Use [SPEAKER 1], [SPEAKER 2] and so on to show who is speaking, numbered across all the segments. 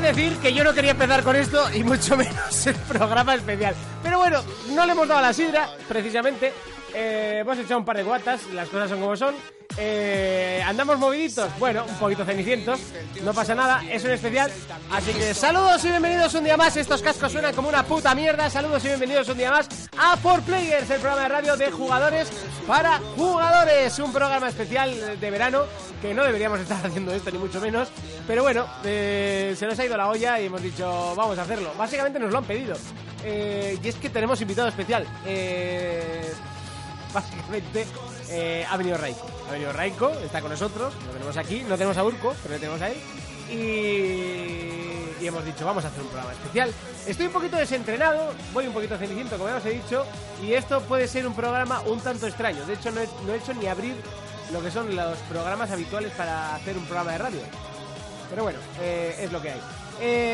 [SPEAKER 1] decir que yo no quería empezar con esto y mucho menos el programa especial. Pero bueno, no le hemos dado a la sidra, precisamente. Eh, hemos echado un par de guatas, las cosas son como son. Eh, andamos moviditos, bueno, un poquito cenicientos, no pasa nada, es un especial. Así que saludos y bienvenidos un día más. Estos cascos suenan como una puta mierda. Saludos y bienvenidos un día más a 4Players, el programa de radio de jugadores para jugadores. Un programa especial de verano que no deberíamos estar haciendo esto, ni mucho menos. Pero bueno, eh, se nos ha ido la olla y hemos dicho, vamos a hacerlo. Básicamente nos lo han pedido. Eh, y es que tenemos invitado especial. Eh, básicamente eh, ha venido Raiko. Ha venido Raiko, está con nosotros, lo tenemos aquí, no tenemos a Urco, pero lo tenemos a él. Y, y hemos dicho, vamos a hacer un programa especial. Estoy un poquito desentrenado, voy un poquito ceniciento, como ya os he dicho, y esto puede ser un programa un tanto extraño. De hecho, no he, no he hecho ni abrir lo que son los programas habituales para hacer un programa de radio. Pero bueno, eh, es lo que hay.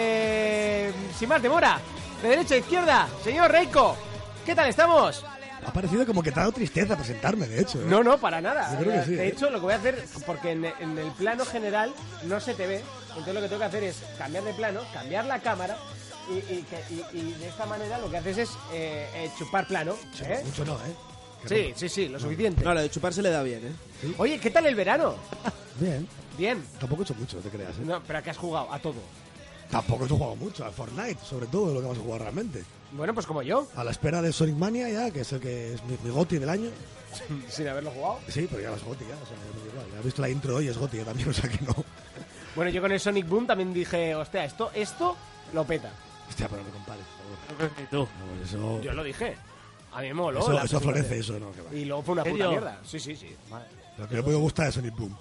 [SPEAKER 1] Eh, sin más demora, de derecha a izquierda, señor Reiko, ¿qué tal estamos?
[SPEAKER 2] Ha parecido como que te ha dado tristeza presentarme, de hecho. ¿eh?
[SPEAKER 1] No, no, para nada.
[SPEAKER 2] Yo creo que sí,
[SPEAKER 1] de
[SPEAKER 2] ¿eh?
[SPEAKER 1] hecho, lo que voy a hacer, porque en, en el plano general no se te ve, entonces lo que tengo que hacer es cambiar de plano, cambiar la cámara y, y que- y- y de esta manera lo que haces es eh, eh, chupar plano.
[SPEAKER 2] Sí,
[SPEAKER 1] ¿eh?
[SPEAKER 2] Mucho no, ¿eh?
[SPEAKER 1] Sí, sí, sí, lo suficiente.
[SPEAKER 3] No, lo de chupar se le da bien, ¿eh?
[SPEAKER 1] Oye, ¿qué tal el verano?
[SPEAKER 2] Bien.
[SPEAKER 1] Bien.
[SPEAKER 2] Tampoco he hecho mucho, no te creas. ¿eh?
[SPEAKER 1] No, pero ¿a qué has jugado? A todo.
[SPEAKER 2] Tampoco he jugado mucho. Al Fortnite, sobre todo, es lo que vamos a jugar realmente.
[SPEAKER 1] Bueno, pues como yo,
[SPEAKER 2] A la espera de Sonic Mania, ya, que es el que es mi, mi GOTI del año.
[SPEAKER 1] sin haberlo jugado.
[SPEAKER 2] Sí, pero ya no es GOTI, ya. O sea, me da igual. Ya has visto la intro hoy, es GOTI ya también, o sea que no.
[SPEAKER 1] Bueno, yo con el Sonic Boom también dije, hostia, esto, esto lo peta.
[SPEAKER 2] Hostia, pero no me compares. por
[SPEAKER 4] Tú.
[SPEAKER 2] favor. No, pues eso,
[SPEAKER 1] Yo lo dije. A mí me moló.
[SPEAKER 2] eso,
[SPEAKER 1] la
[SPEAKER 2] eso
[SPEAKER 1] presentación.
[SPEAKER 2] florece, eso no. Que va.
[SPEAKER 1] Y luego fue una
[SPEAKER 4] ¿En
[SPEAKER 1] puta
[SPEAKER 4] serio?
[SPEAKER 1] mierda. Sí, sí, sí.
[SPEAKER 2] Lo que no puedo gustar es Sonic Boom.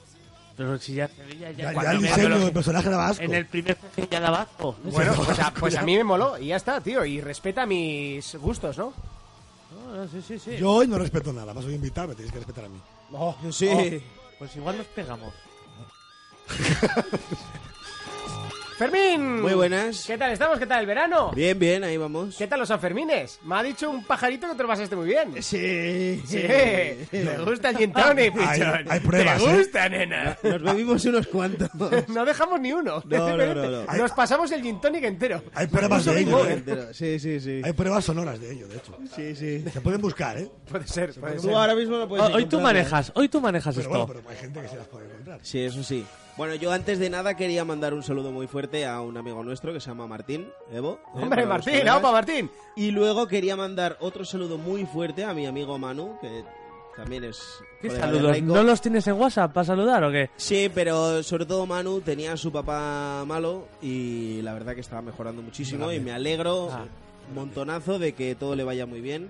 [SPEAKER 4] Pero si ya se veía ya,
[SPEAKER 2] Ya, ya
[SPEAKER 4] cuando
[SPEAKER 2] el
[SPEAKER 4] me-
[SPEAKER 2] diseño
[SPEAKER 4] cuando-
[SPEAKER 2] del personaje era vasco.
[SPEAKER 4] En el primer jefe ya daba asco.
[SPEAKER 1] Bueno, pues a, pues a mí me moló y ya está, tío. Y respeta mis gustos, ¿no?
[SPEAKER 4] No, no, ah, sí, sí, sí.
[SPEAKER 2] Yo hoy no respeto nada, más soy invitado, me tenéis que respetar a mí.
[SPEAKER 3] Oh. Sí.
[SPEAKER 4] Pues igual nos pegamos.
[SPEAKER 1] Fermín.
[SPEAKER 3] Muy buenas.
[SPEAKER 1] ¿Qué tal estamos? ¿Qué tal el verano?
[SPEAKER 3] Oh. Bien, bien, ahí vamos.
[SPEAKER 1] ¿Qué tal los Sanfermines? Me ha dicho un pajarito que te lo pasaste muy bien.
[SPEAKER 3] Sí.
[SPEAKER 1] Sí, me gusta el gin tonic,
[SPEAKER 2] Hay-
[SPEAKER 1] pichón.
[SPEAKER 2] hay pruebas,
[SPEAKER 1] Me
[SPEAKER 2] ¿eh?
[SPEAKER 1] gusta, nena.
[SPEAKER 3] Nos bebimos unos cuantos.
[SPEAKER 1] No dejamos ni uno.
[SPEAKER 3] No, no, no, no.
[SPEAKER 1] Nos pasamos el gin tonic entero.
[SPEAKER 2] Hay pruebas
[SPEAKER 1] Incluso
[SPEAKER 2] de
[SPEAKER 1] Big
[SPEAKER 2] ello, ¿eh?
[SPEAKER 1] Bowler.
[SPEAKER 3] Entero. Sí, sí, sí.
[SPEAKER 2] Hay pruebas sonoras de ello, de hecho.
[SPEAKER 3] Sí, sí.
[SPEAKER 2] Se pueden buscar, ¿eh?
[SPEAKER 1] Puede ser, puede ser.
[SPEAKER 3] Tú ahora mismo no puedes.
[SPEAKER 4] Ah, hoy tú
[SPEAKER 3] encontrarlo.
[SPEAKER 4] manejas, hoy tú manejas
[SPEAKER 2] Pues Pero
[SPEAKER 4] esto.
[SPEAKER 2] bueno, pero hay gente que se las puede encontrar.
[SPEAKER 3] Sí, eso sí. Bueno, yo antes de nada quería mandar un saludo muy fuerte a un amigo nuestro que se llama Martín, Evo. ¿eh? para
[SPEAKER 1] Hombre,
[SPEAKER 3] los
[SPEAKER 1] Martín,
[SPEAKER 3] colegas.
[SPEAKER 1] opa, Martín.
[SPEAKER 3] Y luego quería mandar otro saludo muy fuerte a mi amigo Manu, que también es.
[SPEAKER 4] ¿Qué
[SPEAKER 3] colega de
[SPEAKER 4] saludos?
[SPEAKER 3] Raico.
[SPEAKER 4] ¿No los tienes en WhatsApp para saludar o qué?
[SPEAKER 3] Sí, pero sobre todo Manu tenía a su papá malo y la verdad que estaba mejorando muchísimo y me alegro
[SPEAKER 4] Ah.
[SPEAKER 3] un montonazo de que todo le vaya muy bien.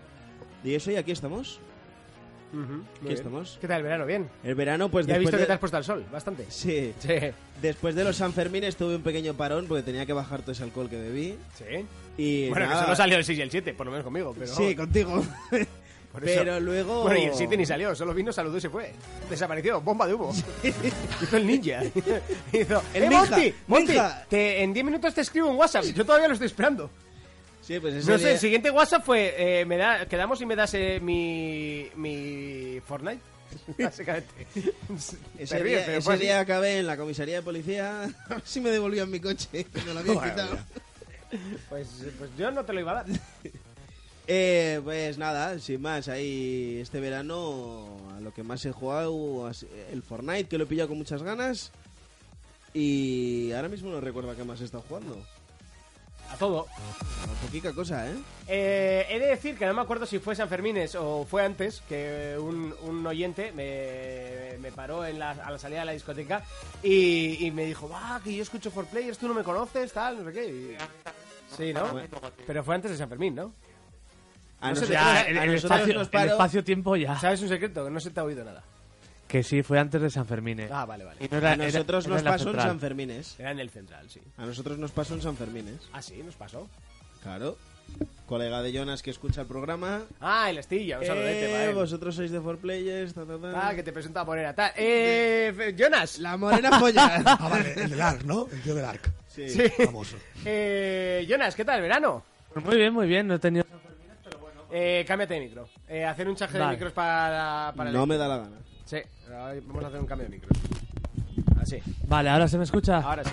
[SPEAKER 3] Y eso, y aquí estamos.
[SPEAKER 1] Ujú, muy bien.
[SPEAKER 3] estamos?
[SPEAKER 1] ¿Qué tal el verano? Bien.
[SPEAKER 3] El verano, pues
[SPEAKER 1] Ya he
[SPEAKER 3] después
[SPEAKER 1] visto que
[SPEAKER 3] de...
[SPEAKER 1] te has puesto al sol, bastante.
[SPEAKER 3] Sí,
[SPEAKER 1] Sí.
[SPEAKER 3] después de los Sanfermines tuve un pequeño parón porque tenía que bajar todo ese alcohol que bebí.
[SPEAKER 1] Sí.
[SPEAKER 3] Y
[SPEAKER 1] Bueno, que
[SPEAKER 3] nada.
[SPEAKER 1] solo salió el 6 y el 7, por lo menos conmigo. Pero
[SPEAKER 3] Sí, contigo.
[SPEAKER 1] Por eso.
[SPEAKER 3] pero luego...
[SPEAKER 1] Bueno, y el 7 ni salió, solo vino, saludó y se fue. Desapareció, bomba de humo. Hizo el ninja. Hizo.
[SPEAKER 3] El
[SPEAKER 1] ¡Eh,
[SPEAKER 3] ninja,
[SPEAKER 1] Monty! Monty!
[SPEAKER 3] ninja.
[SPEAKER 1] te- en 10 minutos te escribo un WhatsApp. Yo todavía lo estoy esperando.
[SPEAKER 3] Sí, pues ese
[SPEAKER 1] No sé,
[SPEAKER 3] día-
[SPEAKER 1] el siguiente WhatsApp fue: eh, me da, quedamos y me das eh, mi. mi. Fortnite. Básicamente.
[SPEAKER 3] Ese,
[SPEAKER 1] Te ríes,
[SPEAKER 3] día,
[SPEAKER 1] pero
[SPEAKER 3] ese
[SPEAKER 1] fue así.
[SPEAKER 3] día acabé en la comisaría de policía. A ver si me devolvían mi coche. que Me lo habían
[SPEAKER 2] Joder,
[SPEAKER 3] quitado.
[SPEAKER 2] mira.
[SPEAKER 1] Pues, eh, pues yo no te lo iba a dar.
[SPEAKER 3] Eh, pues nada, sin más, ahí este verano a lo que más he jugado ha si- el Fortnite, que lo he pillado con muchas ganas. Y ahora mismo no recuerdo a qué más he estado jugando.
[SPEAKER 1] A todo.
[SPEAKER 3] A Poquita cosa, ¿eh?
[SPEAKER 1] Eh, he de decir que no me acuerdo si fue San Fermines o fue antes que un, un oyente me, me paró en la, a la salida de la discoteca y, y me dijo, va, que yo escucho For Players, tú no me conoces, tal, no sé qué. Y- Sí, ¿no? Pero fue antes de San Fermín, ¿no?
[SPEAKER 3] A
[SPEAKER 1] No sé,
[SPEAKER 3] nosotros,
[SPEAKER 1] ya,
[SPEAKER 4] ah,
[SPEAKER 3] a
[SPEAKER 1] el- el
[SPEAKER 3] nosotros
[SPEAKER 1] espacio-
[SPEAKER 3] nos
[SPEAKER 4] El
[SPEAKER 3] paró-
[SPEAKER 4] espacio-tiempo ya.
[SPEAKER 1] ¿Sabes un secreto? Que no se te ha oído nada.
[SPEAKER 4] Que sí, fue antes de San Fermín. eh.
[SPEAKER 1] Ah, vale, vale.
[SPEAKER 4] Y no era-
[SPEAKER 3] a
[SPEAKER 4] era-
[SPEAKER 3] nosotros
[SPEAKER 4] era
[SPEAKER 3] nos
[SPEAKER 4] en la
[SPEAKER 3] pasó en
[SPEAKER 4] central.
[SPEAKER 3] San Fermines.
[SPEAKER 1] Era en el central, sí.
[SPEAKER 3] A nosotros nos pasó en San Fermines.
[SPEAKER 1] Ah, sí, nos pasó.
[SPEAKER 3] Claro. Colega de Jonas que escucha el programa.
[SPEAKER 1] Ah, el Estilla, un saludete
[SPEAKER 3] Eh,
[SPEAKER 1] para él.
[SPEAKER 3] vosotros sois de 4Players. Ta, ta, ta.
[SPEAKER 1] Ah, que te presenta a poner a tal. Eh, Fe- Jonas.
[SPEAKER 3] La morena folla.
[SPEAKER 2] Ah, vale, el del ARC, ¿no? El tío del ARC.
[SPEAKER 3] Sí.
[SPEAKER 1] Sí.
[SPEAKER 2] Famoso.
[SPEAKER 1] Eh, Jonas, ¿qué tal el verano?
[SPEAKER 4] Pues muy bien, muy bien. No he tenido...
[SPEAKER 1] Eh, cámbiate de micro. Eh, hacer un chaje de
[SPEAKER 4] Vale.
[SPEAKER 1] micros para, para el
[SPEAKER 3] No me da la gana.
[SPEAKER 1] Sí, ahora vamos a hacer un cambio de micro. Así,
[SPEAKER 4] Vale, ahora se me escucha.
[SPEAKER 1] ahora sí.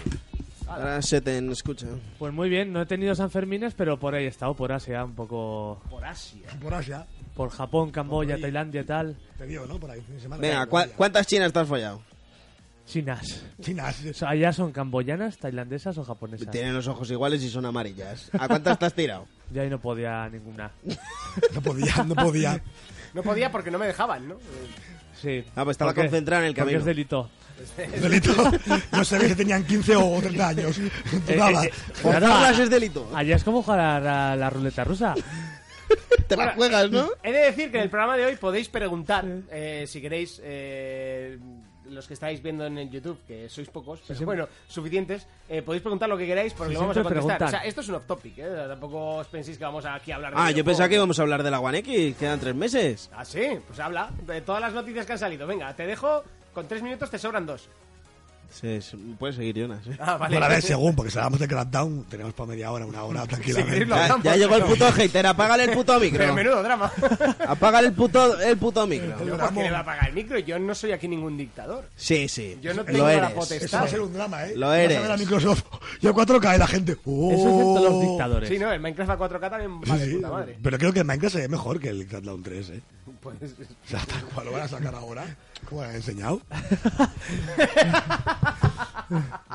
[SPEAKER 3] Ahora se te escucha.
[SPEAKER 4] Pues muy bien, no he tenido Sanfermines, pero por ahí he estado, por Asia, un poco.
[SPEAKER 1] Por Asia.
[SPEAKER 2] Por Asia,
[SPEAKER 4] Por Japón, Camboya,
[SPEAKER 2] ahí.
[SPEAKER 4] Tailandia y tal.
[SPEAKER 2] te digo, ¿no? Por ahí, fin de semana.
[SPEAKER 3] Venga,
[SPEAKER 2] Por
[SPEAKER 3] ¿cuá-
[SPEAKER 2] Asia.
[SPEAKER 3] ¿cuántas chinas te has follado?
[SPEAKER 4] Chinas.
[SPEAKER 2] Chinas.
[SPEAKER 4] O sea, allá son camboyanas, tailandesas o japonesas.
[SPEAKER 3] Tienen los ojos iguales y son amarillas. ¿A cuántas te has tirado?
[SPEAKER 4] Yo ahí no podía ninguna.
[SPEAKER 2] No podía, no podía.
[SPEAKER 1] No podía porque no me dejaban, ¿no?
[SPEAKER 4] Sí.
[SPEAKER 3] Ah, pues estaba
[SPEAKER 4] ¿Por qué?
[SPEAKER 3] concentrada en el
[SPEAKER 4] Porque
[SPEAKER 3] camino.
[SPEAKER 4] es delito.
[SPEAKER 2] Delito. No sabía si tenían 15 o 30 años.
[SPEAKER 4] Eh,
[SPEAKER 2] Dudaba.
[SPEAKER 4] eh, eh, claro,
[SPEAKER 3] Forzarlas Pues es delito.
[SPEAKER 4] Allá es como jugar a la, la ruleta rusa.
[SPEAKER 3] Te las juegas, ¿no?
[SPEAKER 1] He de decir que en el programa de hoy podéis preguntar, eh, si queréis, eh, los que estáis viendo en el YouTube, que sois pocos, pero
[SPEAKER 4] siempre-
[SPEAKER 1] bueno, suficientes, eh, podéis preguntar lo que queráis porque
[SPEAKER 4] Sí,
[SPEAKER 1] lo vamos a
[SPEAKER 4] siempre
[SPEAKER 1] contestar.
[SPEAKER 4] preguntan.
[SPEAKER 1] O sea, esto es un off topic, ¿eh? Tampoco os penséis que vamos aquí a hablar de
[SPEAKER 3] Ah, yo
[SPEAKER 1] videojuegos.
[SPEAKER 3] pensaba que íbamos a hablar de la One X. Quedan tres meses.
[SPEAKER 1] Ah, sí, pues habla de todas las noticias que han salido. Venga, te dejo, con tres minutos te sobran dos.
[SPEAKER 3] Sí, sí, puedes seguir, Jonas. ¿eh?
[SPEAKER 1] Ah, vale.
[SPEAKER 2] Bueno, a ver, según, porque si hablamos de Crackdown, tenemos para media hora, una hora, tranquilamente.
[SPEAKER 1] queréis lo-
[SPEAKER 3] Ya, ya llegó el puto hater. Apágale el puto
[SPEAKER 1] Pero
[SPEAKER 3] micro.
[SPEAKER 1] menudo drama.
[SPEAKER 3] Apágale el puto, el puto micro.
[SPEAKER 1] Yo, ¿por qué le va a pagar el micro? Yo no soy aquí ningún dictador.
[SPEAKER 3] Sí, sí.
[SPEAKER 1] Yo no
[SPEAKER 3] lo
[SPEAKER 1] tengo la
[SPEAKER 3] eres.
[SPEAKER 1] potestad.
[SPEAKER 2] Eso va a ser un drama, ¿eh?
[SPEAKER 3] Lo
[SPEAKER 2] Vas a ver
[SPEAKER 3] eres.
[SPEAKER 2] a Microsoft. Y a 4 cae la gente. Oh.
[SPEAKER 4] Eso es cierto los dictadores.
[SPEAKER 1] Sí, no, el Minecraft a 4K también
[SPEAKER 2] Sí,
[SPEAKER 1] va de puta madre.
[SPEAKER 2] Pero creo que el Minecraft se ve mejor que el Crackdown 3, ¿eh?
[SPEAKER 1] Pues,
[SPEAKER 2] O sea, tal cual lo van a sacar ahora. ¿Cómo lo han enseñado?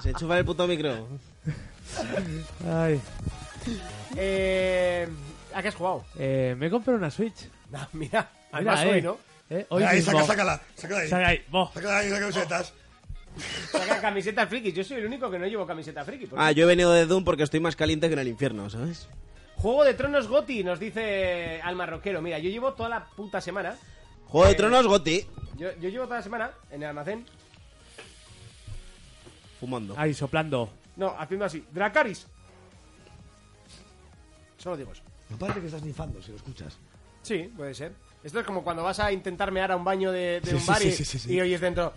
[SPEAKER 3] Se enchufa el puto micro.
[SPEAKER 4] Ay.
[SPEAKER 1] eh, ¿A qué has jugado?
[SPEAKER 4] Eh, me compré una Switch.
[SPEAKER 1] Ah, mira,
[SPEAKER 4] Mira,
[SPEAKER 1] además
[SPEAKER 4] eh,
[SPEAKER 1] hoy, ¿no?
[SPEAKER 4] eh, hoy
[SPEAKER 2] ahí,
[SPEAKER 4] mismo.
[SPEAKER 2] saca, sácala. Sácala ahí.
[SPEAKER 4] Saca ahí, bo.
[SPEAKER 2] Sácala ahí, saca camisetas.
[SPEAKER 1] Saca camisetas frikis. Yo soy el único que no llevo camiseta friki. porque-
[SPEAKER 3] Ah, yo he venido de Doom porque estoy más caliente que en el infierno, ¿sabes?
[SPEAKER 1] Juego de Tronos Goti, nos dice al marroquero. Mira, yo llevo toda la puta semana.
[SPEAKER 3] Juego de
[SPEAKER 1] Eh,
[SPEAKER 3] Tronos, Goti.
[SPEAKER 1] Yo, yo llevo toda la semana en el almacén.
[SPEAKER 3] Fumando.
[SPEAKER 4] Ahí, soplando.
[SPEAKER 1] No, haciendo así. Dracaris. Solo digo eso.
[SPEAKER 2] No parece que estás nifando si lo escuchas.
[SPEAKER 1] Sí, puede ser. Esto es como cuando vas a intentar mear a un baño de, de
[SPEAKER 2] Sí,
[SPEAKER 1] un
[SPEAKER 2] sí,
[SPEAKER 1] bar y,
[SPEAKER 2] sí, sí, sí, sí.
[SPEAKER 1] y oyes dentro.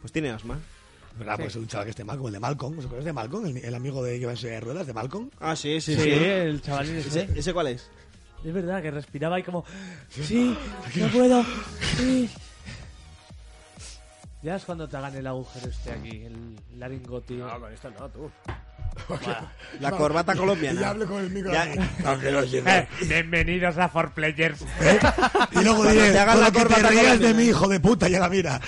[SPEAKER 3] Pues tiene asma.
[SPEAKER 2] ¿Verdad? Pues un chaval que esté mal, como el de Malcolm. ¿Os acordáis de Malcolm? El, el amigo de que va en silla de ruedas, de Malcolm.
[SPEAKER 3] Ah, sí, sí,
[SPEAKER 4] Sí,
[SPEAKER 3] sí.
[SPEAKER 4] el chavalín ese.
[SPEAKER 3] ¿Ese, ese cuál es?
[SPEAKER 4] Es verdad que respiraba y como. Sí, no puedo. Sí. Ya es cuando te hagan el agujero este aquí, el laringoti.
[SPEAKER 1] No, con esto no, tú.
[SPEAKER 3] La corbata colombiana.
[SPEAKER 2] Y hablo con el micro.
[SPEAKER 3] ah. Ya-
[SPEAKER 2] aquí. Aunque no llegue.
[SPEAKER 4] Eh, bienvenidos a For Players.
[SPEAKER 2] Y luego
[SPEAKER 3] Cuando
[SPEAKER 2] diré,
[SPEAKER 3] te hagan
[SPEAKER 2] con
[SPEAKER 3] la
[SPEAKER 2] lo que te
[SPEAKER 3] corbata
[SPEAKER 2] rías de
[SPEAKER 3] colombiana.
[SPEAKER 2] mi hijo de puta, ya la mira.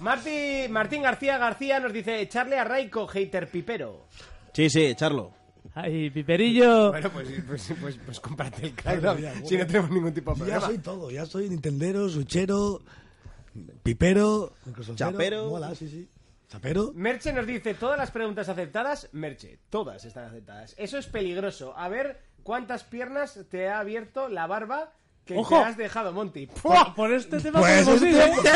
[SPEAKER 1] Martí- Martín García García nos dice: echarle a Raiko, hater pipero.
[SPEAKER 3] Sí, sí, Charlo.
[SPEAKER 4] Ay, piperillo.
[SPEAKER 1] Bueno, pues, pues, pues, pues cómprate el
[SPEAKER 2] Claro,
[SPEAKER 1] crackdown.
[SPEAKER 2] ya, bueno.
[SPEAKER 1] si no tenemos ningún tipo de
[SPEAKER 2] ya
[SPEAKER 1] problema.
[SPEAKER 2] soy todo. Ya soy nintendero, suchero, pipero, microsoftero.
[SPEAKER 3] Chapero.
[SPEAKER 2] Mola, sí, sí. Chapero.
[SPEAKER 1] Merche nos dice, todas las preguntas aceptadas, Merche, todas están aceptadas. Eso es peligroso. A ver cuántas piernas te ha abierto la barba que
[SPEAKER 4] ¡Ojo!
[SPEAKER 1] te has dejado, Monty.
[SPEAKER 4] Por,
[SPEAKER 1] ¡Puah!
[SPEAKER 4] por este tema
[SPEAKER 2] Pues
[SPEAKER 4] podemos ir,
[SPEAKER 2] este-
[SPEAKER 4] ¿eh?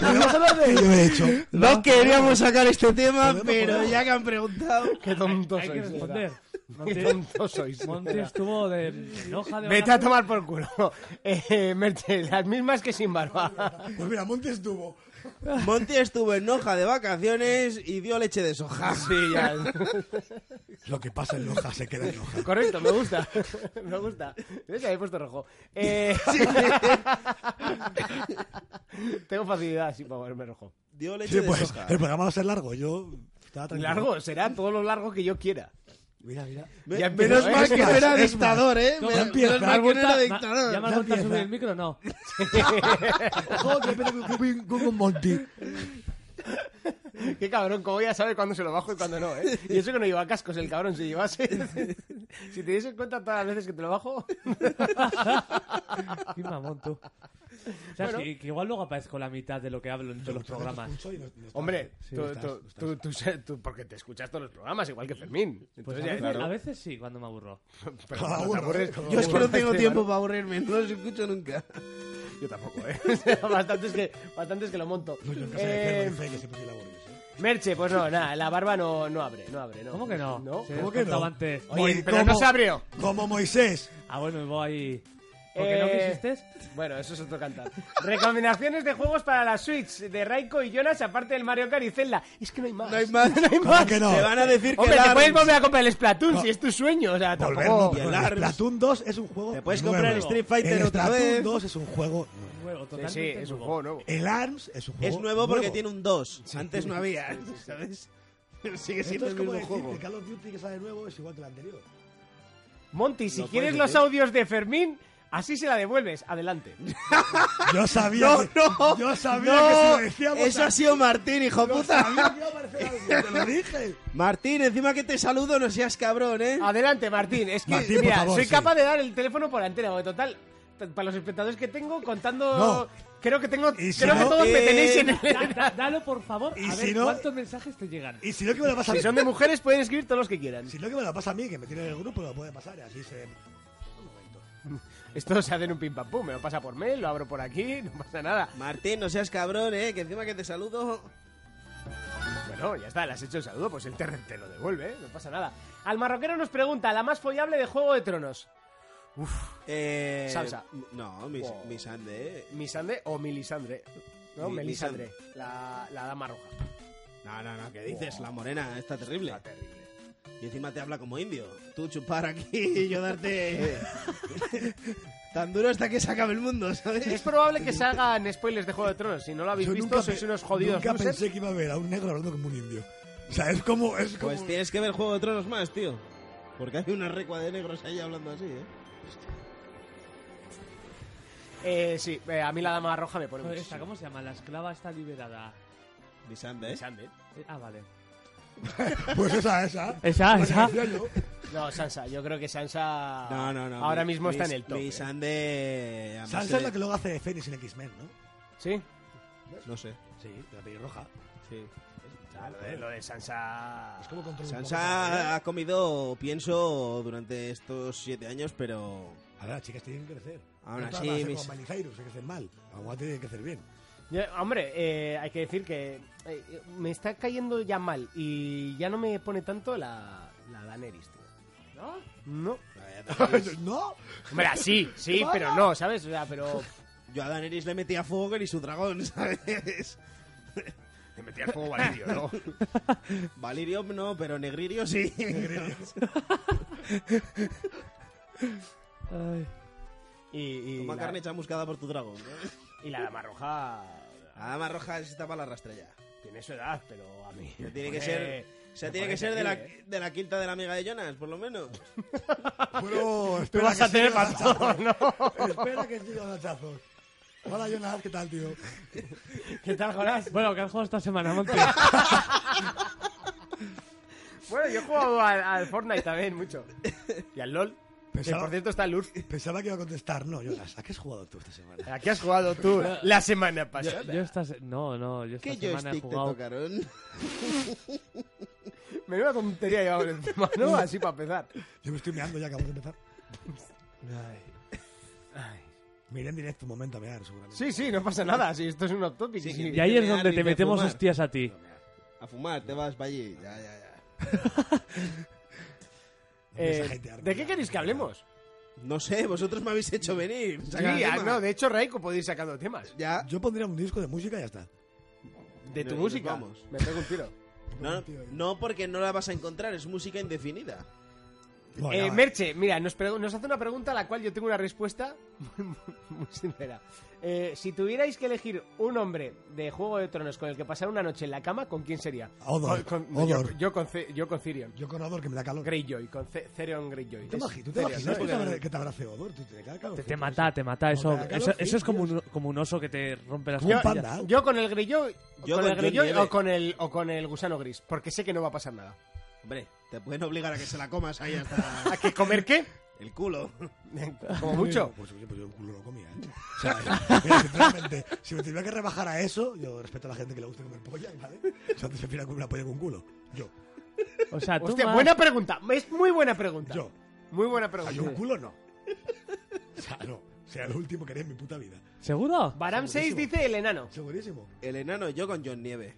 [SPEAKER 4] Podemos hablar de-
[SPEAKER 2] ¿Qué yo he hecho?
[SPEAKER 3] No, queríamos sacar este tema,
[SPEAKER 2] Podemos,
[SPEAKER 3] pero
[SPEAKER 2] podemos.
[SPEAKER 3] ya que han preguntado.
[SPEAKER 1] ¡Qué tonto
[SPEAKER 4] Hay que
[SPEAKER 1] sois! de verdad.
[SPEAKER 4] responder.
[SPEAKER 1] ¡Qué
[SPEAKER 4] Monty,
[SPEAKER 1] tonto sois! de
[SPEAKER 4] Monty
[SPEAKER 1] verdad.
[SPEAKER 4] estuvo de, en hoja de
[SPEAKER 1] Vete a
[SPEAKER 4] vacaciones.
[SPEAKER 1] tomar por culo. Eh, Merche, las mismas que sin barba.
[SPEAKER 2] Pues mira, Montes estuvo.
[SPEAKER 3] Monty estuvo en hoja de vacaciones y dio leche de soja.
[SPEAKER 1] Sí, ya.
[SPEAKER 2] Lo que pasa en Loja se queda en Loja.
[SPEAKER 1] Correcto, me gusta. Me gusta. ¿Ves? Ahí he puesto rojo. Eh, Tengo facilidad, sí, para ponerme rojo.
[SPEAKER 3] Dio leche
[SPEAKER 2] Sí,
[SPEAKER 3] de
[SPEAKER 2] pues
[SPEAKER 3] soja.
[SPEAKER 2] el programa va a ser largo. Yo estaba tranquilo.
[SPEAKER 1] Largo, será todo lo largo que yo quiera.
[SPEAKER 2] Mira, mira.
[SPEAKER 3] Me-
[SPEAKER 1] Ya empezó,
[SPEAKER 3] menos
[SPEAKER 1] ¿eh?
[SPEAKER 3] mal que no era
[SPEAKER 2] Es más,
[SPEAKER 3] dictador, ¿eh?
[SPEAKER 4] ¿Cómo?
[SPEAKER 3] Menos-
[SPEAKER 2] empieza.
[SPEAKER 3] menos
[SPEAKER 4] ¿Me has
[SPEAKER 3] mal que no era
[SPEAKER 4] vuelto a- ma- ¿Ya
[SPEAKER 3] dictador.
[SPEAKER 4] me has
[SPEAKER 2] Ya
[SPEAKER 4] vuelto a
[SPEAKER 2] empieza.
[SPEAKER 4] subir el micro? No.
[SPEAKER 2] Ojo, que pete con- con- con con Monty.
[SPEAKER 1] Qué cabrón, como ya sabe cuándo se lo bajo y cuándo no, ¿eh? Y eso que no lleva cascos, el cabrón, si llevase. si te en cuenta todas las veces que te lo bajo.
[SPEAKER 4] Qué mamón tú. O sea, que, que igual luego aparezco la mitad de lo que hablo en todos los programas.
[SPEAKER 2] Escucho y no- no está.
[SPEAKER 1] Hombre,
[SPEAKER 2] Sí,
[SPEAKER 1] tú,
[SPEAKER 2] no estás,
[SPEAKER 1] tú-
[SPEAKER 2] no estás.
[SPEAKER 1] tú- tú se- tú- porque te escuchas todos los programas, igual que Fermín. Entonces,
[SPEAKER 4] Pues a
[SPEAKER 1] ya-
[SPEAKER 4] veces,
[SPEAKER 1] claro.
[SPEAKER 4] a veces sí, cuando me aburro.
[SPEAKER 1] Pero
[SPEAKER 2] Cada
[SPEAKER 1] no te
[SPEAKER 2] uno,
[SPEAKER 1] aburres.
[SPEAKER 2] cada
[SPEAKER 3] Yo es que no tengo
[SPEAKER 1] Este,
[SPEAKER 3] tiempo para aburrirme, no los escucho nunca.
[SPEAKER 1] Yo tampoco, ¿eh? O sea, bastantes, que, bastantes que lo monto.
[SPEAKER 2] No, Pues yo en casa de
[SPEAKER 1] Eh,
[SPEAKER 2] Gerardo dice que siempre soy ¿eh? laborioso.
[SPEAKER 1] Merche, pues no, nada, la barba no, no abre, no abre, no.
[SPEAKER 4] ¿Cómo que no?
[SPEAKER 1] ¿No?
[SPEAKER 4] Sí.
[SPEAKER 2] ¿Cómo que no?
[SPEAKER 4] contaba antes.
[SPEAKER 1] Oye,
[SPEAKER 2] Moi-
[SPEAKER 1] pero no se abrió.
[SPEAKER 2] Como Moisés.
[SPEAKER 4] Ah, bueno, y vos ahí... ¿Por qué no
[SPEAKER 1] Eh,
[SPEAKER 4] quisiste?
[SPEAKER 1] Bueno, eso es otro cantar. Recomendaciones de juegos para la Switch de Raiko y Jonas, aparte del Mario Kart y Zelda. Es que no hay más.
[SPEAKER 3] No hay más.
[SPEAKER 1] No hay
[SPEAKER 2] ¿Cómo
[SPEAKER 1] más.
[SPEAKER 2] que no?
[SPEAKER 3] Te van a decir que
[SPEAKER 1] Hombre,
[SPEAKER 3] el
[SPEAKER 1] te puedes
[SPEAKER 3] ARMS.
[SPEAKER 1] volver a comprar el Splatoon si es tu sueño. O sea,
[SPEAKER 2] Volver,
[SPEAKER 1] tampoco.
[SPEAKER 2] no, pero
[SPEAKER 3] Y el Arms.
[SPEAKER 2] Splatoon 2 es un juego
[SPEAKER 3] Te puedes
[SPEAKER 2] nuevo.
[SPEAKER 3] comprar el Street Fighter
[SPEAKER 2] El
[SPEAKER 3] otra
[SPEAKER 2] Splatoon
[SPEAKER 3] vez.
[SPEAKER 2] 2 es un juego nuevo.
[SPEAKER 4] nuevo,
[SPEAKER 1] Sí,
[SPEAKER 4] totalmente
[SPEAKER 1] sí, es un
[SPEAKER 4] nuevo.
[SPEAKER 1] juego nuevo.
[SPEAKER 2] El ARMS es un juego.
[SPEAKER 3] Es nuevo porque tiene un 2. Antes no había, ¿sabes? Pero sigue
[SPEAKER 2] Esto
[SPEAKER 3] siendo
[SPEAKER 2] es
[SPEAKER 3] el
[SPEAKER 2] como
[SPEAKER 3] mismo
[SPEAKER 2] decir
[SPEAKER 3] juego.
[SPEAKER 2] que Call of Duty que sale nuevo es igual que el anterior.
[SPEAKER 1] Monty, si
[SPEAKER 3] No
[SPEAKER 1] quieres
[SPEAKER 3] puede
[SPEAKER 1] los
[SPEAKER 2] ¿eh?
[SPEAKER 3] ser.
[SPEAKER 1] audios de Fermín, así se la devuelves. Adelante.
[SPEAKER 2] Yo sabía. que, Yo sabía que si lo decíamos.
[SPEAKER 3] Eso ha sido Martín, hijo
[SPEAKER 2] Lo
[SPEAKER 3] puta.
[SPEAKER 2] sabía que iba a aparecer algo, te lo dije.
[SPEAKER 3] Martín, encima que te saludo, no seas cabrón, ¿eh?
[SPEAKER 1] Adelante, Martín. Es que,
[SPEAKER 2] Martín, por
[SPEAKER 1] mira,
[SPEAKER 2] favor,
[SPEAKER 1] soy
[SPEAKER 2] sí.
[SPEAKER 1] capaz de dar el teléfono por la antena, porque total, t- para los espectadores que tengo, contando...
[SPEAKER 2] No.
[SPEAKER 1] Creo que tengo...
[SPEAKER 2] Y si
[SPEAKER 1] creo que
[SPEAKER 2] no,
[SPEAKER 1] todos me
[SPEAKER 3] eh,
[SPEAKER 1] tenéis en
[SPEAKER 4] Da-
[SPEAKER 1] el...
[SPEAKER 4] da- dalo, por favor,
[SPEAKER 2] Y
[SPEAKER 4] a
[SPEAKER 2] si
[SPEAKER 4] ver
[SPEAKER 2] no-
[SPEAKER 4] cuántos mensajes te llegan.
[SPEAKER 2] Y si no, que me lo pasa a
[SPEAKER 1] Si
[SPEAKER 2] mí.
[SPEAKER 1] son de mujeres, pueden escribir todos los que quieran.
[SPEAKER 2] Si no, que me lo pasa a mí, que me tiene en el grupo, lo puede pasar. y Así se. Un momento.
[SPEAKER 1] Esto se hace en un pim pam pum. Me lo pasa por mail, lo abro por aquí, no pasa nada.
[SPEAKER 3] Martín, no seas cabrón, ¿eh? Que encima que te saludo.
[SPEAKER 1] Bueno, ya está, le has hecho el saludo, pues él te, te lo devuelve, ¿eh? no pasa nada. Al marroquero nos pregunta, la más follable de Juego de Tronos.
[SPEAKER 3] Eh,
[SPEAKER 1] Salsa.
[SPEAKER 3] No, mis,
[SPEAKER 1] Wow.
[SPEAKER 3] mis ande, ¿eh?
[SPEAKER 1] ¿Misandre o Milisandre? No,
[SPEAKER 3] Mi-
[SPEAKER 1] Melisandre, la, la dama roja.
[SPEAKER 3] No, no, no, ¿qué dices? La morena está terrible. Está terrible. Y encima te habla como indio. Tú chupar aquí y yo darte. Tan duro hasta que se acabe el mundo,
[SPEAKER 1] Es
[SPEAKER 3] ¿sabes?
[SPEAKER 1] probable que salgan spoilers de Juego de Tronos. Si no lo habéis
[SPEAKER 2] Yo
[SPEAKER 1] visto,
[SPEAKER 2] nunca
[SPEAKER 1] sois
[SPEAKER 2] pe-
[SPEAKER 1] unos jodidos
[SPEAKER 2] Nunca
[SPEAKER 1] losers.
[SPEAKER 2] pensé que iba a ver a un negro hablando como un indio. O sea, es como. Es como
[SPEAKER 3] Pues tienes que ver Juego de Tronos más, tío. Porque hay una recua de negros ahí hablando así, ¿eh?
[SPEAKER 1] Eh, sí, eh, a mí la dama roja me pone
[SPEAKER 4] Joder,
[SPEAKER 1] muchísimo.
[SPEAKER 4] esta, ¿Cómo se llama? La esclava está liberada.
[SPEAKER 3] Misande, ¿eh?
[SPEAKER 1] Melisandre.
[SPEAKER 4] Eh, Ah, vale.
[SPEAKER 2] Pues esa, esa.
[SPEAKER 4] Esa,
[SPEAKER 2] Bueno,
[SPEAKER 4] esa.
[SPEAKER 2] decía yo.
[SPEAKER 1] No, Sansa, yo creo que Sansa
[SPEAKER 3] No, no, no.
[SPEAKER 1] ahora
[SPEAKER 3] mi-
[SPEAKER 1] mismo está
[SPEAKER 3] mis-
[SPEAKER 1] en el top. ¿eh?
[SPEAKER 3] Misande. además,
[SPEAKER 2] Sansa es
[SPEAKER 3] eh,
[SPEAKER 2] la que luego hace de Fénix en X-Men, ¿no?
[SPEAKER 1] ¿Sí?
[SPEAKER 3] No sé.
[SPEAKER 2] Sí, de la pelirroja.
[SPEAKER 3] Sí.
[SPEAKER 1] Lo de, eh, lo de Sansa...
[SPEAKER 2] Es como controla un poco
[SPEAKER 3] Sansa
[SPEAKER 2] la
[SPEAKER 3] ha comido pienso durante estos siete años, pero
[SPEAKER 2] realidad. A ver, las chicas tienen que crecer.
[SPEAKER 3] Aún
[SPEAKER 2] No todas
[SPEAKER 3] así,
[SPEAKER 2] van a ser
[SPEAKER 3] mis-
[SPEAKER 2] como Miley Cyrus, que crecen mal. Aún tienen que crecer bien.
[SPEAKER 1] Yo- hombre, eh, hay que decir que eh, me está cayendo ya mal y ya no me pone tanto la, la Daenerys, tío.
[SPEAKER 4] ¿No?
[SPEAKER 1] No.
[SPEAKER 2] ¿No?
[SPEAKER 1] Hombre, sí, sí, pero no, ¿sabes? O sea, pero...
[SPEAKER 3] yo a Daenerys le metía fuego que ni su dragón, ¿sabes?
[SPEAKER 1] Te metí al fuego Valirio, ¿no?
[SPEAKER 3] Valirium no, pero Negririo sí.
[SPEAKER 1] Y, y,
[SPEAKER 3] Toma
[SPEAKER 1] la,
[SPEAKER 3] carne chamuscada por tu dragón. ¿no?
[SPEAKER 1] y la Dama Roja
[SPEAKER 3] La dama Ah, roja está para la rastrella.
[SPEAKER 1] tiene su edad, pero a mí... me
[SPEAKER 3] Tiene que
[SPEAKER 1] pone-
[SPEAKER 3] ser, o sea,
[SPEAKER 1] me
[SPEAKER 3] tiene
[SPEAKER 1] pone
[SPEAKER 3] que ser de la,
[SPEAKER 1] terrible, ¿eh?
[SPEAKER 3] de la quinta de la amiga de Jonas, por lo menos.
[SPEAKER 2] Pero
[SPEAKER 1] Tú
[SPEAKER 2] espera
[SPEAKER 1] vas
[SPEAKER 2] que
[SPEAKER 1] a tener
[SPEAKER 2] sigan
[SPEAKER 1] para todo,
[SPEAKER 2] hachazos.
[SPEAKER 1] ¿no?
[SPEAKER 2] Espera que sigan los hachazos. Hola, Jonas, ¿qué tal, tío?
[SPEAKER 1] ¿Qué tal, Jonás?
[SPEAKER 4] Bueno, ¿qué has jugado esta semana, Monty?
[SPEAKER 1] Bueno, yo juego al, al Fortnite también mucho. Y al LOL. Que
[SPEAKER 2] Pensaba-
[SPEAKER 1] por cierto está el Lurf.
[SPEAKER 2] Pensaba que iba a contestar. No, Jonas, ¿a qué has jugado tú esta semana?
[SPEAKER 1] ¿A qué has jugado tú la semana
[SPEAKER 4] yo,
[SPEAKER 1] pasada?
[SPEAKER 4] yo esta se- No, no, yo esta
[SPEAKER 3] ¿Qué
[SPEAKER 4] semana he
[SPEAKER 3] joystick te
[SPEAKER 4] jugado...
[SPEAKER 3] tocaron?
[SPEAKER 1] Menuda tontería llevamos encima, ¿no? Así para empezar.
[SPEAKER 2] Yo me estoy meando ya, acabo de empezar. Me iré en directo un momento a mear, seguramente.
[SPEAKER 1] Sí, sí, no pasa nada. Sí, esto es un off-topic.
[SPEAKER 3] Sí,
[SPEAKER 1] sí.
[SPEAKER 4] Y ahí es
[SPEAKER 3] Mear,
[SPEAKER 4] donde
[SPEAKER 3] ni
[SPEAKER 4] te
[SPEAKER 3] que
[SPEAKER 4] metemos
[SPEAKER 3] fumar.
[SPEAKER 4] hostias a ti.
[SPEAKER 3] A fumar, te vas para allí. Ya, ya, ya.
[SPEAKER 1] Eh,
[SPEAKER 2] Esa gente
[SPEAKER 1] ¿De qué queréis que hablemos?
[SPEAKER 3] No sé, vosotros me habéis hecho venir.
[SPEAKER 1] Sí,
[SPEAKER 3] Saca el
[SPEAKER 1] ah,
[SPEAKER 3] tema.
[SPEAKER 1] no, de hecho, Raiko puede ir sacando temas.
[SPEAKER 3] Ya.
[SPEAKER 2] Yo pondría un disco de música y ya
[SPEAKER 1] Eh,
[SPEAKER 2] está.
[SPEAKER 1] De tu
[SPEAKER 3] Nos
[SPEAKER 1] música.
[SPEAKER 3] vamos.
[SPEAKER 1] Me pego un tiro.
[SPEAKER 3] No, no, porque no la vas a encontrar, es música indefinida.
[SPEAKER 2] Bueno,
[SPEAKER 1] Eh,
[SPEAKER 2] ya va.
[SPEAKER 1] Merche, mira, nos, pregu- nos hace una pregunta a la cual yo tengo una respuesta muy, muy- muy sincera. Eh, si tuvierais que elegir un hombre de Juego de Tronos con el que pasar una noche en la cama, ¿con quién sería?
[SPEAKER 2] Odor,
[SPEAKER 1] Con- con-
[SPEAKER 2] Odor.
[SPEAKER 1] Yo, yo con Ce- yo con Tyrion.
[SPEAKER 2] Yo con Odor que me da calor.
[SPEAKER 1] Greyjoy, con Ce- Theon Greyjoy.
[SPEAKER 2] ¿Tú, te
[SPEAKER 1] Es-
[SPEAKER 2] imagi- tú te
[SPEAKER 1] Tyrion,
[SPEAKER 2] imaginas
[SPEAKER 1] ¿no?
[SPEAKER 2] que te, abra- que te abrace Odor? Tú te da calor.
[SPEAKER 4] Te, te mata, te mata. Eso,
[SPEAKER 2] te da
[SPEAKER 4] eso,
[SPEAKER 2] calor,
[SPEAKER 4] eso es como
[SPEAKER 2] tío.
[SPEAKER 4] un, como un oso que te rompe las
[SPEAKER 2] Como un
[SPEAKER 4] costillas.
[SPEAKER 2] panda.
[SPEAKER 1] Yo con el Greyjoy,
[SPEAKER 3] Yo
[SPEAKER 1] con
[SPEAKER 3] con
[SPEAKER 1] el
[SPEAKER 3] John
[SPEAKER 1] Greyjoy
[SPEAKER 3] Nieve.
[SPEAKER 1] o con el, o con el gusano gris, porque sé que no va a pasar nada.
[SPEAKER 3] Hombre, te pueden obligar a que se la comas ahí hasta
[SPEAKER 1] ¿A qué comer qué?
[SPEAKER 3] el culo.
[SPEAKER 1] Como mucho.
[SPEAKER 2] Pues, oye, pues yo un culo no comía, ¿eh? O sea, mira, sinceramente, si me tuviera que rebajar a eso, yo respeto a la gente que le gusta comer polla, ¿vale? O sea, te prefiero comer una polla con culo. Yo,
[SPEAKER 4] O sea, tú
[SPEAKER 1] Hostia,
[SPEAKER 4] más-
[SPEAKER 1] buena pregunta. Es muy buena pregunta.
[SPEAKER 2] yo.
[SPEAKER 1] Muy buena
[SPEAKER 2] O sea,
[SPEAKER 1] pregunta.
[SPEAKER 2] yo un culo no. O sea, no. O sea, lo último que haré en mi puta vida.
[SPEAKER 4] ¿Seguro?
[SPEAKER 1] Baram 6
[SPEAKER 2] Segurísimo.
[SPEAKER 1] dice el enano.
[SPEAKER 2] Segurísimo.
[SPEAKER 3] El enano, yo con John Nieve.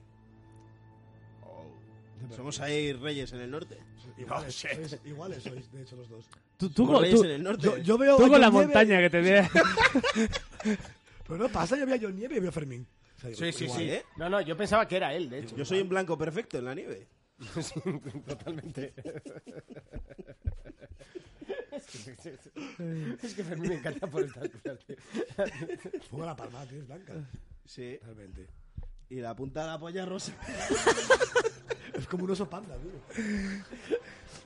[SPEAKER 3] Somos ahí reyes en el norte.
[SPEAKER 2] Iguales, Pues, sois, iguales sois, de hecho, los dos.
[SPEAKER 4] Tú, tú,
[SPEAKER 3] Somos
[SPEAKER 4] tú,
[SPEAKER 3] reyes en el norte.
[SPEAKER 2] Yo, yo veo.
[SPEAKER 4] tú
[SPEAKER 2] a
[SPEAKER 4] con la
[SPEAKER 2] John Nieve-
[SPEAKER 4] montaña que te viene.
[SPEAKER 2] Pero no pasa, yo veo a John Nieve y veo a Fermín. O sea, digo,
[SPEAKER 1] Sí, sí,
[SPEAKER 2] igual,
[SPEAKER 1] sí.
[SPEAKER 2] ¿eh?
[SPEAKER 3] ¿eh?
[SPEAKER 1] No, no, yo pensaba que era él, de hecho.
[SPEAKER 3] Yo soy un blanco perfecto en la nieve.
[SPEAKER 1] Totalmente. Es que Fermín me encanta por estas cosas, tío.
[SPEAKER 2] Fuga eh, la palma, tío, es blanca.
[SPEAKER 3] Sí.
[SPEAKER 2] Realmente.
[SPEAKER 3] Y la punta de la polla rosa.
[SPEAKER 2] Es como un oso panda, tío.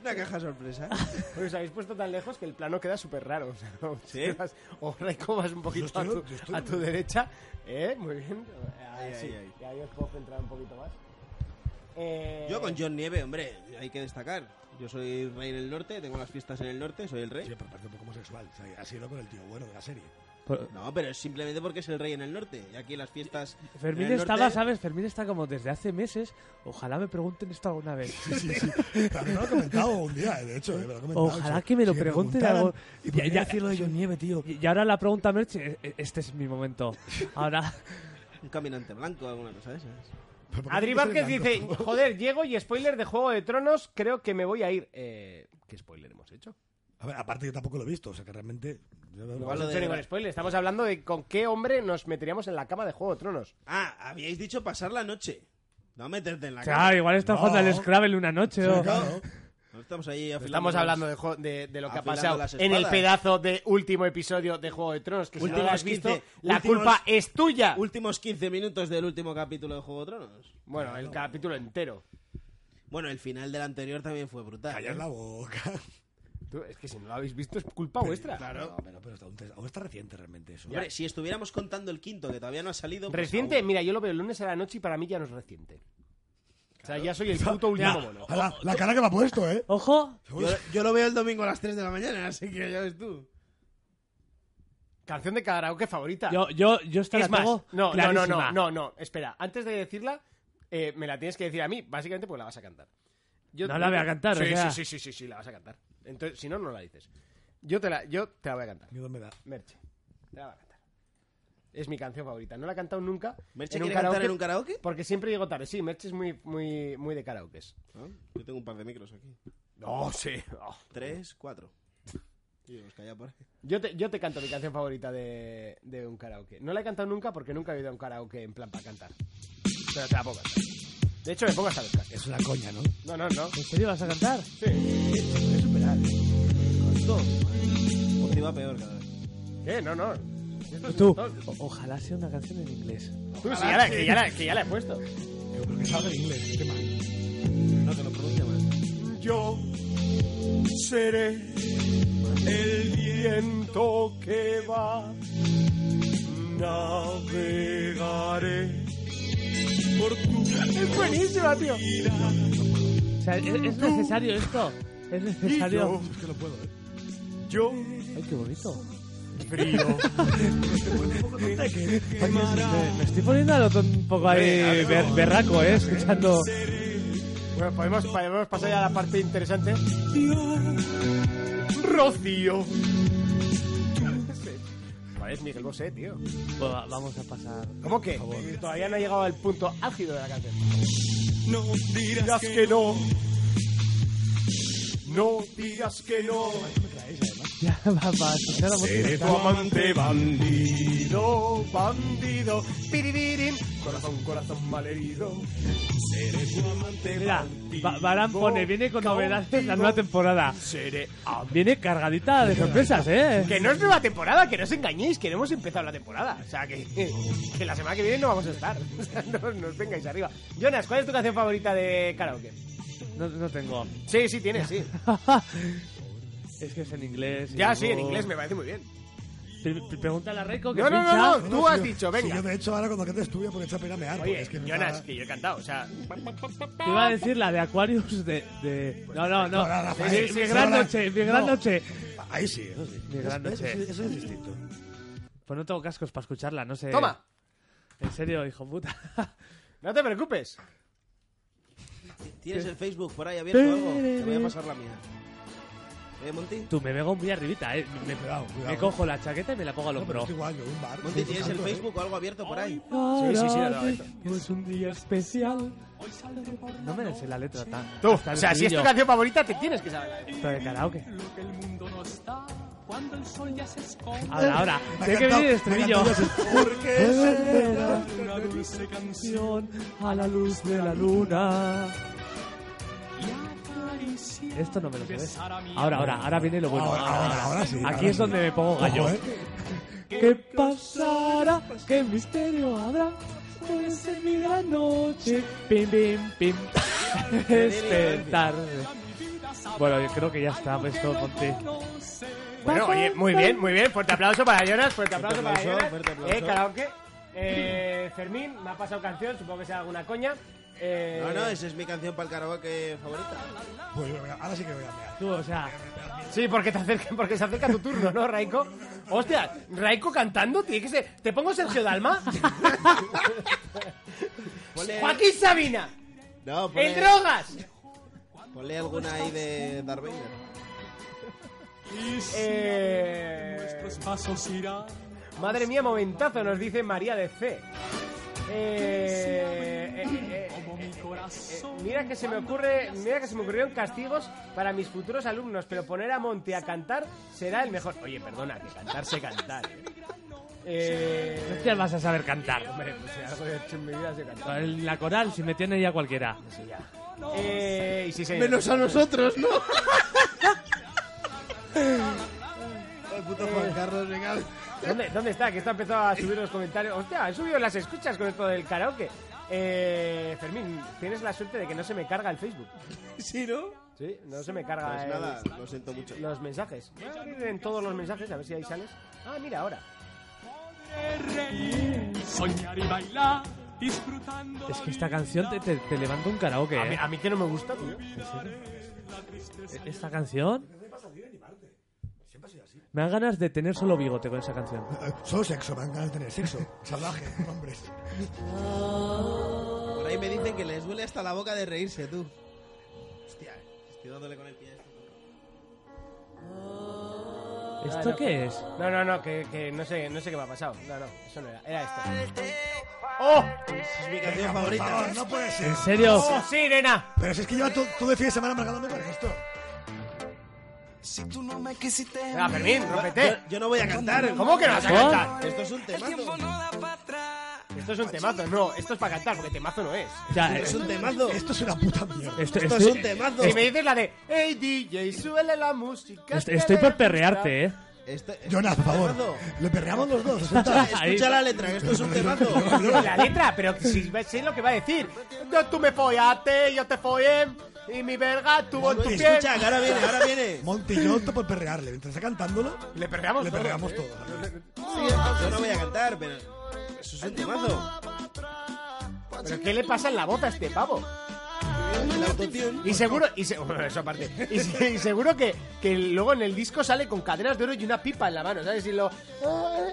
[SPEAKER 3] Una caja sorpresa.
[SPEAKER 1] Porque os habéis puesto tan lejos que el plano queda súper raro. O, sea, o
[SPEAKER 3] Sí.
[SPEAKER 1] te vas- o recobas un poquito
[SPEAKER 2] estoy-
[SPEAKER 1] a, tu,
[SPEAKER 2] yo estoy-
[SPEAKER 1] a tu derecha. ¿Eh? Muy bien.
[SPEAKER 3] Ahí,
[SPEAKER 1] sí.
[SPEAKER 3] ahí, ahí.
[SPEAKER 1] Y ahí os puedo centrar un poquito más. Eh,
[SPEAKER 3] Yo con John Nieve, hombre, hay que destacar. Yo soy rey del norte, tengo las fiestas en el norte, soy el
[SPEAKER 2] Sí,
[SPEAKER 3] rey.
[SPEAKER 2] pero parece un poco homosexual. O sea, ha sido con el tío bueno de la serie.
[SPEAKER 3] No, pero es simplemente porque es el rey en el norte. Y aquí las fiestas.
[SPEAKER 4] Fermín
[SPEAKER 3] en el
[SPEAKER 4] estaba,
[SPEAKER 3] norte-
[SPEAKER 4] ¿sabes? Fermín está como desde hace meses. Ojalá me pregunten esto alguna vez.
[SPEAKER 2] Sí, sí, sí. Pero a mí me lo ha comentado un día, eh, de hecho. eh, me lo ha comentado.
[SPEAKER 4] Ojalá
[SPEAKER 2] Dicho,
[SPEAKER 4] que me lo
[SPEAKER 2] si
[SPEAKER 4] pregunten
[SPEAKER 2] preguntaran,
[SPEAKER 4] algo.
[SPEAKER 2] Y
[SPEAKER 4] Ya-
[SPEAKER 2] por
[SPEAKER 4] ya-
[SPEAKER 2] ya, decirlo de John Nieve, tío.
[SPEAKER 4] Y y ahora la pregunta, Merch, e- e- este es mi momento. Ahora,
[SPEAKER 3] Un caminante blanco, alguna cosa de esas.
[SPEAKER 2] Pero ¿por qué
[SPEAKER 1] Adri
[SPEAKER 2] tiene que
[SPEAKER 1] Vázquez
[SPEAKER 2] ser
[SPEAKER 1] dice,
[SPEAKER 2] blanco?
[SPEAKER 1] joder, llego y spoiler de Juego de Tronos, creo que me voy a ir. Eh, ¿Qué spoiler hemos hecho?
[SPEAKER 2] A ver, aparte yo tampoco lo he visto, o sea que realmente... yo no-
[SPEAKER 1] No
[SPEAKER 3] Igual
[SPEAKER 1] hemos
[SPEAKER 3] lo
[SPEAKER 1] hecho
[SPEAKER 3] de-
[SPEAKER 1] ningún spoiler, estamos hablando de con qué hombre nos meteríamos en la cama de Juego de Tronos.
[SPEAKER 3] Ah, habíais dicho pasar la noche. No meterte en la cama.
[SPEAKER 4] claro, igual está
[SPEAKER 2] No.
[SPEAKER 4] jugando al Scrabble una noche. o-
[SPEAKER 2] Claro.
[SPEAKER 3] No estamos ahí afilando
[SPEAKER 1] Estamos
[SPEAKER 3] las-
[SPEAKER 1] hablando de, jo- de- de lo que ha
[SPEAKER 3] Afilando
[SPEAKER 1] pasado
[SPEAKER 3] las
[SPEAKER 1] en el
[SPEAKER 3] espadas.
[SPEAKER 1] pedazo de último episodio de Juego de Tronos, que si no lo
[SPEAKER 3] Últimos
[SPEAKER 1] has visto,
[SPEAKER 3] 15,
[SPEAKER 1] la
[SPEAKER 3] últimos-
[SPEAKER 1] culpa es tuya.
[SPEAKER 3] Últimos 15 minutos del último capítulo de Juego de Tronos.
[SPEAKER 1] Bueno, el capítulo entero.
[SPEAKER 3] Bueno, el final del anterior también fue brutal.
[SPEAKER 2] Callar
[SPEAKER 3] ¿eh?
[SPEAKER 2] la boca.
[SPEAKER 1] Tú, es que si no lo habéis visto es culpa vuestra.
[SPEAKER 2] Claro. pero, pero está, aún te- aún está reciente realmente eso.
[SPEAKER 3] Hombre, si estuviéramos contando el quinto, que todavía no ha salido. pues
[SPEAKER 1] Reciente,
[SPEAKER 3] aún.
[SPEAKER 1] mira, yo lo veo el lunes a la noche y para mí ya no es reciente. O sea, ya soy el puto último mono.
[SPEAKER 2] A la, la cara que me ha puesto, ¿eh?
[SPEAKER 4] Ojo,
[SPEAKER 3] Yo, yo lo veo el domingo a las 3 de la mañana, así que ya ves tú.
[SPEAKER 1] Canción de karaoke favorita.
[SPEAKER 4] yo, yo, yo esta
[SPEAKER 1] Es más,
[SPEAKER 4] la tengo
[SPEAKER 1] no, no, no,
[SPEAKER 4] clarísima.
[SPEAKER 1] no, no, no, espera, antes de decirla, eh, me la tienes que decir a mí, básicamente porque la vas a cantar. Yo
[SPEAKER 4] No
[SPEAKER 1] te-
[SPEAKER 4] la voy a cantar,
[SPEAKER 1] sí,
[SPEAKER 4] o sea.
[SPEAKER 1] sí, sí, sí, sí, sí, la vas a cantar. Entonces, si no, no la dices. Yo te la, yo te la voy a cantar.
[SPEAKER 2] Miedo me da.
[SPEAKER 1] Merche, te la voy a cantar. Es mi canción favorita, no la he cantado nunca.
[SPEAKER 3] ¿Merche quiere cantar en un karaoke?
[SPEAKER 1] Porque siempre llego tarde, sí, Merche es muy, muy, muy de karaokes.
[SPEAKER 3] Ah, Yo tengo un par de micros aquí.
[SPEAKER 1] No, sí. oh.
[SPEAKER 3] 3, 4. Y os calla por ahí.
[SPEAKER 1] Yo, te, yo te canto mi canción favorita de, de un karaoke. No la he cantado nunca porque nunca he ido a un karaoke en plan para cantar. Pero te la pongo. De hecho, me pongo hasta los cascos.
[SPEAKER 2] Es una coña, ¿no?
[SPEAKER 1] No, no, no.
[SPEAKER 4] ¿En serio vas a cantar?
[SPEAKER 3] Esto. Por ti va peor cada vez.
[SPEAKER 1] ¿Qué? No, no.
[SPEAKER 4] Tú, o- ojalá sea una canción en inglés.
[SPEAKER 1] Tú, si ya la, que, ya la, que ya la he puesto.
[SPEAKER 2] Yo creo que sabe inglés. qué mal.
[SPEAKER 3] No, que lo pronuncie mal.
[SPEAKER 1] Yo seré el viento que va. Navegaré por tu. Es buenísima, tío.
[SPEAKER 4] O sea, ¿es, es necesario esto? ¿Es necesario?
[SPEAKER 2] Es que no puedo, ¿eh?
[SPEAKER 1] Yo
[SPEAKER 4] Ay, qué bonito.
[SPEAKER 1] frío.
[SPEAKER 4] Oye, me, me estoy poniendo a lo ton- un poco ahí ber- berraco, ¿eh? Escuchando...
[SPEAKER 1] Bueno, podemos, podemos pasar ya a la parte interesante. Rocío. Vale, es Miguel Bosé, tío.
[SPEAKER 4] Bueno, Pues va- vamos a pasar...
[SPEAKER 1] ¿Cómo que? Eh, Todavía no ha llegado al punto álgido de la canción.
[SPEAKER 5] No dirás
[SPEAKER 1] digas
[SPEAKER 5] que
[SPEAKER 1] que no. No digas que no.
[SPEAKER 4] Ya, va, va, escuchar la
[SPEAKER 5] eres tu
[SPEAKER 4] música.
[SPEAKER 5] amante bandido.
[SPEAKER 1] Bandido, bandido. Piribirim. Corazón, corazón malherido.
[SPEAKER 5] Eres tu amante
[SPEAKER 4] Mira, Ba- Barán pone, viene con
[SPEAKER 1] Cautivo.
[SPEAKER 4] novedades de la nueva temporada. Ah,
[SPEAKER 1] Seré am-
[SPEAKER 4] Viene cargadita de sorpresas, ¿eh?
[SPEAKER 1] Que no es nueva temporada, que no os engañéis, que no hemos empezado la temporada. O sea, que, que la semana que viene no vamos a estar. O sea, no, no os vengáis arriba. Jonas, ¿cuál es tu canción favorita de karaoke?
[SPEAKER 4] No, no tengo.
[SPEAKER 1] Sí, sí, tienes, sí.
[SPEAKER 4] es que es en inglés. y
[SPEAKER 1] Ya,
[SPEAKER 4] luego-
[SPEAKER 1] sí, en inglés me parece muy bien.
[SPEAKER 4] Pre- pre- Pregúntale a Reiko que
[SPEAKER 1] No, no, no,
[SPEAKER 4] pincha.
[SPEAKER 1] no. Tú has
[SPEAKER 2] si yo-
[SPEAKER 1] dicho,
[SPEAKER 2] Si
[SPEAKER 1] venga.
[SPEAKER 2] yo, de hecho, ahora cuando cantes tú, voy a poner esta pena a mear. porque
[SPEAKER 1] Oye,
[SPEAKER 2] es que me
[SPEAKER 1] Jonas,
[SPEAKER 2] da-
[SPEAKER 1] que yo he cantado, o sea...
[SPEAKER 4] Te iba a decir la de Aquarius de... de- No, no, no.
[SPEAKER 2] Pues No, no, Rafael,
[SPEAKER 4] mi, mi
[SPEAKER 2] no,
[SPEAKER 4] gran
[SPEAKER 2] no,
[SPEAKER 4] noche, mi gran
[SPEAKER 2] no.
[SPEAKER 4] noche.
[SPEAKER 2] Ahí sí, eso sí.
[SPEAKER 4] Mi gran
[SPEAKER 2] Es-
[SPEAKER 4] noche.
[SPEAKER 2] Eso, eso es distinto.
[SPEAKER 4] Pues no tengo cascos para escucharla, no sé.
[SPEAKER 1] Toma.
[SPEAKER 4] En serio, hijo puta.
[SPEAKER 1] No te preocupes.
[SPEAKER 3] ¿Tienes el Facebook por ahí abierto o algo? Te voy a pasar la mía. ¿Eh, Monty?
[SPEAKER 4] Tú me vengo muy arribita, eh. Me,
[SPEAKER 2] Cuidado, cuidado.
[SPEAKER 4] me cojo la chaqueta y me la pongo al
[SPEAKER 2] No, pero
[SPEAKER 4] hombro.
[SPEAKER 2] es igual, yo un bar.
[SPEAKER 3] Monty,
[SPEAKER 2] soy
[SPEAKER 3] ¿tienes el
[SPEAKER 2] santo, ¿eh?
[SPEAKER 3] Facebook o algo abierto por ahí?
[SPEAKER 1] Sí, sí, sí, lo he hecho.
[SPEAKER 4] Es un día especial. No me sé la letra tan.
[SPEAKER 1] Tú,
[SPEAKER 4] tan
[SPEAKER 1] o sea, si es tu
[SPEAKER 4] sencillo.
[SPEAKER 1] canción favorita, te tienes que saber.
[SPEAKER 4] Esto de karaoke.
[SPEAKER 5] Lo que el mundo no está cuando el sol ya se esconde.
[SPEAKER 4] Ahora, ahora.
[SPEAKER 2] Me ha
[SPEAKER 4] Tiene que
[SPEAKER 2] encantado,
[SPEAKER 4] venir el
[SPEAKER 2] me ha
[SPEAKER 4] estribillo.
[SPEAKER 2] encantado, yo sí.
[SPEAKER 4] Porque es verdad
[SPEAKER 5] Una dulce canción
[SPEAKER 4] a la luz de la luna.
[SPEAKER 5] y acaricia
[SPEAKER 4] Esto no me lo sabes. Ahora, ahora, ahora viene lo bueno.
[SPEAKER 2] Ahora, ahora, ahora sí,
[SPEAKER 4] Aquí
[SPEAKER 2] ahora
[SPEAKER 4] es
[SPEAKER 2] sí.
[SPEAKER 4] donde me pongo gallo.
[SPEAKER 2] Ojo, ¿eh?
[SPEAKER 4] ¿Qué pasará? ¿Qué misterio habrá? Puede ser mi gran noche. Pim, pim, pim. este tarde. Bueno, yo creo que ya está. pues, Esto, ponte.
[SPEAKER 1] Bueno, oye, muy bien, muy bien. Fuerte aplauso para Jonas, fuerte aplauso para
[SPEAKER 3] aplauso,
[SPEAKER 1] Jonas.
[SPEAKER 3] fuerte aplauso.
[SPEAKER 1] Eh, karaoke. Eh, Fermín, me ha pasado canción, supongo que sea alguna coña. Eh,
[SPEAKER 3] No, no, esa es mi canción para el karaoke favorita.
[SPEAKER 2] Pues yo voy a- ahora sí que voy a mear.
[SPEAKER 4] Tú, o sea,
[SPEAKER 1] Sí, porque, te acerca, porque se acerca tu turno, ¿no, Raiko? Hostia, Raiko cantando, tiene que ser. ¿Te pongo Sergio Dalma?
[SPEAKER 3] Ponle-
[SPEAKER 1] Joaquín Sabina,
[SPEAKER 3] No,
[SPEAKER 1] el
[SPEAKER 3] ponle,
[SPEAKER 1] drogas.
[SPEAKER 3] ponle alguna ahí de Darth Vader.
[SPEAKER 1] Eh,
[SPEAKER 5] Nuestros pasos irán.
[SPEAKER 1] madre mía, momentazo, nos dice María de C. Eh, eh, eh,
[SPEAKER 5] Como mi corazón.
[SPEAKER 1] Eh, Mira que se me ocurre, mira que se me ocurrieron castigos para mis futuros alumnos, pero poner a Monte a cantar será el mejor. Oye, perdona, que cantar sé cantar. ¿eh? Eh,
[SPEAKER 4] ¿qué vas a saber cantar?
[SPEAKER 1] hombre, pues si algo he hecho en mi vida es de cantar.
[SPEAKER 4] En la coral, si me tiene ya cualquiera.
[SPEAKER 1] Sí, ya. Eh, y sí, señor.
[SPEAKER 3] a nosotros, ¿no? El puto Juan Carlos, venga.
[SPEAKER 1] ¿Dónde, dónde está? Que esto ha empezado a subir los comentarios. Hostia, han subido las escuchas con esto del karaoke. Eh, Fermín, tienes la suerte de que no se me carga el Facebook.
[SPEAKER 3] Eh, ¿Sí, no?
[SPEAKER 1] Sí, no se me carga
[SPEAKER 3] Pues
[SPEAKER 1] el-
[SPEAKER 3] nada, lo siento mucho.
[SPEAKER 1] los mensajes. Voy a abrir en todos los mensajes, a ver si ahí sales. Ah, mira, ahora.
[SPEAKER 5] Podré reír, soñar y bailar, disfrutando
[SPEAKER 4] Es que esta canción te, te, te levanta un karaoke.
[SPEAKER 1] A mí,
[SPEAKER 4] ¿eh?
[SPEAKER 1] a mí que no me gusta, tío.
[SPEAKER 4] Esta canción. Me dan ganas de tener solo bigote con esa canción.
[SPEAKER 2] Eh, Solo sexo, me dan ganas de tener sexo. Salvaje, hombres.
[SPEAKER 3] Por ahí me dicen que les duele hasta la boca de reírse, tú. Hostia, estoy dándole con el pie. a esto.
[SPEAKER 1] Ah, no.
[SPEAKER 4] ¿Esto qué es?
[SPEAKER 1] No, no, no, que, que no sé, no sé qué me ha pasado. No, no, eso no era. Era esto. ¡Oh!
[SPEAKER 3] Es mi
[SPEAKER 2] Venga,
[SPEAKER 3] canción
[SPEAKER 2] por
[SPEAKER 3] favorita.
[SPEAKER 2] favor, no puede ser.
[SPEAKER 4] ¿En serio?
[SPEAKER 1] ¡Oh, sí, nena!
[SPEAKER 2] Pero si es que lleva todo, todo el fin de semana amargándome con esto.
[SPEAKER 1] Venga, Ah, Fermín,
[SPEAKER 3] Yo,
[SPEAKER 1] rómpete.
[SPEAKER 3] yo no voy a cantar.
[SPEAKER 1] ¿Cómo que no vas a cantar?
[SPEAKER 3] Esto es un temazo.
[SPEAKER 1] Esto es un temazo. No, esto es para cantar, porque temazo no es.
[SPEAKER 4] Ya,
[SPEAKER 3] Esto es
[SPEAKER 4] esto,
[SPEAKER 3] un temazo.
[SPEAKER 2] Esto es una puta mierda.
[SPEAKER 4] esto-
[SPEAKER 3] Esto es
[SPEAKER 4] estoy-
[SPEAKER 3] un temazo.
[SPEAKER 1] Si me dices la de Hey DJ, suele la música.
[SPEAKER 4] est- estoy por perrearte, eh.
[SPEAKER 3] Esto- esto
[SPEAKER 2] Jonas,
[SPEAKER 3] Este, es un
[SPEAKER 2] por favor.
[SPEAKER 3] temazo.
[SPEAKER 2] Le perreamos los dos. suelta.
[SPEAKER 3] Escucha la letra, que esto es un temazo.
[SPEAKER 1] Pero La letra, pero si ves- sé lo que va a decir. Yo, tú me follaste, yo te follé. Y mi verga tuvo en tu piel.
[SPEAKER 3] Escucha, que ahora viene, ahora viene.
[SPEAKER 2] Monty, yo opto por perrearle. Mientras está cantándolo,
[SPEAKER 1] Le perreamos
[SPEAKER 2] le
[SPEAKER 1] todo,
[SPEAKER 2] perreamos
[SPEAKER 1] ¿eh?
[SPEAKER 2] todo.
[SPEAKER 3] Yo no voy a cantar, pero. Eso es un temazo.
[SPEAKER 1] ¿Pero qué le pasa en la bota a este pavo?
[SPEAKER 3] El autotune.
[SPEAKER 1] Y seguro, y se- bueno, eso aparte. Y, se- y seguro que, que luego en el disco sale con cadenas de oro y una pipa en la mano, ¿sabes? Y lo. ¡Oh!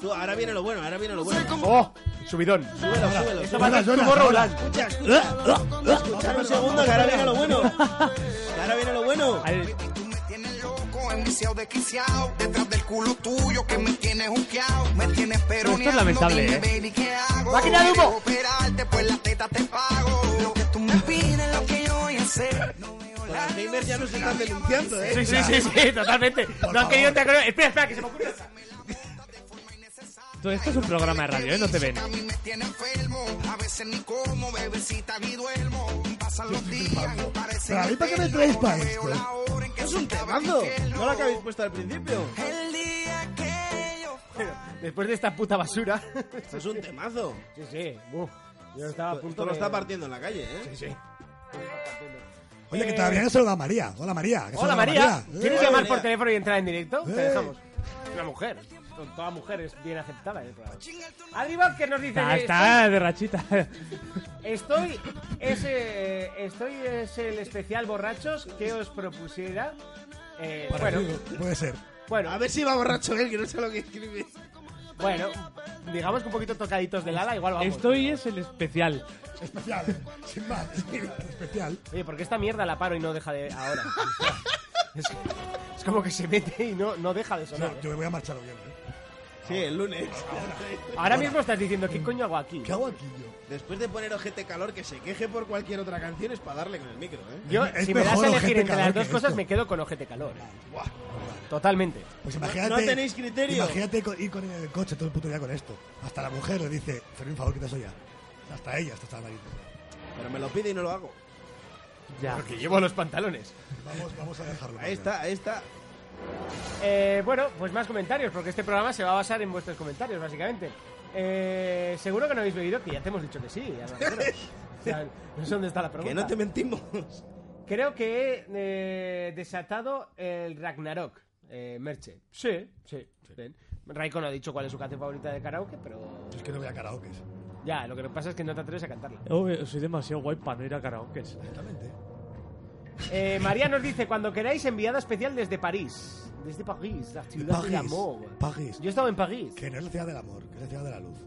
[SPEAKER 3] Tú, ahora viene lo bueno, ahora viene lo bueno.
[SPEAKER 1] ¡Oh! Subidón.
[SPEAKER 3] Súbelo, súbelo.
[SPEAKER 1] Esto
[SPEAKER 3] súbelo.
[SPEAKER 1] va a ser
[SPEAKER 2] Jonas,
[SPEAKER 1] tu morro
[SPEAKER 2] Jonas.
[SPEAKER 1] blanco.
[SPEAKER 3] Escucha, escucha. Escucha un segundo, que ahora viene lo bueno. Que ahora viene lo bueno.
[SPEAKER 4] Ay,
[SPEAKER 6] Tú me tienes loco, enviciado, desquiciado. Detrás del culo tuyo que me tienes juqueado. Me tienes pero
[SPEAKER 4] Esto es lamentable, ¿eh?
[SPEAKER 6] ¿qué hago?
[SPEAKER 1] ¡Máquina de humo!
[SPEAKER 6] Quiero operarte, pues la teta te pago. Lo que tú me pides, lo que yo voy a hacer. No veo
[SPEAKER 3] Los gamers ya nos están denunciando, eh.
[SPEAKER 1] Sí, sí, sí, sí, totalmente. No han
[SPEAKER 2] favor.
[SPEAKER 1] querido te acordar- Espera, espera, que se me ocurre. otra.
[SPEAKER 4] tú, esto es un programa de radio, ¿eh? No te ven.
[SPEAKER 6] A mí me tiene enfermo. A veces ni como, bebecita, ni duermo. Pasan los días y parece
[SPEAKER 2] Pero a mí, ¿para qué me
[SPEAKER 6] eterno.
[SPEAKER 2] traéis para
[SPEAKER 6] No veo
[SPEAKER 2] esto?
[SPEAKER 6] la hora en que
[SPEAKER 3] Es
[SPEAKER 6] se
[SPEAKER 3] un
[SPEAKER 6] acabe el
[SPEAKER 3] temazo.
[SPEAKER 6] infierno.
[SPEAKER 3] No la que habéis puesto al principio.
[SPEAKER 6] El día que yo
[SPEAKER 1] Después de esta puta basura.
[SPEAKER 3] Esto es un temazo.
[SPEAKER 1] Sí, sí. uf, Yo estaba a punto
[SPEAKER 3] Esto lo
[SPEAKER 1] de-
[SPEAKER 3] está partiendo en la calle, eh.
[SPEAKER 1] Sí, sí.
[SPEAKER 2] Oye, que todavía no se lo da María. Hola, María. que se lo
[SPEAKER 1] Hola
[SPEAKER 2] da
[SPEAKER 1] María,
[SPEAKER 2] Eh,
[SPEAKER 1] ¿quieres
[SPEAKER 3] Hola,
[SPEAKER 1] llamar
[SPEAKER 3] María.
[SPEAKER 1] por teléfono y entrar en directo? Te
[SPEAKER 2] Eh.
[SPEAKER 1] dejamos. Es una mujer. Con toda mujer es bien aceptada en el programa. Adri Vázquez nos dice.
[SPEAKER 4] Ah, Está,
[SPEAKER 1] que
[SPEAKER 4] está de rachita.
[SPEAKER 1] Estoy. Es, eh, estoy es el especial borrachos que os propusiera. Eh, bueno,
[SPEAKER 2] parecido, Puede ser.
[SPEAKER 1] bueno,
[SPEAKER 3] A ver si va borracho él, que no sé lo que escribe.
[SPEAKER 1] bueno. Digamos que un poquito tocaditos del ala, igual vamos.
[SPEAKER 4] Estoy es el especial.
[SPEAKER 2] Especial, eh. sin más. Especial.
[SPEAKER 1] Oye, ¿por qué esta mierda la paro y no deja de ahora? es, es como que se mete y no, no deja de sonar.
[SPEAKER 2] No,
[SPEAKER 1] ¿eh?
[SPEAKER 2] yo me voy a marchar bien. ¿eh?
[SPEAKER 3] Sí, el lunes.
[SPEAKER 1] Ahora mismo estás diciendo, ¿qué coño hago aquí?
[SPEAKER 2] ¿Qué hago aquí yo?
[SPEAKER 3] Después de poner ojete calor que se queje por cualquier otra canción es para darle con el micro, eh.
[SPEAKER 1] Yo,
[SPEAKER 2] Es
[SPEAKER 1] si me das
[SPEAKER 2] mejor
[SPEAKER 1] a
[SPEAKER 2] ojete
[SPEAKER 1] elegir entre
[SPEAKER 2] calor
[SPEAKER 1] las
[SPEAKER 2] que
[SPEAKER 1] dos cosas,
[SPEAKER 2] esto.
[SPEAKER 1] me quedo con ojete calor. Totalmente.
[SPEAKER 2] Pues imagínate.
[SPEAKER 3] no tenéis criterio.
[SPEAKER 2] Imagínate co- ir con el coche todo el puto día con esto. Hasta la mujer le dice, Fermín, por favor, quita eso ya. Hasta ella, hasta está marido.
[SPEAKER 3] Pero me lo pide y no lo hago.
[SPEAKER 4] Ya.
[SPEAKER 1] Porque llevo los pantalones.
[SPEAKER 2] Vamos, vamos a dejarlo.
[SPEAKER 3] Ahí está, ahí está.
[SPEAKER 1] Eh, bueno, pues más comentarios, porque este programa se va a basar en vuestros comentarios, básicamente. Eh, seguro que no habéis bebido, que ya te hemos dicho que sí. a lo mejor. O sea, no sé dónde está la pregunta.
[SPEAKER 3] Que no te mentimos.
[SPEAKER 1] Creo que he eh, desatado el Ragnarok, eh, Merche. Sí, sí. Bien. Raiko no ha dicho cuál es su canción favorita de karaoke, pero
[SPEAKER 2] Pues Es que no voy a karaoke.
[SPEAKER 1] ya, lo que pasa es que no te atreves a cantarla.
[SPEAKER 4] Oh, eh, soy demasiado guay para no ir a karaoke.
[SPEAKER 2] Exactamente.
[SPEAKER 1] Eh, María nos dice, cuando queráis, enviada especial desde París. Desde París, la ciudad del
[SPEAKER 2] París,
[SPEAKER 1] amor.
[SPEAKER 2] París.
[SPEAKER 1] Yo he estado en París.
[SPEAKER 2] Que no es la ciudad del amor, que es la ciudad de la luz.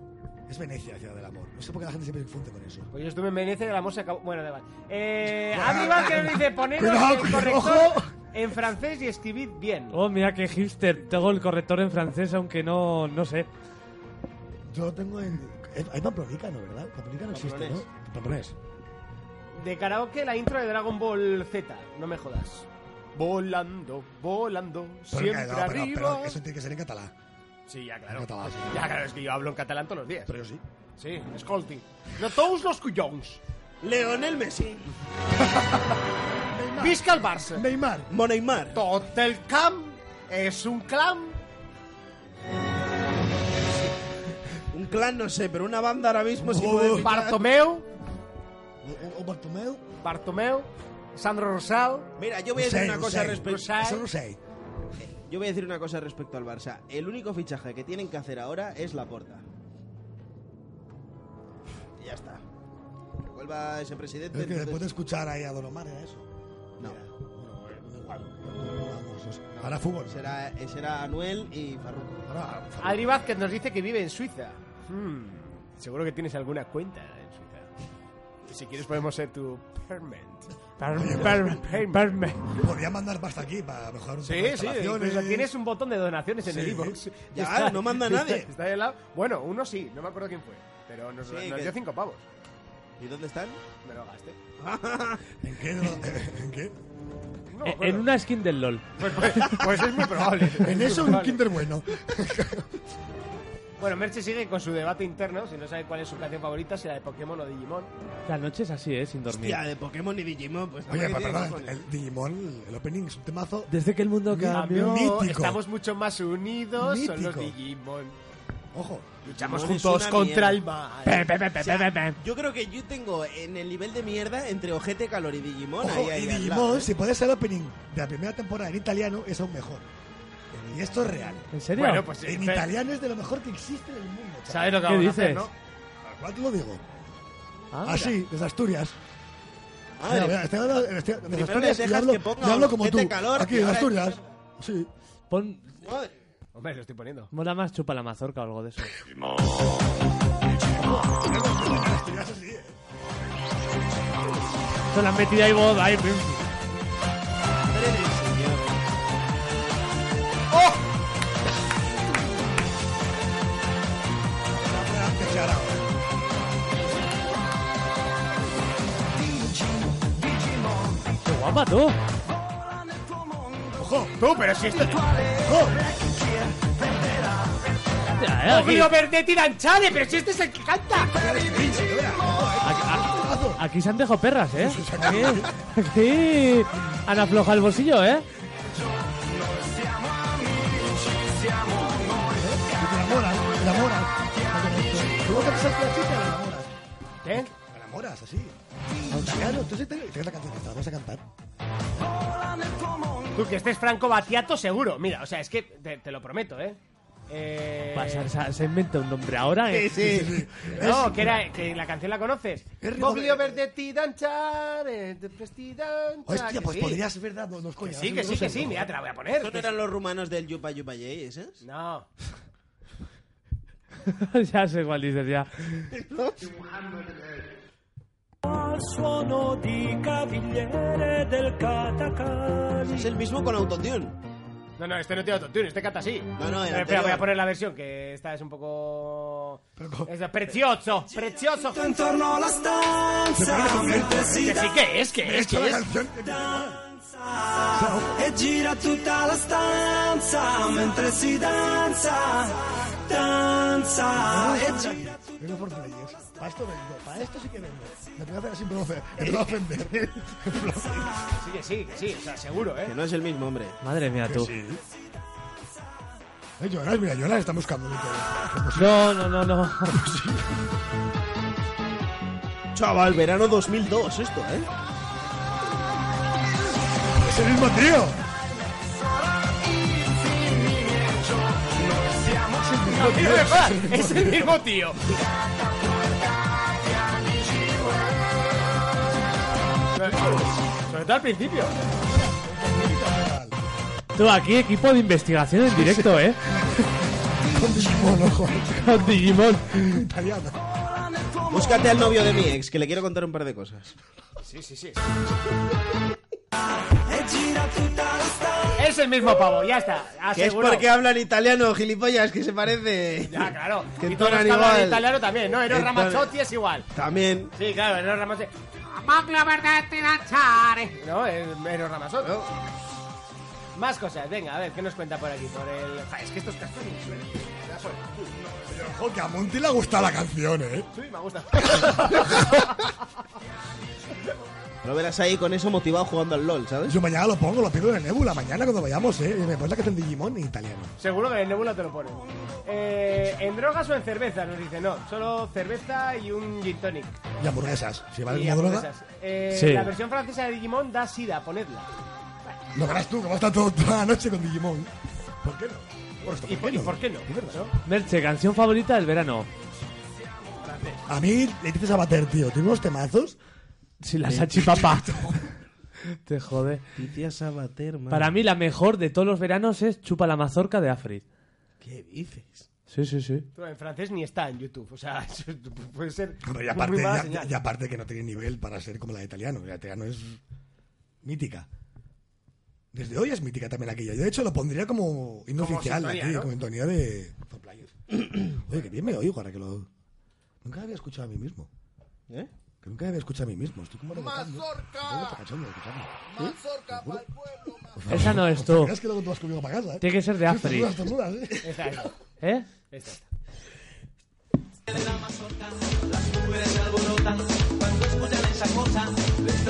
[SPEAKER 2] Es Venecia la ciudad del amor. No sé por qué la gente siempre se confunde con eso.
[SPEAKER 1] Pues yo estuve en Venecia y el amor se acabó. Bueno, da igual. Eh, Adri Vázquez nos dice, poneros
[SPEAKER 2] Cuidado,
[SPEAKER 1] el
[SPEAKER 2] cuidado,
[SPEAKER 1] corrector
[SPEAKER 2] ojo.
[SPEAKER 1] en francés y escribid bien.
[SPEAKER 4] Oh, mira qué hipster. Tengo el corrector en francés, aunque no, no sé.
[SPEAKER 2] Yo tengo en. eh, Hay pamplonicano, ¿verdad? Pamplonicano existe, ¿no? Pamplonés.
[SPEAKER 1] De karaoke, la intro de Dragon Ball Z. No me jodas. Volando, volando,
[SPEAKER 2] Pero,
[SPEAKER 1] siempre
[SPEAKER 2] no, pero,
[SPEAKER 1] arriba.
[SPEAKER 2] pero eso tiene que ser en catalán.
[SPEAKER 1] Sí, ya claro.
[SPEAKER 2] En catalán, sí.
[SPEAKER 1] Ya claro, es que yo hablo en catalán todos los días.
[SPEAKER 2] Pero yo sí.
[SPEAKER 1] Sí, escolti. No todos los cuyons.
[SPEAKER 3] Leonel Messi.
[SPEAKER 1] Visca el Barça.
[SPEAKER 2] Neymar.
[SPEAKER 3] Moneymar.
[SPEAKER 1] Tot el camp es un clam.
[SPEAKER 3] Un clan, no sé, pero una banda ahora mismo sí
[SPEAKER 2] Oh,
[SPEAKER 3] puede fichar.
[SPEAKER 1] Bartomeu,
[SPEAKER 2] O, o, o Bartomeu.
[SPEAKER 1] Bartomeu, Sandro Rosal.
[SPEAKER 3] Mira, yo voy a decir
[SPEAKER 2] Rosell,
[SPEAKER 3] una cosa
[SPEAKER 2] Rosell,
[SPEAKER 3] respecto.
[SPEAKER 1] Rosell.
[SPEAKER 2] Eso no sé.
[SPEAKER 3] Yo voy a decir una cosa respecto al Barça. El único fichaje que tienen que hacer ahora es la porta. Ya está. Que vuelva ese presidente.
[SPEAKER 2] Es que después de
[SPEAKER 3] entonces-
[SPEAKER 2] escuchar ahí a Don Omar era eso.
[SPEAKER 3] No.
[SPEAKER 2] Mira, bueno, pues, da igual. Vamos, eso es- Ahora fútbol.
[SPEAKER 3] Será, será Anuel y Farruko.
[SPEAKER 2] Ahora,
[SPEAKER 1] Adri Vázquez nos dice que vive en Suiza. Hmm, seguro que tienes alguna cuenta en Suiza. Y si quieres podemos ser tu permanent.
[SPEAKER 4] Perme,
[SPEAKER 1] Perme,
[SPEAKER 4] perme.
[SPEAKER 2] podría mandar pasta aquí para mejorar un poco
[SPEAKER 1] Sí,
[SPEAKER 2] las
[SPEAKER 1] sí,
[SPEAKER 2] instalaciones.
[SPEAKER 1] incluso tienes un botón de donaciones en
[SPEAKER 2] Sí.
[SPEAKER 1] el iBox.
[SPEAKER 3] Ya, no manda nadie.
[SPEAKER 1] Está ahí al lado. Bueno, uno sí, no me acuerdo quién fue. Pero nos,
[SPEAKER 3] Sí,
[SPEAKER 1] nos
[SPEAKER 3] que-
[SPEAKER 1] dio cinco pavos.
[SPEAKER 3] ¿Y dónde están?
[SPEAKER 1] Me lo gasté.
[SPEAKER 2] ¿En qué? ¿En qué?
[SPEAKER 1] No me
[SPEAKER 4] Eh,
[SPEAKER 1] acuerdo.
[SPEAKER 4] En una skin del LOL.
[SPEAKER 1] pues, pues- pues es muy probable.
[SPEAKER 2] En eso un Kinder bueno.
[SPEAKER 1] Bueno, Merche sigue con su debate interno. Si no sabe cuál es su canción favorita, si la de Pokémon o Digimon.
[SPEAKER 4] La noche es así, ¿eh? Sin dormir.
[SPEAKER 3] Hostia, de Pokémon y Digimon, pues
[SPEAKER 2] Oye,
[SPEAKER 3] ¿qué
[SPEAKER 2] pa-
[SPEAKER 3] tiene
[SPEAKER 2] perdón,
[SPEAKER 3] cojones?
[SPEAKER 2] el Digimon, el opening es un temazo.
[SPEAKER 4] Desde que el mundo
[SPEAKER 2] Cambió.
[SPEAKER 4] cambió.
[SPEAKER 2] Mítico.
[SPEAKER 1] Estamos mucho más unidos. Son los
[SPEAKER 2] Mítico.
[SPEAKER 1] Digimon.
[SPEAKER 2] Ojo.
[SPEAKER 1] Luchamos
[SPEAKER 3] Digimon es
[SPEAKER 1] juntos
[SPEAKER 3] una
[SPEAKER 1] contra
[SPEAKER 3] mierda.
[SPEAKER 1] el mal.
[SPEAKER 4] Pe, pe, pe, pe,
[SPEAKER 3] O sea,
[SPEAKER 4] pe, pe.
[SPEAKER 3] yo creo que yo tengo en el nivel de mierda entre Ojete, Calor y Digimon.
[SPEAKER 2] Ojo,
[SPEAKER 3] ahí, ahí
[SPEAKER 2] y
[SPEAKER 3] al lado,
[SPEAKER 2] Digimon,
[SPEAKER 3] ¿eh?
[SPEAKER 2] si puede ser el opening de la primera temporada en italiano, es aún mejor. Y esto es real.
[SPEAKER 4] ¿En serio?
[SPEAKER 1] Bueno, pues
[SPEAKER 2] En
[SPEAKER 1] eh,
[SPEAKER 2] italiano es de lo mejor que existe en el mundo. chaval.
[SPEAKER 1] ¿Sabes lo que
[SPEAKER 4] ¿Qué
[SPEAKER 1] vamos a
[SPEAKER 4] dices?
[SPEAKER 1] hacer, no?
[SPEAKER 2] Tal cual te lo digo.
[SPEAKER 4] Ah, mira.
[SPEAKER 2] Así, desde Asturias.
[SPEAKER 3] Madre
[SPEAKER 2] Mira, mira, estoy hablando- estoy- desde
[SPEAKER 3] Primero
[SPEAKER 2] Asturias
[SPEAKER 3] le
[SPEAKER 2] y
[SPEAKER 3] dejas
[SPEAKER 2] hablo,
[SPEAKER 3] que ponga
[SPEAKER 2] y hablo como tú.
[SPEAKER 3] ojete calor,
[SPEAKER 2] Aquí,
[SPEAKER 3] que
[SPEAKER 2] desde
[SPEAKER 3] ahora-
[SPEAKER 2] Asturias. Sí.
[SPEAKER 4] Pon,
[SPEAKER 3] Madre.
[SPEAKER 1] Hombre, lo estoy poniendo.
[SPEAKER 4] mola más chupa la mazorca o algo de eso.
[SPEAKER 2] Asturias así, eh.
[SPEAKER 4] Se la han metido ahí vos, ahí. pim.
[SPEAKER 3] Madre del señor.
[SPEAKER 2] Antes y ahora.
[SPEAKER 4] ¡Qué guapa tú!
[SPEAKER 2] Ojo,
[SPEAKER 1] Tú, pero si esto...
[SPEAKER 2] ojo.
[SPEAKER 4] Mira, eh, aquí,
[SPEAKER 1] ¡Oblio verde tiranchade! ¡Pero si este es el que canta!
[SPEAKER 4] a- a- aquí se han dejado perras, ¿eh? Aquí, aquí han aflojado el bolsillo, ¿eh?
[SPEAKER 2] Y te enamoras, te enamoras. Tú vas a casar con la chica y la enamoras.
[SPEAKER 1] ¿Eh?
[SPEAKER 2] Te enamoras, así. A italiano, tú sí te... Tienes la canción esta, vamos a cantar.
[SPEAKER 1] Tú, que este es Franco Batiato, seguro. Mira, o sea, es que te, te lo prometo, ¿eh? Eh...
[SPEAKER 4] Pasa- se, se inventa un nombre ahora, ¿eh?
[SPEAKER 2] Sí, sí.
[SPEAKER 1] No, que, era, que la canción la conoces.
[SPEAKER 2] Es ritmo
[SPEAKER 1] Oblio
[SPEAKER 2] de-
[SPEAKER 1] verde tiranchade, de prestidanchar.
[SPEAKER 2] Hostia,
[SPEAKER 1] Que
[SPEAKER 2] pues
[SPEAKER 1] sí.
[SPEAKER 2] podrías, es verdad, no, no es coña.
[SPEAKER 1] Que sí, que sí, que sí. Mira, te la voy a poner.
[SPEAKER 3] ¿Estos no eran los rumanos del Yupa Yupa eh? Yay, esos?
[SPEAKER 1] No.
[SPEAKER 4] ya sé cuál dices, ya.
[SPEAKER 3] Es el mismo con Autotune.
[SPEAKER 1] No, no, este no tiene autotune, este canta así.
[SPEAKER 3] no, el
[SPEAKER 1] espera,
[SPEAKER 3] anterior.
[SPEAKER 1] voy a poner la versión, que esta es un poco...
[SPEAKER 2] Pero co-
[SPEAKER 1] Es de- precioso, precioso. Que sí, que es, que es,
[SPEAKER 2] Esto
[SPEAKER 1] que
[SPEAKER 2] la
[SPEAKER 1] es.
[SPEAKER 2] canción.
[SPEAKER 7] e gira tutta la stanza mentre si danza, danza.
[SPEAKER 2] E Vengo por players. Para esto vengo. Para esto sí que vengo. Me tengo que hacer así, me puedo ofender. Me puedo ofender. Me puedo ofender.
[SPEAKER 1] Sí, que sí, que sí, o sea, seguro, ¿eh?
[SPEAKER 3] Que no es el mismo, hombre.
[SPEAKER 4] Madre mía, tú.
[SPEAKER 2] Eh, Jonas, mira, Jonas está buscando. ¿no? Como si-
[SPEAKER 4] No, no, no, no.
[SPEAKER 3] Chaval, verano 2002 esto, ¿eh?
[SPEAKER 2] Es el mismo tío.
[SPEAKER 1] No, tío, de paz, es el mismo tío. Sobre todo al principio.
[SPEAKER 4] Tú aquí, equipo de investigación en directo, ¿eh?
[SPEAKER 2] Con Digimon, ojo.
[SPEAKER 4] Con Digimon.
[SPEAKER 2] Italiano.
[SPEAKER 3] Búscate al novio de mi ex, que le quiero contar un par de cosas.
[SPEAKER 1] Sí, sí, sí. Es el mismo pavo, ya está.
[SPEAKER 3] Que es
[SPEAKER 1] Asegurado.
[SPEAKER 3] porque hablan italiano, gilipollas, que se parece.
[SPEAKER 1] Ya, Ah, claro.
[SPEAKER 3] Que
[SPEAKER 1] y todos
[SPEAKER 3] entonan
[SPEAKER 1] los cabrones
[SPEAKER 3] igual.
[SPEAKER 1] italianos también, ¿no? Eros
[SPEAKER 3] Entonan-
[SPEAKER 1] Ramazzotti es igual.
[SPEAKER 3] También.
[SPEAKER 1] Sí, claro, Eros Ramazzotti. No, es Eros Ramazzotti. Más cosas, venga, a ver, ¿qué nos cuenta por aquí? Por el... Ja, Es que estos castaños...
[SPEAKER 2] Ojo, que a Monty le gusta la canción, eh.
[SPEAKER 1] Sí, me gusta.
[SPEAKER 3] Lo verás ahí con eso motivado jugando al LOL, ¿sabes?
[SPEAKER 2] Yo mañana lo pongo, lo pido en el Nebula. Mañana cuando vayamos, eh. Me pones la canción de Digimon en italiano.
[SPEAKER 1] Seguro que en el Nebula te lo ponen. Eh, ¿En drogas o en cerveza? Nos dice, no, solo cerveza y un gin tonic.
[SPEAKER 2] Y hamburguesas. Si vale
[SPEAKER 1] Y
[SPEAKER 2] como droga,
[SPEAKER 1] hamburguesas. Eh,
[SPEAKER 4] Sí.
[SPEAKER 1] La versión francesa de Digimon da sida, ponedla.
[SPEAKER 2] lo verás tú, que vas a estar todo- toda la noche con Digimon. ¿Por qué no? Por esto,
[SPEAKER 1] ¿Y por, y por qué no?
[SPEAKER 2] Es verdad.
[SPEAKER 4] Merche, canción favorita del verano.
[SPEAKER 2] A mí le dices a Bater, tío, tiene unos temazos.
[SPEAKER 4] Si la salchipapa. Te jode.
[SPEAKER 3] Titia Sabater, man.
[SPEAKER 4] Para mí la mejor de todos los veranos es Chupa la mazorca de Afrid.
[SPEAKER 3] ¿Qué dices?
[SPEAKER 4] Sí, sí, sí.
[SPEAKER 1] Pero en francés ni está en YouTube, o sea, eso puede ser
[SPEAKER 2] Hombre, y
[SPEAKER 1] muy
[SPEAKER 2] aparte,
[SPEAKER 1] mala
[SPEAKER 2] ya- ya-
[SPEAKER 1] señal.
[SPEAKER 2] y aparte que no tiene nivel para ser como la de italiano. La de italiano es mítica. Desde hoy es mítica también aquella. Yo, de hecho, lo pondría como himno
[SPEAKER 1] Como
[SPEAKER 2] oficial
[SPEAKER 1] sintonía,
[SPEAKER 2] aquí,
[SPEAKER 1] ¿no?
[SPEAKER 2] como sintonía de... For Players. Oye, que bien me oigo ahora que lo... Nunca había escuchado a mí mismo.
[SPEAKER 3] ¿Eh?
[SPEAKER 2] Que nunca había escuchado a mí mismo. Estoy como rebotando. Estoy hasta cachondo de escucharme.
[SPEAKER 4] Esa no es
[SPEAKER 1] Oh.
[SPEAKER 4] tú.
[SPEAKER 2] Verás que luego tú vas conmigo para casa, ¿eh?
[SPEAKER 4] Tiene que ser de Afri.
[SPEAKER 2] Estornudas, estornudas, ¿eh?
[SPEAKER 1] Esta, esta,
[SPEAKER 4] ¿Eh?
[SPEAKER 1] esta, esta.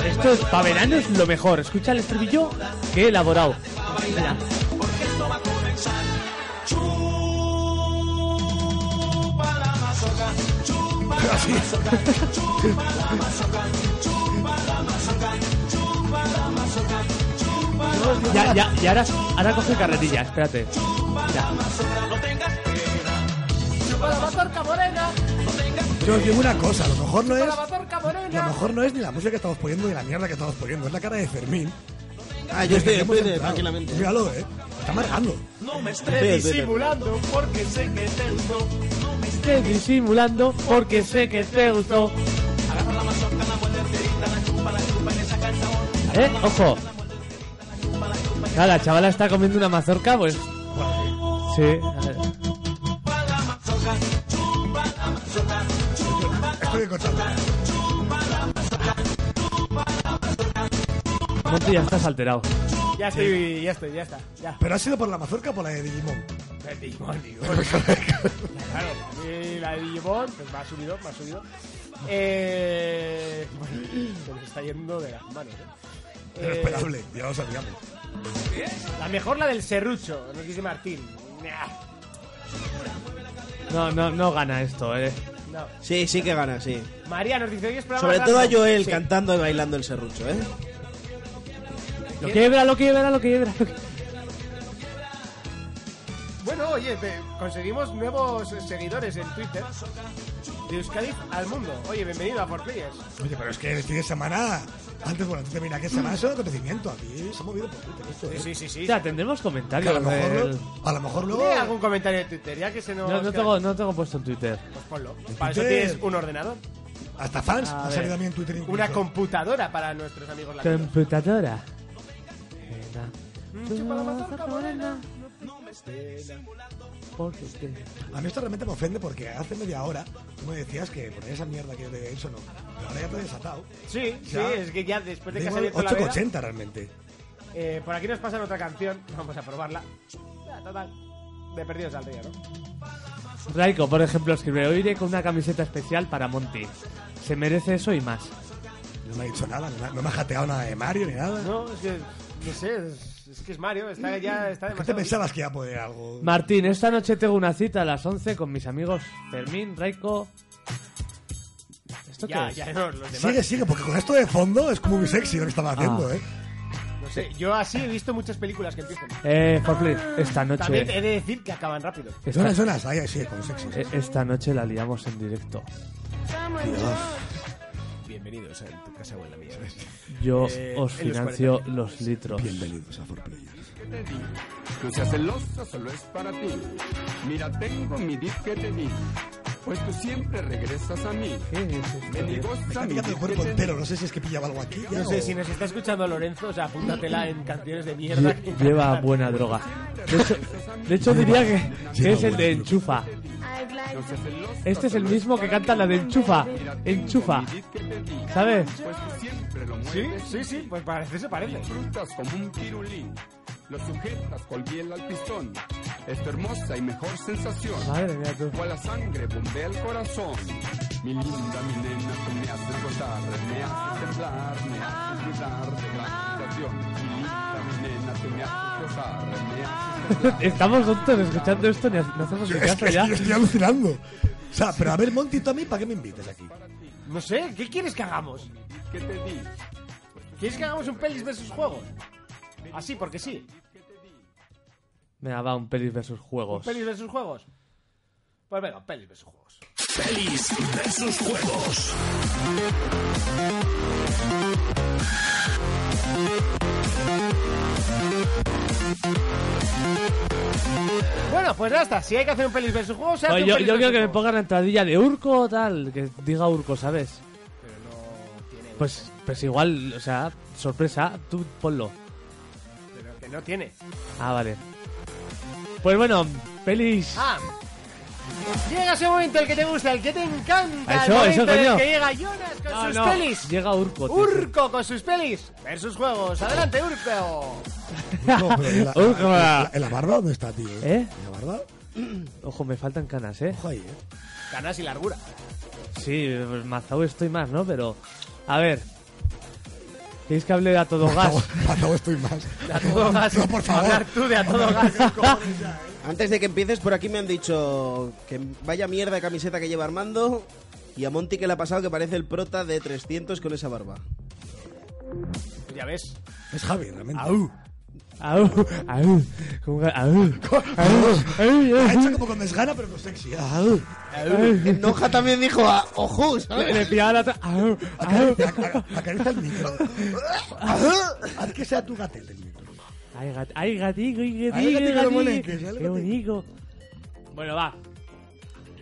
[SPEAKER 4] Esto es, para verano es lo mejor. Escucha el estribillo que he elaborado. Mira.
[SPEAKER 2] Así.
[SPEAKER 4] Ya, ya, y ahora, ahora coge carretilla, espérate. Mira.
[SPEAKER 2] Yo os digo una cosa, a lo mejor no es... Lo mejor no es ni la música que estamos poniendo ni la mierda que estamos poniendo. Es la cara de Fermín.
[SPEAKER 3] Ah, yo estoy
[SPEAKER 2] Que
[SPEAKER 3] en
[SPEAKER 2] hemos
[SPEAKER 3] Twitter,
[SPEAKER 2] entrado.
[SPEAKER 3] tranquilamente.
[SPEAKER 2] Míralo, eh. Está amargando.
[SPEAKER 3] Estoy en Twitter.
[SPEAKER 4] Estoy disimulando porque sé que te gustó. ¿Eh? Ojo. Claro, la chavala está comiendo una mazorca, pues. Sí. a ver.
[SPEAKER 2] Estoy encontrando.
[SPEAKER 4] Monty, ya estás alterado.
[SPEAKER 1] Ya estoy, ya estoy, ya está, ya.
[SPEAKER 2] ¿Pero ha sido por la mazorca o por la de Digimon?
[SPEAKER 1] Digimon, Digimon. Claro, y la de Digimon, pues me ha subido, me ha subido. Eh, bueno, se nos está yendo de las manos, ¿eh?
[SPEAKER 2] Era
[SPEAKER 1] Eh,
[SPEAKER 2] esperable, ya lo sabíamos.
[SPEAKER 1] La mejor la del serrucho, nos dice Martín. Nah,
[SPEAKER 4] No, no, no gana esto, eh.
[SPEAKER 1] no.
[SPEAKER 3] Sí, sí que gana, sí.
[SPEAKER 1] María nos dice, hoy es programa
[SPEAKER 3] Sobre todo a
[SPEAKER 1] random".
[SPEAKER 3] Joel
[SPEAKER 1] Sí.
[SPEAKER 3] cantando y bailando el serrucho, ¿eh?
[SPEAKER 4] Lo quiebra, lo quiebra, lo quiebra. lo quiebra.
[SPEAKER 1] Bueno, oye, te- conseguimos nuevos seguidores en Twitter. De Euskadi al mundo. Oye, bienvenido a For Players.
[SPEAKER 2] Oye, pero es que este fin de semana, antes, bueno, antes de mirar que semana es un acontecimiento. Aquí se ha movido por Twitter esto, eh.
[SPEAKER 1] Sí, sí, sí.
[SPEAKER 4] Ya, tendremos
[SPEAKER 2] Que a
[SPEAKER 4] comentarios.
[SPEAKER 2] lo mejor,
[SPEAKER 4] del-
[SPEAKER 2] lo- a lo mejor luego.
[SPEAKER 1] ¿Tiene algún comentario de Twitter? Ya que se nos...
[SPEAKER 4] No, no tengo, no tengo puesto en Twitter.
[SPEAKER 1] Pues ponlo. Para eso
[SPEAKER 2] Twitter.
[SPEAKER 1] tienes un ordenador.
[SPEAKER 2] Hasta fans
[SPEAKER 4] A
[SPEAKER 2] han
[SPEAKER 4] ver.
[SPEAKER 2] salido también en Twitter. incluso.
[SPEAKER 1] Una computadora para nuestros amigos latinos.
[SPEAKER 4] Computadora. Venga.
[SPEAKER 1] Mm, chupa la mazorca morena.
[SPEAKER 4] Porque usted-
[SPEAKER 2] A mí esto realmente me ofende porque hace media hora tú me decías que poner esa mierda que yo te he hecho no. Pero ahora ya te he desatado.
[SPEAKER 1] Sí, sí,
[SPEAKER 2] Ya.
[SPEAKER 1] es que ya después de que ha
[SPEAKER 2] Digo,
[SPEAKER 1] salido la veda,
[SPEAKER 2] 8,80 realmente.
[SPEAKER 1] eh, Por aquí nos pasan otra canción. Vamos a probarla. Ah, Total. De perdidos al río, ¿no?
[SPEAKER 4] Raiko, por ejemplo, escribe, hoy iré con una camiseta especial para Monty. Se merece eso y más.
[SPEAKER 2] No me ha dicho nada, no me ha- no me ha jateado nada de Mario ni nada.
[SPEAKER 1] No, es que, no sé, es, es que es Mario, está ya está
[SPEAKER 2] ¿Qué te
[SPEAKER 1] demasiado...
[SPEAKER 2] pensabas que iba a poder algo?
[SPEAKER 4] Martín, esta noche tengo una cita a las 11 con mis amigos Fermín, Raiko... ¿Esto
[SPEAKER 1] Ya,
[SPEAKER 4] qué es?
[SPEAKER 1] ya, no, los demás.
[SPEAKER 2] Sigue, sigue, porque con esto de fondo es como muy sexy lo que estaba haciendo,
[SPEAKER 4] Ah.
[SPEAKER 2] ¿eh?
[SPEAKER 1] No sé, yo así he visto muchas películas que empiezan.
[SPEAKER 4] Eh, Forflip, esta
[SPEAKER 1] También he
[SPEAKER 4] noche...
[SPEAKER 1] de decir que acaban rápido.
[SPEAKER 4] Esta,
[SPEAKER 2] Suena, suena, ahí, ahí, sí, con sexy.
[SPEAKER 4] eh, esta noche la liamos en directo.
[SPEAKER 1] Bienvenidos a tu casa o en la mía.
[SPEAKER 4] Yo
[SPEAKER 1] Eh,
[SPEAKER 4] os
[SPEAKER 1] en los
[SPEAKER 4] financio los litros.
[SPEAKER 2] Bienvenidos a For Players.
[SPEAKER 7] No seas celosa, solo es para ti. Mira, tengo mi dip que te di, pues tú siempre regresas a mí.
[SPEAKER 4] ¿Qué es
[SPEAKER 7] Me
[SPEAKER 4] esto?
[SPEAKER 7] negocia
[SPEAKER 2] Está picando
[SPEAKER 7] mi
[SPEAKER 2] el
[SPEAKER 7] dip que
[SPEAKER 2] cuerpo
[SPEAKER 7] te di.
[SPEAKER 2] entero, no sé si es que pillaba algo aquí. ya,
[SPEAKER 1] No sé,
[SPEAKER 2] o-
[SPEAKER 1] si nos está escuchando Lorenzo, o sea, apúntatela en canciones de mierda.
[SPEAKER 4] Lle- Lleva buena droga. De hecho, de hecho diría que, que es el de Enchufa.
[SPEAKER 7] No seas celosa,
[SPEAKER 4] Este es el
[SPEAKER 7] solo
[SPEAKER 4] mismo que canta la de Enchufa.
[SPEAKER 7] Mira, tengo
[SPEAKER 4] Enchufa.
[SPEAKER 7] mi dip que te di,
[SPEAKER 4] ¿Sabes?
[SPEAKER 7] Pues tú siempre lo
[SPEAKER 1] Sí,
[SPEAKER 7] mueves.
[SPEAKER 1] sí, sí, pues parece, se parece.
[SPEAKER 7] Disfrutas como un pirulín. Lo sujetas con hiel al pistón. Es tu hermosa y mejor sensación.
[SPEAKER 4] Madre mía, tú.
[SPEAKER 7] Cual la sangre bombea el corazón. Mi linda, mi nena, tú me haces gozar, me haces temblar, me haces gritar de la excitación. Mi linda, mi nena, tú me haces gozar, me haces temblar.
[SPEAKER 4] Estamos juntos escuchando esto, ni ha- no hacemos ni
[SPEAKER 2] Es
[SPEAKER 4] caso
[SPEAKER 2] que
[SPEAKER 4] ya.
[SPEAKER 2] yo estoy alucinando. O sea, pero a ver, Monty, tú a mí, ¿para qué me invitas aquí?
[SPEAKER 1] No sé, ¿qué quieres que hagamos?
[SPEAKER 7] ¿Qué te di?
[SPEAKER 1] ¿Quieres que hagamos un pelis versus juegos? Así, porque sí.
[SPEAKER 4] Venga, va, un pelis versus
[SPEAKER 1] ¿Un
[SPEAKER 4] juegos.
[SPEAKER 1] pelis versus juegos? Pues venga, pelis versus juegos.
[SPEAKER 8] Pelis versus juegos.
[SPEAKER 1] Bueno, pues ya está. Si hay que hacer un pelis versus juegos, se hace
[SPEAKER 4] Oye,
[SPEAKER 1] un
[SPEAKER 4] Pues yo,
[SPEAKER 1] pelis
[SPEAKER 4] yo
[SPEAKER 1] versus
[SPEAKER 4] quiero que me
[SPEAKER 1] juegos.
[SPEAKER 4] pongan la entradilla de Urco o tal, que diga Urco, ¿sabes?
[SPEAKER 1] Pero no tiene.
[SPEAKER 4] Pues, pues igual, o sea, sorpresa, tú ponlo.
[SPEAKER 1] Pero que no tiene.
[SPEAKER 4] Ah, vale. Pues bueno, pelis.
[SPEAKER 1] Ah. Llega ese momento el que te gusta, el que te encanta.
[SPEAKER 4] Eso,
[SPEAKER 1] el
[SPEAKER 4] eso,
[SPEAKER 1] momento en el
[SPEAKER 4] coño.
[SPEAKER 1] que llega Jonas con
[SPEAKER 4] No,
[SPEAKER 3] Ah,
[SPEAKER 1] sus
[SPEAKER 4] no,
[SPEAKER 1] pelis.
[SPEAKER 4] Llega Urco. tío.
[SPEAKER 1] Urco con sus pelis versus juegos. Adelante, Urco.
[SPEAKER 2] No, pero ¿en la, en la- en la- en la barba dónde está, tío?
[SPEAKER 4] ¿Eh?
[SPEAKER 2] ¿En la barba?
[SPEAKER 4] Ojo, me faltan canas, ¿eh?
[SPEAKER 2] Ojo ahí, ¿eh?
[SPEAKER 1] Canas y largura.
[SPEAKER 4] Sí, pues mazao estoy más, ¿no? Pero, a ver. ¿Queréis que hable de a todo gas?
[SPEAKER 2] Matado estoy más.
[SPEAKER 1] De a todo gas.
[SPEAKER 2] No, por favor.
[SPEAKER 1] Hablar tú de a todo gas.
[SPEAKER 3] Antes de que empieces, por aquí me han dicho que vaya mierda de camiseta que lleva Armando y a Monty que le ha pasado que parece el prota de 300 con esa barba.
[SPEAKER 1] ya ves.
[SPEAKER 2] Es Javi, realmente.
[SPEAKER 4] Au, au, como que- au, au, au,
[SPEAKER 2] Ha
[SPEAKER 4] au.
[SPEAKER 2] hecho como con desgana, pero con sexy. Au.
[SPEAKER 3] Noja también dijo a ojo,
[SPEAKER 4] Le,
[SPEAKER 3] ¿sabes?
[SPEAKER 4] le pillaba la otra- au, au.
[SPEAKER 2] Acaricia, acar- acaricia el micro. Haz que sea tu gatete el micro.
[SPEAKER 4] Ay, gat- ay, gatico, ay, gatico,
[SPEAKER 2] Ay, gatico,
[SPEAKER 4] gatico.
[SPEAKER 2] lo moleques, ay,
[SPEAKER 4] Qué
[SPEAKER 2] gatico.
[SPEAKER 4] bonito. Bueno, va.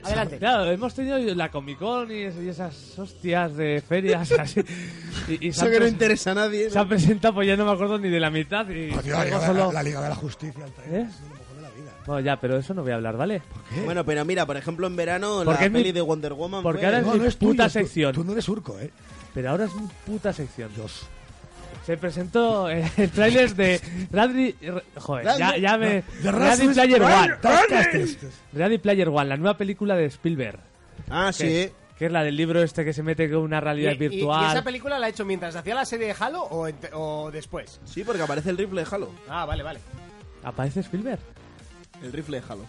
[SPEAKER 1] Adelante.
[SPEAKER 4] Claro, hemos tenido la Comic Con y es- y esas hostias de ferias así. Y, y se
[SPEAKER 3] Eso
[SPEAKER 4] han
[SPEAKER 3] que no
[SPEAKER 4] pres-
[SPEAKER 3] interesa a nadie.
[SPEAKER 4] se han presentado, pues ya no me acuerdo ni de la mitad. Y
[SPEAKER 2] Pues, tío, la,
[SPEAKER 4] tengo
[SPEAKER 2] Liga de
[SPEAKER 4] solo-
[SPEAKER 2] la, la Liga de la Justicia. el trailer,
[SPEAKER 4] ¿Eh?
[SPEAKER 2] Es lo mejor de la vida.
[SPEAKER 4] Bueno, ya, pero eso no voy a hablar, ¿vale?
[SPEAKER 3] Bueno, pero mira, por ejemplo, en verano la
[SPEAKER 4] Porque es mi-
[SPEAKER 3] peli de Wonder Woman
[SPEAKER 4] porque
[SPEAKER 3] fue-
[SPEAKER 4] ahora es-
[SPEAKER 2] No, no es
[SPEAKER 4] puta
[SPEAKER 2] tuyo, es tu-
[SPEAKER 4] sección.
[SPEAKER 2] Tú, no eres surco, ¿eh?
[SPEAKER 4] Pero ahora es mi puta sección.
[SPEAKER 2] Dios.
[SPEAKER 4] Se presentó eh, el tráiler de Ready... Joder, ya, ya me...
[SPEAKER 2] The
[SPEAKER 4] Ready
[SPEAKER 2] Rasmus-
[SPEAKER 4] Player One.
[SPEAKER 2] Tastes.
[SPEAKER 4] Ready Player One, la nueva película de Spielberg.
[SPEAKER 3] Ah, sí.
[SPEAKER 4] Que, que es la del libro este que se mete con una
[SPEAKER 1] ¿Y,
[SPEAKER 4] realidad
[SPEAKER 1] y-
[SPEAKER 4] virtual.
[SPEAKER 1] y esa película la ha hecho mientras hacía la serie de Halo o, ent- o después?
[SPEAKER 3] Sí, porque aparece el rifle de Halo.
[SPEAKER 1] Ah, vale, vale.
[SPEAKER 4] ¿Aparece Spielberg?
[SPEAKER 3] El rifle de Halo.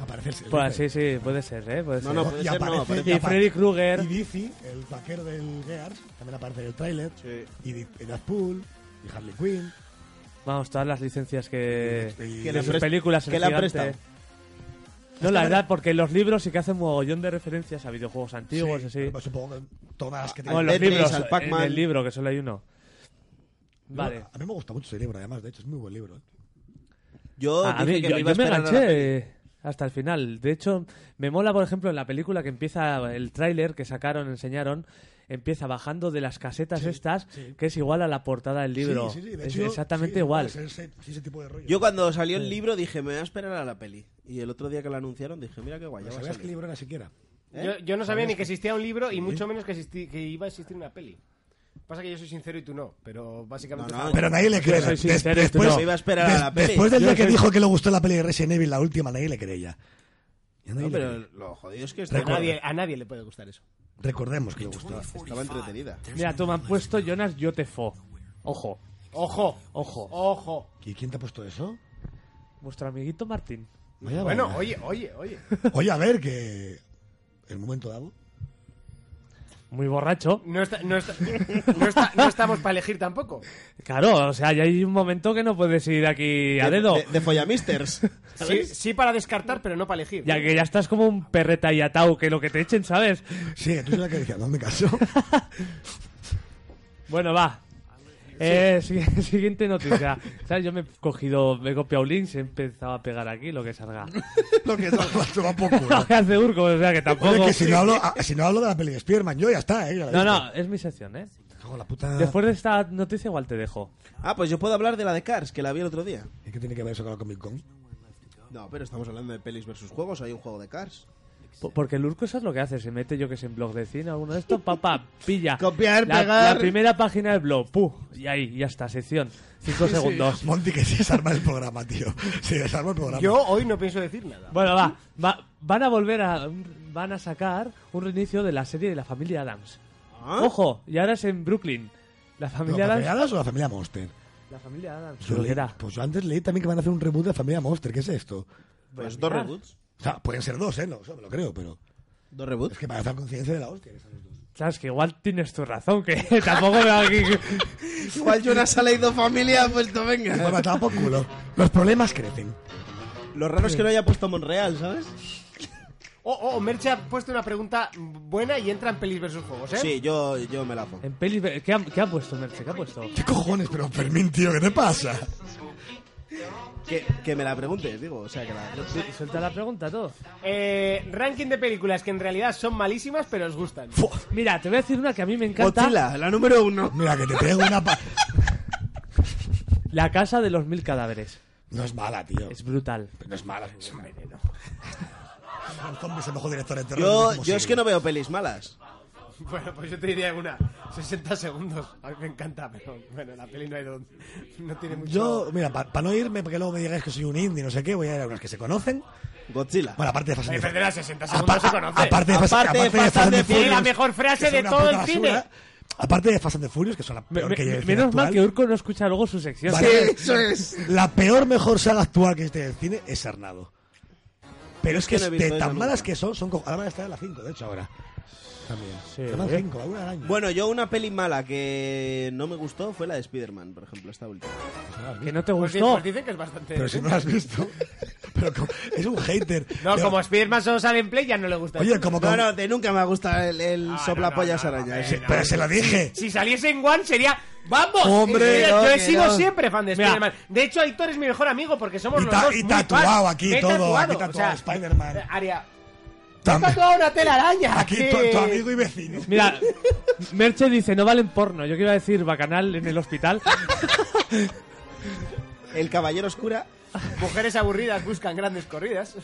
[SPEAKER 2] Aparece el Silver.
[SPEAKER 4] Pues sí, sí, puede ser, ¿eh? Puede
[SPEAKER 3] No,
[SPEAKER 4] ser.
[SPEAKER 3] no,
[SPEAKER 2] Y
[SPEAKER 3] puede ser, no,
[SPEAKER 2] aparece-
[SPEAKER 3] aparece.
[SPEAKER 4] y
[SPEAKER 2] apa-
[SPEAKER 4] Freddy Krueger.
[SPEAKER 2] Y Dizzy, el vaquero del Gears, también aparece en el tráiler.
[SPEAKER 3] Sí.
[SPEAKER 2] Y Di- y Deadpool, y Harley Quinn.
[SPEAKER 4] Vamos, todas las licencias que...
[SPEAKER 2] y-
[SPEAKER 3] Que
[SPEAKER 4] de
[SPEAKER 3] le
[SPEAKER 4] sus
[SPEAKER 3] prest-
[SPEAKER 4] películas. el
[SPEAKER 3] que le han
[SPEAKER 4] gigante.
[SPEAKER 3] prestado.
[SPEAKER 4] No, la verdad, porque los libros sí que hacen mogollón de referencias a videojuegos antiguos,
[SPEAKER 2] sí,
[SPEAKER 4] así.
[SPEAKER 2] pues supongo que todas las que
[SPEAKER 4] Bueno,
[SPEAKER 2] tengan-
[SPEAKER 4] los
[SPEAKER 3] Tetris,
[SPEAKER 4] libros,
[SPEAKER 3] al
[SPEAKER 4] en
[SPEAKER 3] Pac-Man.
[SPEAKER 4] el libro, que solo hay uno. Vale.
[SPEAKER 2] A mí me gusta mucho ese libro, además, de hecho, es muy buen libro. ¿eh? Oh,
[SPEAKER 3] Yo
[SPEAKER 4] Ah, a
[SPEAKER 3] dije
[SPEAKER 4] mí-
[SPEAKER 3] que
[SPEAKER 4] yo,
[SPEAKER 3] me iba a
[SPEAKER 4] yo me
[SPEAKER 3] esperar a la peli.
[SPEAKER 4] enganché eh, hasta el final. De hecho, me mola, por ejemplo, en la película que empieza el tráiler que sacaron, enseñaron, empieza bajando de las casetas estas, que es igual a la portada del libro.
[SPEAKER 2] Sí, sí, sí, de
[SPEAKER 4] es
[SPEAKER 2] hecho,
[SPEAKER 4] exactamente
[SPEAKER 2] sí,
[SPEAKER 4] igual.
[SPEAKER 2] puede ser Ese, sí, ese tipo de rollo.
[SPEAKER 3] Yo cuando salió el libro dije, me voy a esperar a la peli. Y el otro día que la anunciaron dije, mira qué guay. ya va a
[SPEAKER 2] ¿Sabías
[SPEAKER 3] salir.
[SPEAKER 2] qué libro era siquiera?
[SPEAKER 3] ¿Eh?
[SPEAKER 1] Yo, yo no sabía ni que existía un libro y mucho menos que, existi- que iba a existir una peli. Pasa que yo soy sincero y tú no, pero básicamente...
[SPEAKER 3] No,
[SPEAKER 1] estaba-
[SPEAKER 3] no,
[SPEAKER 2] Pero nadie le cree.
[SPEAKER 4] soy
[SPEAKER 2] Des-
[SPEAKER 4] sincero, tú
[SPEAKER 2] después,
[SPEAKER 4] no.
[SPEAKER 3] Me iba a esperar a la peli.
[SPEAKER 2] después del
[SPEAKER 4] Yo
[SPEAKER 2] día que
[SPEAKER 4] soy-
[SPEAKER 2] dijo que le gustó la peli de Resident Evil, la última, nadie le creía. Ya
[SPEAKER 3] No,
[SPEAKER 2] nadie le
[SPEAKER 3] pero
[SPEAKER 2] cree.
[SPEAKER 3] lo jodido es que
[SPEAKER 1] A
[SPEAKER 3] estaba,
[SPEAKER 2] Recuerda.
[SPEAKER 1] nadie, a nadie le puede gustar eso.
[SPEAKER 2] Recordemos que le gustó.
[SPEAKER 3] estaba entretenida.
[SPEAKER 4] Mira, tú me han puesto Jonas Yotefo. Ojo,
[SPEAKER 1] Ojo,
[SPEAKER 4] ojo.
[SPEAKER 1] ojo.
[SPEAKER 2] ¿Y quién te ha puesto eso?
[SPEAKER 4] Vuestro amiguito Martín.
[SPEAKER 2] Vaya
[SPEAKER 1] Bueno,
[SPEAKER 2] vaina.
[SPEAKER 1] oye, oye, oye.
[SPEAKER 2] Oye, a ver, que. El momento dado.
[SPEAKER 4] Muy borracho.
[SPEAKER 1] No, está- no, está- no está- no estamos para elegir tampoco.
[SPEAKER 4] Claro, o sea, ya hay un momento que no puedes ir aquí a dedo.
[SPEAKER 3] De, de follamisters.
[SPEAKER 1] Sí, sí para descartar, pero no para elegir.
[SPEAKER 4] Ya que ya estás como un perreta y atao que lo que te echen, ¿sabes?
[SPEAKER 2] Sí, que tú eres la que decía, ¿dónde caso?
[SPEAKER 4] Bueno, va. Eh, si- Siguiente noticia. ¿Sabes? Yo me he cogido, me he copiado links y he empezado a pegar aquí lo que salga.
[SPEAKER 2] lo que es va poco.
[SPEAKER 4] Lo que hace Urco, o sea que tampoco.
[SPEAKER 2] Oye, que si no, hablo, a- si no hablo de la peli de Spiderman, yo ya está, ¿eh? Ya la he
[SPEAKER 4] No,
[SPEAKER 2] visto.
[SPEAKER 4] no, es mi sección, ¿eh?
[SPEAKER 2] Cago en la puta.
[SPEAKER 4] Después de esta noticia igual te dejo.
[SPEAKER 3] Ah, pues yo puedo hablar de la de Cars, que la vi el otro día.
[SPEAKER 2] ¿Y qué tiene que ver eso con la Comic Con?
[SPEAKER 3] No, pero estamos hablando de pelis versus juegos. Hay un juego de Cars.
[SPEAKER 4] Po- Porque el Urco eso es lo que hace, se mete yo que sé en blog de cine, alguno de estos, papá, pilla.
[SPEAKER 3] Copiar,
[SPEAKER 4] la,
[SPEAKER 3] pegar.
[SPEAKER 4] La primera página del blog, puh, y ahí, ya está, sección. Cinco segundos.
[SPEAKER 2] Monty, que se desarma el programa, tío. Se desarma el programa.
[SPEAKER 1] Yo hoy no pienso decir nada.
[SPEAKER 4] Bueno, va, va- van a volver a. Van a sacar un reinicio de la serie de la familia Adams.
[SPEAKER 3] Ah.
[SPEAKER 4] Ojo, y ahora es en Brooklyn. La
[SPEAKER 2] ¿No,
[SPEAKER 4] familia
[SPEAKER 2] ¿La
[SPEAKER 4] Adams.
[SPEAKER 2] familia Adams o la familia Monster?
[SPEAKER 4] La familia Adams.
[SPEAKER 2] Yo
[SPEAKER 4] lo
[SPEAKER 2] leí-
[SPEAKER 4] que era.
[SPEAKER 2] pues yo antes leí también que van a hacer un reboot de la familia Monster. ¿Qué es esto?
[SPEAKER 3] Pues
[SPEAKER 4] mira.
[SPEAKER 3] dos reboots.
[SPEAKER 2] O sea, pueden ser dos, ¿eh? No, eso me lo creo, pero.
[SPEAKER 3] Dos
[SPEAKER 2] Es
[SPEAKER 3] reboots.
[SPEAKER 2] que para hacer conciencia de la hostia. que están los dos.
[SPEAKER 4] Sabes que igual tienes tu razón, que tampoco me va aquí.
[SPEAKER 3] Igual Jonas ha leído familia, pues no
[SPEAKER 2] Bueno,
[SPEAKER 3] venga.
[SPEAKER 2] me por culo. Los problemas crecen.
[SPEAKER 3] Lo raro es que no haya puesto Monreal, ¿sabes?
[SPEAKER 1] Oh, oh, Merche ha puesto una pregunta buena y entra en pelis versus juegos, ¿eh?
[SPEAKER 3] Sí, yo, yo me la pongo.
[SPEAKER 4] En pelis. ¿Qué ha, qué ha puesto, Merche? ¿Qué ha puesto?
[SPEAKER 2] ¿Qué cojones? Pero Fermín, tío, ¿qué te pasa?
[SPEAKER 3] Que, que me la preguntes, digo. O sea, que la...
[SPEAKER 4] Su- Suelta la pregunta, todo.
[SPEAKER 1] Eh, ranking de películas que en realidad son malísimas, pero os gustan.
[SPEAKER 4] Mira, te voy a decir una que a mí me encanta.
[SPEAKER 3] Godzilla, la número uno.
[SPEAKER 2] Mira, que te traigo una. pa-
[SPEAKER 4] La casa de los mil cadáveres.
[SPEAKER 2] No es mala, tío.
[SPEAKER 4] Es brutal.
[SPEAKER 2] No es mala. Es un veneno. El zombie es el mejor director de terror. del
[SPEAKER 3] Yo,
[SPEAKER 2] último
[SPEAKER 3] yo es que
[SPEAKER 2] siglo.
[SPEAKER 3] no veo pelis malas.
[SPEAKER 1] Bueno, pues yo te diría una. 60 segundos. A mí me encanta, pero bueno, la peli no hay donde. No tiene mucho.
[SPEAKER 2] Yo, mira, para no irme, porque luego me digáis que soy un indie, no sé qué, voy a ir a unas que se conocen.
[SPEAKER 3] Godzilla.
[SPEAKER 2] Bueno, aparte de Fast and
[SPEAKER 1] Eh,
[SPEAKER 2] the
[SPEAKER 1] perderá 60 segundos,
[SPEAKER 2] Apar-
[SPEAKER 1] se conoce.
[SPEAKER 2] Aparte de Fast
[SPEAKER 3] Aparte de
[SPEAKER 2] aparte
[SPEAKER 3] Fast and the
[SPEAKER 2] and the
[SPEAKER 1] Tiene la
[SPEAKER 2] Furious,
[SPEAKER 1] mejor
[SPEAKER 2] que
[SPEAKER 1] frase
[SPEAKER 2] es
[SPEAKER 1] de
[SPEAKER 2] una
[SPEAKER 1] todo
[SPEAKER 2] puta
[SPEAKER 1] el cine.
[SPEAKER 2] basura. Aparte de Fast and the Furious, que son la
[SPEAKER 4] Me-
[SPEAKER 2] peor que
[SPEAKER 4] me-
[SPEAKER 2] hay en el cine
[SPEAKER 4] menos mal
[SPEAKER 2] actual,
[SPEAKER 4] que Urco no escucha luego su sección.
[SPEAKER 2] Vale. Sí,
[SPEAKER 3] eso es.
[SPEAKER 2] La peor mejor saga actual que existe en el cine es Arnado. Pero es que
[SPEAKER 3] Yo no he visto
[SPEAKER 2] de
[SPEAKER 3] esa
[SPEAKER 2] tan
[SPEAKER 3] nunca.
[SPEAKER 2] malas que son, son co- ahora van a estar en la 5, de hecho, ahora. También.
[SPEAKER 4] Sí,
[SPEAKER 2] Te van
[SPEAKER 4] ¿eh?
[SPEAKER 2] 5, alguna al año.
[SPEAKER 3] Bueno, yo una peli mala que no me gustó fue la de Spider-Man, por ejemplo, esta última.
[SPEAKER 2] Pues no la has
[SPEAKER 4] Que
[SPEAKER 2] visto.
[SPEAKER 4] no te
[SPEAKER 1] Pues, di-
[SPEAKER 4] gustó.
[SPEAKER 1] pues dicen que es bastante.
[SPEAKER 2] Pero si no la has visto. Pero como- es un hater.
[SPEAKER 1] No,
[SPEAKER 2] Pero-
[SPEAKER 1] como Spiderman solo sale en play, ya no le gusta.
[SPEAKER 2] Oye, como.
[SPEAKER 3] No,
[SPEAKER 2] como-
[SPEAKER 3] no, de nunca me ha gustado el, el
[SPEAKER 1] Ah, no,
[SPEAKER 3] soplapollas
[SPEAKER 1] no, no,
[SPEAKER 3] araña.
[SPEAKER 1] no,
[SPEAKER 3] ese.
[SPEAKER 1] no.
[SPEAKER 2] Pero se lo dije.
[SPEAKER 1] Si saliese en One sería. ¡Vamos!
[SPEAKER 2] Hombre,
[SPEAKER 1] Mira,
[SPEAKER 3] no,
[SPEAKER 1] yo he
[SPEAKER 3] que
[SPEAKER 1] sido
[SPEAKER 3] no.
[SPEAKER 1] siempre fan de
[SPEAKER 4] Mira.
[SPEAKER 1] Spider-Man. De hecho, Aitor es mi mejor amigo porque somos
[SPEAKER 2] Y
[SPEAKER 1] los
[SPEAKER 2] ta-
[SPEAKER 1] dos.
[SPEAKER 2] y
[SPEAKER 1] muy
[SPEAKER 2] tatuado
[SPEAKER 1] fans.
[SPEAKER 2] aquí
[SPEAKER 1] Me he
[SPEAKER 2] todo,
[SPEAKER 1] tatuado.
[SPEAKER 2] aquí tatuado Spider-Man.
[SPEAKER 1] eh, Aria. Me he
[SPEAKER 2] También.
[SPEAKER 1] tatuado una telaraña.
[SPEAKER 2] Aquí
[SPEAKER 1] que-
[SPEAKER 2] tu, tu amigo y vecino.
[SPEAKER 4] Mira, Merche dice, no valen porno. Yo quiero decir bacanal en el hospital.
[SPEAKER 3] El Caballero Oscura.
[SPEAKER 1] Mujeres aburridas buscan grandes corridas.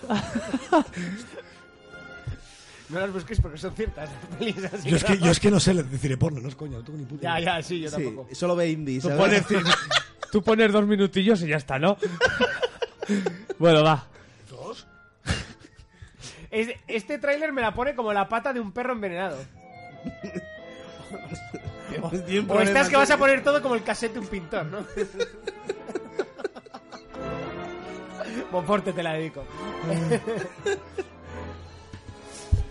[SPEAKER 1] No las busquéis porque son ciertas las pelis así.
[SPEAKER 2] Yo es, que,
[SPEAKER 1] ¿no?
[SPEAKER 2] yo es que no sé decir porno, no es coño, no tengo ni puta
[SPEAKER 1] Ya,
[SPEAKER 2] idea.
[SPEAKER 1] ya, sí, yo
[SPEAKER 3] Sí,
[SPEAKER 1] tampoco.
[SPEAKER 3] solo ve indies.
[SPEAKER 4] Tú
[SPEAKER 3] ¿sabes?
[SPEAKER 4] pones, tú pones dos minutillos y ya está, ¿no? Bueno, va.
[SPEAKER 1] Es- este tráiler me la pone como la pata de un perro envenenado.
[SPEAKER 3] Tiene un
[SPEAKER 1] O Pues estás
[SPEAKER 3] problema,
[SPEAKER 1] que vas a
[SPEAKER 3] tío.
[SPEAKER 1] poner todo como el casete de un pintor, ¿no? Monforte te la dedico.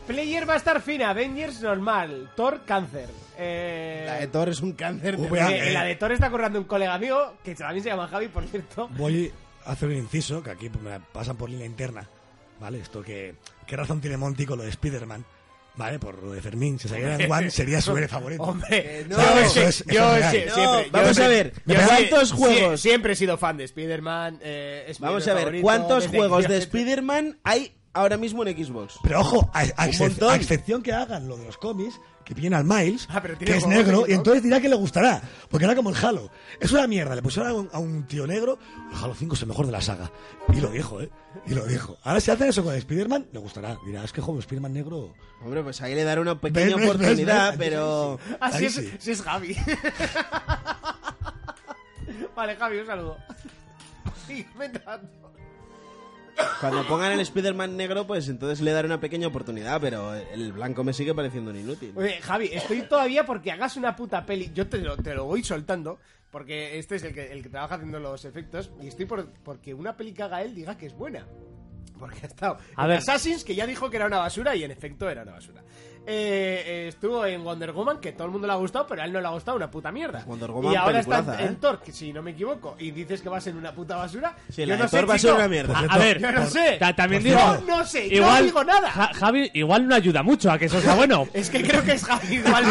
[SPEAKER 1] Player va a estar fina, Avengers normal, Thor cáncer. Eh,
[SPEAKER 3] La de Thor es un cáncer. de-
[SPEAKER 2] Uy, vea,
[SPEAKER 1] eh,
[SPEAKER 2] eh,
[SPEAKER 1] la de Thor está currando un colega mío, que también se llama Javi, por cierto.
[SPEAKER 2] Voy a hacer un inciso, que aquí me la pasan por línea interna. ¿Vale? Esto que. ¿Qué razón tiene Monty con lo de Spider-Man? ¿Vale? Por lo de Fermín, si saliera en One sería su héroe favorito.
[SPEAKER 1] Hombre,
[SPEAKER 3] no.
[SPEAKER 1] Eh, yo,
[SPEAKER 2] Eso
[SPEAKER 1] sí-
[SPEAKER 2] es- eso
[SPEAKER 1] yo
[SPEAKER 2] es real.
[SPEAKER 1] sí-
[SPEAKER 3] No,
[SPEAKER 1] siempre- yo
[SPEAKER 3] vamos
[SPEAKER 1] siempre-
[SPEAKER 3] a ver,
[SPEAKER 1] yo
[SPEAKER 3] ¿cuántos
[SPEAKER 1] sí-
[SPEAKER 3] juegos?
[SPEAKER 1] Siempre he sido fan de Spider-Man. eh, es mi
[SPEAKER 3] Vamos a
[SPEAKER 1] héroe
[SPEAKER 3] ver,
[SPEAKER 1] favorito,
[SPEAKER 3] ¿cuántos
[SPEAKER 1] desde
[SPEAKER 3] juegos
[SPEAKER 1] que-
[SPEAKER 3] de Spider-Man hay ahora mismo en Xbox?
[SPEAKER 2] Pero ojo, a, a excep-
[SPEAKER 3] montón.
[SPEAKER 2] a excepción que hagan lo de los cómics, que pillen al Miles,
[SPEAKER 1] Ah, pero tiene
[SPEAKER 2] que es
[SPEAKER 1] huevos,
[SPEAKER 2] negro,
[SPEAKER 1] ¿no?
[SPEAKER 2] y entonces dirá que le gustará, porque era como el Halo. Es una mierda, le pusieron a un, a un tío negro, el Halo 5 es el mejor de la saga. Y lo dijo, ¿eh? Y lo dijo. Ahora si hacen eso con Spider-Man, le gustará. Dirá, es que joder, Spider-Man negro...
[SPEAKER 3] Hombre, pues ahí le daré una pequeña
[SPEAKER 2] Ves, ves,
[SPEAKER 3] oportunidad,
[SPEAKER 2] ves, ves.
[SPEAKER 3] pero...
[SPEAKER 1] Así
[SPEAKER 2] Ahí
[SPEAKER 1] es,
[SPEAKER 2] Ah, sí.
[SPEAKER 1] sí es Javi. vale, Javi, un saludo. Sí, me tanto.
[SPEAKER 3] Cuando pongan el Spider-Man negro, pues entonces le daré una pequeña oportunidad, pero el blanco me sigue pareciendo un inútil.
[SPEAKER 1] Oye, Javi, estoy todavía porque hagas una puta peli. Yo te lo, te lo voy soltando, porque este es el que, el que trabaja haciendo los efectos. Y estoy por, porque una peli que haga él diga que es buena. Porque ha estado
[SPEAKER 4] A
[SPEAKER 1] en
[SPEAKER 4] ver.
[SPEAKER 1] Assassins, que ya dijo que era una basura, y en efecto era una basura. Eh, eh, estuvo en Wonder Woman, que todo el mundo le ha gustado, pero a él no le ha gustado una puta mierda.
[SPEAKER 3] Pues Wonder Woman,
[SPEAKER 1] y ahora está en,
[SPEAKER 3] peliculaza, ¿eh?
[SPEAKER 1] en Thor, que si no me equivoco, y dices que va a ser una puta basura.
[SPEAKER 3] Sí,
[SPEAKER 1] yo
[SPEAKER 3] la
[SPEAKER 1] no
[SPEAKER 3] de
[SPEAKER 1] sé,
[SPEAKER 3] Thor va a ser
[SPEAKER 1] chico.
[SPEAKER 3] una mierda.
[SPEAKER 4] A-
[SPEAKER 2] Por
[SPEAKER 4] a
[SPEAKER 2] cierto,
[SPEAKER 4] ver,
[SPEAKER 1] yo no sé.
[SPEAKER 4] ta- también
[SPEAKER 1] Por
[SPEAKER 4] digo.
[SPEAKER 1] cierto. No, no sé, yo no digo nada.
[SPEAKER 4] Ja- Javi, igual no ayuda mucho a que eso sea bueno.
[SPEAKER 1] Es que creo que es Javi igual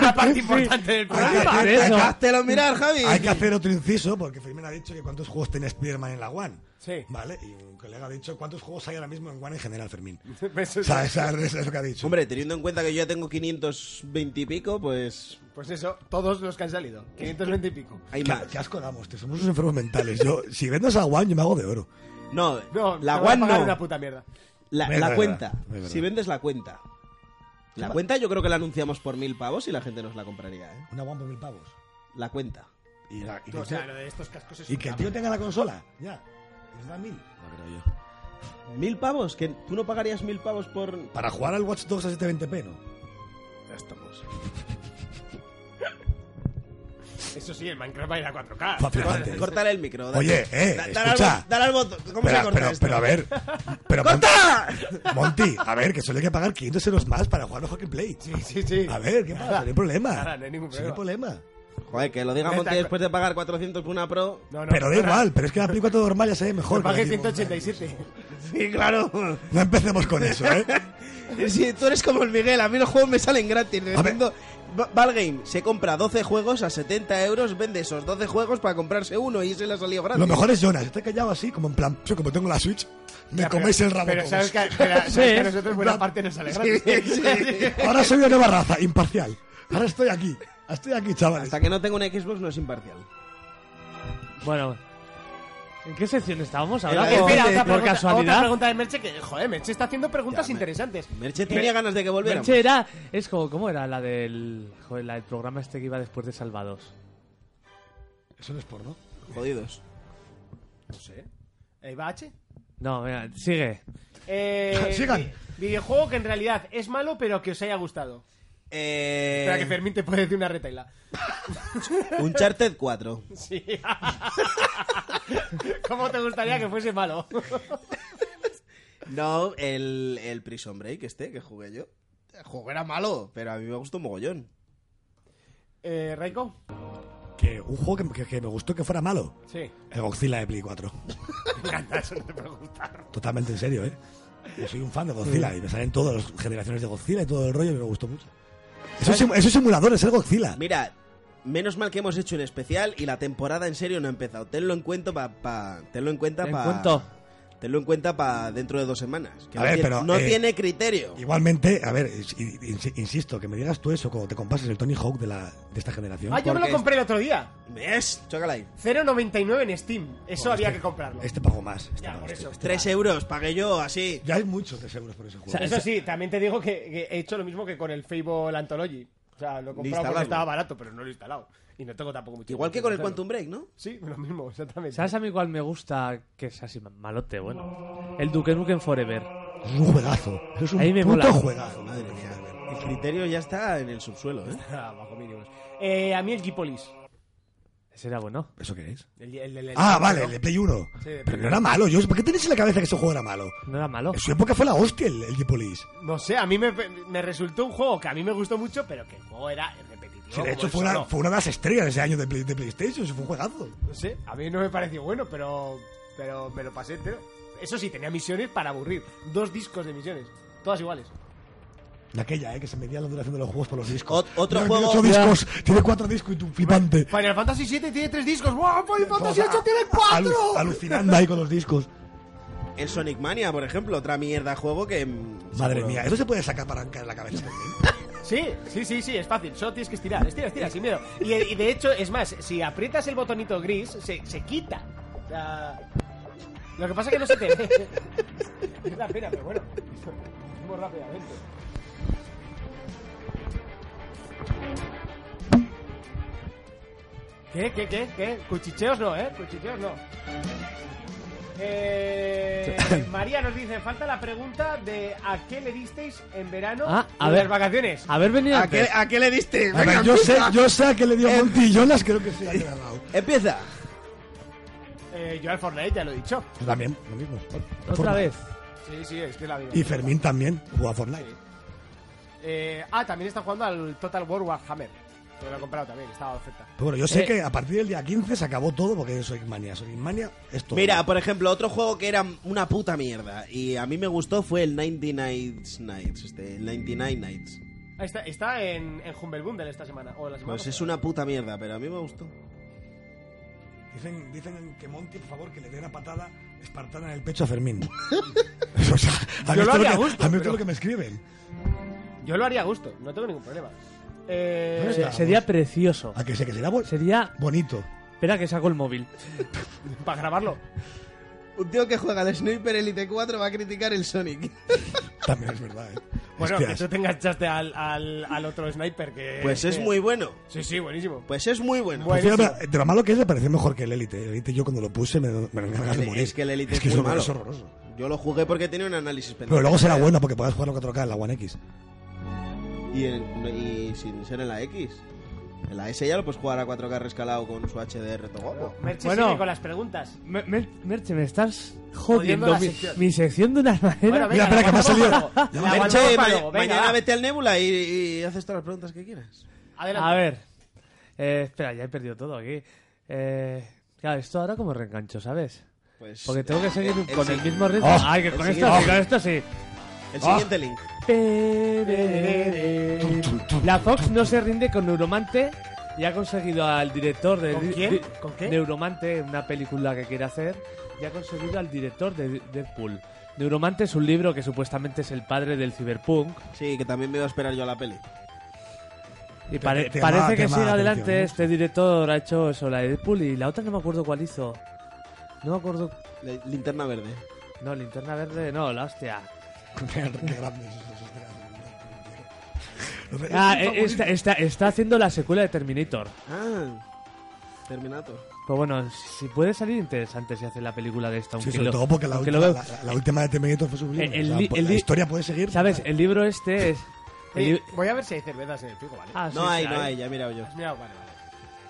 [SPEAKER 1] una parte importante del
[SPEAKER 2] Hay que-
[SPEAKER 1] programa.
[SPEAKER 2] hay que-
[SPEAKER 4] eso.
[SPEAKER 3] ¡Háztelo mirar, Javi!
[SPEAKER 2] Hay que hacer otro inciso porque Fermín ha dicho que cuántos juegos tiene Spider-Man en la One.
[SPEAKER 1] Sí.
[SPEAKER 2] Vale, y un colega ha dicho cuántos juegos hay ahora mismo en One en general, Fermín.
[SPEAKER 1] Eso
[SPEAKER 2] O
[SPEAKER 1] es-
[SPEAKER 2] sea, esa- eso es lo que ha dicho.
[SPEAKER 3] Hombre, teniendo en cuenta que yo ya tengo 520 y pico, pues
[SPEAKER 1] Pues eso, todos los que han salido. 520 y pico.
[SPEAKER 3] hay
[SPEAKER 2] Qué-
[SPEAKER 3] más.
[SPEAKER 2] qué asco damos, tío, somos unos enfermos mentales. Yo, si vendes a One, yo me hago de oro.
[SPEAKER 3] No,
[SPEAKER 1] No,
[SPEAKER 3] la
[SPEAKER 1] te voy a
[SPEAKER 3] One
[SPEAKER 1] pagar
[SPEAKER 3] no.
[SPEAKER 1] una puta mierda.
[SPEAKER 3] La,
[SPEAKER 2] Es
[SPEAKER 3] la
[SPEAKER 2] verdad,
[SPEAKER 3] cuenta.
[SPEAKER 2] es verdad.
[SPEAKER 3] Si vendes la cuenta. La cuenta yo creo que la anunciamos por mil pavos y la gente nos la compraría, ¿eh?
[SPEAKER 2] Una One por mil pavos.
[SPEAKER 3] La cuenta.
[SPEAKER 2] Y, la- y
[SPEAKER 1] O
[SPEAKER 2] que-
[SPEAKER 1] sea, lo de estos cascos es
[SPEAKER 2] y
[SPEAKER 1] una
[SPEAKER 2] que el tío
[SPEAKER 1] mierda.
[SPEAKER 2] tenga la consola. Ya. Y nos dan mil. No creo yo.
[SPEAKER 3] ¿Mil pavos? ¿Que ¿Tú no pagarías mil pavos por...?
[SPEAKER 2] Para jugar al Watch Dogs a 720p, ¿no?
[SPEAKER 3] Ya estamos.
[SPEAKER 1] Eso sí, el Minecraft va a ir a 4K.
[SPEAKER 2] Fue flipante.
[SPEAKER 3] Cortale el micro. dale.
[SPEAKER 2] Oye, eh,
[SPEAKER 3] Da- dale al
[SPEAKER 2] escucha.
[SPEAKER 3] bot- dale al botón. ¿Cómo
[SPEAKER 2] pero,
[SPEAKER 3] se corta
[SPEAKER 2] pero,
[SPEAKER 3] esto?
[SPEAKER 2] pero a ver. Pero Mon-
[SPEAKER 3] ¡Corta!
[SPEAKER 2] Monty, a ver, que solo hay que pagar 500 euros más para jugar mejor que Play.
[SPEAKER 1] Sí, sí, sí.
[SPEAKER 2] A ver, ¿qué pasa?
[SPEAKER 1] Nada.
[SPEAKER 2] No hay problema.
[SPEAKER 1] Nada, no hay ningún
[SPEAKER 2] Sí, no hay problema.
[SPEAKER 3] Joder, que lo diga Monte
[SPEAKER 1] Está-
[SPEAKER 3] después de pagar 400 por una Pro.
[SPEAKER 1] No, no,
[SPEAKER 2] pero da
[SPEAKER 1] no, no.
[SPEAKER 2] igual, pero es que la Play 4 normal ya se ve mejor.
[SPEAKER 1] Que pague
[SPEAKER 2] que la Xbox One.
[SPEAKER 1] 187.
[SPEAKER 3] Sí, claro.
[SPEAKER 2] No empecemos con eso, ¿eh?
[SPEAKER 3] Sí, tú eres como el Miguel, a mí los juegos me salen gratis.
[SPEAKER 2] A ver.
[SPEAKER 3] Nintendo- Va- Valgame se compra 12 juegos a 70 euros, vende esos 12 juegos para comprarse uno y se le ha salido gratis.
[SPEAKER 2] Lo mejor es Jonas, está callado así, como en plan, yo como tengo la Switch, me
[SPEAKER 1] Ya,
[SPEAKER 2] coméis
[SPEAKER 1] pero-
[SPEAKER 2] el rabo.
[SPEAKER 1] Pero
[SPEAKER 2] todos.
[SPEAKER 1] sabes que, pero sabes
[SPEAKER 4] Sí.
[SPEAKER 1] que a nosotros buena parte nos sale gratis.
[SPEAKER 2] Ahora soy una nueva raza, imparcial. Ahora estoy aquí, estoy aquí, chavales.
[SPEAKER 3] Hasta que no tenga una Xbox no es imparcial.
[SPEAKER 4] Bueno. ¿En qué sección estábamos
[SPEAKER 3] Eh,
[SPEAKER 4] ahora?
[SPEAKER 3] eh,
[SPEAKER 4] Por,
[SPEAKER 3] espera,
[SPEAKER 4] por
[SPEAKER 1] pregunta- otra
[SPEAKER 4] casualidad.
[SPEAKER 1] pregunta de Merche que, joder, Merche está haciendo preguntas
[SPEAKER 3] Ya, Mer-
[SPEAKER 1] interesantes.
[SPEAKER 3] Merche tenía ganas de que volviera.
[SPEAKER 4] Merche era. Es como. ¿Cómo era la del. Joder, la del programa este que iba después de Salvados?
[SPEAKER 2] Eso no es porno.
[SPEAKER 3] Jodidos.
[SPEAKER 1] No sé. Eh, ¿Va H?
[SPEAKER 4] No, venga, sigue.
[SPEAKER 1] Eh,
[SPEAKER 2] Sigan.
[SPEAKER 1] vi- Videojuego que en realidad es malo, pero que os haya gustado.
[SPEAKER 3] Eh,
[SPEAKER 1] Espera, que Fermín te puede decir una retaila.
[SPEAKER 3] Uncharted 4.
[SPEAKER 1] Sí. ¿Cómo te gustaría que fuese malo?
[SPEAKER 3] No, el, el Prison Break este que jugué yo. El juego era malo, pero a mí me gustó un mogollón.
[SPEAKER 1] Eh, ¿Raiko?
[SPEAKER 2] Que un juego que, que- que me gustó que fuera malo.
[SPEAKER 1] Sí.
[SPEAKER 2] El Godzilla de Play 4.
[SPEAKER 1] Eso no te puede gustar.
[SPEAKER 2] Totalmente en serio, ¿eh? Yo soy un fan de Godzilla y me salen todas las generaciones de Godzilla y todo el rollo y me gustó mucho. Esos, simu- esos simuladores, el Godzilla.
[SPEAKER 3] Mira, menos mal que hemos hecho un especial y la temporada en serio no ha empezado. Tenlo en cuenta para tenlo en cuenta
[SPEAKER 4] Ten
[SPEAKER 3] pa-
[SPEAKER 4] cuento.
[SPEAKER 3] Tenlo en cuenta para dentro de dos semanas. Que
[SPEAKER 2] A
[SPEAKER 3] no
[SPEAKER 2] ver,
[SPEAKER 3] tiene,
[SPEAKER 2] pero,
[SPEAKER 3] no
[SPEAKER 2] eh,
[SPEAKER 3] tiene criterio.
[SPEAKER 2] Igualmente, a ver, ins- ins- insisto, que me digas tú eso cuando te compases el Tony Hawk de, la, de esta generación.
[SPEAKER 1] Ah, yo me
[SPEAKER 3] Porque
[SPEAKER 1] lo
[SPEAKER 3] es-
[SPEAKER 1] compré el otro día.
[SPEAKER 3] ¿Ves? Chócala ahí.
[SPEAKER 1] 0.99 en Steam. Eso había que comprarlo.
[SPEAKER 2] Este pago más. Este
[SPEAKER 1] Ya,
[SPEAKER 2] pago
[SPEAKER 1] por
[SPEAKER 2] este-
[SPEAKER 1] eso.
[SPEAKER 2] este
[SPEAKER 3] Tres euros pagué yo así.
[SPEAKER 2] pago. Ya hay muchos 3 euros por ese juego.
[SPEAKER 4] O sea,
[SPEAKER 1] Eso sí, también te digo que, que he hecho lo mismo que con el Fable Anthology. O sea, lo he comprado
[SPEAKER 3] instalarlo.
[SPEAKER 1] porque estaba barato, pero no lo he instalado. Y no tengo tampoco mucho
[SPEAKER 3] Igual
[SPEAKER 1] tiempo
[SPEAKER 3] que con el
[SPEAKER 1] para
[SPEAKER 3] Quantum Break, ¿no?
[SPEAKER 1] hacerlo. Sí, lo mismo, exactamente.
[SPEAKER 4] ¿Sabes a mí cuál me gusta que es así malote? Bueno, el Duke Nukem Forever.
[SPEAKER 2] Es un juegazo. Es un
[SPEAKER 4] Ahí me
[SPEAKER 2] puto
[SPEAKER 4] mola.
[SPEAKER 2] juegazo. madre mía.
[SPEAKER 3] El criterio ya está en el subsuelo, ¿eh?
[SPEAKER 1] Ah, bajo mínimos. Eh, a mí el Kipolis.
[SPEAKER 4] Ese era bueno.
[SPEAKER 2] ¿Eso qué es?
[SPEAKER 1] El, el- el- el-
[SPEAKER 2] Ah, vale,
[SPEAKER 1] ¿no?
[SPEAKER 2] el de Play 1.
[SPEAKER 1] Sí, de Play
[SPEAKER 2] Pero no
[SPEAKER 1] uno.
[SPEAKER 2] era malo. Yo, ¿Por qué tenéis en la cabeza que ese juego era malo?
[SPEAKER 4] No era malo.
[SPEAKER 2] En su época fue la hostia el, el Deepolis.
[SPEAKER 1] No sé, a mí me, me resultó un juego que a mí me gustó mucho, pero que el juego era repetitivo. Pues
[SPEAKER 2] Sí, de
[SPEAKER 1] como
[SPEAKER 2] hecho,
[SPEAKER 1] el
[SPEAKER 2] fue una,
[SPEAKER 1] solo.
[SPEAKER 2] fue una de las estrellas de ese año de, Play- de PlayStation. Eso fue un juegazo.
[SPEAKER 1] No sé, a mí no me pareció bueno, pero, pero me lo pasé entero. Eso sí, tenía misiones para aburrir. Dos discos de misiones, todas iguales.
[SPEAKER 2] De aquella, ¿eh? Que se medía la duración de los juegos por los discos.
[SPEAKER 3] Ot- otro
[SPEAKER 2] Mira, tiene
[SPEAKER 3] juego-
[SPEAKER 2] ocho discos. Tiene cuatro discos y tú flipante.
[SPEAKER 1] Final Fantasy VII tiene tres discos. ¡Wow! Final Fantasy
[SPEAKER 2] Todos
[SPEAKER 1] VIII tiene
[SPEAKER 2] a-
[SPEAKER 1] cuatro.
[SPEAKER 2] alu- alucinando ahí con los discos.
[SPEAKER 3] El Sonic Mania, por ejemplo, otra mierda de juego que. mm,
[SPEAKER 2] Madre
[SPEAKER 3] seguro-
[SPEAKER 2] mía, eso se puede sacar para arrancar la cabeza.
[SPEAKER 1] Sí, sí, sí, sí, es fácil. Solo tienes que estirar, estira, estira, sin miedo. Y, y de hecho, es más, si aprietas el botonito gris, se, se quita. O sea, lo que pasa es que no se te ve. Es la pena, pero bueno. Vamos rápidamente. ¿Qué, qué, qué, qué? Cuchicheos no, ¿eh? Cuchicheos no. Eh, María nos dice, falta la pregunta de ¿a qué le disteis en verano
[SPEAKER 4] Ah, a
[SPEAKER 1] en
[SPEAKER 4] ver.
[SPEAKER 1] las vacaciones?
[SPEAKER 4] Haber venido
[SPEAKER 3] ¿A qué,
[SPEAKER 4] antes.
[SPEAKER 3] a qué le diste?
[SPEAKER 2] A ver,
[SPEAKER 3] Venga, pues,
[SPEAKER 2] yo sé,
[SPEAKER 3] empieza.
[SPEAKER 2] yo sé a qué le dio
[SPEAKER 1] Em-
[SPEAKER 2] Montillonas, creo que sí. ha grabado.
[SPEAKER 3] Empieza.
[SPEAKER 1] Eh, yo al Fortnite, ya lo he dicho.
[SPEAKER 2] Yo también, lo mismo.
[SPEAKER 4] Otra
[SPEAKER 2] Fortnite.
[SPEAKER 4] vez.
[SPEAKER 1] Sí, sí, es que es la vida.
[SPEAKER 2] Y Fermín también jugó a Fortnite.
[SPEAKER 1] Eh, ah, también está jugando al Total War Warhammer. Que me lo he comprado también, estaba de oferta.
[SPEAKER 2] Pero bueno, yo sé
[SPEAKER 4] Eh.
[SPEAKER 2] que a partir del día 15 se acabó todo porque soy mania. Soy mania, es todo.
[SPEAKER 3] Mira, por ejemplo, otro juego que era una puta mierda y a mí me gustó fue el 99 Nights, este, el 99 Nights.
[SPEAKER 1] Ah, Está, está en, en Humble Bundle esta semana. O la semana
[SPEAKER 3] Pues es
[SPEAKER 1] pasada.
[SPEAKER 3] una puta mierda, pero a mí me gustó.
[SPEAKER 2] Dicen, dicen que Monty, por favor, que le dé una patada espartana en el pecho a Fermín. O sea, a mí
[SPEAKER 1] Yo lo
[SPEAKER 2] esto es
[SPEAKER 1] haría
[SPEAKER 2] que-
[SPEAKER 1] a gusto,
[SPEAKER 2] a mí esto
[SPEAKER 1] pero-
[SPEAKER 2] es lo que me escriben.
[SPEAKER 1] Yo lo haría a gusto, no tengo ningún problema. Eh,
[SPEAKER 2] ¿Dónde está?
[SPEAKER 4] Sería precioso.
[SPEAKER 2] A que sé que será bo-
[SPEAKER 4] Sería.
[SPEAKER 2] bonito.
[SPEAKER 4] Espera que saco el móvil.
[SPEAKER 1] para grabarlo.
[SPEAKER 3] Un tío que juega al Sniper Elite 4 va a criticar el Sonic.
[SPEAKER 2] También es verdad, ¿eh?
[SPEAKER 1] Bueno,
[SPEAKER 2] Hostias.
[SPEAKER 1] que tú te enganchaste al, al, al otro sniper que...
[SPEAKER 3] Pues es
[SPEAKER 1] que-
[SPEAKER 3] muy bueno.
[SPEAKER 1] Sí, sí, buenísimo.
[SPEAKER 3] Pues es muy bueno.
[SPEAKER 1] Bueno,
[SPEAKER 2] Pues fíjate, de lo malo que es, me pareció mejor que el Elite. El Elite yo cuando lo puse me, me me ganas de morir.
[SPEAKER 3] Es que el Elite es muy
[SPEAKER 2] horror-
[SPEAKER 3] malo.
[SPEAKER 2] es horroroso.
[SPEAKER 3] Yo lo jugué porque tenía un análisis pendiente.
[SPEAKER 2] Pero luego será bueno porque podrás jugarlo 4K en la One X.
[SPEAKER 3] Y, en- y sin ser en la X. En la S ya lo puedes jugar a 4K rescalado con su HDR todo guapo.
[SPEAKER 1] Merche
[SPEAKER 4] Bueno.
[SPEAKER 1] sigue con las preguntas.
[SPEAKER 4] Me- Mer- Merche, me estás
[SPEAKER 1] Jodiendo
[SPEAKER 4] jodiendo
[SPEAKER 1] la
[SPEAKER 4] mi,
[SPEAKER 1] sección.
[SPEAKER 4] mi sección de una manera.
[SPEAKER 1] Bueno, venga,
[SPEAKER 2] espera, que me ha salido.
[SPEAKER 1] La aguantamos
[SPEAKER 3] Merche,
[SPEAKER 1] para
[SPEAKER 3] ma-
[SPEAKER 1] luego, venga,
[SPEAKER 3] mañana
[SPEAKER 1] va.
[SPEAKER 3] vete al Nebula y, y haces todas las preguntas que quieras.
[SPEAKER 1] Adelante.
[SPEAKER 4] A ver. Eh, espera, ya he perdido todo aquí. Eh, claro, esto ahora como reengancho, ¿sabes?
[SPEAKER 3] Pues,
[SPEAKER 4] Porque tengo que seguir
[SPEAKER 3] el-
[SPEAKER 1] Eh,
[SPEAKER 3] el
[SPEAKER 4] con el
[SPEAKER 3] sí.
[SPEAKER 4] mismo ritmo.
[SPEAKER 2] Oh,
[SPEAKER 4] Ay, que con
[SPEAKER 3] el
[SPEAKER 4] esto
[SPEAKER 3] siguiente.
[SPEAKER 4] sí, con esto sí.
[SPEAKER 3] El siguiente
[SPEAKER 2] Ah.
[SPEAKER 3] link.
[SPEAKER 4] La Fox no se rinde con Neuromante y ha conseguido al director de.
[SPEAKER 1] ¿Con quién?
[SPEAKER 4] de-
[SPEAKER 1] ¿Con qué?
[SPEAKER 4] Neuromante, una película que quiere hacer, y ha conseguido al director de Deadpool. Neuromante es un libro que supuestamente es el padre del cyberpunk
[SPEAKER 3] Sí, que también me iba a esperar yo a la peli.
[SPEAKER 4] y pare-
[SPEAKER 2] te- te
[SPEAKER 4] parece
[SPEAKER 2] llama-
[SPEAKER 4] que
[SPEAKER 2] te llama
[SPEAKER 4] sigue
[SPEAKER 2] la
[SPEAKER 4] adelante.
[SPEAKER 2] atención, ¿no?
[SPEAKER 4] Este director ha hecho eso, la de Deadpool y la otra no me acuerdo cuál hizo. No me acuerdo.
[SPEAKER 3] La linterna verde.
[SPEAKER 4] No, Linterna Verde, no, la hostia.
[SPEAKER 2] Qué grandes esos, esos, esos, esos.
[SPEAKER 4] Ah, eh, está, está- está haciendo la secuela de Terminator.
[SPEAKER 3] Ah, Terminator.
[SPEAKER 4] Pues bueno, si puede salir interesante si hace la película de esta.
[SPEAKER 2] Sí,
[SPEAKER 4] Aunque
[SPEAKER 2] sobre
[SPEAKER 4] lo-
[SPEAKER 2] todo porque la
[SPEAKER 4] aunque
[SPEAKER 2] última,
[SPEAKER 4] lo veo-
[SPEAKER 2] la, la- la última de Terminator fue sublime.
[SPEAKER 4] El- el
[SPEAKER 2] O sea,
[SPEAKER 4] li-
[SPEAKER 2] pues
[SPEAKER 4] el
[SPEAKER 2] la
[SPEAKER 4] li-
[SPEAKER 2] historia puede seguir.
[SPEAKER 4] ¿Sabes? El libro este es... el
[SPEAKER 1] Eh,
[SPEAKER 4] li-
[SPEAKER 1] voy a ver si hay cervezas en el pico, ¿vale?
[SPEAKER 4] Ah, sí,
[SPEAKER 3] No
[SPEAKER 4] sí,
[SPEAKER 3] hay, no hay, ya he mirado yo.
[SPEAKER 1] Has mirado, vale, vale.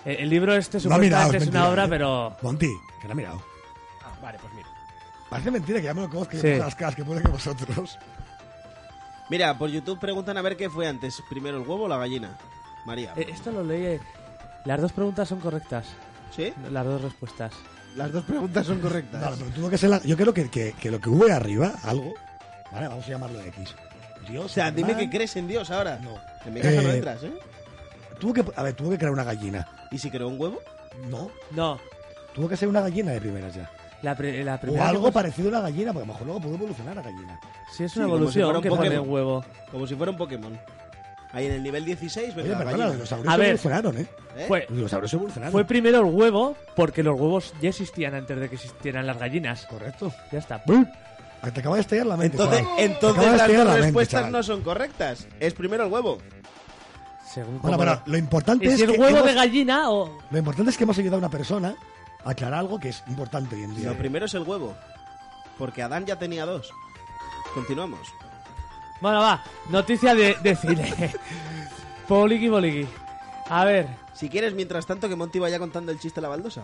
[SPEAKER 4] El, el libro este
[SPEAKER 2] No ha
[SPEAKER 4] supuestamente
[SPEAKER 2] mirado,
[SPEAKER 4] es
[SPEAKER 2] mentira,
[SPEAKER 4] una obra,
[SPEAKER 2] ¿eh?
[SPEAKER 4] pero...
[SPEAKER 2] Monty, que no ha mirado.
[SPEAKER 1] Ah, vale, pues mira.
[SPEAKER 2] Parece mentira que ya me lo conozco y
[SPEAKER 4] Sí.
[SPEAKER 2] me pongo las caras que pone que vosotros.
[SPEAKER 3] Mira, por YouTube preguntan a ver qué fue antes. Primero el huevo o la gallina. María.
[SPEAKER 4] eh, esto lo leí... eh, Las dos preguntas son correctas.
[SPEAKER 3] ¿Sí?
[SPEAKER 4] Las dos respuestas.
[SPEAKER 3] Las dos preguntas son correctas.
[SPEAKER 2] Vale, pero tuvo que ser la- Yo creo que, que, que lo que hubo arriba, algo. Vale, vamos a llamarlo X. Dios,
[SPEAKER 3] O sea, dime que
[SPEAKER 2] crees.
[SPEAKER 3] crees en Dios ahora.
[SPEAKER 2] No.
[SPEAKER 3] En mi casa no
[SPEAKER 2] Eh,
[SPEAKER 3] entras, ¿eh?
[SPEAKER 2] Tuvo que, a ver, tuvo que crear una gallina.
[SPEAKER 3] ¿Y si creo un huevo?
[SPEAKER 2] No,
[SPEAKER 4] No,
[SPEAKER 2] tuvo que ser una gallina de primeras ya.
[SPEAKER 4] la, pri- la
[SPEAKER 2] O
[SPEAKER 4] primera... que
[SPEAKER 2] algo
[SPEAKER 4] pos-
[SPEAKER 2] parecido a una gallina, porque a lo mejor luego pudo evolucionar la gallina.
[SPEAKER 4] Sí, es una
[SPEAKER 3] Sí, como si
[SPEAKER 4] evolución
[SPEAKER 3] fuera un
[SPEAKER 4] que pone
[SPEAKER 3] Pokémon.
[SPEAKER 4] un huevo.
[SPEAKER 3] Como si fuera un Pokémon. Ahí en el nivel 16,
[SPEAKER 2] Oye,
[SPEAKER 3] venga, la
[SPEAKER 2] perdona, los
[SPEAKER 3] gallina.
[SPEAKER 2] dinosaurios
[SPEAKER 4] A ver.
[SPEAKER 2] evolucionaron, ¿eh?
[SPEAKER 3] ¿Eh?
[SPEAKER 4] Fue,
[SPEAKER 2] Los dinosaurios evolucionaron.
[SPEAKER 4] fue primero el huevo, porque los huevos ya existían antes de que existieran las gallinas.
[SPEAKER 2] Correcto.
[SPEAKER 4] Ya está.
[SPEAKER 2] Ah, Te acaba de estallar la mente.
[SPEAKER 3] Entonces, eh,
[SPEAKER 2] chaval.
[SPEAKER 3] entonces
[SPEAKER 2] Acabas de
[SPEAKER 3] las
[SPEAKER 2] pegar
[SPEAKER 3] dos
[SPEAKER 2] la mente,
[SPEAKER 3] respuestas
[SPEAKER 2] chaval.
[SPEAKER 3] no son correctas. Es primero el huevo.
[SPEAKER 4] Según
[SPEAKER 2] Bueno,
[SPEAKER 4] cómo-
[SPEAKER 2] bueno, lo importante
[SPEAKER 4] ¿Y
[SPEAKER 2] es
[SPEAKER 4] si el
[SPEAKER 2] que
[SPEAKER 4] huevo
[SPEAKER 2] hemos-
[SPEAKER 4] de gallina o...?
[SPEAKER 2] Lo importante es que hemos ayudado a una persona a aclarar algo que es importante hoy en día.
[SPEAKER 3] Lo primero es el huevo. Porque Adán ya tenía dos. Continuamos.
[SPEAKER 4] Bueno, va, noticia de, de cine. Poliki, poliki. A ver,
[SPEAKER 3] Si quieres, mientras tanto, que Monty vaya contando el chiste a la baldosa.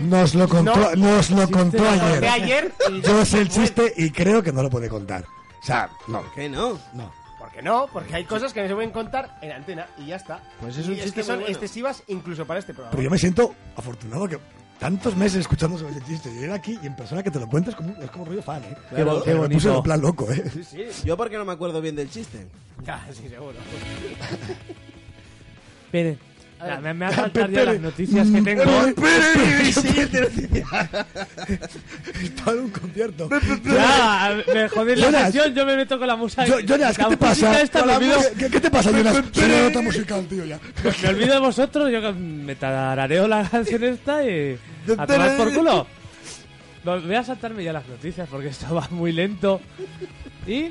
[SPEAKER 2] Nos lo contó, nos lo contó
[SPEAKER 1] De
[SPEAKER 2] ayer.
[SPEAKER 1] ayer y...
[SPEAKER 2] Yo sé el chiste y creo que no lo puede contar. O sea, no,
[SPEAKER 3] ¿Qué no?
[SPEAKER 2] no.
[SPEAKER 1] ¿Por qué no? Porque hay cosas que no se pueden contar en antena y ya está.
[SPEAKER 3] Pues es un
[SPEAKER 1] Y
[SPEAKER 3] chiste
[SPEAKER 1] que son
[SPEAKER 3] muy bueno.
[SPEAKER 1] excesivas incluso para este programa.
[SPEAKER 2] Pero yo me siento afortunado que tantos meses escuchando sobre ese chiste, llegar aquí y en persona que te lo cuentes como, es como rollo fan, ¿eh?
[SPEAKER 4] Qué bo- qué
[SPEAKER 2] Me puse
[SPEAKER 4] bonito.
[SPEAKER 2] en plan loco, ¿eh?
[SPEAKER 1] Sí, sí.
[SPEAKER 3] Yo porque no me acuerdo bien del chiste.
[SPEAKER 1] Casi seguro.
[SPEAKER 4] espere. Ya, me, me ha faltado ya
[SPEAKER 2] Espere.
[SPEAKER 4] las noticias que tengo.
[SPEAKER 3] Siguiente noticia.
[SPEAKER 2] Estaba en un concierto.
[SPEAKER 4] Ya, me jodéis la
[SPEAKER 2] Jonas.
[SPEAKER 4] sesión, yo me meto con la música.
[SPEAKER 2] Yo- Jonas, ¿qué
[SPEAKER 4] La
[SPEAKER 2] te pasa?
[SPEAKER 4] música esta
[SPEAKER 2] Con
[SPEAKER 4] me
[SPEAKER 2] la
[SPEAKER 4] olvido,
[SPEAKER 2] música- ¿Qué, qué te pasa, Jonas? Soy una nota musical, tío, ya.
[SPEAKER 4] me olvido de vosotros, yo me tarareo la canción esta y... A tomar por culo. No, Voy a saltarme ya las noticias porque esto va muy lento. Y...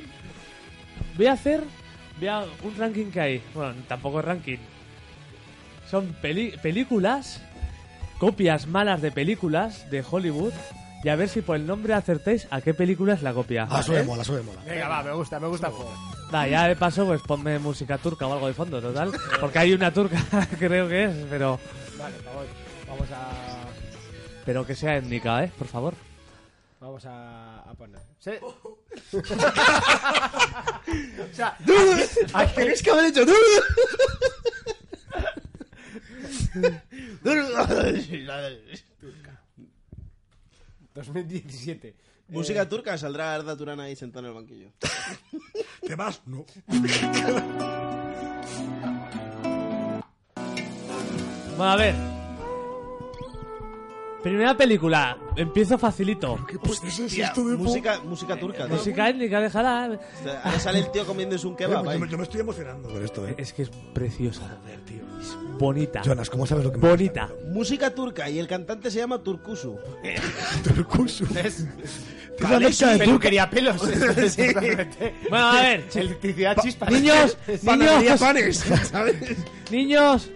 [SPEAKER 4] Voy a hacer... Voy a un ranking que hay. Bueno, tampoco es ranking. Son peli- películas, copias malas de películas de Hollywood y a ver si por el nombre acertéis a qué película es la copia.
[SPEAKER 2] Ah, sube mola, sube mola.
[SPEAKER 1] Venga, va, me gusta, me gusta el juego.
[SPEAKER 4] Da, ya de paso, pues ponme música turca o algo de fondo, total. Porque hay una turca, creo que es, pero.
[SPEAKER 1] Vale, vamos, vamos a.
[SPEAKER 4] Pero que sea étnica, ¿eh? Por favor.
[SPEAKER 1] Vamos a, a poner. Se- o sea,
[SPEAKER 3] Tenéis que haber hecho.
[SPEAKER 1] aquí, 2017.
[SPEAKER 3] Música turca saldrá Arda Turán ahí sentado en el banquillo.
[SPEAKER 2] ¿Te vas? No.
[SPEAKER 4] Bueno, a ver. Primera película. Empiezo facilito.
[SPEAKER 2] ¿Qué pues, es esto de
[SPEAKER 3] Música, música turca. tío.
[SPEAKER 4] Música étnica, déjala.
[SPEAKER 3] Ahora sale el tío comiéndose un
[SPEAKER 2] Eh, Yo
[SPEAKER 3] kebab.
[SPEAKER 2] me,
[SPEAKER 3] ahí.
[SPEAKER 2] yo me- yo me estoy emocionando con esto, eh.
[SPEAKER 4] Es que es preciosa. Es bonita.
[SPEAKER 2] Jonas, ¿cómo sabes lo que me
[SPEAKER 4] Bonita.
[SPEAKER 3] Música turca y el cantante se llama Turkusu.
[SPEAKER 2] Turcusu.
[SPEAKER 1] Es
[SPEAKER 2] Tiene una mezcla de turca.
[SPEAKER 1] peluquería pelos.
[SPEAKER 3] Sí.
[SPEAKER 4] Bueno, a ver.
[SPEAKER 1] Electricidad chispa.
[SPEAKER 4] Niños,
[SPEAKER 3] Panadería
[SPEAKER 4] niños,
[SPEAKER 3] panes, ¿sabes?
[SPEAKER 4] niños.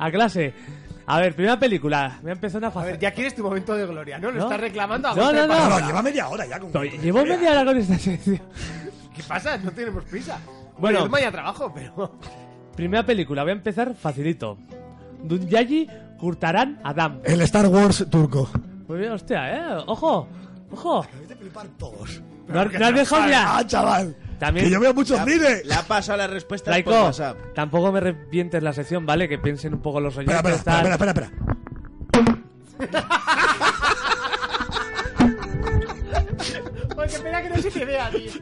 [SPEAKER 4] A clase. A ver, primera película. Me ha empezado una
[SPEAKER 1] A ver,
[SPEAKER 4] fácil.
[SPEAKER 1] ya quieres tu momento de gloria, ¿no? Lo
[SPEAKER 4] No.
[SPEAKER 1] estás reclamando a
[SPEAKER 4] No,
[SPEAKER 1] golpe de
[SPEAKER 4] no, no.
[SPEAKER 2] No,
[SPEAKER 1] palabra.
[SPEAKER 2] no, Ah, lleva media hora ya con.
[SPEAKER 4] Estoy- Llevo media hora con esta sección.
[SPEAKER 1] ¿Qué pasa? No tenemos prisa.
[SPEAKER 4] Bueno.
[SPEAKER 1] Bueno, mañana trabajo, pero.
[SPEAKER 4] Primera película. Voy a empezar facilito. Dunyayi Kurtaran Adam.
[SPEAKER 2] El Star Wars turco.
[SPEAKER 4] Muy bien, hostia, eh. Ojo. Ojo.
[SPEAKER 2] Me de flipar todos.
[SPEAKER 4] No, has- no has dejado ya.
[SPEAKER 2] Ah, chaval.
[SPEAKER 4] También-
[SPEAKER 2] Que yo veo muchos cines.
[SPEAKER 3] Le ha pasado la respuesta por
[SPEAKER 4] Laiko,
[SPEAKER 3] WhatsApp.
[SPEAKER 4] tampoco me revientes la sección, ¿vale? Que piensen un poco los oyentes.
[SPEAKER 2] Espera, espera, espera,
[SPEAKER 4] tal.
[SPEAKER 2] espera, espera, espera.
[SPEAKER 1] Porque espera que no se te vea, tío.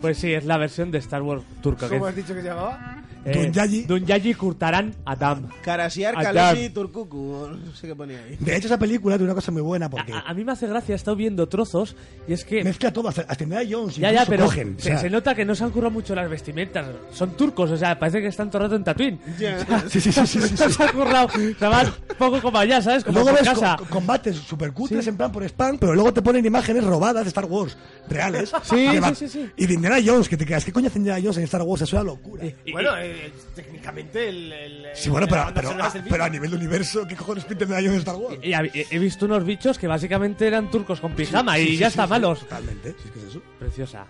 [SPEAKER 4] Pues sí, es la versión de Star Wars turca.
[SPEAKER 1] ¿Cómo
[SPEAKER 4] Que, eh,
[SPEAKER 1] has dicho que se llamaba?
[SPEAKER 2] Dunyayi.
[SPEAKER 4] Dunyayi Kurtaran Adam.
[SPEAKER 3] Karasiar,
[SPEAKER 4] Adam.
[SPEAKER 3] Kalusi, Turkuku. No sé qué ponía ahí.
[SPEAKER 2] De hecho, esa película tiene una cosa muy buena porque
[SPEAKER 4] A, a mí me hace gracia, he estado viendo trozos y es que...
[SPEAKER 2] mezcla todo, hasta, hasta Indiana Jones.
[SPEAKER 4] ah, Ya, ya,
[SPEAKER 2] incluso
[SPEAKER 4] pero
[SPEAKER 2] cogen, o
[SPEAKER 4] se,
[SPEAKER 2] sea,
[SPEAKER 4] se nota que no se han currado mucho las vestimentas. Son turcos, o sea, parece que están todo el rato en Tatooine. O sea,
[SPEAKER 2] Sí, sí, sí, sí, sí,
[SPEAKER 4] no
[SPEAKER 2] sí.
[SPEAKER 4] se han currado, chaval, poco como allá, ¿sabes? Como
[SPEAKER 2] Luego
[SPEAKER 4] en
[SPEAKER 2] ves
[SPEAKER 4] casa.
[SPEAKER 2] co- combates super cutres en plan por spam, pero luego te ponen imágenes robadas de Star Wars, reales.
[SPEAKER 4] Sí,
[SPEAKER 2] Además,
[SPEAKER 4] sí, sí, sí.
[SPEAKER 2] Y de Indiana Jones, que te quedas, ¿qué coño hace Indiana Jones en Star Wars? Es una locura.
[SPEAKER 4] Y-
[SPEAKER 1] Bueno, eh, técnicamente el. el-
[SPEAKER 2] sí,
[SPEAKER 1] la
[SPEAKER 2] bueno,
[SPEAKER 4] Eh,
[SPEAKER 2] pero,
[SPEAKER 1] banda
[SPEAKER 2] pero,
[SPEAKER 1] sonora
[SPEAKER 2] ah,
[SPEAKER 1] es el mismo.
[SPEAKER 2] pero a nivel de universo, ¿qué cojones pinta Indiana Jones en Star Wars?
[SPEAKER 4] y- y hab- he, he visto unos bichos que básicamente eran turcos con pijama y ya está, malos.
[SPEAKER 2] Totalmente, si es que es eso.
[SPEAKER 4] Preciosa.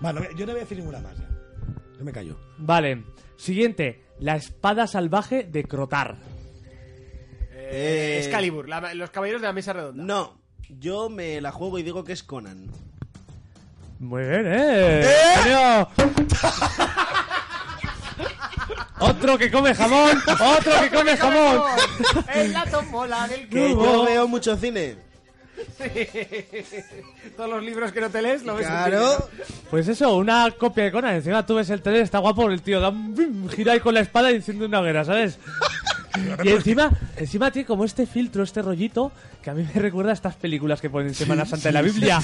[SPEAKER 2] Vale, yo no voy a decir ninguna más ya. Yo me callo.
[SPEAKER 4] Vale, siguiente. La espada salvaje de Crotar.
[SPEAKER 1] Eh,
[SPEAKER 3] Eh,
[SPEAKER 1] Excalibur, la- los caballeros de la mesa redonda.
[SPEAKER 3] No, yo me la juego y digo que es Conan.
[SPEAKER 4] Muy bien, ¿eh? Antonio. otro que come jamón, otro que come jamón.
[SPEAKER 1] Es la tombola del
[SPEAKER 3] Que
[SPEAKER 1] cubo.
[SPEAKER 3] yo veo mucho cine.
[SPEAKER 1] Todos los libros que no te lees lo ves. en
[SPEAKER 3] Claro.
[SPEAKER 4] Pues eso, una copia de Conan. Encima tú ves el tele, está guapo el tío. Da un bim, gira ahí con la espada y enciende una hoguera, ¿sabes? Y encima, encima tiene como este filtro, este rollito, que a mí me recuerda a estas películas que ponen Semana Santa en la Biblia.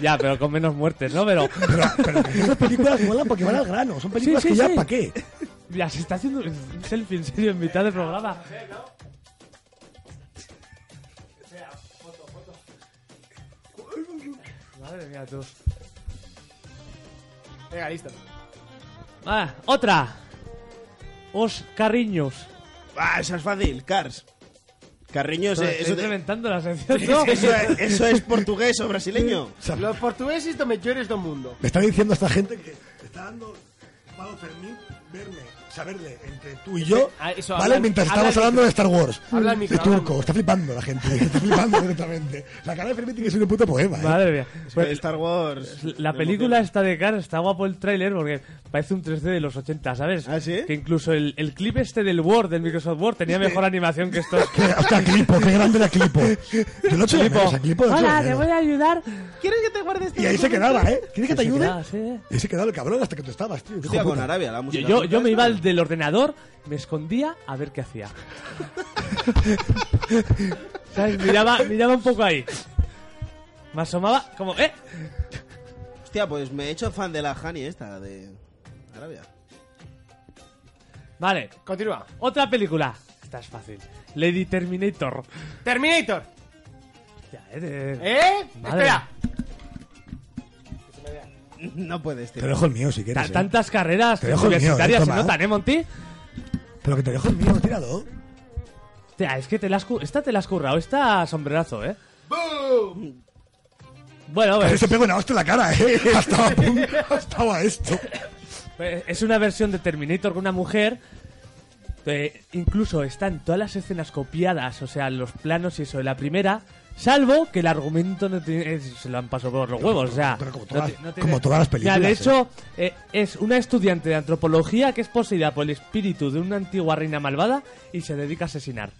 [SPEAKER 4] Ya, pero con menos muertes, ¿no? Pero
[SPEAKER 2] Pero, pero esas películas molan porque van al grano. Son películas
[SPEAKER 4] Sí, sí,
[SPEAKER 2] que ya,
[SPEAKER 4] sí.
[SPEAKER 2] ¿para qué?
[SPEAKER 4] Ya, se está haciendo un selfie en serio en mitad del programa. Madre mía, tú.
[SPEAKER 1] Venga, listo.
[SPEAKER 4] Ah, otra. Os cariños.
[SPEAKER 3] Ah, esa es fácil. Cars. Carriño,
[SPEAKER 4] Estoy
[SPEAKER 3] ese- eso, te-
[SPEAKER 4] reventando la sección, ¿no?
[SPEAKER 3] eso es, eso es portugués o brasileño.
[SPEAKER 2] O sea,
[SPEAKER 1] Los portugueses tomechores del mundo.
[SPEAKER 2] Me está diciendo esta gente que está dando Pablo Fermín verme, o sea, verle entre tú y yo,
[SPEAKER 1] Ah, eso,
[SPEAKER 2] ¿vale?
[SPEAKER 1] habla al-
[SPEAKER 2] Mientras
[SPEAKER 1] habla
[SPEAKER 2] estamos
[SPEAKER 1] al
[SPEAKER 2] hablando
[SPEAKER 1] micro.
[SPEAKER 2] de Star Wars.
[SPEAKER 1] Habla al micro,
[SPEAKER 2] de
[SPEAKER 1] habla al
[SPEAKER 2] turco,
[SPEAKER 1] micro.
[SPEAKER 2] está flipando la gente, está flipando directamente. La cara de Fermín tiene que ser un puto poema, ¿eh?
[SPEAKER 4] Madre mía. Pues,
[SPEAKER 3] Star Wars.
[SPEAKER 4] la
[SPEAKER 3] me
[SPEAKER 4] película
[SPEAKER 3] emociona.
[SPEAKER 4] está de cara, está guapo el tráiler porque parece un 3D de los 80, ¿sabes?
[SPEAKER 3] ¿Ah, sí?
[SPEAKER 4] Que incluso el, el clip este del Word, del Microsoft Word, tenía mejor animación que estos.
[SPEAKER 2] Qué- Hostia, Clipo, qué grande era Clipo. Yo lo echo de
[SPEAKER 3] Pues
[SPEAKER 2] menos, a Clipo lo echo de
[SPEAKER 4] Hola, te
[SPEAKER 2] menos.
[SPEAKER 4] voy a ayudar.
[SPEAKER 3] ¿Quieres que te guardes
[SPEAKER 2] Y ahí se quedaba, ¿eh? ¿Quieres que te ayude?
[SPEAKER 4] Ah, sí.
[SPEAKER 2] Y se quedaba el cabrón hasta que tú estabas, tío.
[SPEAKER 3] Hostia,
[SPEAKER 2] Hijo
[SPEAKER 3] con
[SPEAKER 2] puta.
[SPEAKER 3] Arabia, la
[SPEAKER 4] Yo,
[SPEAKER 3] música.
[SPEAKER 4] yo,
[SPEAKER 3] turca
[SPEAKER 4] yo
[SPEAKER 3] esta.
[SPEAKER 4] me iba al del ordenador, me escondía a ver qué hacía. ¿Sabes? Miraba, miraba un poco ahí. Me asomaba como, ¡eh!
[SPEAKER 3] Hostia, pues me he hecho fan de la Hani esta de Arabia.
[SPEAKER 4] Vale,
[SPEAKER 1] Continúa.
[SPEAKER 4] otra película. Esta es fácil. Lady Terminator.
[SPEAKER 1] Terminator.
[SPEAKER 4] Ya, eh, de-
[SPEAKER 1] ¿Eh?
[SPEAKER 4] Madre.
[SPEAKER 1] Espera.
[SPEAKER 3] No puedes,
[SPEAKER 2] Te
[SPEAKER 3] tío.
[SPEAKER 2] dejo el mío si
[SPEAKER 4] ta-
[SPEAKER 2] quieres. ¿eh?
[SPEAKER 4] tantas carreras
[SPEAKER 2] Te dejo el mío,
[SPEAKER 4] universitarias
[SPEAKER 2] eh,
[SPEAKER 4] se
[SPEAKER 2] toma.
[SPEAKER 4] notan, ¿eh, Monty?
[SPEAKER 2] Pero que te dejo el mío, tíralo.
[SPEAKER 4] Hostia, es que te la has, cu- esta te la has currado, esta sombrerazo, ¿eh? Bueno,
[SPEAKER 2] Casi
[SPEAKER 4] pues,
[SPEAKER 2] se pega una hostia en la cara, ¿eh? Hasta a pun- hasta a esto.
[SPEAKER 4] pues, es una versión de Terminator con una mujer. Eh, incluso están todas las escenas copiadas, o sea, los planos y eso de la primera, salvo que el argumento no tiene, es- se lo han pasado por los huevos, o sea,
[SPEAKER 2] Pero como
[SPEAKER 4] no
[SPEAKER 2] todas-
[SPEAKER 4] ti- no tiene-
[SPEAKER 2] como todas las
[SPEAKER 4] Ya,
[SPEAKER 2] películas.
[SPEAKER 4] de
[SPEAKER 2] ¿eh?
[SPEAKER 4] hecho, eh, es una estudiante de antropología que es poseída por el espíritu de una antigua reina malvada y se dedica a asesinar.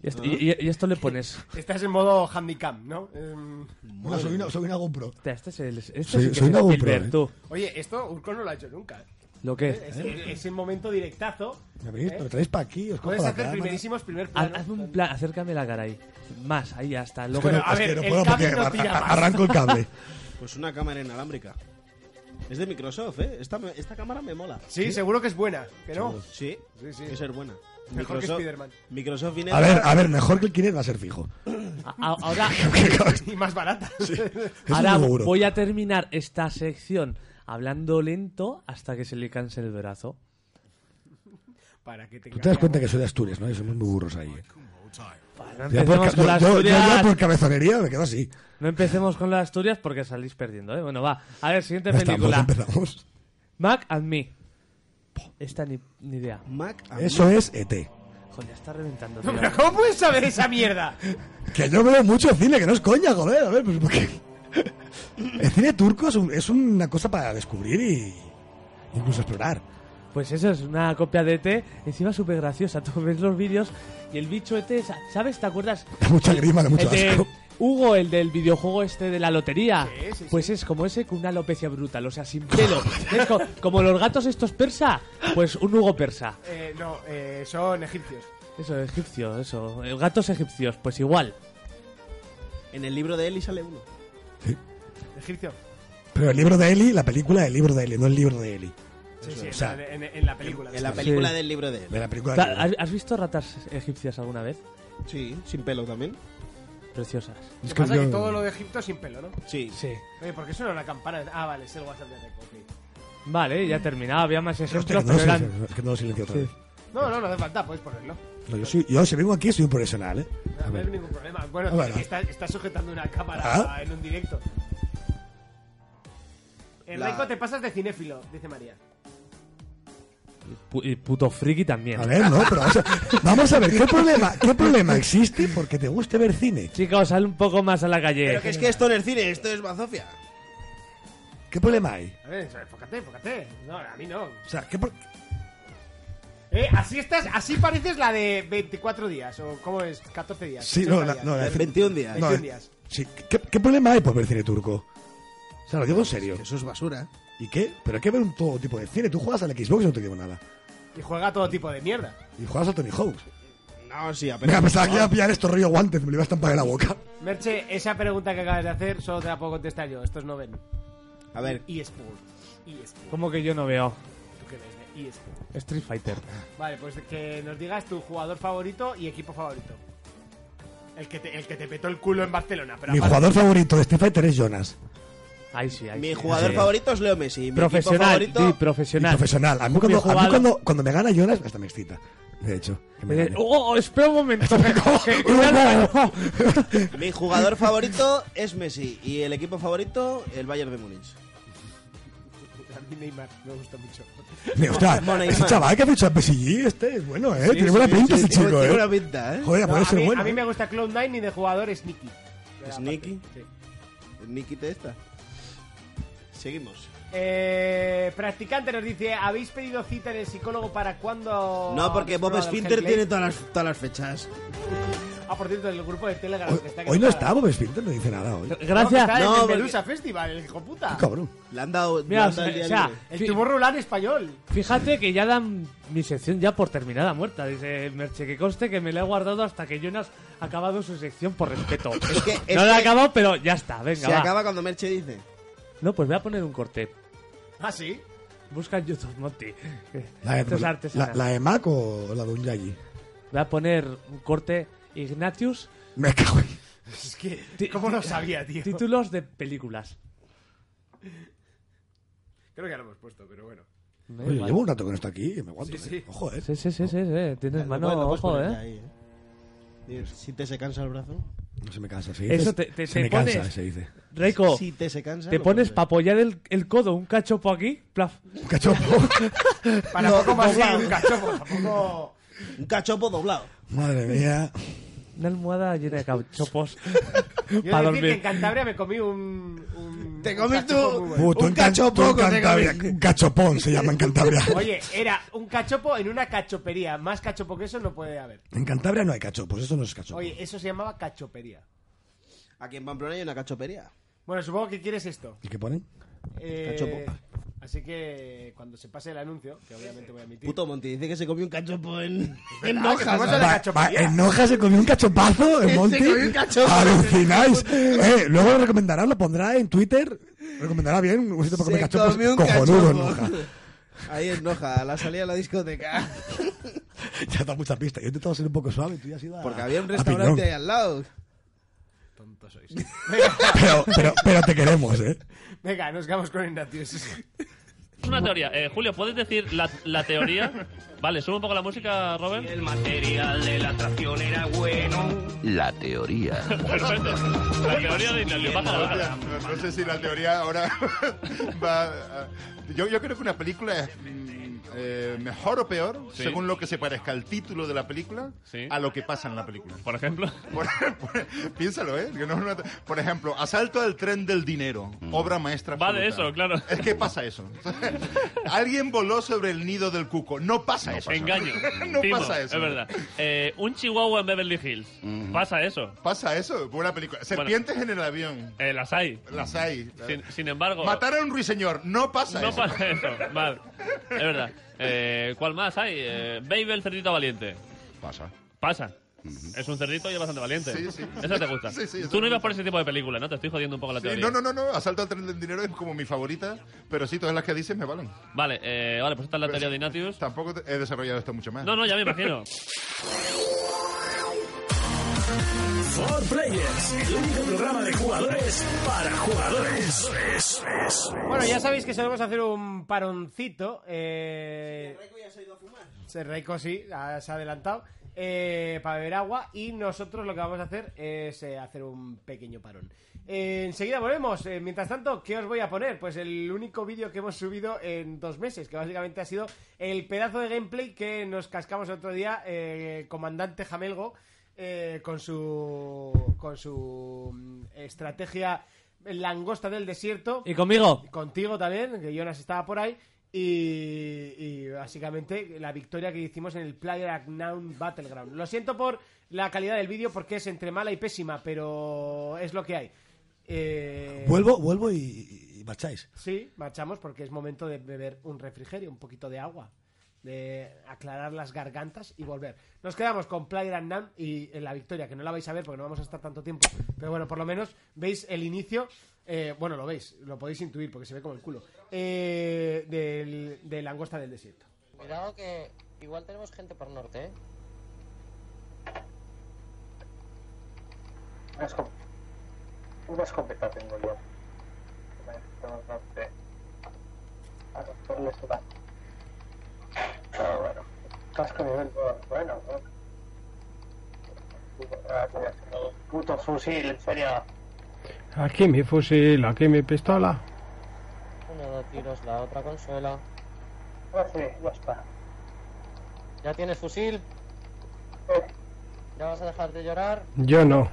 [SPEAKER 4] Y esto, y- y- y esto le pones.
[SPEAKER 1] Estás en modo handicap, ¿no? Em,
[SPEAKER 2] Una- soy, una, soy una GoPro.
[SPEAKER 4] Hostia, Este es el. Este
[SPEAKER 2] Soy-
[SPEAKER 4] sí que
[SPEAKER 2] soy
[SPEAKER 4] es
[SPEAKER 2] una GoPro,
[SPEAKER 4] Spielberg,
[SPEAKER 2] eh.
[SPEAKER 4] tú.
[SPEAKER 1] Oye, esto Urco no lo ha hecho nunca. ¿eh?
[SPEAKER 4] Lo que
[SPEAKER 1] Es, es el momento directazo.
[SPEAKER 2] ¿Me venís?
[SPEAKER 1] ¿eh?
[SPEAKER 2] ¿Me traéis para aquí? Os cojo
[SPEAKER 1] Puedes
[SPEAKER 2] la
[SPEAKER 1] hacer
[SPEAKER 2] cámara.
[SPEAKER 1] primerísimos primer
[SPEAKER 4] Ha-
[SPEAKER 1] plano.
[SPEAKER 4] Hazme un plan, acércame la cara ahí. Más, ahí ya está. Luego,
[SPEAKER 1] Bueno, a
[SPEAKER 2] es que
[SPEAKER 1] ver,
[SPEAKER 2] no
[SPEAKER 1] el
[SPEAKER 2] puedo porque
[SPEAKER 1] cable no
[SPEAKER 2] ar-
[SPEAKER 1] tira
[SPEAKER 2] ar-
[SPEAKER 1] más.
[SPEAKER 2] arranco el cable.
[SPEAKER 3] Pues una cámara inalámbrica. Es de Microsoft, ¿eh? Esta, me- esta cámara me mola.
[SPEAKER 1] Sí, seguro que es buena, que no.
[SPEAKER 3] Sí,
[SPEAKER 1] Sí, sí.
[SPEAKER 3] Hay que ser buena.
[SPEAKER 1] Mejor que Spiderman.
[SPEAKER 3] Microsoft viene
[SPEAKER 2] A ver, a ver, mejor que el Kinect va a ser fijo.
[SPEAKER 4] a- a- ahora,
[SPEAKER 1] Y más barata.
[SPEAKER 2] Eso
[SPEAKER 4] ahora
[SPEAKER 2] es seguro.
[SPEAKER 4] voy a terminar esta sección hablando lento hasta que se le canse el brazo.
[SPEAKER 1] Para que te
[SPEAKER 2] Tú te das cuenta que soy de Asturias, ¿no? Y somos muy burros ahí. ¿eh?
[SPEAKER 4] Bueno,
[SPEAKER 2] Yo por,
[SPEAKER 4] empecemos
[SPEAKER 2] ca-
[SPEAKER 4] con
[SPEAKER 2] yo-
[SPEAKER 4] las
[SPEAKER 2] yo- yo ya
[SPEAKER 4] Asturias.
[SPEAKER 2] por cabezonería me quedo así.
[SPEAKER 4] No empecemos con las Asturias porque salís perdiendo, ¿eh? Bueno, va. A ver, siguiente
[SPEAKER 2] Ya estamos,
[SPEAKER 4] película.
[SPEAKER 2] empezamos.
[SPEAKER 4] Mac and Me. Esta ni, ni idea.
[SPEAKER 3] Mac
[SPEAKER 1] Ah.
[SPEAKER 3] a
[SPEAKER 2] Eso es E ET.
[SPEAKER 4] Joder, está reventando, tío.
[SPEAKER 1] No, pero ¿cómo puedes saber esa mierda?
[SPEAKER 2] Que yo veo mucho cine, que no es coña, joder. A ver, pues porque... El cine turco es, un- es una cosa para descubrir y incluso explorar.
[SPEAKER 4] Pues eso es una copia de ET, encima súper graciosa. Tú ves los vídeos y el bicho ET, sa- ¿sabes? ¿Te acuerdas?
[SPEAKER 2] Da mucha
[SPEAKER 4] El-
[SPEAKER 2] grima, da mucho
[SPEAKER 4] el de
[SPEAKER 2] asco.
[SPEAKER 4] Hugo, el del videojuego este de la lotería. pues es como ese con una alopecia brutal, o sea, sin pelo. Es co- como los gatos estos persa, pues un Hugo persa.
[SPEAKER 1] Eh, no, eh, son egipcios.
[SPEAKER 4] Eso, egipcio, eso. Eh, Gatos egipcios, pues igual.
[SPEAKER 3] En el libro de Eli sale uno.
[SPEAKER 1] Egipcio.
[SPEAKER 2] Pero el libro de Eli, la película del libro de Eli, no el libro de Eli.
[SPEAKER 1] Sí, sí,
[SPEAKER 2] O
[SPEAKER 1] en
[SPEAKER 2] sea,
[SPEAKER 1] la- en, en la película.
[SPEAKER 3] En la
[SPEAKER 1] Sí.
[SPEAKER 3] película
[SPEAKER 4] Sí.
[SPEAKER 3] del libro de Eli.
[SPEAKER 2] De la película del libro.
[SPEAKER 4] ¿Has has visto ratas egipcias alguna vez?
[SPEAKER 3] Sí, sin pelo también.
[SPEAKER 4] Preciosas.
[SPEAKER 1] Lo que
[SPEAKER 2] Es que
[SPEAKER 1] pasa es que
[SPEAKER 2] yo-
[SPEAKER 1] todo lo de Egipto es sin pelo, ¿no?
[SPEAKER 3] Sí.
[SPEAKER 4] Sí.
[SPEAKER 1] Oye, ¿por qué suena una campana? Ah, vale, es el WhatsApp de Reco, ok.
[SPEAKER 4] Vale, ya terminaba, había más
[SPEAKER 2] Hostia,
[SPEAKER 4] ejemplos,
[SPEAKER 2] que no lo
[SPEAKER 4] pero eran...
[SPEAKER 2] silencio- es que no lo silencio otra vez.
[SPEAKER 1] No, no, no hace falta, puedes ponerlo.
[SPEAKER 2] No, yo, soy- yo si vengo aquí soy un profesional, ¿eh?
[SPEAKER 1] No,
[SPEAKER 2] A
[SPEAKER 1] no hay
[SPEAKER 2] ver.
[SPEAKER 1] ningún problema. Bueno,
[SPEAKER 2] Ah, bueno.
[SPEAKER 1] Está, está sujetando una cámara
[SPEAKER 2] Ah.
[SPEAKER 1] en un directo.
[SPEAKER 3] La-
[SPEAKER 1] Enrico, te pasas de cinéfilo, dice María.
[SPEAKER 2] eh.
[SPEAKER 4] Pu- y puto friki también.
[SPEAKER 2] A ver, no, pero vamos a, vamos a ver, ¿qué problema, ¿qué problema existe porque te guste ver cine?
[SPEAKER 4] Chicos, sal un poco más a la calle.
[SPEAKER 3] Pero que es que esto en el cine, esto es bazofia.
[SPEAKER 2] ¿Qué problema hay?
[SPEAKER 1] A ver, enfócate, enfócate. No, a mí no.
[SPEAKER 2] O sea, ¿qué pro-
[SPEAKER 1] Eh, así estás, así pareces la de 24 días, o ¿cómo es? 14 días.
[SPEAKER 2] Sí,
[SPEAKER 1] 80
[SPEAKER 2] no, la-
[SPEAKER 1] días.
[SPEAKER 2] no, la-
[SPEAKER 3] 21 días.
[SPEAKER 2] no, eh,
[SPEAKER 1] 21 Eh, días.
[SPEAKER 2] sí, ¿qué, qué problema hay por ver cine turco? O sea, lo digo en serio.
[SPEAKER 3] Eso es basura.
[SPEAKER 2] ¿Y qué? Pero hay que ver un todo tipo de cine. Tú juegas al Xbox y no te digo nada.
[SPEAKER 1] Y juega todo tipo de mierda.
[SPEAKER 2] Y juegas a Tony Hawks.
[SPEAKER 3] No, sí,
[SPEAKER 2] Venga, pues,
[SPEAKER 3] apenas.
[SPEAKER 2] pensaba que iba a pillar esto rollo guantes, me lo iba a estampar en la boca.
[SPEAKER 1] Merche, esa pregunta que acabas de hacer solo te la puedo contestar yo. Estos no ven.
[SPEAKER 3] A ver,
[SPEAKER 1] eSport. eSport.
[SPEAKER 4] Como que yo no veo
[SPEAKER 1] ¿Tú qué ves de eSport?
[SPEAKER 4] Street Fighter.
[SPEAKER 1] Vale, pues que nos digas tu jugador favorito y equipo favorito. El que te, el que te petó el culo en Barcelona. Pero
[SPEAKER 2] Mi
[SPEAKER 1] aparte-
[SPEAKER 2] jugador favorito de Street Fighter es Jonas.
[SPEAKER 4] Ahí sí, ahí
[SPEAKER 3] mi
[SPEAKER 4] sí.
[SPEAKER 3] jugador
[SPEAKER 4] Sí.
[SPEAKER 3] favorito es Leo Messi. Mi
[SPEAKER 4] Profesional,
[SPEAKER 3] equipo
[SPEAKER 4] di,
[SPEAKER 3] favorito...
[SPEAKER 2] Y
[SPEAKER 4] profesional.
[SPEAKER 2] profesional. A mí, cuando, a mí
[SPEAKER 4] jugador-
[SPEAKER 2] cuando, cuando me gana Jonas, hasta me excita. De hecho. que me
[SPEAKER 4] Eh,
[SPEAKER 2] gane.
[SPEAKER 4] oh, oh, espera un momento. que- que- que-
[SPEAKER 3] Mi jugador favorito es Messi. Y el equipo favorito, el Bayern de Múnich.
[SPEAKER 1] A mí Neymar me gusta mucho.
[SPEAKER 2] Me gusta.
[SPEAKER 3] Mona y
[SPEAKER 2] Ese
[SPEAKER 3] Mona.
[SPEAKER 2] chaval que ha fichado a PSG, este es bueno, ¿eh? tiene buena
[SPEAKER 3] Sí,
[SPEAKER 2] pinta
[SPEAKER 3] sí,
[SPEAKER 2] este
[SPEAKER 3] tiene-
[SPEAKER 2] chico,
[SPEAKER 3] tiene
[SPEAKER 2] ¿eh?
[SPEAKER 3] buena pinta, ¿eh?
[SPEAKER 2] Joder,
[SPEAKER 1] No,
[SPEAKER 2] puede
[SPEAKER 1] a,
[SPEAKER 2] ser
[SPEAKER 1] mí,
[SPEAKER 2] bueno.
[SPEAKER 1] a mí me
[SPEAKER 2] ¿eh?
[SPEAKER 1] gusta Cloud9 y de jugador es Nicky.
[SPEAKER 3] ¿Sneaky?
[SPEAKER 1] Sí.
[SPEAKER 3] Nicky Testa. Seguimos.
[SPEAKER 1] Eh, practicante nos dice, ¿habéis pedido cita en el psicólogo para cuando...
[SPEAKER 3] No, porque Bob Spinter tiene todas las, todas las fechas.
[SPEAKER 1] Ah, por cierto, el grupo de Telegram
[SPEAKER 2] Hoy,
[SPEAKER 1] que está... que
[SPEAKER 2] hoy no
[SPEAKER 1] para.
[SPEAKER 2] está Bob Spinter, no dice nada hoy.
[SPEAKER 1] No,
[SPEAKER 4] Gracias.
[SPEAKER 1] que está
[SPEAKER 3] No,
[SPEAKER 1] en
[SPEAKER 3] porque-
[SPEAKER 1] el Medusa Festival, el hijo puta.
[SPEAKER 2] Cabrón.
[SPEAKER 3] Le han dado. le
[SPEAKER 4] Mira,
[SPEAKER 3] han
[SPEAKER 4] o sea,
[SPEAKER 3] dado el día
[SPEAKER 4] o sea,
[SPEAKER 3] libre.
[SPEAKER 1] El tumor rural español.
[SPEAKER 4] fíjate que ya dan mi sección ya por terminada muerta. Dice Merche, que conste que me la he guardado hasta que Jonas ha acabado su sección por respeto.
[SPEAKER 3] Es que- es
[SPEAKER 4] no la ha
[SPEAKER 3] que-
[SPEAKER 4] acabado, pero ya está, venga,
[SPEAKER 3] Se
[SPEAKER 4] va.
[SPEAKER 3] acaba cuando Merche dice.
[SPEAKER 4] No, pues voy a poner un corte.
[SPEAKER 1] Ah, sí.
[SPEAKER 4] Busca en YouTube, Monty.
[SPEAKER 2] La de,
[SPEAKER 4] Esto es
[SPEAKER 2] la,
[SPEAKER 4] artesanal.
[SPEAKER 2] la de Mac o la de un Yagi.
[SPEAKER 4] Voy a poner un corte Ignatius,
[SPEAKER 2] Me cago en.
[SPEAKER 1] Es que...
[SPEAKER 4] Ti-
[SPEAKER 1] ¿Cómo lo sabía, tío?
[SPEAKER 4] títulos de películas.
[SPEAKER 1] Creo que ya lo hemos puesto, pero bueno.
[SPEAKER 4] Me da
[SPEAKER 2] Oye,
[SPEAKER 4] igual.
[SPEAKER 2] llevo un rato que no está aquí y me aguanto.
[SPEAKER 1] Sí, sí.
[SPEAKER 2] ¿eh? Ojo, ¿eh?
[SPEAKER 4] Sí, sí, sí, sí, sí. Tienes
[SPEAKER 3] Lo
[SPEAKER 4] mano,
[SPEAKER 3] puedes-
[SPEAKER 7] pues
[SPEAKER 3] lo puedes
[SPEAKER 4] ojo,
[SPEAKER 3] poner
[SPEAKER 4] eh.
[SPEAKER 3] ahí,
[SPEAKER 9] Si te se cansa el brazo.
[SPEAKER 2] No se me cansa, se dice.
[SPEAKER 10] Eso te- te-
[SPEAKER 2] se
[SPEAKER 10] te
[SPEAKER 2] me
[SPEAKER 10] pones-
[SPEAKER 2] cansa, se dice.
[SPEAKER 4] Oh.
[SPEAKER 10] Reiko,
[SPEAKER 9] Si te se cansa.
[SPEAKER 10] te
[SPEAKER 9] lo
[SPEAKER 10] pones
[SPEAKER 9] pones.
[SPEAKER 10] para apoyar el, el codo, un cachopo aquí, plaf.
[SPEAKER 2] Un cachopo.
[SPEAKER 1] Para poco más sí, un cachopo, tampoco.
[SPEAKER 9] Un cachopo doblado.
[SPEAKER 2] Madre mía.
[SPEAKER 10] Una almohada llena de cachopos
[SPEAKER 1] Yo
[SPEAKER 10] para
[SPEAKER 1] he de decir que en
[SPEAKER 10] dormir.
[SPEAKER 1] Cantabria me comí un. un
[SPEAKER 9] Te
[SPEAKER 1] un
[SPEAKER 9] comes tú
[SPEAKER 1] cachopo muy bueno.
[SPEAKER 2] Puto,
[SPEAKER 9] Un
[SPEAKER 2] en Can-
[SPEAKER 9] cachopo
[SPEAKER 2] tú en
[SPEAKER 9] que se
[SPEAKER 2] Cantabria.
[SPEAKER 9] come.
[SPEAKER 2] Un cachopón se llama en Cantabria.
[SPEAKER 1] Oye, era un cachopo en una cachopería. Más cachopo que eso no puede haber.
[SPEAKER 2] En Cantabria no hay cachopos, eso no es cachopo.
[SPEAKER 1] Oye, eso se llamaba cachopería.
[SPEAKER 3] Aquí en Pamplona hay una cachopería.
[SPEAKER 1] Bueno, supongo que quieres esto.
[SPEAKER 2] ¿Y qué ponen?
[SPEAKER 1] Eh, así que cuando se pase el anuncio, que obviamente voy a emitir.
[SPEAKER 3] Puto Monty dice que se comió un cachopo en,
[SPEAKER 1] Ah,
[SPEAKER 3] en
[SPEAKER 1] que
[SPEAKER 3] Noja.
[SPEAKER 1] fuimos a la
[SPEAKER 2] Va-
[SPEAKER 1] cachopería.
[SPEAKER 2] va- en Noja se comió un cachopazo, en Monty.
[SPEAKER 3] comió un cachopo.
[SPEAKER 2] Alucináis. Eh, luego lo recomendará, lo pondrá en Twitter. Recomendará bien un sitio para comer
[SPEAKER 3] Se
[SPEAKER 4] pues,
[SPEAKER 2] cachopos.
[SPEAKER 3] comió un
[SPEAKER 2] cojonudo en
[SPEAKER 3] cachopo.
[SPEAKER 2] Noja.
[SPEAKER 3] Ahí en Noja, a la salida de la discoteca.
[SPEAKER 2] Ya da mucha pista. Yo he intentado ser un poco suave, tú ya has ido a-
[SPEAKER 3] Porque había
[SPEAKER 4] Ah,
[SPEAKER 3] un
[SPEAKER 2] a
[SPEAKER 3] restaurante ahí
[SPEAKER 2] piñón.
[SPEAKER 3] al lado.
[SPEAKER 1] Tonto pues sois.
[SPEAKER 2] Pero, pero, pero te queremos, ¿eh?
[SPEAKER 1] Venga, nos quedamos con Ignatius.
[SPEAKER 11] Una teoría. Eh, Julio, ¿puedes decir la, la teoría? Vale, sube un poco la música, Robert.
[SPEAKER 4] El material de la atracción era bueno.
[SPEAKER 7] La teoría.
[SPEAKER 11] Perfecto. La teoría de Ignacio. Baja la baja.
[SPEAKER 7] No, no sé si la teoría ahora va. a- Yo, yo creo que una película es mm, eh, mejor o peor
[SPEAKER 11] Sí.
[SPEAKER 7] según lo que se parezca el título de la película
[SPEAKER 11] Sí.
[SPEAKER 7] a lo que pasa en la película.
[SPEAKER 11] Por ejemplo.
[SPEAKER 7] Por- por- piénsalo, ¿eh? Que no es una- por ejemplo, Asalto al tren del dinero, obra maestra.
[SPEAKER 11] Mm. Va de
[SPEAKER 7] absoluta.
[SPEAKER 11] eso, claro.
[SPEAKER 7] Es que pasa eso. Alguien voló sobre el nido del cuco. No pasa eso.
[SPEAKER 11] Engaño.
[SPEAKER 7] no
[SPEAKER 11] Timo,
[SPEAKER 7] pasa eso. Mm.
[SPEAKER 11] Es verdad. Eh, un chihuahua en Beverly Hills. Pasa eso.
[SPEAKER 7] Pasa eso, buena película. Serpientes en el avión.
[SPEAKER 11] Eh, las hay.
[SPEAKER 7] Las hay.
[SPEAKER 11] Sin, sin embargo.
[SPEAKER 7] Matar a un ruiseñor, no pasa
[SPEAKER 11] no
[SPEAKER 7] eso.
[SPEAKER 11] pasa eso. Vale. Es verdad. Eh, ¿Cuál más hay? Eh, Baby el cerdito valiente.
[SPEAKER 7] Pasa.
[SPEAKER 11] Pasa. Es un cerdito y es bastante valiente.
[SPEAKER 7] Sí, sí.
[SPEAKER 11] Esa te gusta.
[SPEAKER 7] Sí, sí, esa
[SPEAKER 11] Tú no
[SPEAKER 7] me
[SPEAKER 11] ibas
[SPEAKER 7] gusta.
[SPEAKER 11] por ese tipo de película, ¿no? Te estoy jodiendo un poco la
[SPEAKER 7] Sí,
[SPEAKER 11] teoría.
[SPEAKER 7] no, no, no, no. Asalto al tren del dinero es como mi favorita, pero sí, todas las que dices me valen.
[SPEAKER 11] Vale, eh, vale, pues esta es la
[SPEAKER 7] Pero
[SPEAKER 11] teoría de Ignatius.
[SPEAKER 7] Tampoco te- he desarrollado esto mucho más.
[SPEAKER 11] No, no, ya me imagino.
[SPEAKER 12] For Players, el único programa de jugadores para jugadores. Es- es-
[SPEAKER 1] Bueno, ya sabéis que solemos hacer un paroncito. Eh... Sí, Reiko sí, ha- se ha adelantado. eh, para beber agua. Y nosotros lo que vamos a hacer es eh, hacer un pequeño parón. Eh, enseguida volvemos. Eh, mientras tanto, ¿qué os voy a poner? Pues el único vídeo que hemos subido en dos meses, que básicamente ha sido el pedazo de gameplay que nos cascamos el otro día, eh, comandante Jamelgo. eh, con su con su mm, estrategia langosta del desierto
[SPEAKER 10] Y conmigo,
[SPEAKER 1] contigo también, que Jonas estaba por ahí. Y, y básicamente la victoria que hicimos en el Player Unknown Battleground. Lo siento por la calidad del vídeo porque es entre mala y pésima, pero es lo que hay. Eh,
[SPEAKER 2] Vuelvo, vuelvo y, y marcháis.
[SPEAKER 1] Sí, marchamos porque es momento de beber un refrigerio, un poquito de agua, de aclarar las gargantas y volver. Nos quedamos con Player Unknown y en la victoria, que no la vais a ver porque no vamos a estar tanto tiempo. Pero bueno, por lo menos veis el inicio. eh, bueno, lo veis, lo podéis intuir porque se ve como el culo. eh, del, de Langosta del Desierto.
[SPEAKER 4] Cuidado que igual tenemos gente por norte, ¿eh? Una escopeta tengo yo. A ver, por dónde se va. Ah, bueno. Casco nivel dos, bueno, bueno. Ah, mira, Puto fusil, en serio.
[SPEAKER 13] Aquí mi fusil, aquí mi pistola.
[SPEAKER 4] Uno da tiros, la otra consuela. Ah, sí, ya está. ¿Ya tienes fusil? ¿Ya vas a dejar de llorar?
[SPEAKER 13] Yo no.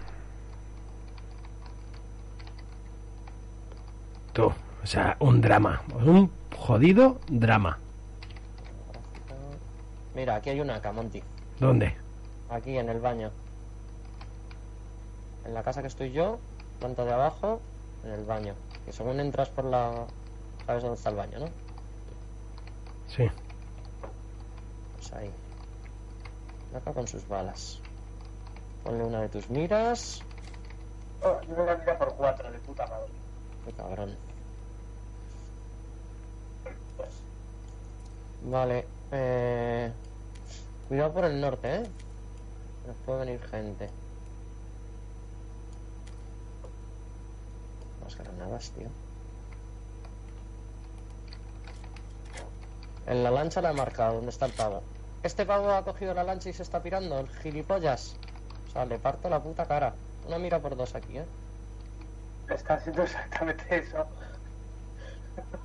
[SPEAKER 13] Tú, o sea, un drama, un jodido drama.
[SPEAKER 4] Mira, aquí hay una acá, Monty.
[SPEAKER 13] ¿Dónde?
[SPEAKER 4] Aquí en el baño. En la casa que estoy yo, planta de abajo, en el baño. Que según entras por la. Sabes dónde está el baño, ¿no?
[SPEAKER 13] Sí.
[SPEAKER 4] Pues ahí. Acá con sus balas. Ponle una de tus miras. Oh, yo voy a mirar por cuatro, de puta madre. Qué cabrón. Vale, eh. Cuidado por el norte, eh. Que Nos puede venir gente. Más granadas, tío. En la lancha la he marcado, donde está el pavo. Este pavo ha cogido la lancha y se está pirando, el gilipollas. sea, le parto la puta cara. Una mira por dos aquí, ¿eh?
[SPEAKER 14] Está haciendo exactamente eso.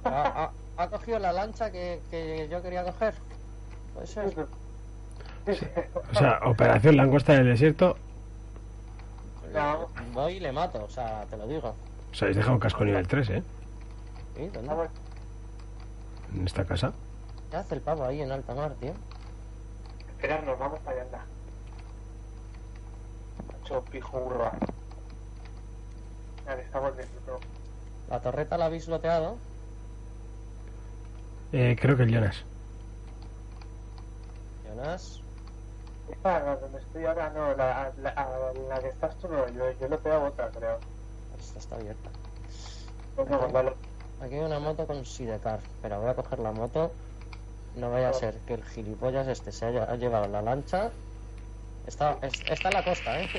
[SPEAKER 4] Ha, ha- ha cogido la lancha que, que yo quería coger. Puede ser.
[SPEAKER 1] O sea, Operación Langosta del Desierto.
[SPEAKER 4] Voy y le mato, o sea, te lo digo.
[SPEAKER 1] Os habéis dejado un casco nivel 3, ¿eh?
[SPEAKER 4] ¿Sí?
[SPEAKER 14] Ah,
[SPEAKER 4] ¿Dónde?
[SPEAKER 1] En esta casa.
[SPEAKER 4] ¿Qué hace el pavo ahí en alta mar, tío?
[SPEAKER 14] Esperarnos, vamos para allá, anda. Macho pijurra. Vale, estamos dentro.
[SPEAKER 4] La torreta la habéis loteado.
[SPEAKER 1] Eh, creo que el Jonas.
[SPEAKER 4] Jonas.
[SPEAKER 14] Esta, la Ah, donde estoy ahora, no, la, la, la, la que estás tú, no, yo, yo le pego otra, creo.
[SPEAKER 4] Esta está abierta.
[SPEAKER 14] No, no, vale.
[SPEAKER 4] Aquí hay una moto con sidecar, pero voy a coger la moto. No vaya a ser que el gilipollas este se haya ha llevado la lancha. Está, es- está en la costa, ¿eh?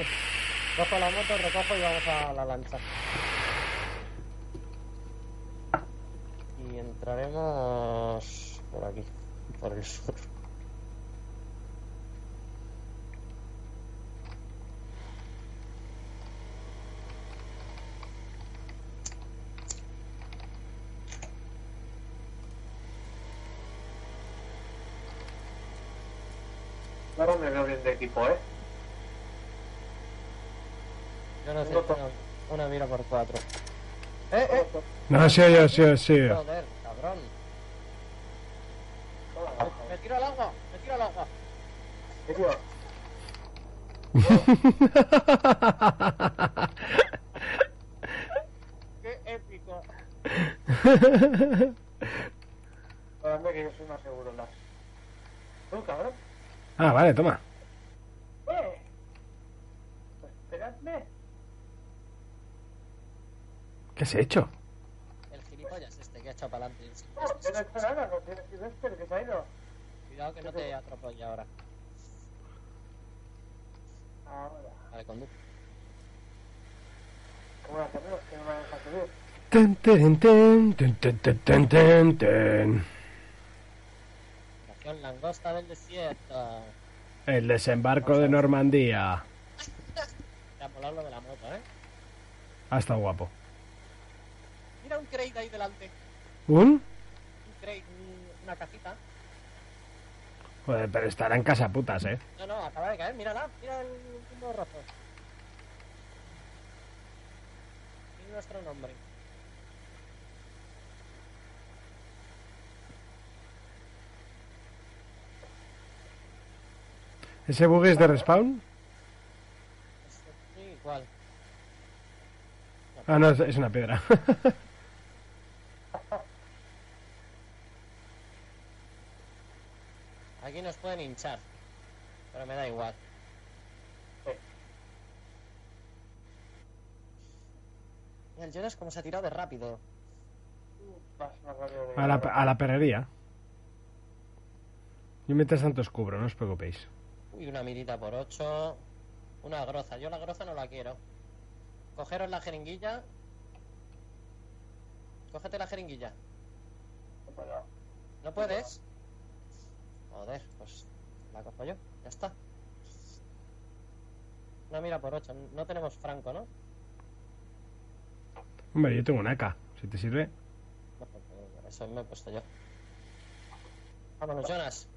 [SPEAKER 4] Cojo la moto, recojo y vamos a la lancha. Y entraremos por aquí, por el sur.
[SPEAKER 14] Ahora me veo bien de equipo, ¿eh?
[SPEAKER 4] Yo no sé, una, una mira por cuatro. ¡Eh, eh!
[SPEAKER 1] No, Ah, sí, yo, sí, sí.
[SPEAKER 4] Joder, cabrón. Me tiro al agua, me tiro al agua.
[SPEAKER 14] ¡Qué épico! Dame que yo soy más seguro, las. ¡Uh, cabrón!
[SPEAKER 1] Ah, vale, toma.
[SPEAKER 14] ¡Eh! ¡Esperadme!
[SPEAKER 1] ¿Qué has hecho?
[SPEAKER 4] El gilipollas este que ha echado para adelante.
[SPEAKER 14] ¡No, yo no he hecho nada! ¡No tienes que ver que se ha ido!
[SPEAKER 4] Cuidado que no te atropelle ahora.
[SPEAKER 14] Ahora,
[SPEAKER 4] Vale, conducto.
[SPEAKER 14] ¿cómo lo hacemos? Que no me deja subir.
[SPEAKER 1] Ten, ten, ten, ten, ten, ten, ten, ten, ten.
[SPEAKER 4] Operación Langosta del Desierto.
[SPEAKER 1] El desembarco de Normandía.
[SPEAKER 4] Te ha molado lo de la moto, ¿eh?
[SPEAKER 1] Ha estado Ah, guapo.
[SPEAKER 4] Mira un crate ahí delante.
[SPEAKER 1] ¿Un?
[SPEAKER 4] Un crate, un- una cajita.
[SPEAKER 1] Joder, pero estará en casa putas, ¿eh?
[SPEAKER 4] No, no, acaba de caer. Mírala, mira el último rojo. Y nuestro nombre.
[SPEAKER 1] ¿Ese bug es de respawn?
[SPEAKER 4] Sí, igual.
[SPEAKER 1] Ah, no, es- es una piedra.
[SPEAKER 4] Aquí nos pueden hinchar. Pero me da igual. Mira, El Jonas como se ha tirado de rápido.
[SPEAKER 14] Vas más rápido de
[SPEAKER 1] A la, a la perrería. Yo mientras tanto os cubro, no os preocupéis.
[SPEAKER 4] Uy, una mirita por 8. Una groza. Yo la groza no la quiero. Cogeros la jeringuilla. Cógete la jeringuilla. ¿No puedes? Joder, pues la cojo yo. Ya está. Una mira por 8. No tenemos franco, ¿no?
[SPEAKER 1] Hombre, yo tengo una AK, si te sirve.
[SPEAKER 4] Eso me he puesto yo. Vámonos, Jonas.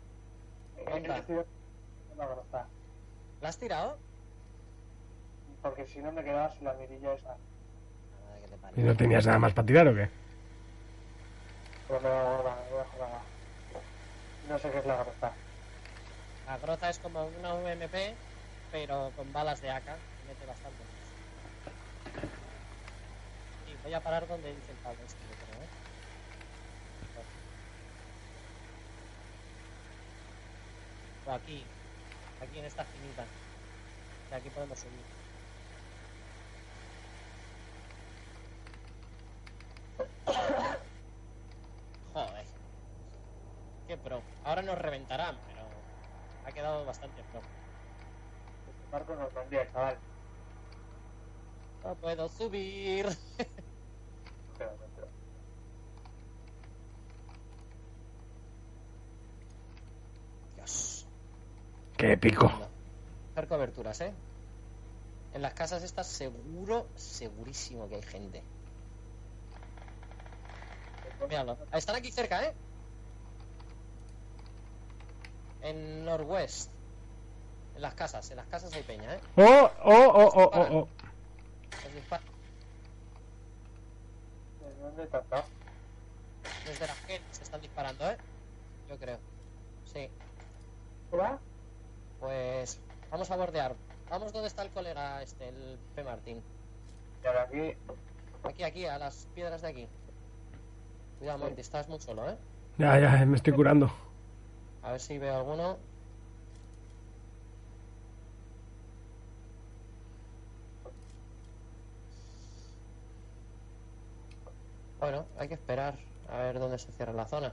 [SPEAKER 4] Anda.
[SPEAKER 14] una grota.
[SPEAKER 4] ¿La has tirado?
[SPEAKER 14] Porque si no me quedaba sin la mirilla esa.
[SPEAKER 1] ¿Y no tenías nada más para tirar o qué?
[SPEAKER 14] Pero Pues me da gorda, me da jornada. No sé qué es la grota.
[SPEAKER 4] La groza es como una UMP, pero con balas de AK. Mete bastante. Y voy a parar donde dice el palo este, yo creo, ¿eh? O aquí. Aquí en esta esquinita. Que aquí podemos subir. Joder. Qué pro. Ahora nos reventarán, pero ha quedado bastante pro.
[SPEAKER 14] Marco Este nos vendía, chaval.
[SPEAKER 4] No puedo subir.
[SPEAKER 14] Pero, pero.
[SPEAKER 4] Dios.
[SPEAKER 1] ¡Qué épico!
[SPEAKER 4] Hacer coberturas, ¿eh?
[SPEAKER 6] En las casas estas seguro, segurísimo que hay gente. Míralo. Están aquí cerca, ¿eh? En Norwest. En las casas, en las casas hay peña, ¿eh?
[SPEAKER 4] Oh, oh, oh, oh, oh, oh.
[SPEAKER 6] Los disparan
[SPEAKER 15] ¿De dónde te has dado?
[SPEAKER 6] Desde las que se están disparando, ¿eh? Yo creo. Sí.
[SPEAKER 15] ¿Hola?
[SPEAKER 6] Pues vamos a bordear. Vamos donde está el colega este, el P. Martín.
[SPEAKER 15] Y ahora aquí.
[SPEAKER 6] Aquí, aquí, a las piedras de aquí. Cuidado, Monty, estás muy solo, ¿eh?
[SPEAKER 4] Ya, ya, me estoy curando.
[SPEAKER 6] A ver si veo alguno. Bueno, hay que esperar a ver dónde se cierra la zona.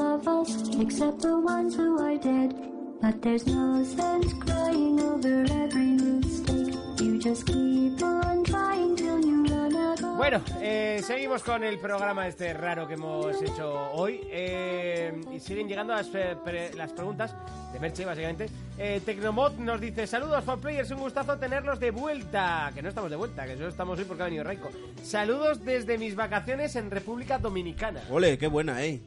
[SPEAKER 16] of us, except the ones who are dead. But there's no sense crying over every mistake. You just keep on trying till you run out of
[SPEAKER 1] Bueno, eh, seguimos con el programa este raro que hemos hecho hoy. Eh, y siguen llegando las, eh, pre- las preguntas de Merche, básicamente. Eh, Tecnomod nos dice: Saludos, for players, un gustazo tenerlos de vuelta. Que no estamos de vuelta, que solo estamos hoy porque ha venido Raiko. Saludos desde mis vacaciones en República Dominicana.
[SPEAKER 3] Ole, qué buena, eh.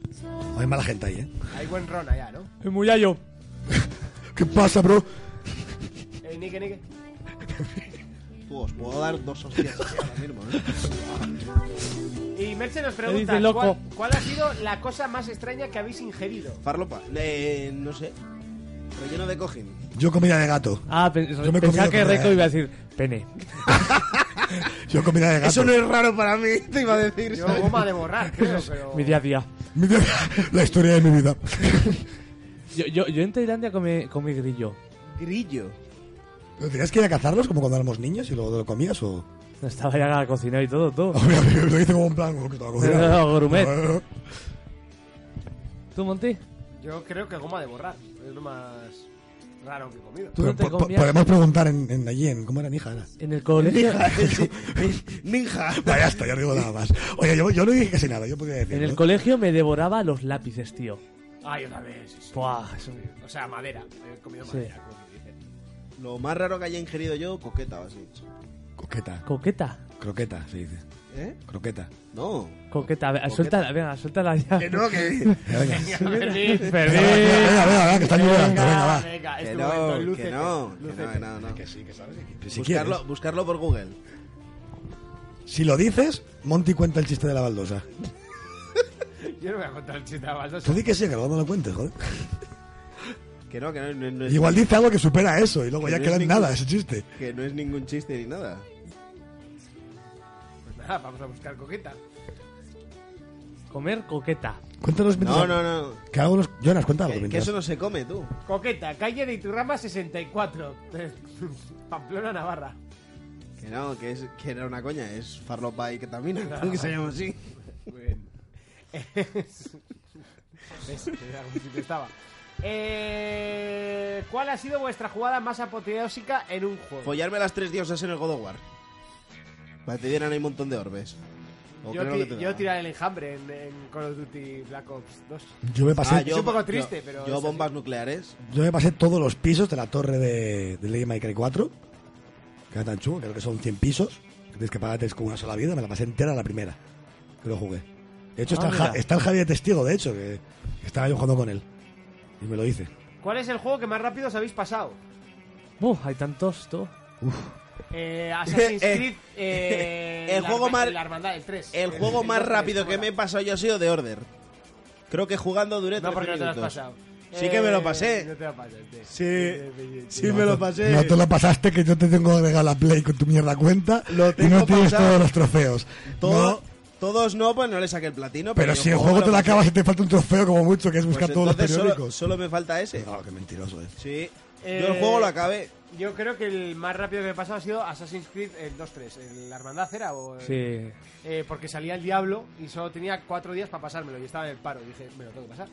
[SPEAKER 2] Hay mala gente ahí, ¿eh?
[SPEAKER 1] Hay buen ron allá, ¿no?
[SPEAKER 4] Es muy yo.
[SPEAKER 2] ¿Qué pasa, bro?
[SPEAKER 1] Eh, Nike, Nike.
[SPEAKER 3] Tú, os puedo dar dos hostias aquí ahora mismo, ¿eh?
[SPEAKER 1] Y Merche nos
[SPEAKER 3] dice
[SPEAKER 1] pregunta:
[SPEAKER 3] loco?
[SPEAKER 1] ¿cuál, cuál ha sido la cosa más extraña que habéis ingerido?
[SPEAKER 3] Farlopa. Eh, no sé. Relleno de cojín.
[SPEAKER 2] Yo comida de gato.
[SPEAKER 4] Ah, pe-
[SPEAKER 2] Yo me he
[SPEAKER 4] pensaba
[SPEAKER 2] comido
[SPEAKER 4] que
[SPEAKER 2] comida de
[SPEAKER 4] Reco
[SPEAKER 2] gato.
[SPEAKER 4] iba a decir pene.
[SPEAKER 2] Yo comida de gato.
[SPEAKER 3] Eso no es raro para mí, te iba a decir.
[SPEAKER 1] Yo goma de borrar, creo, pero.
[SPEAKER 4] Mi día a día.
[SPEAKER 2] La historia de mi vida.
[SPEAKER 4] Yo, yo, yo en Tailandia comí, comí grillo.
[SPEAKER 3] Grillo.
[SPEAKER 2] ¿Pero ¿Tenías que ir a cazarlos como cuando éramos niños y luego lo comías o...?
[SPEAKER 4] Estaba ya cocinado y todo, todo.
[SPEAKER 2] Lo hice como un plan como que estaba cocinando.
[SPEAKER 4] No, gourmet. ¿Tú, Monty?
[SPEAKER 1] Yo creo que goma de borrar. Es lo más raro que he comido.
[SPEAKER 4] ¿Tú no te
[SPEAKER 2] Po-
[SPEAKER 4] comías?
[SPEAKER 2] Podemos preguntar en, en allí, en, ¿cómo era Nija? Era?
[SPEAKER 4] En el colegio.
[SPEAKER 3] Ninja.
[SPEAKER 2] Vale, ya está, yo no digo nada más. Oye, yo, yo no dije casi nada, yo podía decir.
[SPEAKER 4] En el
[SPEAKER 2] ¿no?
[SPEAKER 4] colegio me devoraba los lápices, tío.
[SPEAKER 1] Ay, otra vez. Ah, sí, sí.
[SPEAKER 4] Buah, eso-
[SPEAKER 1] O sea, madera. He comido
[SPEAKER 4] Sí.
[SPEAKER 1] madera, como que dicen.
[SPEAKER 3] Lo más raro que haya ingerido yo, coqueta, o así.
[SPEAKER 2] Coqueta.
[SPEAKER 4] Coqueta.
[SPEAKER 2] Croqueta, se dice.
[SPEAKER 3] ¿Eh?
[SPEAKER 2] Croqueta.
[SPEAKER 3] No.
[SPEAKER 4] Coqueta. a ver, Suéltala, venga, suéltala ya.
[SPEAKER 3] Que no, que.
[SPEAKER 2] Venga,
[SPEAKER 4] Fermín.
[SPEAKER 2] venga, venga, venga, que está llorando, venga, va.
[SPEAKER 1] Venga, es
[SPEAKER 3] Que
[SPEAKER 1] tu
[SPEAKER 3] no,
[SPEAKER 1] momento, lúcete.
[SPEAKER 3] que no, que no,
[SPEAKER 1] lúcete.
[SPEAKER 3] que no, no.
[SPEAKER 2] Que Si, quieres.
[SPEAKER 3] Buscarlo, buscarlo por Google.
[SPEAKER 2] si lo dices, Monty cuenta el chiste de la baldosa.
[SPEAKER 1] Yo no voy a contar el chiste de Baldosa.
[SPEAKER 2] Tú di que sí, que luego no lo cuentes, joder.
[SPEAKER 3] Que no, que no, no- no es,
[SPEAKER 2] Igual dice algo que supera eso y luego
[SPEAKER 3] Que
[SPEAKER 2] ya
[SPEAKER 3] no
[SPEAKER 2] queda
[SPEAKER 3] es
[SPEAKER 2] en
[SPEAKER 3] ningún-
[SPEAKER 2] nada ese chiste.
[SPEAKER 3] que no es ningún chiste ni nada.
[SPEAKER 1] Pues nada, vamos a buscar coqueta.
[SPEAKER 4] Comer coqueta.
[SPEAKER 2] Cuéntanos
[SPEAKER 3] No, no, no.
[SPEAKER 2] Que hago los... Jonas, cuenta algo
[SPEAKER 3] Que, que
[SPEAKER 2] mientras.
[SPEAKER 3] eso no se come, tú.
[SPEAKER 1] Coqueta, calle de Iturrama 64. Pamplona, Navarra.
[SPEAKER 3] Que no, que, es, que era una coña, es farlopa y ketamina. ¿Tú que se llama así?
[SPEAKER 1] Bueno. Es- es- en algún sitio estaba. Eh, ¿Cuál ha sido vuestra jugada más apoteósica en un juego?
[SPEAKER 3] Follarme a las tres diosas en el God of War. Para que te dieran ahí un montón de orbes. O
[SPEAKER 1] Yo,
[SPEAKER 3] creo
[SPEAKER 1] ti-
[SPEAKER 3] que te
[SPEAKER 1] yo
[SPEAKER 3] daban.
[SPEAKER 1] tirar el enjambre en, en Call of Duty Black Ops 2.
[SPEAKER 2] Yo me pasé...
[SPEAKER 3] Ah,
[SPEAKER 1] Es un poco triste, pero es
[SPEAKER 3] Yo
[SPEAKER 1] así.
[SPEAKER 3] bombas nucleares.
[SPEAKER 2] Yo me pasé todos los pisos de la torre de, de Lady Cry 4. Que era tan chulo, creo que son 100 pisos. Que tienes que pagarte con una sola vida. Me la pasé entera la primera. Que lo jugué. De hecho,
[SPEAKER 4] Ah,
[SPEAKER 2] está, el, Ja-
[SPEAKER 4] mira.
[SPEAKER 2] está el Javi de testigo, de hecho, que que estaba yo jugando con él. Y me lo hice.
[SPEAKER 1] ¿Cuál es el juego que más rápido os habéis pasado?
[SPEAKER 4] Buh, hay tantos, tú.
[SPEAKER 1] Eh, Assassin's
[SPEAKER 3] Eh,
[SPEAKER 1] Creed. eh,
[SPEAKER 3] el
[SPEAKER 1] la
[SPEAKER 3] juego
[SPEAKER 1] herma-
[SPEAKER 3] más-
[SPEAKER 1] La hermandad del 3.
[SPEAKER 3] El juego más rápido que me he pasado yo ha sido The Order. Creo que jugando duré
[SPEAKER 1] No,
[SPEAKER 3] tres
[SPEAKER 1] porque no te lo has
[SPEAKER 3] minutos.
[SPEAKER 1] pasado. Eh,
[SPEAKER 3] Sí que me lo pasé.
[SPEAKER 1] No te lo pasas, tío.
[SPEAKER 3] Sí, sí
[SPEAKER 2] No
[SPEAKER 3] me lo
[SPEAKER 2] te-
[SPEAKER 3] pasé.
[SPEAKER 2] No te lo pasaste, que yo te tengo agregado la Play con tu mierda cuenta y no
[SPEAKER 3] tengo
[SPEAKER 2] tienes
[SPEAKER 3] pasado.
[SPEAKER 2] todos los trofeos.
[SPEAKER 3] Todo-
[SPEAKER 2] No,
[SPEAKER 3] Todos no, pues no le saqué el platino.
[SPEAKER 2] pero
[SPEAKER 3] yo
[SPEAKER 2] si el juego
[SPEAKER 3] me
[SPEAKER 2] te lo
[SPEAKER 3] pasé.
[SPEAKER 2] acabas y te falta un trofeo como mucho, que es
[SPEAKER 3] Pues
[SPEAKER 2] buscar todos los
[SPEAKER 3] entonces solo,
[SPEAKER 2] periódicos.
[SPEAKER 3] solo me falta ese.
[SPEAKER 2] No, qué mentiroso es.
[SPEAKER 3] Sí.
[SPEAKER 1] Eh,
[SPEAKER 3] Yo el juego lo acabé.
[SPEAKER 1] Yo creo que el más rápido que he pasado ha sido Assassin's Creed el 2-3. el- ¿La hermandad era? O,
[SPEAKER 4] Sí.
[SPEAKER 1] Eh, porque salía el diablo y solo tenía cuatro días para pasármelo. Y estaba en el paro. Y dije, me lo tengo que pasar.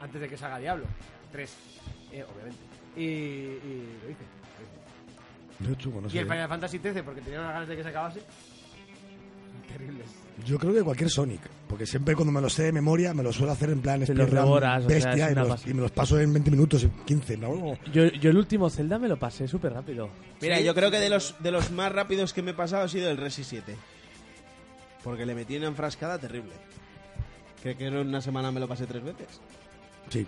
[SPEAKER 1] Antes de que salga Diablo. Tres, eh, obviamente. Y, y lo hice. lo hice.
[SPEAKER 2] Yo, chungo, no
[SPEAKER 1] y
[SPEAKER 2] sé.
[SPEAKER 1] el Final Fantasy XIII, porque tenía unas ganas de que se acabase. Terribles.
[SPEAKER 2] Yo creo que cualquier Sonic, porque siempre cuando me lo sé de memoria me lo suelo hacer en plan
[SPEAKER 4] los
[SPEAKER 2] speedrun
[SPEAKER 4] devoras, o sea,
[SPEAKER 2] bestia
[SPEAKER 4] es
[SPEAKER 2] y,
[SPEAKER 4] una
[SPEAKER 2] me los,
[SPEAKER 4] pasada.
[SPEAKER 2] y me los paso en 20 minutos, en 15. ¿no?
[SPEAKER 4] Yo, yo el último Zelda me lo pasé súper rápido.
[SPEAKER 3] Mira, yo creo que de los, de los más rápidos que me he pasado ha sido el Resi 7. Porque le metí una enfrascada terrible. Creo que en una semana me lo pasé tres veces.
[SPEAKER 2] Sí.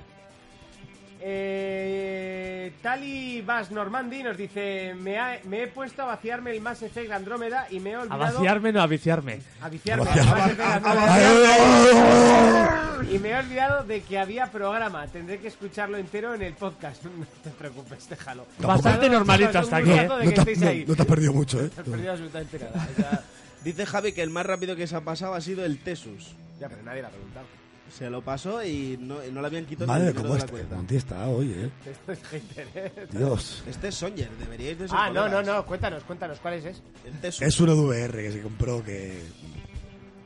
[SPEAKER 1] Eh, Tali Vas Normandi nos dice: me, ha- me he puesto a vaciarme el Mass Effect Andrómeda y me he
[SPEAKER 4] A
[SPEAKER 1] olvidado.
[SPEAKER 4] vaciarme, no a viciarme.
[SPEAKER 1] A viciarme.
[SPEAKER 4] A vaciar-
[SPEAKER 1] Mass Effect
[SPEAKER 4] a- a-
[SPEAKER 1] Andrómeda. Y me he olvidado de que había programa. Tendré que escucharlo entero en el podcast. No te preocupes, déjalo.
[SPEAKER 4] Bastante
[SPEAKER 1] Pasado-
[SPEAKER 4] normalito
[SPEAKER 1] pasado
[SPEAKER 4] hasta
[SPEAKER 1] un
[SPEAKER 4] aquí,
[SPEAKER 1] gustazo de
[SPEAKER 2] No
[SPEAKER 4] ¿eh?
[SPEAKER 1] que
[SPEAKER 2] te has-
[SPEAKER 1] estéis
[SPEAKER 2] no-
[SPEAKER 1] ahí.
[SPEAKER 2] no te has perdido mucho, ¿eh?
[SPEAKER 1] No te has perdido absolutamente nada. O sea,
[SPEAKER 3] Dice Javi que el más rápido que se ha pasado ha sido el Tesus.
[SPEAKER 1] ya, pero nadie la ha preguntado.
[SPEAKER 3] Se lo pasó y no, y no le habían quitado ni
[SPEAKER 2] Madre,
[SPEAKER 3] el dinero
[SPEAKER 2] cómo
[SPEAKER 3] de la
[SPEAKER 2] este
[SPEAKER 3] cuenta.
[SPEAKER 2] Monty está hoy, ¿eh?
[SPEAKER 1] Esto es hater, ¿eh?
[SPEAKER 2] Dios.
[SPEAKER 3] Este es Songer, deberíais de ser
[SPEAKER 1] Ah, no, no,
[SPEAKER 3] colegas.
[SPEAKER 1] no. Cuéntanos, cuéntanos. ¿Cuál es ese?
[SPEAKER 3] El Tesus.
[SPEAKER 2] Es una VR que se compró que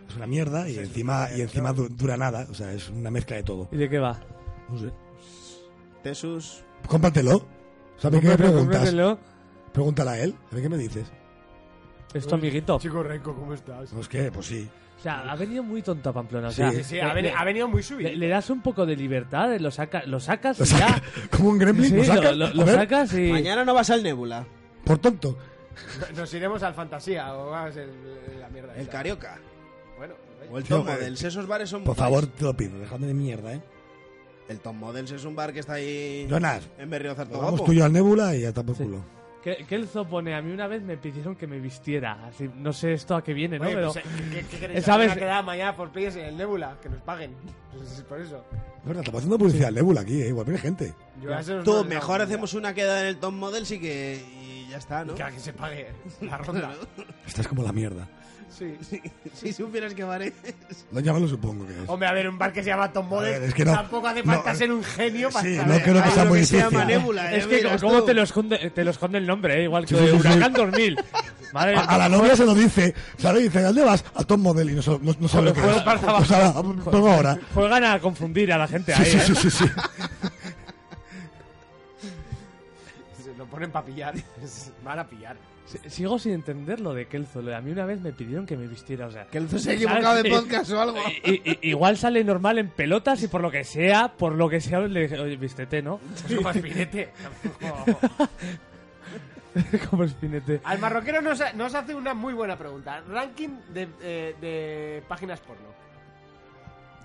[SPEAKER 2] es una mierda y encima, y encima du- dura nada. O sea, es una mezcla de todo.
[SPEAKER 4] ¿Y de qué va?
[SPEAKER 2] No sé.
[SPEAKER 3] Tesus.
[SPEAKER 2] Pues cómpratelo. ¿Sabes qué me
[SPEAKER 4] Cómpratelo,
[SPEAKER 2] preguntas?
[SPEAKER 4] cómpratelo.
[SPEAKER 2] Pregúntale a él. ¿Sabes qué me dices?
[SPEAKER 4] Es tu amiguito.
[SPEAKER 1] Chico Renko, ¿cómo estás?
[SPEAKER 2] No es que, pues sí.
[SPEAKER 4] O sea, ha venido muy tonto a Pamplona. O
[SPEAKER 2] Sí,
[SPEAKER 4] sea,
[SPEAKER 2] sí,
[SPEAKER 1] sí, ha veni- ha venido muy subido.
[SPEAKER 4] Le, le das un poco de libertad, eh, lo, saca- lo sacas y
[SPEAKER 2] Lo
[SPEAKER 4] ya.
[SPEAKER 2] saca- Como un gremlin,
[SPEAKER 4] Sí,
[SPEAKER 2] lo saca.
[SPEAKER 4] lo- lo-
[SPEAKER 2] A
[SPEAKER 4] lo
[SPEAKER 2] ver,
[SPEAKER 4] sacas y.
[SPEAKER 3] Mañana no vas al Nebula.
[SPEAKER 2] Por tonto.
[SPEAKER 1] Nos iremos al Fantasía o vamos el, la mierda.
[SPEAKER 3] El
[SPEAKER 1] esa.
[SPEAKER 3] Carioca.
[SPEAKER 1] Bueno,
[SPEAKER 3] O el
[SPEAKER 2] Tío,
[SPEAKER 3] Tom
[SPEAKER 2] que-
[SPEAKER 3] Models. Esos bares son.
[SPEAKER 2] Por
[SPEAKER 3] bares.
[SPEAKER 2] favor, te lo pido. Dejadme de mierda, ¿eh?
[SPEAKER 3] El Tom Models es un bar que está ahí.
[SPEAKER 2] Jonas,
[SPEAKER 3] En Berriozar
[SPEAKER 2] Vamos tú y yo al Nebula y ya está por culo.
[SPEAKER 4] Que, que el Zopone, a mí una vez me pidieron que me vistiera. Así, no sé esto a qué viene, ¿no?
[SPEAKER 1] Oye,
[SPEAKER 4] Pero.
[SPEAKER 1] pues, eh, ¿qué, qué queréis?
[SPEAKER 4] ¿Sabes?
[SPEAKER 1] ¿Sabes? quedada mañana por players en el Nebula, que nos paguen. Pues es por eso.
[SPEAKER 2] Es verdad, estamos haciendo publicidad al Nebula aquí, ¿eh? Igual viene gente.
[SPEAKER 1] Yo a eso
[SPEAKER 3] Tú,
[SPEAKER 1] no-
[SPEAKER 3] mejor
[SPEAKER 1] no-
[SPEAKER 3] hacemos una queda en el Tom Models y que. Y ya está, ¿no?
[SPEAKER 1] Que a que se pague la ronda.
[SPEAKER 2] Estás como la mierda.
[SPEAKER 1] sí.
[SPEAKER 3] si supieras que bares.
[SPEAKER 2] No, ya me lo supongo que es.
[SPEAKER 1] Hombre, a ver, un bar que se llama Tom Model.
[SPEAKER 2] ver, es que no-
[SPEAKER 1] tampoco hace falta
[SPEAKER 2] no,
[SPEAKER 1] ser un genio para
[SPEAKER 2] Sí, no
[SPEAKER 1] saber.
[SPEAKER 2] creo que sea
[SPEAKER 3] lo
[SPEAKER 2] muy
[SPEAKER 3] que se
[SPEAKER 2] difícil.
[SPEAKER 3] llama Nebula, eh,
[SPEAKER 4] Es que,
[SPEAKER 3] verás
[SPEAKER 4] ¿cómo
[SPEAKER 3] tú.
[SPEAKER 4] te lo, esconde, te lo esconde el nombre? eh? Igual que
[SPEAKER 2] Sí, sí, sí,
[SPEAKER 4] Huracán 2000. Madre
[SPEAKER 2] A, a la novia se lo dice, ¿sabes? Dice, ¿a dónde vas? A Tom Model y no, sa- no, no sabe lo que
[SPEAKER 4] Juego
[SPEAKER 2] es.
[SPEAKER 4] para
[SPEAKER 2] No sabe, ah, pongo ahora.
[SPEAKER 4] Juegan a confundir a la gente
[SPEAKER 2] Sí,
[SPEAKER 4] ahí.
[SPEAKER 2] sí,
[SPEAKER 4] ¿eh?
[SPEAKER 2] sí, sí, sí.
[SPEAKER 1] Se lo ponen para pillar. Van a pillar.
[SPEAKER 4] S- Sigo sin entender lo de Kelzo. lo de A mí una vez me pidieron que me vistiera, o sea...
[SPEAKER 3] Kelzo se ha
[SPEAKER 4] ¿sabes?
[SPEAKER 3] equivocado de
[SPEAKER 4] Y-
[SPEAKER 3] podcast o algo.
[SPEAKER 4] y- y- igual sale normal en pelotas y por lo que sea, por lo que sea, le dije, oye, vístete, ¿no?
[SPEAKER 1] Es como espinete.
[SPEAKER 4] Como espinete.
[SPEAKER 1] Al marroquero nos, ha- nos hace una muy buena pregunta. Ranking de, eh, de páginas porno.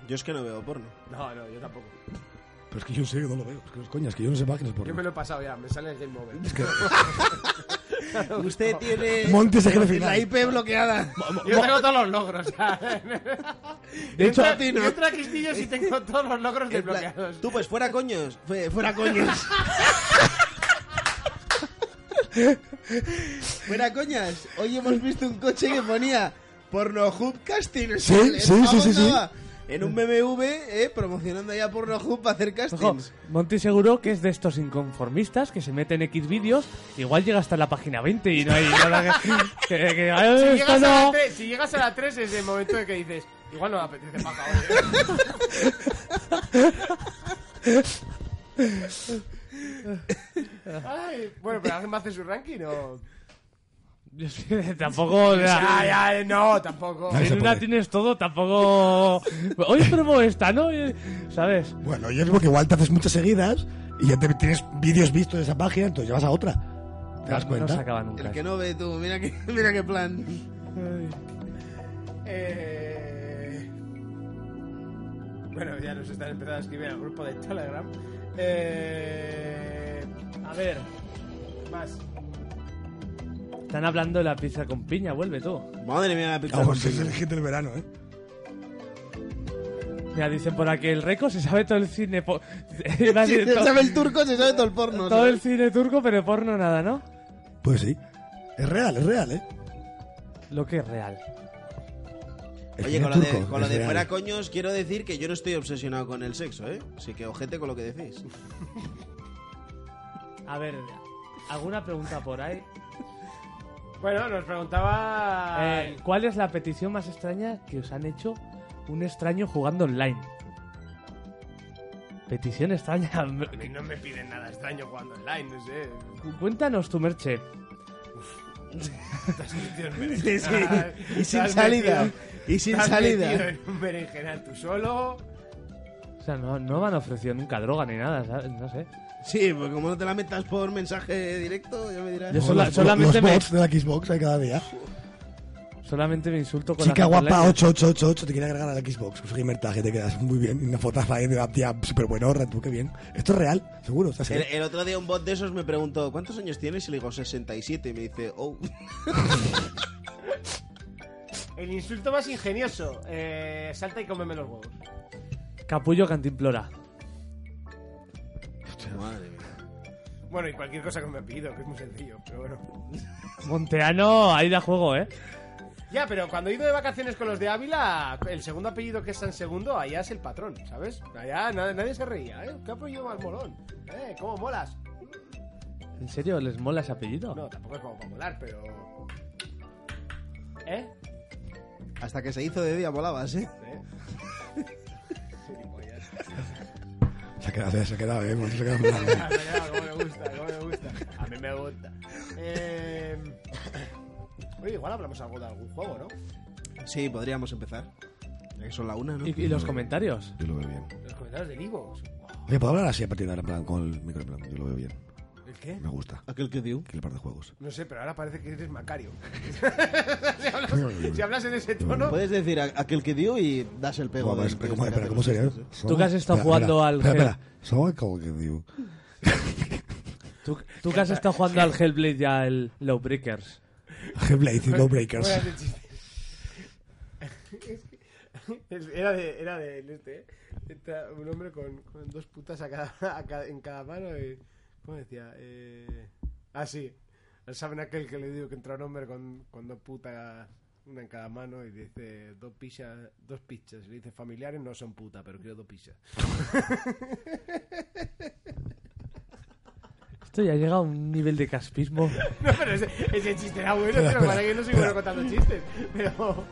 [SPEAKER 3] Yo es que no veo porno.
[SPEAKER 1] No, no, yo tampoco.
[SPEAKER 2] Pero es que yo en serio no lo veo. Es que, coñas, que yo no sé páginas por
[SPEAKER 1] Yo me lo he pasado ya, me sale el Game Over.
[SPEAKER 3] Usted tiene.
[SPEAKER 2] Montes de jefe
[SPEAKER 3] La
[SPEAKER 2] final.
[SPEAKER 3] IP bloqueada.
[SPEAKER 1] Yo tengo todos los logros. o sea,
[SPEAKER 4] De hecho,
[SPEAKER 1] entra- yo entro a Quistillos y tengo todos los logros
[SPEAKER 3] En plan,
[SPEAKER 1] desbloqueados.
[SPEAKER 3] Tú, pues fuera coños. Fue- Fuera coños. fuera coñas. Hoy hemos visto un coche que ponía Pornohub Casting.
[SPEAKER 2] Sí,
[SPEAKER 3] El
[SPEAKER 2] sí, sí,
[SPEAKER 3] pavo
[SPEAKER 2] sí, sí.
[SPEAKER 3] andaba En un BMV, eh, promocionando ya Pornohub para hacer
[SPEAKER 4] ojo,
[SPEAKER 3] castings.
[SPEAKER 4] Monty seguro que es de estos inconformistas que se meten X vídeos, igual llega hasta la página 20 y no hay nada que... que- que- "Ay,
[SPEAKER 1] Si
[SPEAKER 4] esto
[SPEAKER 1] llegas, a la
[SPEAKER 4] no".
[SPEAKER 1] 3, si llegas a la 3 es el momento en que dices, igual no me apetece paja hoy. ¿eh?". Ay, bueno, pero ¿alguien me hace su ranking o...?
[SPEAKER 4] Yo es que Tampoco... o sea,
[SPEAKER 1] Ya, ya, no, tampoco.
[SPEAKER 2] Nadie se
[SPEAKER 4] En una
[SPEAKER 2] puede.
[SPEAKER 4] tienes todo, tampoco. Hoy promo esta, ¿no? Eh, ¿Sabes?
[SPEAKER 2] Bueno, yo digo que igual te haces muchas seguidas y ya te, tienes vídeos vistos de esa página, entonces ya vas a otra. ¿Te das
[SPEAKER 4] No se
[SPEAKER 2] cuenta?
[SPEAKER 4] acaba nunca.
[SPEAKER 3] El que no ve tú, mira que, mira qué plan.
[SPEAKER 1] Eh... Bueno, ya nos están empezando a escribir al grupo de Telegram. Eh... A ver, más.
[SPEAKER 4] Están hablando de la pizza con piña, vuelve tú.
[SPEAKER 2] Ah,
[SPEAKER 3] Madre mía, la pizza.
[SPEAKER 2] Vamos,
[SPEAKER 3] con
[SPEAKER 2] es el
[SPEAKER 3] piña.
[SPEAKER 2] hit del verano, ¿eh?
[SPEAKER 4] Mira, dicen por aquí, el récord se sabe todo el cine... po- Iba a
[SPEAKER 3] Si
[SPEAKER 4] decir
[SPEAKER 3] se
[SPEAKER 4] to-
[SPEAKER 3] sabe el turco, se sabe todo el porno.
[SPEAKER 4] Todo
[SPEAKER 3] ¿no?
[SPEAKER 4] el cine turco, pero porno nada, ¿no?
[SPEAKER 2] Pues sí. Es real, es real, ¿eh?
[SPEAKER 4] Lo que es real.
[SPEAKER 2] El
[SPEAKER 3] Oye,
[SPEAKER 2] cine
[SPEAKER 3] con lo, de,
[SPEAKER 2] turco
[SPEAKER 3] con lo
[SPEAKER 2] es
[SPEAKER 3] de
[SPEAKER 2] real.
[SPEAKER 3] fuera coños, quiero decir que yo no estoy obsesionado con el sexo, ¿eh? Así que ojete con lo que decís.
[SPEAKER 4] A ver, ¿alguna pregunta por ahí?
[SPEAKER 1] Bueno, nos preguntaba.
[SPEAKER 4] Eh, ¿Cuál es la petición más extraña que os han hecho un extraño jugando online? Petición extraña.
[SPEAKER 1] A mí no me piden nada extraño jugando online, no sé.
[SPEAKER 4] Cuéntanos tu merche.
[SPEAKER 1] Te has metido en berenjena.
[SPEAKER 4] Sí, sí.
[SPEAKER 1] Te has
[SPEAKER 4] Y sin salida.
[SPEAKER 1] metido-
[SPEAKER 4] Y sin
[SPEAKER 1] te has
[SPEAKER 4] salida.
[SPEAKER 1] metido en un berenjenal tú solo.
[SPEAKER 4] O sea, no, no me han ofrecido nunca droga ni nada, ¿sabes? No sé.
[SPEAKER 3] Sí, porque como no te la metas por mensaje directo, ya me dirás.
[SPEAKER 4] Yo
[SPEAKER 2] Como
[SPEAKER 4] sola-
[SPEAKER 2] los,
[SPEAKER 4] solamente
[SPEAKER 2] los
[SPEAKER 4] me-
[SPEAKER 2] bots de la Xbox hay cada día.
[SPEAKER 4] Solamente me insulto con
[SPEAKER 2] Chica
[SPEAKER 4] la gente
[SPEAKER 2] guapa
[SPEAKER 4] online.
[SPEAKER 2] 8888 te quiere agregar a la Xbox. Su gamer tag, te quedas muy bien. Una fotaza ahí de la tía súper buenorra, tú, qué bien. Esto es real, seguro. Estás
[SPEAKER 3] El, el otro día un bot de esos me preguntó, ¿cuántos años tienes? Y le digo, 67. Y me dice, oh.
[SPEAKER 1] El insulto más ingenioso. Eh, salta y cómeme los huevos.
[SPEAKER 4] Capullo cantimplora.
[SPEAKER 3] Madre mía.
[SPEAKER 1] Bueno, y cualquier cosa que me ha pedido, que es muy sencillo, pero bueno.
[SPEAKER 4] Monteano, ahí da juego, ¿eh?
[SPEAKER 1] Ya, pero cuando he ido de vacaciones con los de Ávila, el segundo apellido que es San Segundo, allá es el patrón, ¿sabes? Allá na- nadie se reía, ¿eh? ¿Qué apellido más molón? ¿Eh? ¿Cómo molas?
[SPEAKER 4] ¿En serio? ¿Les mola ese apellido?
[SPEAKER 1] No, tampoco es como para molar, pero... ¿Eh?
[SPEAKER 3] Hasta que se hizo de día volabas, ¿eh?
[SPEAKER 1] ¿Eh?
[SPEAKER 2] Se ha quedado, se ha quedado, eh. Se ha quedado.
[SPEAKER 1] Como me gusta, como me gusta. A mí me gusta. Eh... Oye, igual hablamos algo de algún juego, ¿no?
[SPEAKER 3] Sí, podríamos empezar. Ya que son la una, ¿no?
[SPEAKER 4] ¿Y, y los comentarios?
[SPEAKER 11] Yo lo veo bien.
[SPEAKER 1] Los comentarios del Ivo.
[SPEAKER 2] Oye, ¿puedo hablar así a partir de ahora, en plan, con el micro, en plan? Yo lo veo bien.
[SPEAKER 1] ¿El qué?
[SPEAKER 11] Me gusta.
[SPEAKER 3] Aquel que dio.
[SPEAKER 11] Aquel par de juegos.
[SPEAKER 1] No sé, pero ahora parece que eres Macario. si, hablas, si hablas en ese tono...
[SPEAKER 3] Puedes decir a- aquel que dio y das el pego. este
[SPEAKER 2] Guau, pero espera,
[SPEAKER 3] del- del-
[SPEAKER 2] ¿cómo, espera, ¿cómo sería?
[SPEAKER 4] Tú que has estado jugando al
[SPEAKER 2] Espera,
[SPEAKER 4] Hell-
[SPEAKER 2] espera. Soy como que digo.
[SPEAKER 4] ¿Tú, tú que has estado jugando al Hellblade y al Lowbreakers.
[SPEAKER 2] Hellblade y Lawbreakers.
[SPEAKER 1] Fuera de chiste. Es- Era de, era de este, ¿eh? Está un hombre con, con dos putas a cada, a cada- en cada mano y... ¿Cómo decía? Eh, ah, sí. ¿Saben aquel que le digo que entra un hombre con, con dos putas, una en cada mano y dice dos pichas, dos pichas? Y le dice, familiares no son puta, pero quiero dos pichas.
[SPEAKER 4] Esto ya llega a un nivel de caspismo.
[SPEAKER 1] No, pero ese, ese chiste era bueno,
[SPEAKER 4] Espera,
[SPEAKER 1] pero
[SPEAKER 4] espera,
[SPEAKER 1] para que no soy
[SPEAKER 4] espera.
[SPEAKER 1] bueno contando chistes. Pero...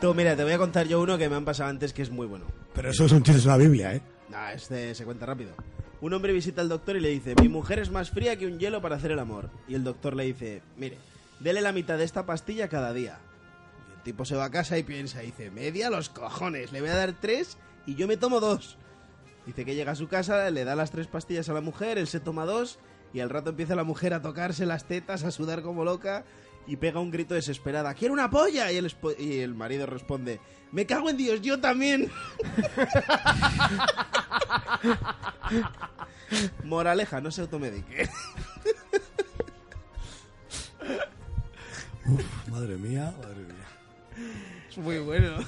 [SPEAKER 3] Tú, mira, te voy a contar yo uno que me han pasado antes que es muy bueno.
[SPEAKER 2] Pero eso es un chiste, es una Biblia, eh.
[SPEAKER 3] Nah, este se cuenta rápido. Un hombre visita al doctor y le dice, mi mujer es más fría que un hielo para hacer el amor. Y el doctor le dice, mire, dele la mitad de esta pastilla cada día. Y el tipo se va a casa y piensa, dice, media los cojones, le voy a dar tres y yo me tomo dos. Dice que llega a su casa, le da las tres pastillas a la mujer, él se toma dos y al rato empieza la mujer a tocarse las tetas, a sudar como loca y pega un grito desesperada, quiero una polla. Y el, espo- y el marido responde, me cago en Dios, yo también. Moraleja, no se automedique.
[SPEAKER 2] Uf, madre mía, madre mía.
[SPEAKER 3] Es muy bueno.
[SPEAKER 4] O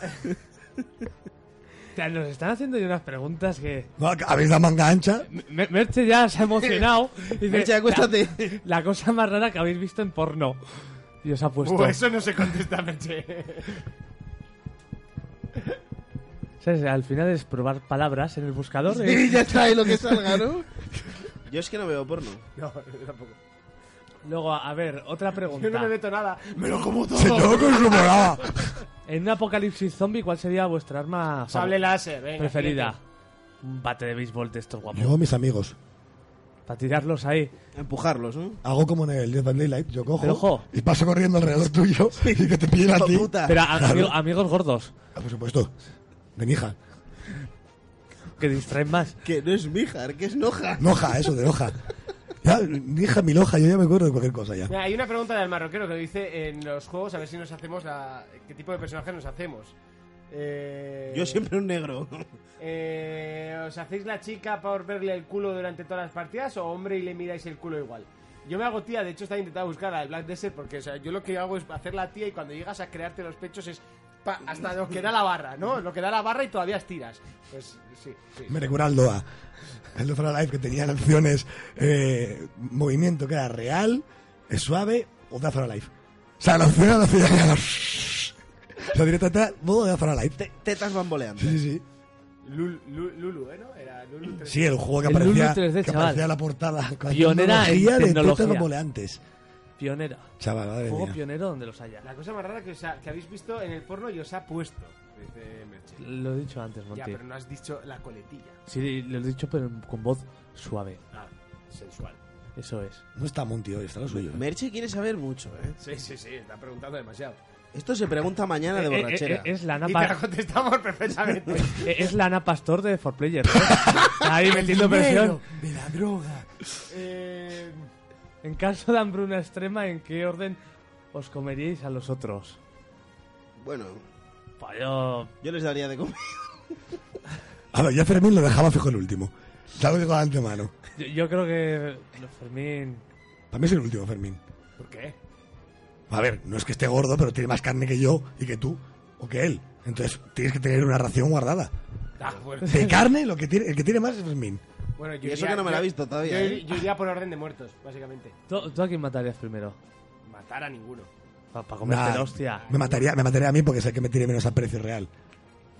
[SPEAKER 4] sea, nos están haciendo ya unas preguntas que...
[SPEAKER 2] No, ¿Habéis dado manga ancha?
[SPEAKER 4] Me- Merche ya se ha emocionado. Dice,
[SPEAKER 3] Merche, acuéstate.
[SPEAKER 4] La, la cosa más rara que habéis visto en porno. Y os ha puesto...
[SPEAKER 1] Uh, eso no se contesta, Merche.
[SPEAKER 4] ¿Sabes? Al final es probar palabras en el buscador.
[SPEAKER 3] Y
[SPEAKER 4] eh.
[SPEAKER 3] ya está ahí lo que salga, ¿no? Yo es que no veo porno.
[SPEAKER 1] No, yo tampoco.
[SPEAKER 4] Luego, a ver, otra pregunta.
[SPEAKER 1] Yo no me meto nada. Me lo como todo.
[SPEAKER 2] Señor, que os lo molaba.
[SPEAKER 4] En un apocalipsis zombie, ¿cuál sería vuestra arma fav-
[SPEAKER 1] Sable láser, venga.
[SPEAKER 4] preferida? Un bate de béisbol de estos guapos.
[SPEAKER 2] Yo, mis amigos,
[SPEAKER 4] Para tirarlos ahí.
[SPEAKER 3] Empujarlos, ¿no?
[SPEAKER 2] hago como en el Death by Daylight, yo cojo
[SPEAKER 4] Pero ojo.
[SPEAKER 2] y paso corriendo alrededor tuyo y que te pillen a
[SPEAKER 3] Hijo
[SPEAKER 2] ti.
[SPEAKER 3] puta.
[SPEAKER 4] Pero a-
[SPEAKER 2] Claro.
[SPEAKER 4] amigo- amigos gordos,
[SPEAKER 2] Ah, por supuesto. De mi hija.
[SPEAKER 4] que distraen más.
[SPEAKER 3] Que no es Mijar, que es Noja.
[SPEAKER 2] Noja, eso, de hoja. Ya, mi hija, mi loja, yo ya me acuerdo de cualquier cosa ya.
[SPEAKER 1] Mira, hay una pregunta del marroquero que dice en los juegos a ver si nos hacemos la... qué tipo de personaje nos hacemos. Eh,
[SPEAKER 3] Yo siempre un negro.
[SPEAKER 1] eh, ¿Os hacéis la chica por verle el culo durante todas las partidas o hombre y le miráis el culo igual? Yo me hago tía, de hecho está intentando buscar al Black Desert porque o sea, yo lo que hago es hacer la tía y cuando llegas a crearte los pechos es pa- hasta lo que da la barra, ¿no? Lo que da la barra y todavía estiras. Pues sí, sí.
[SPEAKER 2] Me recuerda al DOA. El DOA Live que tenía opciones, eh, movimiento que era real, es suave o DOA Live. O sea, la opción era la opción era la- O sea, directamente modo de DOA Live.
[SPEAKER 3] Tetas bamboleantes.
[SPEAKER 2] Sí, sí, sí.
[SPEAKER 1] Lul- Lu- Lulu, ¿eh, ¿no? Era Lulu 3D.
[SPEAKER 2] Sí, el juego que
[SPEAKER 4] El Lulu
[SPEAKER 2] aparecía,
[SPEAKER 4] 3D,
[SPEAKER 2] que
[SPEAKER 4] chaval.
[SPEAKER 2] aparecía en la portada. con la
[SPEAKER 4] Pionera en
[SPEAKER 2] tecnología de
[SPEAKER 4] tecnología.
[SPEAKER 2] tetas volantes.
[SPEAKER 4] Pionera.
[SPEAKER 2] Chaval, madre
[SPEAKER 4] Juego
[SPEAKER 2] mía.
[SPEAKER 4] pionero donde los haya.
[SPEAKER 1] La cosa más rara que, os ha- que habéis visto en el porno y os ha puesto. Dice Merche.
[SPEAKER 4] Lo he dicho antes, Monty.
[SPEAKER 1] Ya, pero no has dicho la coletilla.
[SPEAKER 4] Sí, lo he dicho, pero con voz suave.
[SPEAKER 1] Ah, sensual.
[SPEAKER 4] Eso es.
[SPEAKER 2] No está Monty hoy, está lo suyo. ¿eh?
[SPEAKER 3] Merche quiere saber mucho, ¿eh?
[SPEAKER 1] Sí, sí, sí, está preguntando demasiado.
[SPEAKER 3] Esto se pregunta mañana de
[SPEAKER 4] Eh, eh,
[SPEAKER 3] borrachera.
[SPEAKER 4] eh, es la
[SPEAKER 1] Y
[SPEAKER 4] napa.
[SPEAKER 1] te la contestamos perfectamente.
[SPEAKER 4] Eh, Es la Ana Pastor de For Player. ¿no? Ahí metiendo presión.
[SPEAKER 2] De la droga.
[SPEAKER 1] Eh,
[SPEAKER 4] En caso de hambruna extrema, ¿en qué orden os comeríais a los otros?
[SPEAKER 3] Bueno,
[SPEAKER 4] yo...
[SPEAKER 3] les daría de comer.
[SPEAKER 2] A ver, ya Fermín lo dejaba fijo el último. Ya lo digo de antemano.
[SPEAKER 4] Yo, yo creo que los Fermín.
[SPEAKER 2] Para mí es el último, Fermín.
[SPEAKER 1] ¿Por qué?
[SPEAKER 2] A ver, no es que esté gordo, pero tiene más carne que yo y que tú o que él. Entonces tienes que tener una ración guardada.
[SPEAKER 1] Ah, bueno.
[SPEAKER 2] De carne, lo que tiene, el que tiene más es Fermín.
[SPEAKER 1] Bueno, yo
[SPEAKER 3] Y eso
[SPEAKER 1] iría-
[SPEAKER 3] que no me la
[SPEAKER 1] yo-
[SPEAKER 3] he visto todavía,
[SPEAKER 1] Yo,
[SPEAKER 3] ¿eh?
[SPEAKER 1] yo iría por orden de muertos, básicamente.
[SPEAKER 4] ¿Tú, tú a quién matarías primero?
[SPEAKER 1] Matar a ninguno.
[SPEAKER 4] Para comerte
[SPEAKER 2] Nah,
[SPEAKER 4] la hostia.
[SPEAKER 2] Me mataría, me mataría a mí porque es el que me tiene menos al precio real.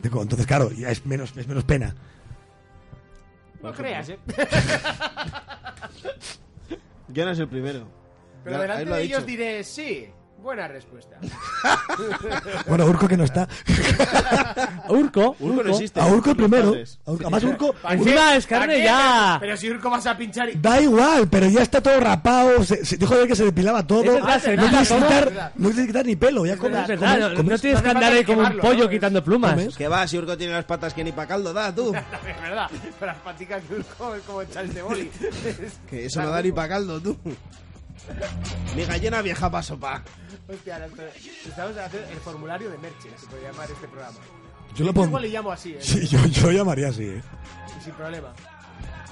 [SPEAKER 2] Digo, Entonces, claro, ya es menos, es menos pena.
[SPEAKER 1] No creas, ¿eh?
[SPEAKER 3] Yo no soy el primero.
[SPEAKER 1] Pero
[SPEAKER 3] Ya, ahí
[SPEAKER 1] delante
[SPEAKER 3] lo ha
[SPEAKER 1] de ellos
[SPEAKER 3] dicho.
[SPEAKER 1] diré, sí, buena respuesta.
[SPEAKER 2] Bueno, Urco que no está.
[SPEAKER 4] Urco.
[SPEAKER 3] Ah, Urco no existe.
[SPEAKER 2] A Urco el primero.
[SPEAKER 3] padres.
[SPEAKER 2] A Urco- además, Urco
[SPEAKER 1] ¿Para
[SPEAKER 4] Encima
[SPEAKER 1] qué?
[SPEAKER 4] es carne
[SPEAKER 1] ¿Para qué?
[SPEAKER 4] ya.
[SPEAKER 1] Pero si Urco vas a pinchar y...
[SPEAKER 2] da igual, pero ya está todo rapado. Se, se- dijo él que se depilaba todo.
[SPEAKER 4] Es verdad,
[SPEAKER 2] no
[SPEAKER 4] se
[SPEAKER 2] tienes
[SPEAKER 4] depila
[SPEAKER 2] que
[SPEAKER 4] todo.
[SPEAKER 2] quitar, no tienes que quitar ni pelo. Ya comes,
[SPEAKER 4] Es verdad,
[SPEAKER 2] comes,
[SPEAKER 4] no- no,
[SPEAKER 2] comes.
[SPEAKER 4] tienes que
[SPEAKER 1] hace
[SPEAKER 4] andar
[SPEAKER 1] falta
[SPEAKER 4] ahí como un
[SPEAKER 1] quemarlo, ¿no?
[SPEAKER 4] pollo
[SPEAKER 1] Es-
[SPEAKER 4] quitando plumas.
[SPEAKER 2] comes.
[SPEAKER 3] Que va, si Urco tiene las patas que ni pa' caldo da, tú.
[SPEAKER 1] Es verdad, pero las paticas de Urco es como Charles de Boli. Es-
[SPEAKER 3] Que eso no da ni pa' caldo, tú. Mi gallina vieja pa' sopa.
[SPEAKER 1] Hostia, ahora estoy- estamos haciendo el formulario de Merche, se podría llamar este programa.
[SPEAKER 2] Yo lo
[SPEAKER 1] Igual
[SPEAKER 2] pongo.
[SPEAKER 1] le llamo así, ¿eh?
[SPEAKER 2] Sí, yo, yo llamaría así, eh.
[SPEAKER 1] sin problema.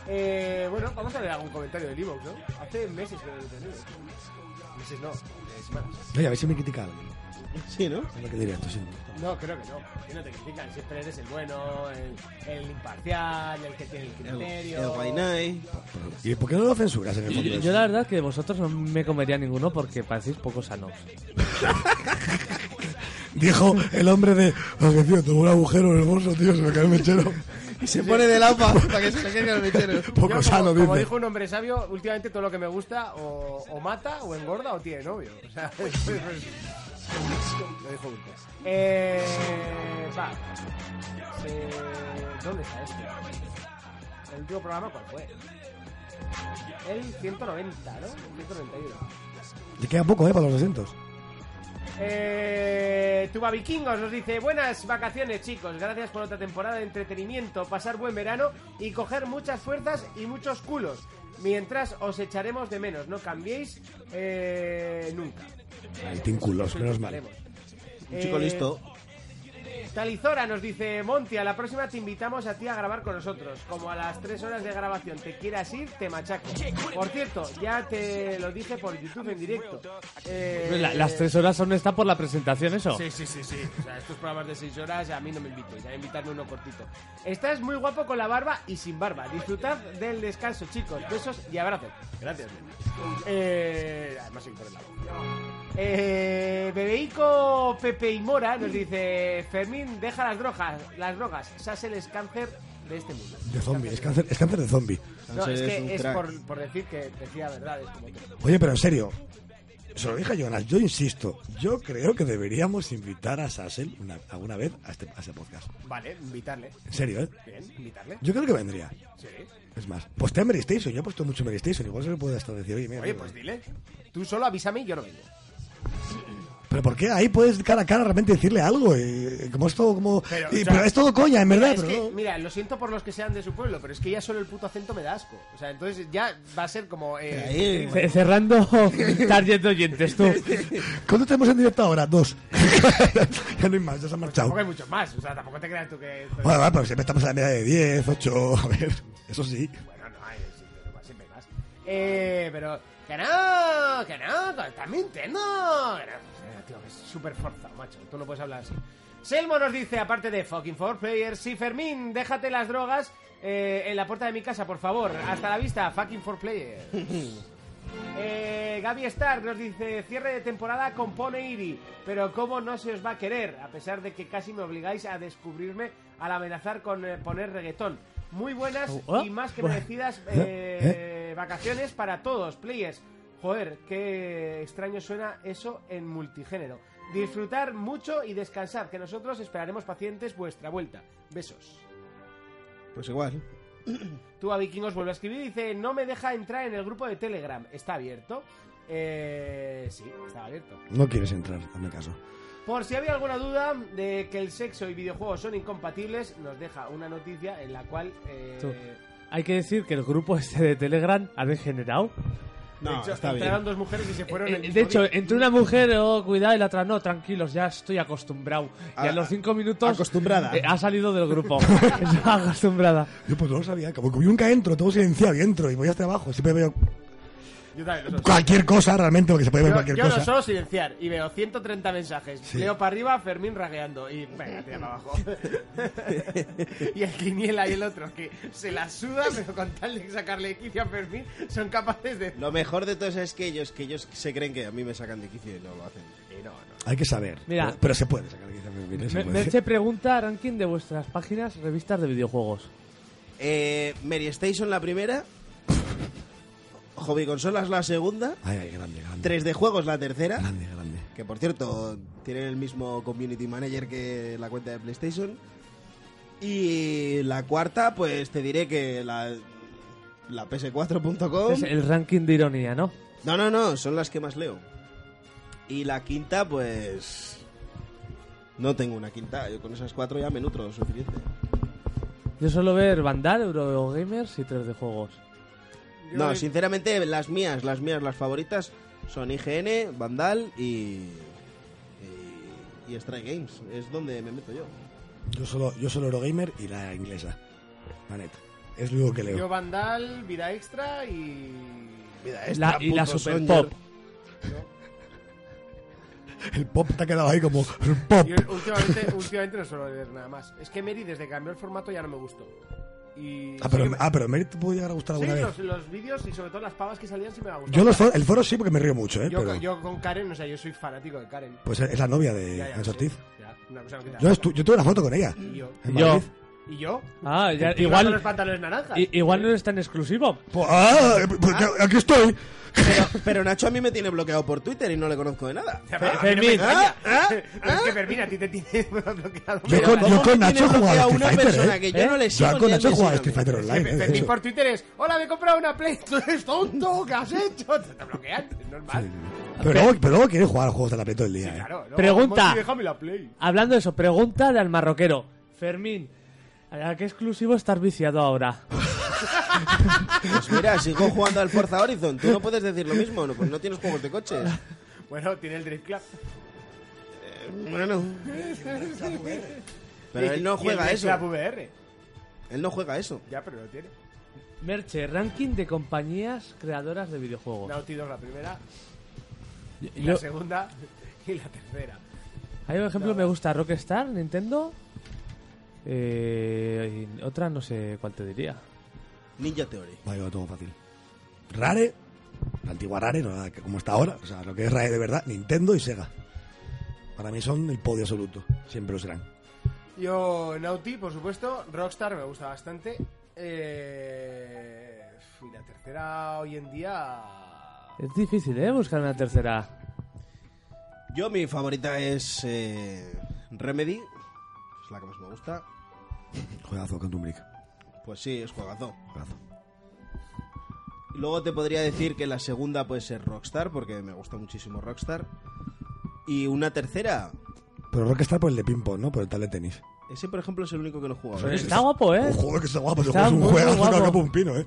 [SPEAKER 1] Eh, bueno, vamos a leer algún comentario del Evox, ¿no? Hace meses que no lo he tenido. Meses no, eh, semanas.
[SPEAKER 2] Oye, a ver si me critica algo.
[SPEAKER 3] Sí, ¿no?
[SPEAKER 2] Es lo que diría, entonces,
[SPEAKER 1] No, creo que no. Que no te critican. Siempre eres el bueno, el, el imparcial, el que tiene el
[SPEAKER 3] El,
[SPEAKER 1] criterio.
[SPEAKER 3] el guainai.
[SPEAKER 2] ¿Y por qué no lo censuras en el
[SPEAKER 4] Yo,
[SPEAKER 2] fondo?
[SPEAKER 4] yo- yo la verdad que vosotros no me comería ninguno porque parecéis poco sanos.
[SPEAKER 2] Dijo el hombre de. "Ah, que tío, tengo un agujero en el bolso, tío, se me cayó el mechero.
[SPEAKER 3] Y se pone de lado pa- para que se le caiga el mechero.
[SPEAKER 1] Yo,
[SPEAKER 2] Poco
[SPEAKER 1] como,
[SPEAKER 2] sano,
[SPEAKER 1] como
[SPEAKER 2] dice.
[SPEAKER 1] dijo un hombre sabio, últimamente todo lo que me gusta o, o mata, o engorda, o tiene novio. O sea, es- es- lo dijo Urco. Eh, va. Eh, ¿Dónde está este? El último programa, ¿cuál fue? El 190, ¿no? El 191.
[SPEAKER 2] Le queda poco, eh, para los 200.
[SPEAKER 1] Eh, Tuba Vikingos nos dice Buenas vacaciones chicos, gracias por otra temporada de entretenimiento Pasar buen verano y coger muchas fuerzas y muchos culos Mientras os echaremos de menos, no cambiéis eh, nunca
[SPEAKER 2] El Team Culos, menos mal.
[SPEAKER 1] Un
[SPEAKER 3] Chico
[SPEAKER 1] Eh,
[SPEAKER 3] listo.
[SPEAKER 1] Talizora nos dice, Monty, a la próxima te invitamos a ti a grabar con nosotros. Como a las 3 horas de grabación te quieras ir, te machaco. Por cierto, ya te lo dije por YouTube en directo. Eh,
[SPEAKER 4] Pues La- las tres horas son esta por la presentación, eso.
[SPEAKER 1] Sí, sí, sí, sí. O sea, estos programas de 6 horas a mí no me invitéis, a invitarme uno cortito. Estás muy guapo con la barba y sin barba. Disfrutad del descanso, chicos. Besos y abrazos. Gracias. Eh, además soy por el lado. Eh, Bebeico Pepe y Mora nos dice Fermín, deja las drogas, las drogas. Sassel es cáncer de este mundo.
[SPEAKER 2] De zombie, es cáncer, es cáncer de zombie.
[SPEAKER 1] No, es
[SPEAKER 3] Sassel es un
[SPEAKER 1] que es
[SPEAKER 3] crack.
[SPEAKER 1] por, por decir que decía verdades como tú.
[SPEAKER 2] Oye, pero en serio, se lo dije a Jonas, yo insisto, yo creo que deberíamos invitar a Sassel una- alguna vez a este, a este podcast.
[SPEAKER 1] Vale, invitarle.
[SPEAKER 2] En serio, ¿eh?
[SPEAKER 1] Bien, invitarle.
[SPEAKER 2] Yo creo que vendría.
[SPEAKER 1] Sí.
[SPEAKER 2] Es más, postea en Mary Station, yo he puesto mucho en Mary Station, igual se le puede hasta decir, oye, mira.
[SPEAKER 1] Oye,
[SPEAKER 2] mira.
[SPEAKER 1] pues dile. Tú solo avísame y yo no vengo.
[SPEAKER 2] Pero ¿por qué ahí puedes cara a cara realmente decirle algo? eh, como es todo, como...
[SPEAKER 1] Pero,
[SPEAKER 2] y-
[SPEAKER 1] o sea,
[SPEAKER 2] pero es todo coña, en verdad,
[SPEAKER 1] Es
[SPEAKER 2] pero
[SPEAKER 1] que,
[SPEAKER 2] no.
[SPEAKER 1] mira, lo siento por los que sean de su pueblo, pero es que ya solo el puto acento me da asco. O sea, entonces ya va a ser como. eh,
[SPEAKER 3] Ahí.
[SPEAKER 4] C- Cerrando target de oyentes, tú.
[SPEAKER 2] ¿Cuánto tenemos en directo ahora? Dos. ya no hay más, ya se han marchado.
[SPEAKER 1] Pues Tampoco hay muchos más. O sea, tampoco te creas tú que.
[SPEAKER 2] Bueno, va, pero siempre estamos a la media de 10, 8, a ver, eso sí.
[SPEAKER 1] Bueno, no hay, siempre hay más, siempre hay más. Eh, pero Que no, que no, que estás mintiendo. Que no. Eh, Tío, que es súper forzado, macho. Tú no puedes hablar así. Selmo nos dice, aparte de fucking four players, sí, Fermín, déjate las drogas eh, en la puerta de mi casa, por favor. Hasta la vista, fucking four players. Eh, Gaby Stark nos dice cierre de temporada con Pone Iri, pero cómo no se os va a querer, a pesar de que casi me obligáis a descubrirme al amenazar con eh, poner reggaetón. Muy buenas
[SPEAKER 2] Oh,
[SPEAKER 1] y más que
[SPEAKER 2] bueno.
[SPEAKER 1] merecidas eh, vacaciones para todos, players. Joder, qué extraño suena eso en multigénero. Disfrutar mucho y descansar, que nosotros esperaremos pacientes vuestra vuelta. Besos.
[SPEAKER 3] Pues igual.
[SPEAKER 1] Tú a Vikingos vuelve a escribir y dice, no me deja entrar en el grupo de Telegram. ¿Está abierto? Eh, sí, está abierto.
[SPEAKER 2] No quieres entrar, hazme caso.
[SPEAKER 1] Por si había alguna duda de que el sexo y videojuegos son incompatibles, nos deja una noticia en la cual... eh,
[SPEAKER 4] Tú. Hay que decir que el grupo este de Telegram ha degenerado.
[SPEAKER 1] de hecho, entraron dos mujeres y se fueron el
[SPEAKER 4] Eh,
[SPEAKER 1] mismo
[SPEAKER 4] De hecho,
[SPEAKER 1] día.
[SPEAKER 4] entre una mujer, oh, cuidado, y la otra, no, tranquilos, ya estoy acostumbrado. Y
[SPEAKER 1] A-
[SPEAKER 4] a los cinco minutos.
[SPEAKER 2] acostumbrada.
[SPEAKER 4] eh, ha salido del grupo. Es acostumbrada.
[SPEAKER 2] Yo pues no lo sabía, como que yo nunca entro, tengo silenciado y entro y voy hasta abajo. Siempre veo
[SPEAKER 1] Yo también lo soy.
[SPEAKER 2] cualquier cosa realmente, porque se puede ver
[SPEAKER 1] Yo,
[SPEAKER 2] cualquier
[SPEAKER 1] yo
[SPEAKER 2] cosa.
[SPEAKER 1] lo suelo silenciar y veo 130 mensajes.
[SPEAKER 2] Sí.
[SPEAKER 1] Leo para arriba, Fermín ragueando y venga, tira para abajo. y el Quiniela y el otro que se la suda, pero con tal de sacarle quicio a Fermín, son capaces de...
[SPEAKER 3] Lo mejor de todo es que ellos, que ellos se creen que a mí me sacan de quicio y no lo hacen. Y no, no.
[SPEAKER 2] Hay que saber.
[SPEAKER 4] Mira.
[SPEAKER 2] pero, pero se puede sacar quizá, mira, se
[SPEAKER 4] Me-
[SPEAKER 2] puede.
[SPEAKER 4] Merche pregunta ranking de vuestras páginas, revistas de videojuegos.
[SPEAKER 3] Eh, Mary Station la primera. Hobby Consolas la segunda.
[SPEAKER 2] Ay, ay, grande, grande.
[SPEAKER 3] 3D Juegos la tercera.
[SPEAKER 2] Grande, grande.
[SPEAKER 3] Que por cierto, tienen el mismo community manager que la cuenta de PlayStation. Y la cuarta, pues te diré que la, la
[SPEAKER 4] Es
[SPEAKER 3] ps4.com.
[SPEAKER 4] el ranking de ironía, ¿no?
[SPEAKER 3] No, no, no, son las que más leo. Y la quinta, pues. No tengo una quinta, yo con esas cuatro ya me nutro lo suficiente.
[SPEAKER 4] Yo suelo ver Vandal, Eurogamers y 3 de juegos.
[SPEAKER 3] No, sinceramente, las mías, las mías, las favoritas son IGN, Vandal y. y, y Strike Games. Es donde me meto yo.
[SPEAKER 2] Yo solo, yo solo Eurogamer y la inglesa. La neta. Es lo único que
[SPEAKER 1] Yo
[SPEAKER 2] leo.
[SPEAKER 1] Vandal, Vida Extra y... Vida
[SPEAKER 4] La- y la Super Pop.
[SPEAKER 2] El pop te ha quedado ahí como. El pop.
[SPEAKER 1] Yo últimamente, últimamente no suelo leer nada más. Es que Mary, desde que cambió el formato, ya no me gustó. Y
[SPEAKER 2] Ah, pero,
[SPEAKER 1] sí que-
[SPEAKER 2] ah, pero Merit te puede llegar a gustar
[SPEAKER 1] sí,
[SPEAKER 2] alguna vez.
[SPEAKER 1] los, los vídeos y sobre todo las pavas que salían sí me ha gustado.
[SPEAKER 2] Yo los for- el foro sí, porque me río mucho, ¿eh?
[SPEAKER 1] yo,
[SPEAKER 2] pero-
[SPEAKER 1] con- yo con Karen, o sea, yo soy fanático de Karen.
[SPEAKER 2] Pues es la novia de
[SPEAKER 1] Ya, ya,
[SPEAKER 2] Hans
[SPEAKER 1] sí,
[SPEAKER 2] Ortiz.
[SPEAKER 1] ya, una cosa que te
[SPEAKER 2] Yo,
[SPEAKER 1] da-
[SPEAKER 2] estu- yo tuve la foto con ella.
[SPEAKER 1] Y yo.
[SPEAKER 2] En
[SPEAKER 4] Y yo.
[SPEAKER 2] Madrid.
[SPEAKER 1] ¿Y yo?
[SPEAKER 4] Ah, ya,
[SPEAKER 1] Con los
[SPEAKER 4] igual.
[SPEAKER 1] pantalones naranjas.
[SPEAKER 4] i- igual no es tan exclusivo.
[SPEAKER 2] Pues, ah, pues ya- aquí estoy.
[SPEAKER 3] Pero Nacho a mí me tiene bloqueado por Twitter y no le conozco de nada.
[SPEAKER 1] O sea, pero a mí no me
[SPEAKER 4] Fermín.
[SPEAKER 1] engaña. Pero es que Fermín, a ti te tiene bloqueado.
[SPEAKER 2] ¿Eh? Yo con, yo
[SPEAKER 3] ¿cómo
[SPEAKER 2] con
[SPEAKER 3] que
[SPEAKER 2] Nacho
[SPEAKER 3] tienes
[SPEAKER 2] jugaba a Street
[SPEAKER 3] bloqueado una
[SPEAKER 2] Fighter,
[SPEAKER 3] persona
[SPEAKER 2] ¿eh?
[SPEAKER 3] que yo no le sigo,
[SPEAKER 2] Yo con
[SPEAKER 3] ni
[SPEAKER 2] Nacho
[SPEAKER 3] él me
[SPEAKER 2] jugaba a
[SPEAKER 3] sigue a mí.
[SPEAKER 2] Street Fighter Online. ¿eh?
[SPEAKER 1] Fermín
[SPEAKER 2] Eso.
[SPEAKER 1] por Twitter es: Hola, me he comprado una Play. Tú eres tonto, ¿qué has hecho? Te, te bloquean, es normal.
[SPEAKER 2] Pero luego, pero luego quiere jugar a juegos de la Play todo el día. ¿eh?
[SPEAKER 1] Claro, no,
[SPEAKER 4] Pregunta.
[SPEAKER 1] Monty, déjame la Play.
[SPEAKER 4] Hablando de eso, pregunta de al marroquero. Fermín, ¿a qué exclusivo estás viciado ahora?
[SPEAKER 3] Pues mira, sigo jugando al Forza Horizon. Tú no puedes decir lo mismo, no, pues no tienes juegos de coches.
[SPEAKER 1] Bueno, tiene el Drift Club.
[SPEAKER 3] Bueno, pero él no
[SPEAKER 1] Y el
[SPEAKER 3] juega
[SPEAKER 1] Drift
[SPEAKER 3] eso.
[SPEAKER 1] Club VR.
[SPEAKER 3] Él no juega eso.
[SPEAKER 1] Ya, pero lo tiene.
[SPEAKER 4] Merche, ranking de compañías creadoras de videojuegos.
[SPEAKER 1] Naughty Dog la primera, y
[SPEAKER 4] Yo-
[SPEAKER 1] la segunda y la tercera.
[SPEAKER 4] Ahí, por ejemplo, me gusta Rockstar, Nintendo. Eh, y otra no sé cuál te diría.
[SPEAKER 3] Ninja Theory.
[SPEAKER 2] Vale, lo tengo fácil. Rare, la antigua Rare, no, la que- como está ahora, o sea, lo que es Rare de verdad, Nintendo y Sega. Para mí son el podio absoluto, siempre lo serán.
[SPEAKER 1] Yo, Naughty, por supuesto. Rockstar me gusta bastante. Eh, y la tercera hoy en día.
[SPEAKER 4] Es difícil, ¿eh? Buscar una tercera.
[SPEAKER 3] Yo, mi favorita es eh, Remedy. Es la que más me gusta.
[SPEAKER 2] Juegazo, Quantum Break.
[SPEAKER 3] Pues sí, es juegazo.
[SPEAKER 2] Juegazo.
[SPEAKER 3] Y luego te podría decir que la segunda puede ser Rockstar, porque me gusta muchísimo Rockstar. Y una tercera.
[SPEAKER 2] Pero Rockstar por el de ping-pong, ¿no? Por el tal de tenis.
[SPEAKER 3] Ese, por ejemplo, es el único que no he jugado.
[SPEAKER 4] Está guapo, ¿eh?
[SPEAKER 2] Un juego que está guapo, ese
[SPEAKER 4] Está
[SPEAKER 2] juego es un
[SPEAKER 4] muy, muy
[SPEAKER 2] juegazo que
[SPEAKER 4] guapo.
[SPEAKER 2] acaba un pino, ¿eh?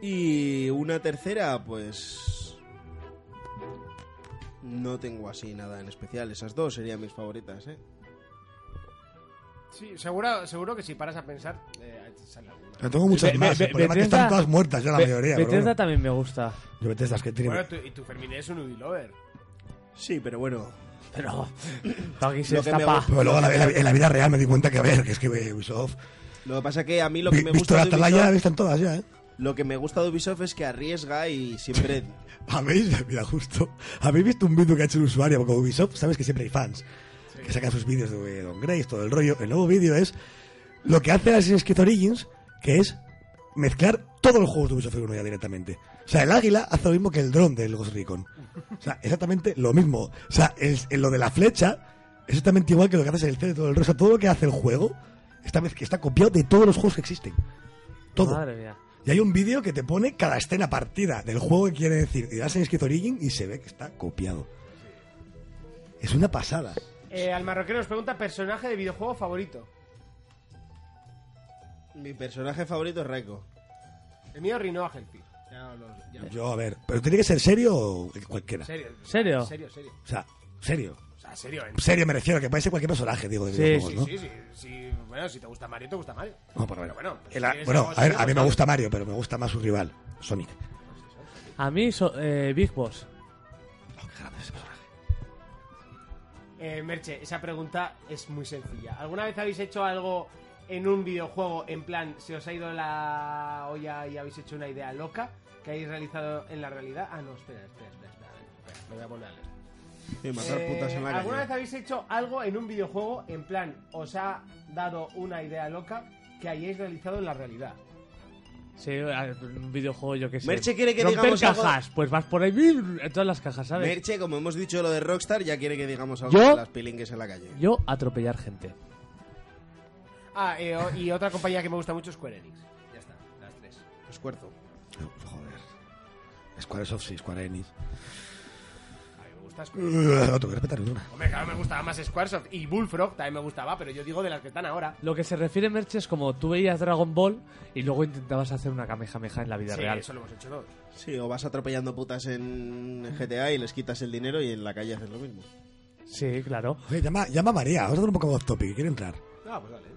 [SPEAKER 3] Y una tercera, pues. No tengo así nada en especial. Esas dos serían mis favoritas, ¿eh?
[SPEAKER 1] Sí, seguro, seguro que si paras a pensar, eh,
[SPEAKER 2] Pero tengo muchas
[SPEAKER 4] Be-
[SPEAKER 2] más.
[SPEAKER 4] Be-
[SPEAKER 2] el problema es que están
[SPEAKER 4] Bethesda-
[SPEAKER 2] todas muertas ya la
[SPEAKER 4] Be-
[SPEAKER 2] mayoría. pero
[SPEAKER 4] Bethesda
[SPEAKER 2] bueno.
[SPEAKER 4] también me gusta.
[SPEAKER 2] Yo Bethesda es que tiene.
[SPEAKER 1] Bueno, tú- y tu Fermín es un Ubilover.
[SPEAKER 3] Sí, pero bueno.
[SPEAKER 4] Pero. Aquí
[SPEAKER 3] Lo que me gusta-
[SPEAKER 2] Pero luego en la, en la- en la vida real me di cuenta que, a ver, que es que eh, Ubisoft.
[SPEAKER 3] Lo que pasa es que a mí lo que
[SPEAKER 2] vi-
[SPEAKER 3] me
[SPEAKER 2] visto
[SPEAKER 3] gusta
[SPEAKER 2] la
[SPEAKER 3] de
[SPEAKER 2] atalaya,
[SPEAKER 3] Ubisoft,
[SPEAKER 2] están todas ya, ¿eh?
[SPEAKER 3] lo que me gusta de Ubisoft es que arriesga y siempre
[SPEAKER 2] ¿Habéis, mira, justo, habéis visto un vídeo que ha hecho el usuario Porque Ubisoft? Sabes que siempre hay fans que sacan sus vídeos de eh, Don Grace, todo el rollo. El nuevo vídeo es lo que hace Assassin's Creed Origins, que es mezclar todos los juegos de Ubisoft en uno ya directamente. O sea, el águila hace lo mismo que el dron del Ghost Recon. O sea, exactamente lo mismo. O sea, el- el- lo de la flecha es exactamente igual que lo que hace el C de todo el rollo. O sea, todo lo que hace el juego está, mez- está copiado de todos los juegos que existen. Todo.
[SPEAKER 4] Madre mía.
[SPEAKER 2] Y hay un vídeo que te pone cada escena partida del juego que quiere decir. Y das en Skid Origin y se ve que está copiado. Es una pasada.
[SPEAKER 1] Eh, al marroquero nos pregunta personaje de videojuego favorito.
[SPEAKER 3] mi personaje favorito es Raiko.
[SPEAKER 1] El mío Rinoa Helpi. Ya lo- ya-
[SPEAKER 2] Yo, a ver, pero tiene que ser serio o cualquiera.
[SPEAKER 1] Serio. Serio, serio.
[SPEAKER 2] O sea, serio.
[SPEAKER 1] O sea, serio. en-
[SPEAKER 2] Serio me refiero, que puede ser cualquier personaje, digo, de
[SPEAKER 1] Sí,
[SPEAKER 2] videojuegos,
[SPEAKER 1] sí,
[SPEAKER 2] ¿no?
[SPEAKER 1] sí, sí, sí. Bueno, si te gusta Mario, te gusta Mario.
[SPEAKER 2] No, pero bueno.
[SPEAKER 1] Pero bueno, pues
[SPEAKER 2] El a-
[SPEAKER 1] si es
[SPEAKER 2] bueno,
[SPEAKER 1] algo
[SPEAKER 2] a ver,
[SPEAKER 1] serio,
[SPEAKER 2] a mí
[SPEAKER 1] pues
[SPEAKER 2] me
[SPEAKER 1] ya.
[SPEAKER 2] gusta Mario, pero me gusta más su rival, Sonic.
[SPEAKER 4] A mí, so- eh, Big Boss.
[SPEAKER 1] Eh, Merche, esa pregunta es muy sencilla. ¿Alguna vez habéis hecho algo en un videojuego en plan se os ha ido la olla y habéis hecho una idea loca que hayáis realizado en la realidad? Ah, no, espera, espera, espera, espera, a ver, espera, me voy a poner a leer.
[SPEAKER 3] Y matar
[SPEAKER 1] Eh,
[SPEAKER 3] putas en la
[SPEAKER 1] ¿Alguna
[SPEAKER 3] calle.
[SPEAKER 1] vez habéis hecho algo en un videojuego en plan os ha dado una idea loca que hayáis realizado en la realidad?
[SPEAKER 4] Sí, a- un videojuego, yo que sé.
[SPEAKER 3] Merche quiere que
[SPEAKER 4] Romper
[SPEAKER 3] digamos algo-
[SPEAKER 4] cajas. Pues vas por ahí ¡bim! en todas las cajas, ¿sabes?
[SPEAKER 3] Merche, como hemos dicho lo de Rockstar, ya quiere que digamos algo
[SPEAKER 4] ¿Yo?
[SPEAKER 3] de las pilingues en la calle.
[SPEAKER 4] Yo atropellar gente.
[SPEAKER 1] Ah, eh, o- y otra compañía que me gusta mucho es Square Enix. Ya está, las tres.
[SPEAKER 3] Escuerzo.
[SPEAKER 2] Joder. Squaresoft, sí, Square Enix.
[SPEAKER 1] A mí me gusta Square Enix.
[SPEAKER 2] Eh, No, tengo que respetar una.
[SPEAKER 1] Hombre, claro, me gustaba más Squaresoft y Bullfrog también me gustaba, pero yo digo de las que están ahora.
[SPEAKER 4] Lo que se refiere, Merche, es como tú veías Dragon Ball y luego intentabas hacer una camejameja en la vida
[SPEAKER 1] Sí,
[SPEAKER 4] real.
[SPEAKER 1] eso lo hemos hecho todos.
[SPEAKER 3] Sí, o vas atropellando putas en GTA y les quitas el dinero y en la calle haces lo mismo.
[SPEAKER 4] Sí, claro.
[SPEAKER 2] Oye, llama, llama a María, vamos a hacer un poco de off topic, quiere entrar.
[SPEAKER 1] Ah, pues dale.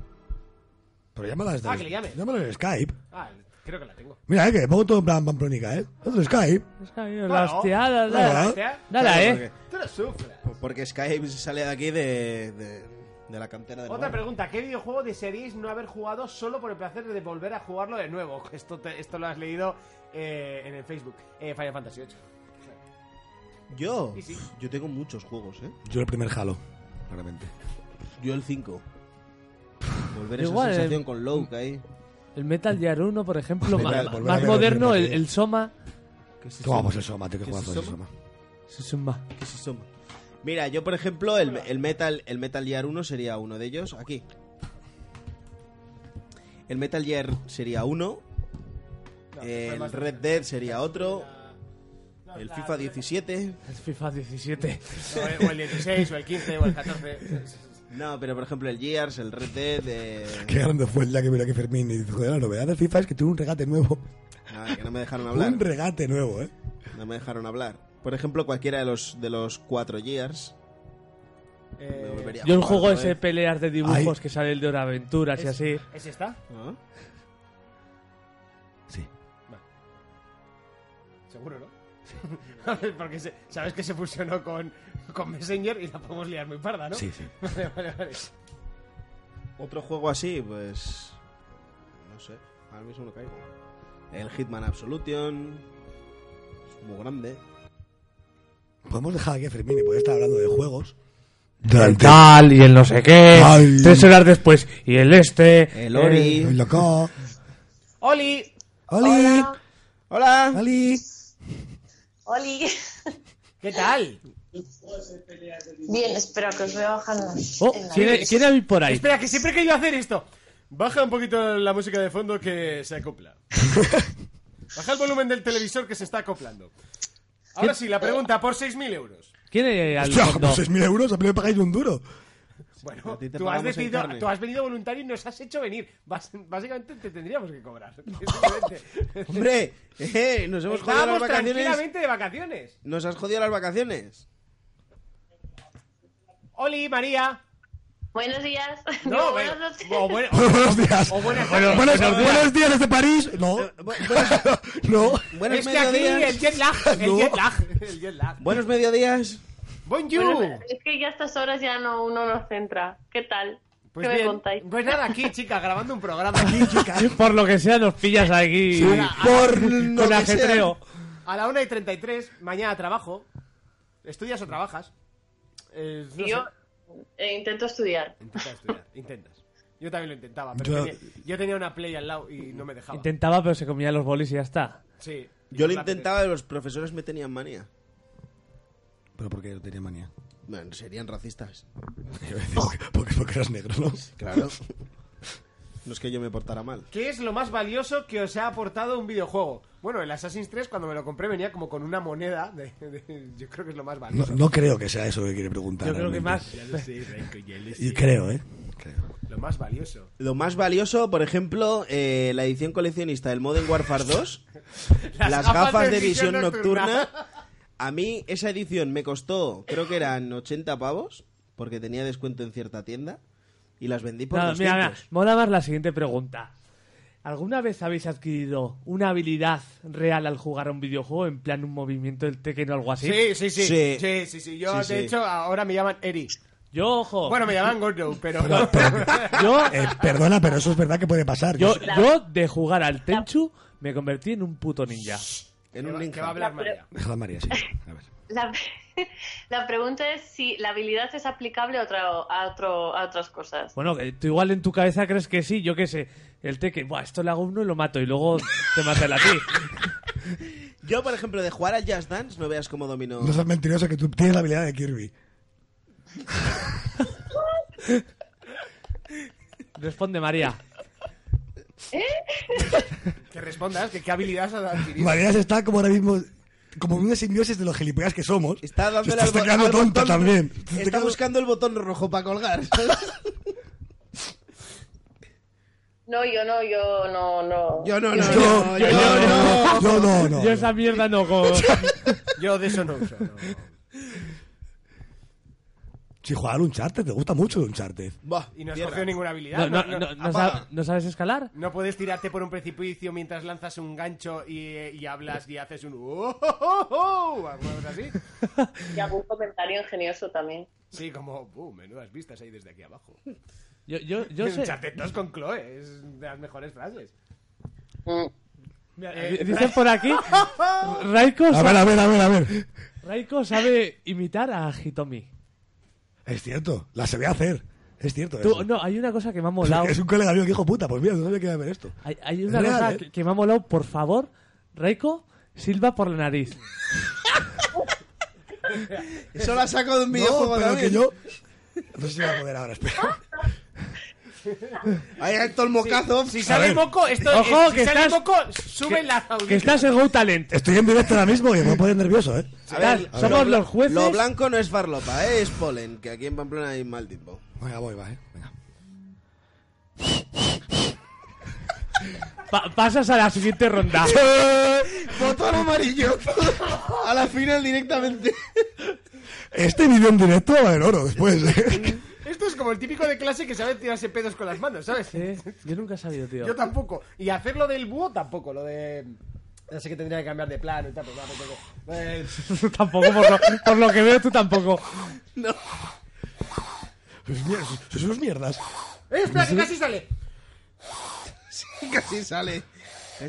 [SPEAKER 2] Pero llámala desde.
[SPEAKER 1] Ah, que le llame.
[SPEAKER 2] Llámala en Skype.
[SPEAKER 1] Ah, creo que la tengo.
[SPEAKER 2] Mira, eh, que pongo todo en plan pamplónica, ¿eh? Otro Skype.
[SPEAKER 4] Claro.
[SPEAKER 1] Claro.
[SPEAKER 4] La hostia, dale.
[SPEAKER 2] Claro.
[SPEAKER 1] Hostia.
[SPEAKER 4] Dale,
[SPEAKER 3] Claro,
[SPEAKER 4] eh.
[SPEAKER 1] Tú no sufres.
[SPEAKER 3] porque, porque Skype sale de aquí de, de, de la cantera de
[SPEAKER 1] Otra pregunta, ¿qué videojuego desearíais no haber jugado solo por el placer de volver a jugarlo de nuevo? Esto, te- esto lo has leído eh, en el Facebook. Eh, Final Fantasy VIII.
[SPEAKER 3] Yo,
[SPEAKER 1] Sí, sí.
[SPEAKER 3] yo tengo muchos juegos, ¿eh?
[SPEAKER 2] Yo el primer Halo, claramente.
[SPEAKER 3] Yo el 5. Volver a esa
[SPEAKER 4] Igual, eh,
[SPEAKER 3] sensación con Low ahí.
[SPEAKER 4] El Metal Gear 1, por ejemplo,
[SPEAKER 2] Volver a-
[SPEAKER 4] más,
[SPEAKER 2] volver a
[SPEAKER 4] más
[SPEAKER 2] ver el
[SPEAKER 4] moderno, el,
[SPEAKER 2] primer
[SPEAKER 4] el Soma.
[SPEAKER 3] Que si
[SPEAKER 2] ¿Cómo vamos
[SPEAKER 3] suma,
[SPEAKER 2] el Soma? tío? ¿Qué
[SPEAKER 3] que
[SPEAKER 2] juegazo es
[SPEAKER 3] si
[SPEAKER 2] el
[SPEAKER 3] suma,
[SPEAKER 2] Soma?
[SPEAKER 4] Sí, Soma.
[SPEAKER 3] que si suma. Mira, yo por ejemplo, el, el Metal, el Metal Gear 1 sería uno de ellos. Aquí. El Metal Gear sería uno. el Red Dead sería otro. El FIFA 17.
[SPEAKER 4] El FIFA 17.
[SPEAKER 1] eh, O el 16, o el 15, o el 14.
[SPEAKER 3] No, pero por ejemplo el Gears, el Red Dead. eh,
[SPEAKER 2] Qué grande fue el día que mira que Fermín y dice, joder, la novedad del FIFA es que tuve un regate nuevo.
[SPEAKER 3] nada, que no me dejaron hablar.
[SPEAKER 2] Un regate nuevo, ¿eh?
[SPEAKER 3] No me dejaron hablar. Por ejemplo, cualquiera de los de los cuatro Gears.
[SPEAKER 1] Eh,
[SPEAKER 3] me volvería a
[SPEAKER 4] Yo el
[SPEAKER 3] jugar
[SPEAKER 4] juego
[SPEAKER 3] otra
[SPEAKER 4] ese
[SPEAKER 3] vez.
[SPEAKER 4] peleas de dibujos
[SPEAKER 2] Ay.
[SPEAKER 4] que sale el de Aventuras y
[SPEAKER 1] Es-
[SPEAKER 4] así.
[SPEAKER 1] ¿Ese está?
[SPEAKER 3] ¿Ah?
[SPEAKER 2] Sí.
[SPEAKER 1] Seguro, ¿no? Porque se- sabes que se fusionó con, con Messenger y la podemos liar muy parda, ¿no?
[SPEAKER 2] Sí, sí.
[SPEAKER 1] Vale, vale, vale.
[SPEAKER 3] Otro juego así, pues. No sé, ahora mismo no caigo. El Hitman Absolution. Es muy grande.
[SPEAKER 2] Podemos dejar aquí a Fermín y poder estar hablando de juegos.
[SPEAKER 4] El
[SPEAKER 2] Durante
[SPEAKER 4] tal y el no sé qué.
[SPEAKER 2] Ay.
[SPEAKER 4] Tres horas después. Y el este.
[SPEAKER 3] El Ori.
[SPEAKER 2] Soy loco.
[SPEAKER 1] ¡Oli!
[SPEAKER 2] ¡Oli!
[SPEAKER 3] ¡Hola!
[SPEAKER 2] ¡Oli!
[SPEAKER 11] Oli,
[SPEAKER 1] ¿Qué tal?
[SPEAKER 11] bien, espero que os veo bajando.
[SPEAKER 4] Oh,
[SPEAKER 11] en la
[SPEAKER 4] ¿quién,
[SPEAKER 11] lista.
[SPEAKER 4] ¿quién hay por ahí?
[SPEAKER 1] Espera, que siempre he querido hacer esto. Baja un poquito la música de fondo que se acopla. Baja el volumen del televisor que se está acoplando. Ahora sí, la pregunta por 6.000 euros.
[SPEAKER 4] ¿Quién hay ahí al
[SPEAKER 2] Hostia, pues
[SPEAKER 4] fondo?
[SPEAKER 2] como 6.000 euros, a mí me pagáis un duro.
[SPEAKER 1] Bueno,
[SPEAKER 3] A ti te
[SPEAKER 1] tú has,
[SPEAKER 3] pagamos en
[SPEAKER 1] decidido-
[SPEAKER 3] carne.
[SPEAKER 1] tú has venido voluntario y nos has hecho venir. Bas- básicamente te tendríamos que cobrar. Simplemente.
[SPEAKER 3] ¡Hombre! ¡Eh! ¡Nos hemos jodido las
[SPEAKER 1] Estábamos
[SPEAKER 3] vacaciones!
[SPEAKER 1] tranquilamente de vacaciones.
[SPEAKER 3] ¡Nos has jodido las vacaciones!
[SPEAKER 1] Oli, María.
[SPEAKER 11] Buenos días.
[SPEAKER 1] No,
[SPEAKER 11] Digo,
[SPEAKER 1] bueno,
[SPEAKER 11] buenas noches.
[SPEAKER 1] o buen-
[SPEAKER 2] Buenos días.
[SPEAKER 1] O buenas
[SPEAKER 2] Buenos,
[SPEAKER 1] tardes.
[SPEAKER 2] buenos días. desde París. No. no.
[SPEAKER 3] Buenos
[SPEAKER 1] es que aquí
[SPEAKER 3] mediodías.
[SPEAKER 1] el jet lag, el
[SPEAKER 3] No.
[SPEAKER 1] jet lag, el jet lag.
[SPEAKER 3] Buenos mediodías.
[SPEAKER 1] Bonjour.
[SPEAKER 11] Bueno, es que ya a estas horas ya no uno nos centra. ¿Qué tal?
[SPEAKER 1] Pues
[SPEAKER 11] ¿Qué
[SPEAKER 1] bien.
[SPEAKER 11] me contáis?
[SPEAKER 1] Pues nada, aquí, chica, grabando un programa.
[SPEAKER 4] Por lo que sea, nos pillas aquí
[SPEAKER 1] Sí, por
[SPEAKER 4] con
[SPEAKER 1] lo que
[SPEAKER 4] ajetreo.
[SPEAKER 1] A la 1 y 33, mañana trabajo. ¿Estudias o trabajas? Eh, no
[SPEAKER 11] Yo
[SPEAKER 1] sé.
[SPEAKER 11] eh, intento estudiar.
[SPEAKER 1] Intentas estudiar, intentas. Yo también lo intentaba, pero
[SPEAKER 4] Yo-
[SPEAKER 1] tenía- yo tenía una play al lado y no me dejaba.
[SPEAKER 4] Intentaba, pero se comía los bolis y ya está.
[SPEAKER 1] Sí.
[SPEAKER 3] Yo lo intentaba y los profesores me tenían manía.
[SPEAKER 2] Pero porque yo tenía manía.
[SPEAKER 3] Bueno, serían racistas.
[SPEAKER 2] porque, porque eras negro, ¿no?
[SPEAKER 3] Claro. No es que yo me portara mal.
[SPEAKER 1] ¿Qué es lo más valioso que os ha aportado un videojuego? Bueno, el Assassin's 3 cuando me lo compré venía como con una moneda. de- de- yo creo que es lo más
[SPEAKER 2] No,
[SPEAKER 1] valioso.
[SPEAKER 2] no creo que sea eso que quiere preguntar. realmente.
[SPEAKER 1] Ya lo sé, Renko, ya lo
[SPEAKER 2] Y
[SPEAKER 1] sé.
[SPEAKER 2] creo, ¿eh?
[SPEAKER 1] Lo más valioso.
[SPEAKER 3] Lo más valioso, por ejemplo, eh, la edición coleccionista del Modern Warfare 2, las, gafas, de visión nocturna. A mí esa edición me costó, creo que eran 80 pavos, porque tenía descuento en cierta tienda, y las vendí por
[SPEAKER 4] No,
[SPEAKER 3] 200.
[SPEAKER 4] mira, mira, mola más la siguiente pregunta. ¿Alguna vez habéis adquirido una habilidad real al jugar a un videojuego, en plan un movimiento del Tekken o algo así?
[SPEAKER 1] Sí, sí, sí. Sí, sí, sí. Yo, de
[SPEAKER 4] Sí, sí.
[SPEAKER 1] hecho, ahora me llaman Eri.
[SPEAKER 4] Yo, ojo.
[SPEAKER 1] Bueno, me llaman Gordo, pero...
[SPEAKER 4] Yo,
[SPEAKER 2] Eh, perdona, pero eso es verdad que puede pasar.
[SPEAKER 4] yo, yo, de jugar al Tenchu, me convertí en un puto ninja.
[SPEAKER 3] En un
[SPEAKER 1] ninja. va a hablar María.
[SPEAKER 2] Déjala, María, sí.
[SPEAKER 11] La, la pregunta es si la habilidad es aplicable a, otra- a, otro, a otras cosas.
[SPEAKER 4] Bueno, que tú igual en tu cabeza crees que sí, yo qué sé. El Tekken, buah, esto le hago uno y lo mato, y luego te mata el a ti.
[SPEAKER 3] Yo, por ejemplo, de jugar al Just Dance, no veas cómo dominó.
[SPEAKER 2] No seas mentiroso que tú tienes la habilidad de Kirby.
[SPEAKER 4] Responde María.
[SPEAKER 1] Que respondas, que qué habilidades has adquirido.
[SPEAKER 2] María se está como ahora mismo... Como una simbiosis de los gilipollas que somos.
[SPEAKER 3] Está
[SPEAKER 2] Se
[SPEAKER 3] dándole
[SPEAKER 2] está,
[SPEAKER 3] al
[SPEAKER 2] está
[SPEAKER 3] bo-
[SPEAKER 2] quedando
[SPEAKER 3] al
[SPEAKER 2] tonta
[SPEAKER 3] botón-
[SPEAKER 2] también. Se
[SPEAKER 3] Está
[SPEAKER 2] quedando-
[SPEAKER 3] buscando el botón rojo para colgar. ¿sabes?
[SPEAKER 11] No, yo no, yo no, no.
[SPEAKER 3] Yo no,
[SPEAKER 2] Yo, yo, no, yo no, no.
[SPEAKER 4] Yo esa mierda no go-
[SPEAKER 1] Yo de eso no uso.
[SPEAKER 2] Si jugar un charter, te gusta mucho un charter.
[SPEAKER 1] y no has cogido ninguna habilidad.
[SPEAKER 4] No, no, no, no
[SPEAKER 1] apaga.
[SPEAKER 4] sab- ¿no sabes escalar?
[SPEAKER 1] No puedes tirarte por un precipicio mientras lanzas un gancho y, y hablas y haces un... ¡Oh, así?
[SPEAKER 11] Y algún comentario ingenioso también.
[SPEAKER 1] Sí, como... "Uh, menudas vistas ahí desde aquí abajo.
[SPEAKER 4] Yo, yo, yo sé.
[SPEAKER 1] Chatetos con Chloe. Es de las mejores frases.
[SPEAKER 3] Mm.
[SPEAKER 4] Mira,
[SPEAKER 1] Eh,
[SPEAKER 4] Dicen por aquí, Raiko
[SPEAKER 2] A ver,
[SPEAKER 4] sabe,
[SPEAKER 2] a ver, a ver, a ver.
[SPEAKER 4] Raiko sabe imitar a Hitomi.
[SPEAKER 2] Es cierto, la se ve hacer. Es cierto.
[SPEAKER 4] Tú-
[SPEAKER 2] eso.
[SPEAKER 4] no, hay una cosa que me ha molado.
[SPEAKER 2] Es un colega mío que dijo puta, pues mira, no sabía que iba a ver esto.
[SPEAKER 4] Hay, hay una
[SPEAKER 2] es real,
[SPEAKER 4] cosa
[SPEAKER 2] ¿eh?
[SPEAKER 4] que, que me ha molado, por favor, Raiko, silba por la nariz.
[SPEAKER 3] Eso la saco de un
[SPEAKER 2] No,
[SPEAKER 3] videojuego
[SPEAKER 2] pero
[SPEAKER 3] también.
[SPEAKER 2] que yo. No sé si voy a poder ahora, espera.
[SPEAKER 3] Ahí está el mocazo.
[SPEAKER 1] Si sale moco, esto
[SPEAKER 4] Ojo,
[SPEAKER 1] es, si
[SPEAKER 4] que
[SPEAKER 1] sale
[SPEAKER 4] estás-
[SPEAKER 1] moco, sube la
[SPEAKER 4] Que estás en Go Talent.
[SPEAKER 2] Estoy en directo ahora mismo y me voy a poner nervioso, ¿eh?
[SPEAKER 3] A ver,
[SPEAKER 4] Somos
[SPEAKER 3] lo bla-
[SPEAKER 4] los jueces.
[SPEAKER 3] Lo blanco no es farlopa, ¿eh? es polen, que aquí en Pamplona hay mal tipo.
[SPEAKER 2] Venga, voy, va, ¿eh? Venga.
[SPEAKER 4] Pa- pasas a la siguiente ronda.
[SPEAKER 3] Botón amarillo. A la final directamente.
[SPEAKER 2] Este vídeo en directo va a haber oro después, ¿eh?
[SPEAKER 1] Esto es como el típico de clase que sabe tirarse pedos con las manos, ¿sabes?
[SPEAKER 4] Eh, Yo nunca he sabido, tío.
[SPEAKER 1] Yo tampoco. Y hacer lo del búho tampoco, lo de... Ya sé que tendría que cambiar de plano y tal, pero no, Eh, tampoco. Lo del-
[SPEAKER 4] tampoco, por lo, por lo que veo, tú tampoco.
[SPEAKER 2] Sois mier- sois unos mierdas.
[SPEAKER 1] ¡Eh, espera, que casi sale!
[SPEAKER 3] Casi sale.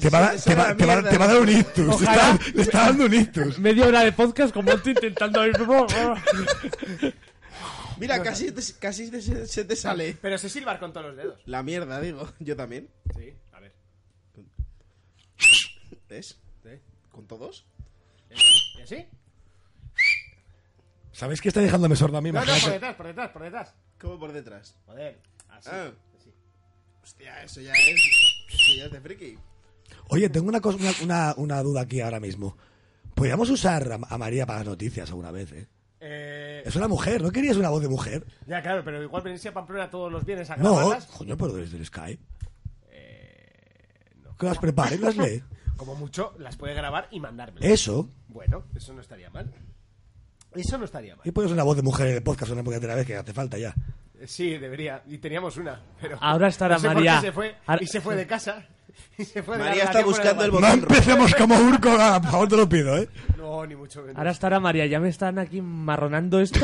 [SPEAKER 2] Te va, a dar- te, va, te, va, te va a dar un ictus. Le
[SPEAKER 4] Ojalá.
[SPEAKER 2] está, le está dando un ictus.
[SPEAKER 4] Media hora de podcast con Monty intentando oh, ir.
[SPEAKER 3] Mira, casi, te- casi te- se, se te sale.
[SPEAKER 1] Pero sé silbar con todos los dedos.
[SPEAKER 3] La mierda, digo. Yo también.
[SPEAKER 1] Sí, a ver.
[SPEAKER 3] ¿Ves? ¿Eh?
[SPEAKER 1] Sí.
[SPEAKER 3] ¿Con todos?
[SPEAKER 1] ¿Y así?
[SPEAKER 2] ¿Sabéis que está dejándome sordo a mí?
[SPEAKER 1] No, no, por
[SPEAKER 2] Imagínate.
[SPEAKER 1] detrás, por detrás, por detrás.
[SPEAKER 3] ¿Cómo por detrás?
[SPEAKER 1] Joder, así.
[SPEAKER 3] Ah.
[SPEAKER 1] así.
[SPEAKER 3] Hostia, eso ya es. Eso ya es de friki.
[SPEAKER 2] Oye, tengo una, cosa- una, una, una duda aquí ahora mismo. Podríamos usar a, a María para las noticias alguna vez, ¿eh?
[SPEAKER 1] Eh,
[SPEAKER 2] Es una mujer, ¿no querías una voz de mujer?
[SPEAKER 1] ya, claro, pero igual venirse a Pamplona todos los viernes a
[SPEAKER 2] No,
[SPEAKER 1] grabarlas.
[SPEAKER 2] coño, pero desde el Sky. Que las prepare y las lee.
[SPEAKER 1] Como mucho, las puede grabar y mandármelas.
[SPEAKER 2] Eso.
[SPEAKER 1] Bueno, eso no estaría mal. Eso no estaría mal.
[SPEAKER 2] Y pones una voz de mujer en el podcast una puñetera vez que hace falta ya.
[SPEAKER 1] Sí, debería. Y teníamos una, pero...
[SPEAKER 4] Ahora estará
[SPEAKER 1] no sé por
[SPEAKER 4] María.
[SPEAKER 1] qué se fue,
[SPEAKER 4] Ahora-
[SPEAKER 1] y se fue de casa. Y se fue de la
[SPEAKER 3] María está
[SPEAKER 1] relación
[SPEAKER 3] buscando el
[SPEAKER 1] con
[SPEAKER 2] No empecemos como Urco, ah, por favor te lo pido, ¿eh?
[SPEAKER 1] No, ni mucho menos.
[SPEAKER 4] Ahora estará María, ya me están aquí marronando esto.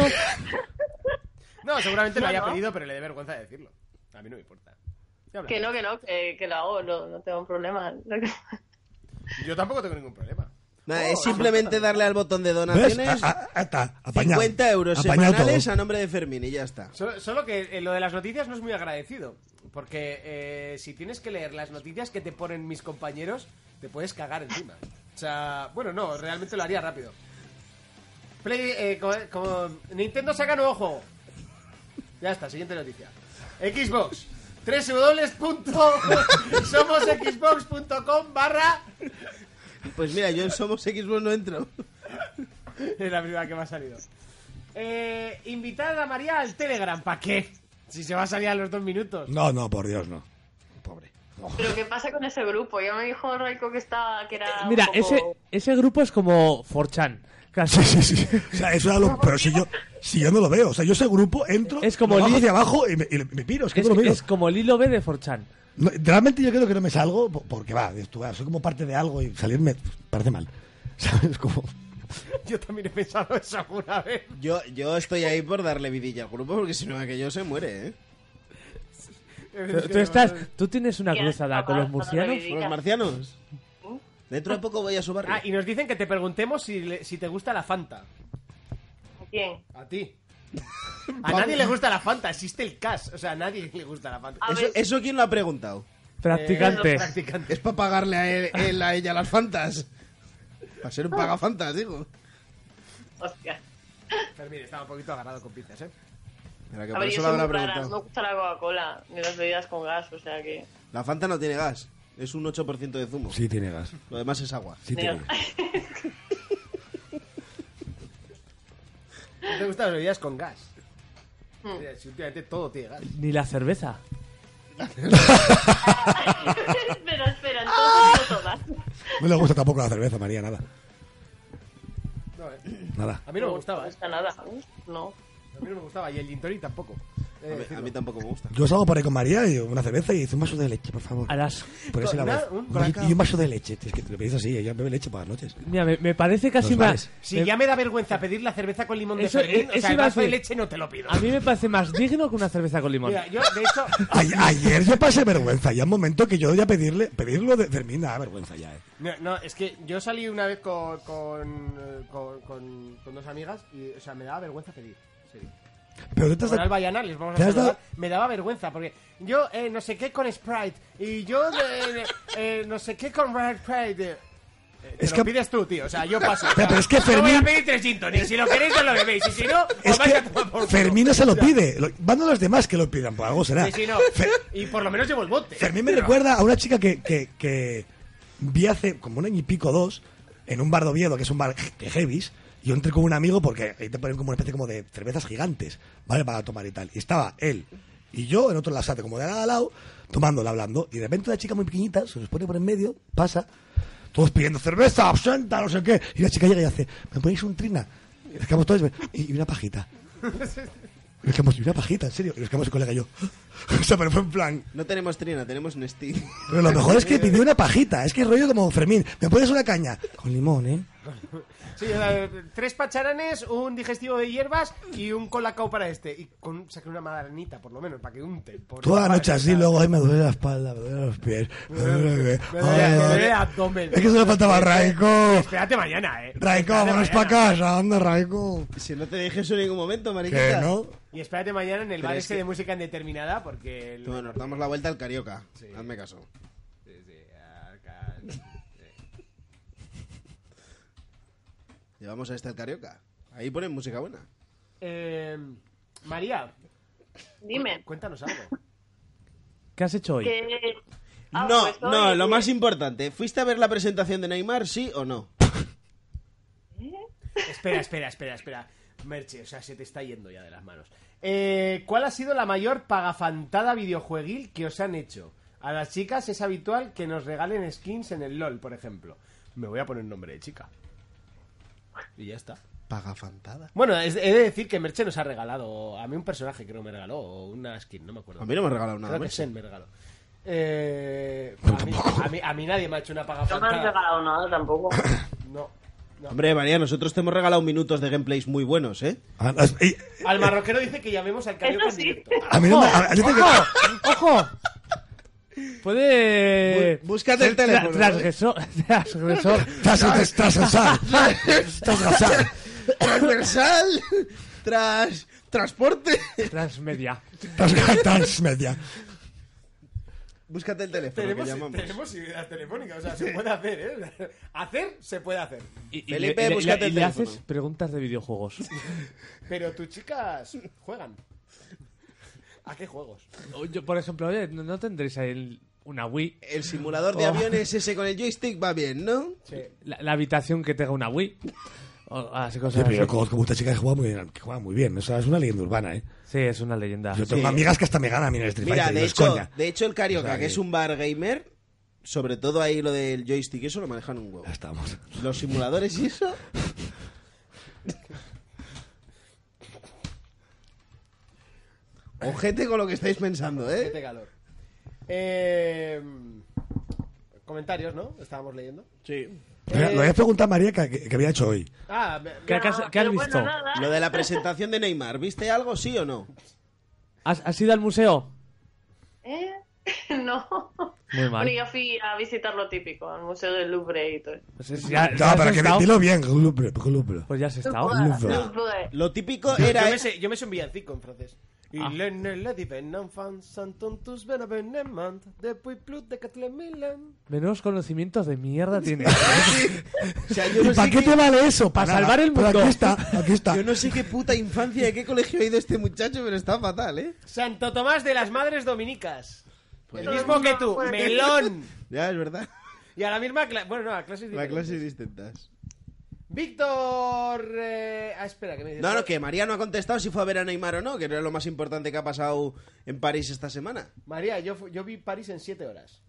[SPEAKER 1] No, seguramente lo
[SPEAKER 11] No,
[SPEAKER 1] haya
[SPEAKER 11] no.
[SPEAKER 1] pedido, pero le dé vergüenza decirlo. A mí no me importa. Ya hablaré.
[SPEAKER 11] Que no, que no, que, que lo hago, no, no tengo problema.
[SPEAKER 1] Yo tampoco tengo ningún problema.
[SPEAKER 3] Nada, es simplemente darle al botón de
[SPEAKER 2] ¿Ves?
[SPEAKER 3] donaciones
[SPEAKER 2] Ah, ah, está, apañado.
[SPEAKER 3] 50 euros
[SPEAKER 2] Apañado
[SPEAKER 3] semanales
[SPEAKER 2] todo.
[SPEAKER 3] a nombre de Fermín y ya está.
[SPEAKER 1] Solo, solo que eh, lo de las noticias no es muy agradecido. Porque eh, si tienes que leer las noticias que te ponen mis compañeros, te puedes cagar encima. O sea, bueno, no, realmente lo haría rápido. Play, eh, como, como- Nintendo saca nuevo juego. Ya está, siguiente noticia. Xbox. www.somosxbox.com barra...
[SPEAKER 3] Pues mira, yo en Somos Xbox no entro.
[SPEAKER 1] Es la primera que me ha salido. Eh, invitar a María al Telegram. ¿Para qué? Si se va a salir a los dos minutos.
[SPEAKER 2] No, no, por Dios, no. Pobre.
[SPEAKER 11] Pero ¿qué pasa con ese grupo? Ya me dijo Raiko que estaba, que
[SPEAKER 1] Eh,
[SPEAKER 11] era un
[SPEAKER 4] Mira,
[SPEAKER 11] poco-
[SPEAKER 4] ese, ese grupo es como Forchan. Casi.
[SPEAKER 2] O sea, eso era lo... Pero si yo, si yo no lo veo, o sea, yo ese grupo entro,
[SPEAKER 4] Es como
[SPEAKER 2] lo bajo
[SPEAKER 4] li-
[SPEAKER 2] hacia abajo y me, y me piro, es que
[SPEAKER 4] Es,
[SPEAKER 2] no lo miro.
[SPEAKER 4] es como el hilo B de Forchan.
[SPEAKER 2] No, realmente yo creo que no me salgo po- porque va, dices tú, va, soy como parte de algo y salirme parece mal. ¿Sabes? Como...
[SPEAKER 1] Yo también he pensado eso alguna vez.
[SPEAKER 3] Yo, yo estoy ahí por darle vidilla al grupo porque si no aquello se muere, ¿eh?
[SPEAKER 4] Tú, tú estás, tú tienes una cruzada con los murcianos.
[SPEAKER 3] ¿Con los marcianos?
[SPEAKER 11] Uh.
[SPEAKER 3] Dentro de poco voy a su barrio.
[SPEAKER 1] Ah, y nos dicen que te preguntemos si, le- si te gusta la Fanta.
[SPEAKER 11] ¿A quién?
[SPEAKER 1] A ti. A nadie le gusta la Fanta, existe el CAS. O sea, a nadie le gusta la Fanta.
[SPEAKER 3] ¿Eso, eso quién lo ha preguntado?
[SPEAKER 4] Practicante.
[SPEAKER 1] Eh, practicante.
[SPEAKER 3] Es para pagarle a él, él a ella las fantas. Para ser un pagafantas, digo.
[SPEAKER 11] Hostia.
[SPEAKER 1] Fermín, estaba un poquito agarrado con pinzas, ¿eh?
[SPEAKER 3] Mira, que
[SPEAKER 11] A
[SPEAKER 3] por
[SPEAKER 11] ver,
[SPEAKER 3] eso
[SPEAKER 11] yo
[SPEAKER 3] lo
[SPEAKER 11] soy
[SPEAKER 3] habrá
[SPEAKER 11] muy rara, no
[SPEAKER 3] preguntado.
[SPEAKER 11] me gusta la Coca-Cola, ni las bebidas con gas, o sea que...
[SPEAKER 3] La fanta no tiene gas. Es un 8% de zumo.
[SPEAKER 2] Sí tiene gas.
[SPEAKER 3] Lo demás es agua.
[SPEAKER 2] Sí tiene gas.
[SPEAKER 1] ¿No te gustan las bebidas con gas?
[SPEAKER 3] Hmm.
[SPEAKER 1] O sea, si últimamente todo tiene gas.
[SPEAKER 4] Ni la cerveza.
[SPEAKER 11] espera, espera, entonces no todas.
[SPEAKER 2] No le gusta tampoco la cerveza, María, nada.
[SPEAKER 1] No, eh.
[SPEAKER 2] Nada.
[SPEAKER 1] A mí no me gustaba,
[SPEAKER 11] No
[SPEAKER 1] ¿eh?
[SPEAKER 11] gusta nada, no.
[SPEAKER 1] A mí no me gustaba. Y el gin tonic tampoco. he de
[SPEAKER 3] A mí, a
[SPEAKER 1] decirlo.
[SPEAKER 3] mí tampoco me gusta.
[SPEAKER 2] Yo salgo por ahí con María y una cerveza y dice un vaso de leche, por favor.
[SPEAKER 4] A las-
[SPEAKER 2] Por eso la
[SPEAKER 1] Una-
[SPEAKER 2] vez.
[SPEAKER 1] un
[SPEAKER 2] Un-
[SPEAKER 1] braca.
[SPEAKER 2] y un vaso de leche. Es que te lo pedís así, ella bebe leche por las noches.
[SPEAKER 4] Mira, me, me parece casi
[SPEAKER 2] Los
[SPEAKER 4] más.
[SPEAKER 2] bares.
[SPEAKER 1] Si
[SPEAKER 4] me-
[SPEAKER 1] ya me da vergüenza pedir la cerveza con limón
[SPEAKER 4] Eso-
[SPEAKER 1] de Fermín,
[SPEAKER 2] eh,
[SPEAKER 4] eso
[SPEAKER 1] o sea, el
[SPEAKER 4] iba a
[SPEAKER 1] vaso de
[SPEAKER 4] decir.
[SPEAKER 1] leche no te lo pido.
[SPEAKER 4] A mí me parece más digno que una cerveza con limón.
[SPEAKER 1] Mira, yo, de hecho,
[SPEAKER 2] Ay- ayer yo pasé vergüenza, ya un momento que yo voy a pedirle, pedirlo de Fermín, da vergüenza ya, eh.
[SPEAKER 1] No, no, es que yo salí una vez con, con, eh, con, con- con dos amigas y, o sea, me daba vergüenza pedir. Sí.
[SPEAKER 2] Pero tú te has
[SPEAKER 1] Con
[SPEAKER 2] dado-
[SPEAKER 1] Alba y Ana, les vamos
[SPEAKER 2] ¿Te
[SPEAKER 1] a
[SPEAKER 2] has
[SPEAKER 1] saludar.
[SPEAKER 2] dado-
[SPEAKER 1] Me daba vergüenza porque yo eh, no sé qué con Sprite y yo eh, eh, no sé qué con Red Pride. eh, eh, te
[SPEAKER 2] Es
[SPEAKER 1] lo
[SPEAKER 2] que-
[SPEAKER 1] pides tú, tío. O sea, yo paso.
[SPEAKER 2] Pero- pero es que
[SPEAKER 1] Yo voy a
[SPEAKER 2] Fermín-
[SPEAKER 1] pedir tres gin tonics. Si lo queréis, os lo bebéis. Y si no, os
[SPEAKER 2] Es
[SPEAKER 1] vais
[SPEAKER 2] que
[SPEAKER 1] a tomar por culo.
[SPEAKER 2] Fermín no se lo pide, lo- van a los demás que lo pidan, por algo será.
[SPEAKER 1] Sí, sí, no.
[SPEAKER 2] Fe-
[SPEAKER 1] Y por lo menos llevo el bote.
[SPEAKER 2] Fermín me
[SPEAKER 1] Pero-
[SPEAKER 2] recuerda a una chica que, que, que vi hace como un año y pico dos en un bar de Oviedo, que es un bar de heavies. y Yo entré con un amigo porque ahí te ponen como una especie como de cervezas gigantes, ¿vale? Para tomar y tal. Y estaba él y yo en otro lasate, como de lado a lado, tomándola, hablando. Y de repente una chica muy pequeñita se nos pone por en medio, pasa, todos pidiendo cerveza, absenta, no sé qué. Y la chica llega y hace, ¿me ponéis un trina? Y nos quedamos todos, y y una pajita. Y nos quedamos, y una pajita, en serio. Y nos quedamos el colega y yo. O sea, pero fue en plan,
[SPEAKER 3] No tenemos trina, tenemos Nestí.
[SPEAKER 2] pero lo mejor es que pidió una pajita. Es que rollo como Fermín. ¿Me pones una caña? Con limón, ¿eh?
[SPEAKER 1] Sí, o sea, tres pacharanes, un digestivo de hierbas y un colacao para este. Y con, saqué una madanita, por lo menos, para que unte. por-
[SPEAKER 2] Toda la
[SPEAKER 1] para-
[SPEAKER 2] noche así, luego, ay, me duele la espalda, me duelen los pies. Me duele,
[SPEAKER 1] Me duele-
[SPEAKER 2] Ay,
[SPEAKER 1] me duele
[SPEAKER 2] ay.
[SPEAKER 1] el abdomen.
[SPEAKER 2] Es que solo faltaba Raico.
[SPEAKER 1] Espérate mañana, eh.
[SPEAKER 2] Raico,
[SPEAKER 1] Espérate
[SPEAKER 2] vámonos para
[SPEAKER 1] mañana.
[SPEAKER 2] casa. Anda, Raico.
[SPEAKER 3] Si no te dije eso en ningún momento,
[SPEAKER 2] Que
[SPEAKER 3] mariquita.
[SPEAKER 2] no.
[SPEAKER 1] Y espérate mañana en el
[SPEAKER 3] Pero
[SPEAKER 1] bar
[SPEAKER 3] es
[SPEAKER 1] ese
[SPEAKER 3] que-
[SPEAKER 1] de música indeterminada, porque. el-
[SPEAKER 3] Tú, nos damos la vuelta al carioca. Hazme caso. Llevamos a este al carioca. Ahí ponen música buena.
[SPEAKER 1] Eh, María,
[SPEAKER 11] Dime,
[SPEAKER 1] cuéntanos algo.
[SPEAKER 4] ¿Qué has hecho hoy?
[SPEAKER 11] que... Ah,
[SPEAKER 3] no,
[SPEAKER 11] pues hoy-
[SPEAKER 3] no, lo más importante. ¿Fuiste a ver la presentación de Neymar, sí o no?
[SPEAKER 1] espera, espera, espera, espera. Merche, o sea, se te está yendo ya de las manos. Eh, ¿Cuál ha sido la mayor pagafantada videojueguil que os han hecho? A las chicas es habitual que nos regalen skins en el LOL, por ejemplo. Me voy a poner nombre de chica. Y ya está.
[SPEAKER 17] Pagafantada.
[SPEAKER 1] Bueno, es- he de decir que Merche nos ha regalado a mí un personaje que no me regaló, o una skin, no me acuerdo.
[SPEAKER 3] A mí no me ha regalado nada,
[SPEAKER 1] Creo que
[SPEAKER 3] Merche.
[SPEAKER 1] Sen me regaló. Eh, a, mí, a, mí, a mí nadie me ha hecho una paga
[SPEAKER 11] No me has
[SPEAKER 1] faltada.
[SPEAKER 11] regalado nada tampoco.
[SPEAKER 1] No. no.
[SPEAKER 3] Hombre, María, nosotros te hemos regalado minutos de gameplays muy buenos, ¿eh?
[SPEAKER 2] Ah,
[SPEAKER 1] Al marroquero dice que llamemos al carioca en directo.
[SPEAKER 2] A mí no me- a- a- yo te-
[SPEAKER 4] ¡Ojo! ¡Ojo! Puede.
[SPEAKER 3] Bú- búscate el teléfono, ¿no?
[SPEAKER 4] Transgresor. Transgresor.
[SPEAKER 2] Tras- transversal. Transversal.
[SPEAKER 3] Transversal. Tras. Transporte.
[SPEAKER 4] Transmedia.
[SPEAKER 2] Trans- Transmedia.
[SPEAKER 3] Búscate el teléfono
[SPEAKER 1] Tenemos,
[SPEAKER 3] que llamamos.
[SPEAKER 1] tenemos ideas telefónicas, o sea, se puede hacer, ¿eh? Hacer, se puede hacer.
[SPEAKER 4] Y le- y le- y le, haces preguntas de videojuegos.
[SPEAKER 1] Pero tus chicas juegan. ¿A qué juegos?
[SPEAKER 4] O yo, por ejemplo, oye, ¿no no tendréis ahí el- una Wii?
[SPEAKER 3] El simulador de
[SPEAKER 4] Oh.
[SPEAKER 3] aviones ese con el joystick va bien, ¿no?
[SPEAKER 4] La, la habitación que tenga una Wii. O, así
[SPEAKER 2] Sí,
[SPEAKER 4] cosas
[SPEAKER 2] pero yo
[SPEAKER 4] así.
[SPEAKER 2] conozco muchas chicas que juegan muy bien. Que juegan muy bien. O sea, es una leyenda urbana, ¿eh?
[SPEAKER 4] Sí, es una leyenda.
[SPEAKER 2] Yo tengo
[SPEAKER 3] Ah, Sí.
[SPEAKER 2] amigas que hasta me ganan a mí en el Street
[SPEAKER 3] Mira,
[SPEAKER 2] Fighter. y
[SPEAKER 3] de
[SPEAKER 2] no es
[SPEAKER 3] hecho,
[SPEAKER 2] coña.
[SPEAKER 3] de hecho el Carioca,
[SPEAKER 2] O sea,
[SPEAKER 3] que
[SPEAKER 2] que-
[SPEAKER 3] es un bar gamer, sobre todo ahí lo del joystick, eso lo manejan un huevo.
[SPEAKER 2] estamos.
[SPEAKER 3] Los simuladores y eso. Ojete con lo que estáis pensando,
[SPEAKER 1] Qué
[SPEAKER 3] ¿eh?
[SPEAKER 1] te calor. Eh, comentarios, ¿no? Estábamos leyendo.
[SPEAKER 3] Sí.
[SPEAKER 2] Mira, Lo habías preguntado a María que, que- que había hecho hoy.
[SPEAKER 1] Ah, me-
[SPEAKER 4] ¿Qué- qué has-
[SPEAKER 1] no,
[SPEAKER 4] qué has
[SPEAKER 1] pero
[SPEAKER 4] visto?
[SPEAKER 1] nada.
[SPEAKER 3] Lo de la presentación de Neymar, ¿viste algo sí o no?
[SPEAKER 4] ¿Has, has ido al museo?
[SPEAKER 11] ¿Eh? No.
[SPEAKER 4] Muy mal.
[SPEAKER 11] Bueno, yo fui a visitar lo típico, al Museo del Louvre y todo.
[SPEAKER 4] Pues es- ya-
[SPEAKER 2] no,
[SPEAKER 4] ya has
[SPEAKER 2] pero que
[SPEAKER 4] estado.
[SPEAKER 2] dilo bien. Glubro, glubro.
[SPEAKER 4] Pues ya has estado.
[SPEAKER 2] Glubro.
[SPEAKER 11] Louvre.
[SPEAKER 3] Lo típico
[SPEAKER 1] Yo,
[SPEAKER 3] era...
[SPEAKER 1] me sé, yo me sé un villancico en francés. eh. Y
[SPEAKER 4] Ah.
[SPEAKER 1] le- ne- le di venan fan, santon tus vena venemant, de pui plut de catle milan.
[SPEAKER 4] Menos conocimientos de mierda tienes.
[SPEAKER 3] O sea, yo
[SPEAKER 2] ¿Y
[SPEAKER 3] no
[SPEAKER 2] para
[SPEAKER 3] sé
[SPEAKER 2] qué te vale eso?
[SPEAKER 4] Para
[SPEAKER 2] Nada.
[SPEAKER 4] salvar el
[SPEAKER 2] Pero
[SPEAKER 4] mundo.
[SPEAKER 2] Aquí está, aquí está.
[SPEAKER 3] Yo no sé qué puta infancia, de qué colegio ha ido este muchacho, pero está fatal, ¿eh?
[SPEAKER 1] Santo Tomás de las Madres Dominicas.
[SPEAKER 3] Pues-
[SPEAKER 1] El mismo que tú,
[SPEAKER 11] Pues-
[SPEAKER 1] melón.
[SPEAKER 3] Ya, es verdad.
[SPEAKER 1] Y a la misma clase. Bueno, no, a clases
[SPEAKER 3] La
[SPEAKER 1] diferentes.
[SPEAKER 3] clase distintas.
[SPEAKER 1] Víctor. eh, Ah, espera, que me dices.
[SPEAKER 3] No, no, que María no ha contestado si fue a ver a Neymar o no, que no es lo más importante que ha pasado en París esta semana.
[SPEAKER 1] María, yo, fu- yo vi París en 7 horas.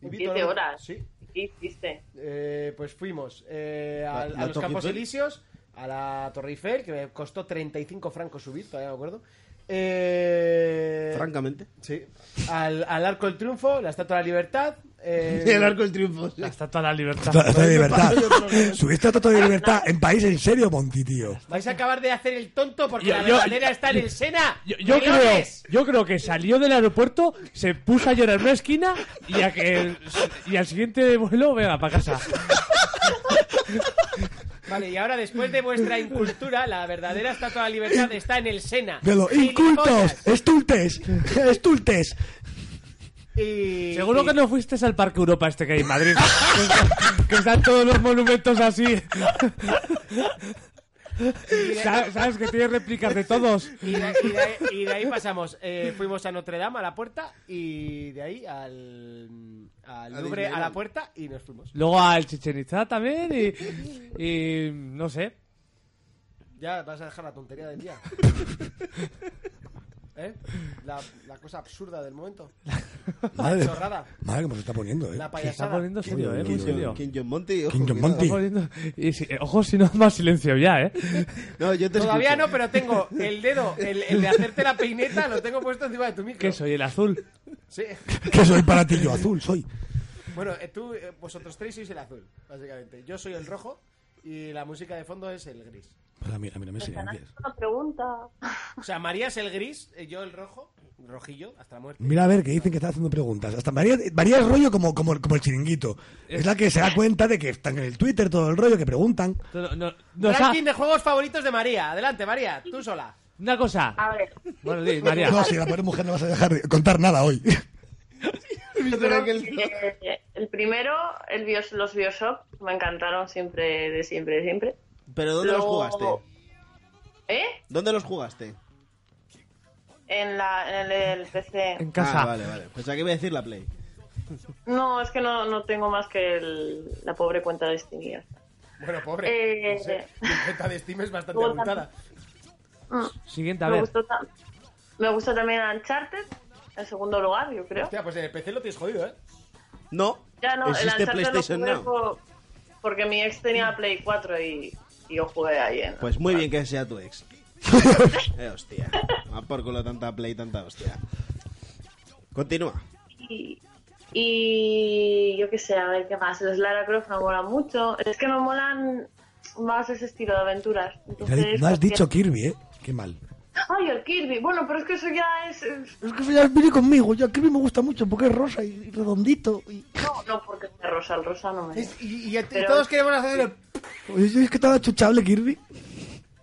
[SPEAKER 1] Y
[SPEAKER 11] ¿En
[SPEAKER 1] vi
[SPEAKER 11] siete
[SPEAKER 1] todo lo-
[SPEAKER 11] horas?
[SPEAKER 1] Sí.
[SPEAKER 11] ¿Qué hiciste?
[SPEAKER 1] Eh, pues fuimos eh,
[SPEAKER 3] ¿La-
[SPEAKER 1] al- a,
[SPEAKER 3] la
[SPEAKER 1] los
[SPEAKER 3] Torre
[SPEAKER 1] Campos
[SPEAKER 3] Eiffel?
[SPEAKER 1] Elíseos, a la Torre Eiffel, que me costó 35 francos subir, todavía me acuerdo. Eh,
[SPEAKER 3] Francamente.
[SPEAKER 1] Sí. Al, al Arco del Triunfo, la Estatua de la Libertad. eh,
[SPEAKER 3] El arco del triunfo. sí.
[SPEAKER 4] La estatua de la libertad.
[SPEAKER 2] Trato de libertad.
[SPEAKER 3] Yo no lo-
[SPEAKER 2] Subiste a Trato de libertad en país en serio, Monti, tío.
[SPEAKER 1] Vais a acabar de hacer el tonto porque
[SPEAKER 4] Yo-
[SPEAKER 1] la
[SPEAKER 4] yo-
[SPEAKER 1] verdadera está en el Sena.
[SPEAKER 4] Yo, yo creo,
[SPEAKER 1] ¡Melones!
[SPEAKER 4] yo creo que salió del aeropuerto, se puso a llorar en una esquina y, a que- y al siguiente vuelo, venga, para casa.
[SPEAKER 1] Vale, y ahora después de vuestra incultura, la verdadera Estatua de la Libertad está en el Sena.
[SPEAKER 2] De los incultos,
[SPEAKER 1] Gilipollas.
[SPEAKER 2] estultes, estultes.
[SPEAKER 1] Y-
[SPEAKER 4] Seguro
[SPEAKER 1] y-
[SPEAKER 4] que no fuiste al Parque Europa este que hay en Madrid. Que, está- que están todos los monumentos así. Sa- ¿Sabes que tiene réplicas de todos?
[SPEAKER 1] Y de, y de ahí, y de ahí pasamos, eh, fuimos a Notre Dame a la puerta y de ahí al, al
[SPEAKER 3] A
[SPEAKER 1] Louvre a la
[SPEAKER 3] Disneyland.
[SPEAKER 1] puerta y nos fuimos.
[SPEAKER 4] Luego al Chichen Itza también y, y no sé.
[SPEAKER 1] Ya vas a dejar la tontería del día. ¿Eh? La, la cosa absurda del momento.
[SPEAKER 2] Madre,
[SPEAKER 1] Chorrada.
[SPEAKER 2] madre cómo se está poniendo, eh.
[SPEAKER 1] La
[SPEAKER 4] Se está
[SPEAKER 1] payasada.
[SPEAKER 4] poniendo serio, eh, muy
[SPEAKER 2] King
[SPEAKER 4] serio.
[SPEAKER 3] Kim Jong Monty. ojo,
[SPEAKER 2] Kim Jong
[SPEAKER 3] cuidado.
[SPEAKER 4] Se está poniendo- y si- ojo, si no, más silencio ya, eh.
[SPEAKER 3] No, yo te
[SPEAKER 1] Todavía
[SPEAKER 3] escucho.
[SPEAKER 1] no, pero tengo el dedo, el, el de hacerte la peineta, lo tengo puesto encima de tu micro.
[SPEAKER 4] Que soy el azul.
[SPEAKER 1] Sí.
[SPEAKER 2] Que soy para ti, yo azul, soy.
[SPEAKER 1] Bueno, eh, tú, eh, vosotros tres sois el azul, básicamente. Yo soy el rojo y la música de fondo es el gris.
[SPEAKER 2] Mira, mira, mira, me silencias.
[SPEAKER 11] Una pregunta.
[SPEAKER 1] O sea, María es el gris, eh, yo el rojo, rojillo, hasta la muerte.
[SPEAKER 2] Mira a ver, que dicen que está haciendo preguntas. Hasta María, María es rollo como, como, como el chiringuito. Es la que se da cuenta de que están en el Twitter todo el rollo, que preguntan.
[SPEAKER 4] No, no, nos ha-
[SPEAKER 1] Ranking de juegos favoritos de María. Adelante, María, tú sola.
[SPEAKER 4] Una cosa.
[SPEAKER 11] A ver,
[SPEAKER 4] Bueno, di, María.
[SPEAKER 2] No, si la pobre mujer no vas a dejar de contar nada hoy.
[SPEAKER 11] yo
[SPEAKER 3] Pero
[SPEAKER 11] creo
[SPEAKER 3] que el-
[SPEAKER 11] que eh, el primero, el Bios- los Bioshock, me encantaron siempre, de siempre, de siempre.
[SPEAKER 3] Pero ¿dónde los
[SPEAKER 11] Luego-
[SPEAKER 3] jugaste?
[SPEAKER 11] ¿Eh?
[SPEAKER 3] ¿Dónde los jugaste?
[SPEAKER 11] En, la, en el, el PC.
[SPEAKER 4] En casa.
[SPEAKER 3] Ah, vale, vale. Pues aquí voy a decir la Play.
[SPEAKER 11] No, es que no, no tengo más que el- la pobre cuenta de Steam. y ya está.
[SPEAKER 1] Bueno,
[SPEAKER 11] pobre, Eh, no sé,
[SPEAKER 1] Mi cuenta de Steam es bastante
[SPEAKER 11] luego también- abultada. Mm.
[SPEAKER 4] Siguiente, a
[SPEAKER 11] Me
[SPEAKER 4] ver.
[SPEAKER 11] gustó, ta- me gustó también Uncharted, en segundo lugar, yo creo.
[SPEAKER 1] Hostia, pues en el PC lo tienes jodido, ¿eh?
[SPEAKER 3] No,
[SPEAKER 11] Ya no, el
[SPEAKER 3] existe
[SPEAKER 11] Uncharted lo
[SPEAKER 3] este PlayStation
[SPEAKER 11] jugué
[SPEAKER 3] Now.
[SPEAKER 11] por- porque mi ex tenía Play 4 y y yo jugué ahí en...
[SPEAKER 3] Pues muy bien que sea tu ex. eh, hostia. Va por culo tanta play, tanta hostia. Continúa.
[SPEAKER 11] Y, y yo qué sé, a ver qué más. Los Lara Croft no molan mucho. Es que me molan más ese estilo de aventuras. Entonces,
[SPEAKER 2] No has dicho
[SPEAKER 11] cualquier-
[SPEAKER 2] Kirby, ¿eh? Qué mal.
[SPEAKER 11] Ay, el Kirby. Bueno, pero es que eso ya es... es-
[SPEAKER 2] Es que ya viene conmigo. Yo a Kirby me gusta mucho porque es rosa y y redondito. Y...
[SPEAKER 11] No, no, porque es de rosa, el rosa no me...
[SPEAKER 1] Y, y todos queremos hacer el...
[SPEAKER 2] Oye, yo es que estaba chuchable Kirby.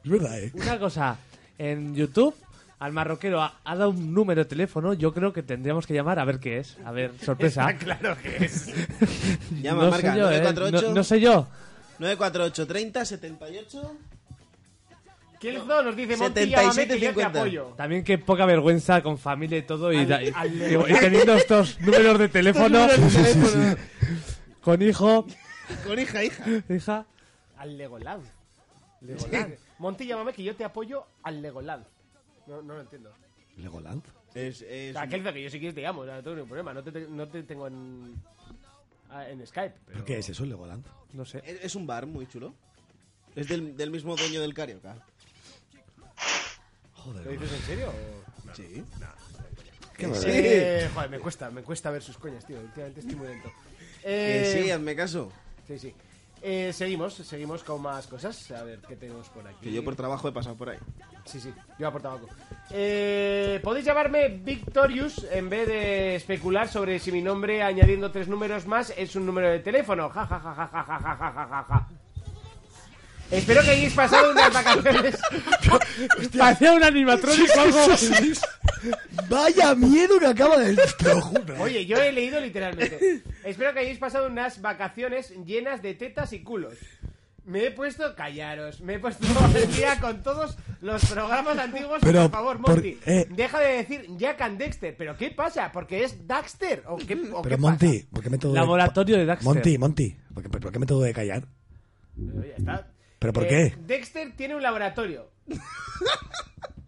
[SPEAKER 2] Es verdad, ¿eh?
[SPEAKER 4] Una cosa, en YouTube al marroquero ha, ha dado un número de teléfono, yo creo que tendríamos que llamar a ver qué es. A ver, sorpresa.
[SPEAKER 3] Está claro que es. Llama,
[SPEAKER 4] No sé
[SPEAKER 3] marca,
[SPEAKER 4] yo, ¿eh?
[SPEAKER 3] 948.
[SPEAKER 4] No- no sé yo.
[SPEAKER 3] 948 30 78
[SPEAKER 1] ¿Quién no, nos dice, Monty, llámame que yo te
[SPEAKER 3] 7750.
[SPEAKER 1] apoyo?
[SPEAKER 4] También qué poca vergüenza con familia y todo y, da- y-
[SPEAKER 1] al-
[SPEAKER 4] y- y teniendo estos números de teléfono,
[SPEAKER 1] números de teléfono.
[SPEAKER 4] con hijo,
[SPEAKER 3] Con hija, hija.
[SPEAKER 4] hija.
[SPEAKER 1] Al Legoland. Legoland. Monty, llámame que yo te apoyo al Legoland. No, no lo entiendo.
[SPEAKER 2] Legoland.
[SPEAKER 3] Es, es
[SPEAKER 1] O sea, aquel de que yo si quieres te llamo, o sea, no tengo ningún problema. No te, te- no te tengo en, ah, en Skype.
[SPEAKER 2] ¿Pero qué es eso, el Legoland?
[SPEAKER 4] No sé.
[SPEAKER 3] Es, es un bar muy chulo. Es del, del mismo dueño del Carioca.
[SPEAKER 2] Joder.
[SPEAKER 1] ¿Lo dices en serio? o-
[SPEAKER 3] Sí.
[SPEAKER 1] Que
[SPEAKER 3] Que
[SPEAKER 1] sí.
[SPEAKER 3] sí.
[SPEAKER 1] Eh, joder, me cuesta, me cuesta ver sus coñas, tío. Últimamente estoy muy lento.
[SPEAKER 3] Que
[SPEAKER 1] Eh,
[SPEAKER 3] sí, hazme caso.
[SPEAKER 1] Sí, sí. Eh, seguimos, seguimos con más cosas. A ver qué tenemos por aquí.
[SPEAKER 3] Que yo por trabajo he pasado por ahí.
[SPEAKER 1] Sí, sí, yo aporto algo. Eh, Podéis llamarme Victorious en vez de especular sobre si mi nombre añadiendo tres números más es un número de teléfono. Ja, ja, ja, ja, ja, ja, ja, ja, ja, ja, ja. Espero que hayáis pasado unas vacaciones.
[SPEAKER 4] Parecía un animatrónico algo.
[SPEAKER 2] Vaya miedo que acaba de. Te lo juro.
[SPEAKER 1] Oye, yo he leído literalmente. Espero que hayáis pasado unas vacaciones llenas de tetas y culos. Me he puesto callaros, me he puesto al día con todos los programas antiguos.
[SPEAKER 2] Pero,
[SPEAKER 1] por favor,
[SPEAKER 2] por-
[SPEAKER 1] Monty,
[SPEAKER 2] eh.
[SPEAKER 1] deja de decir Jack and Dexter. ¿Pero qué pasa? ¿Porque es Daxter? ¿O qué, o
[SPEAKER 2] Pero
[SPEAKER 1] qué
[SPEAKER 2] Monty, ¿por qué método de-
[SPEAKER 4] Laboratorio de Daxter.
[SPEAKER 2] Monty, Monty, ¿por qué, por qué método de callar?
[SPEAKER 1] pasa? Pero ya está.
[SPEAKER 2] ¿Pero por
[SPEAKER 1] Eh,
[SPEAKER 2] qué?
[SPEAKER 1] Dexter tiene un laboratorio.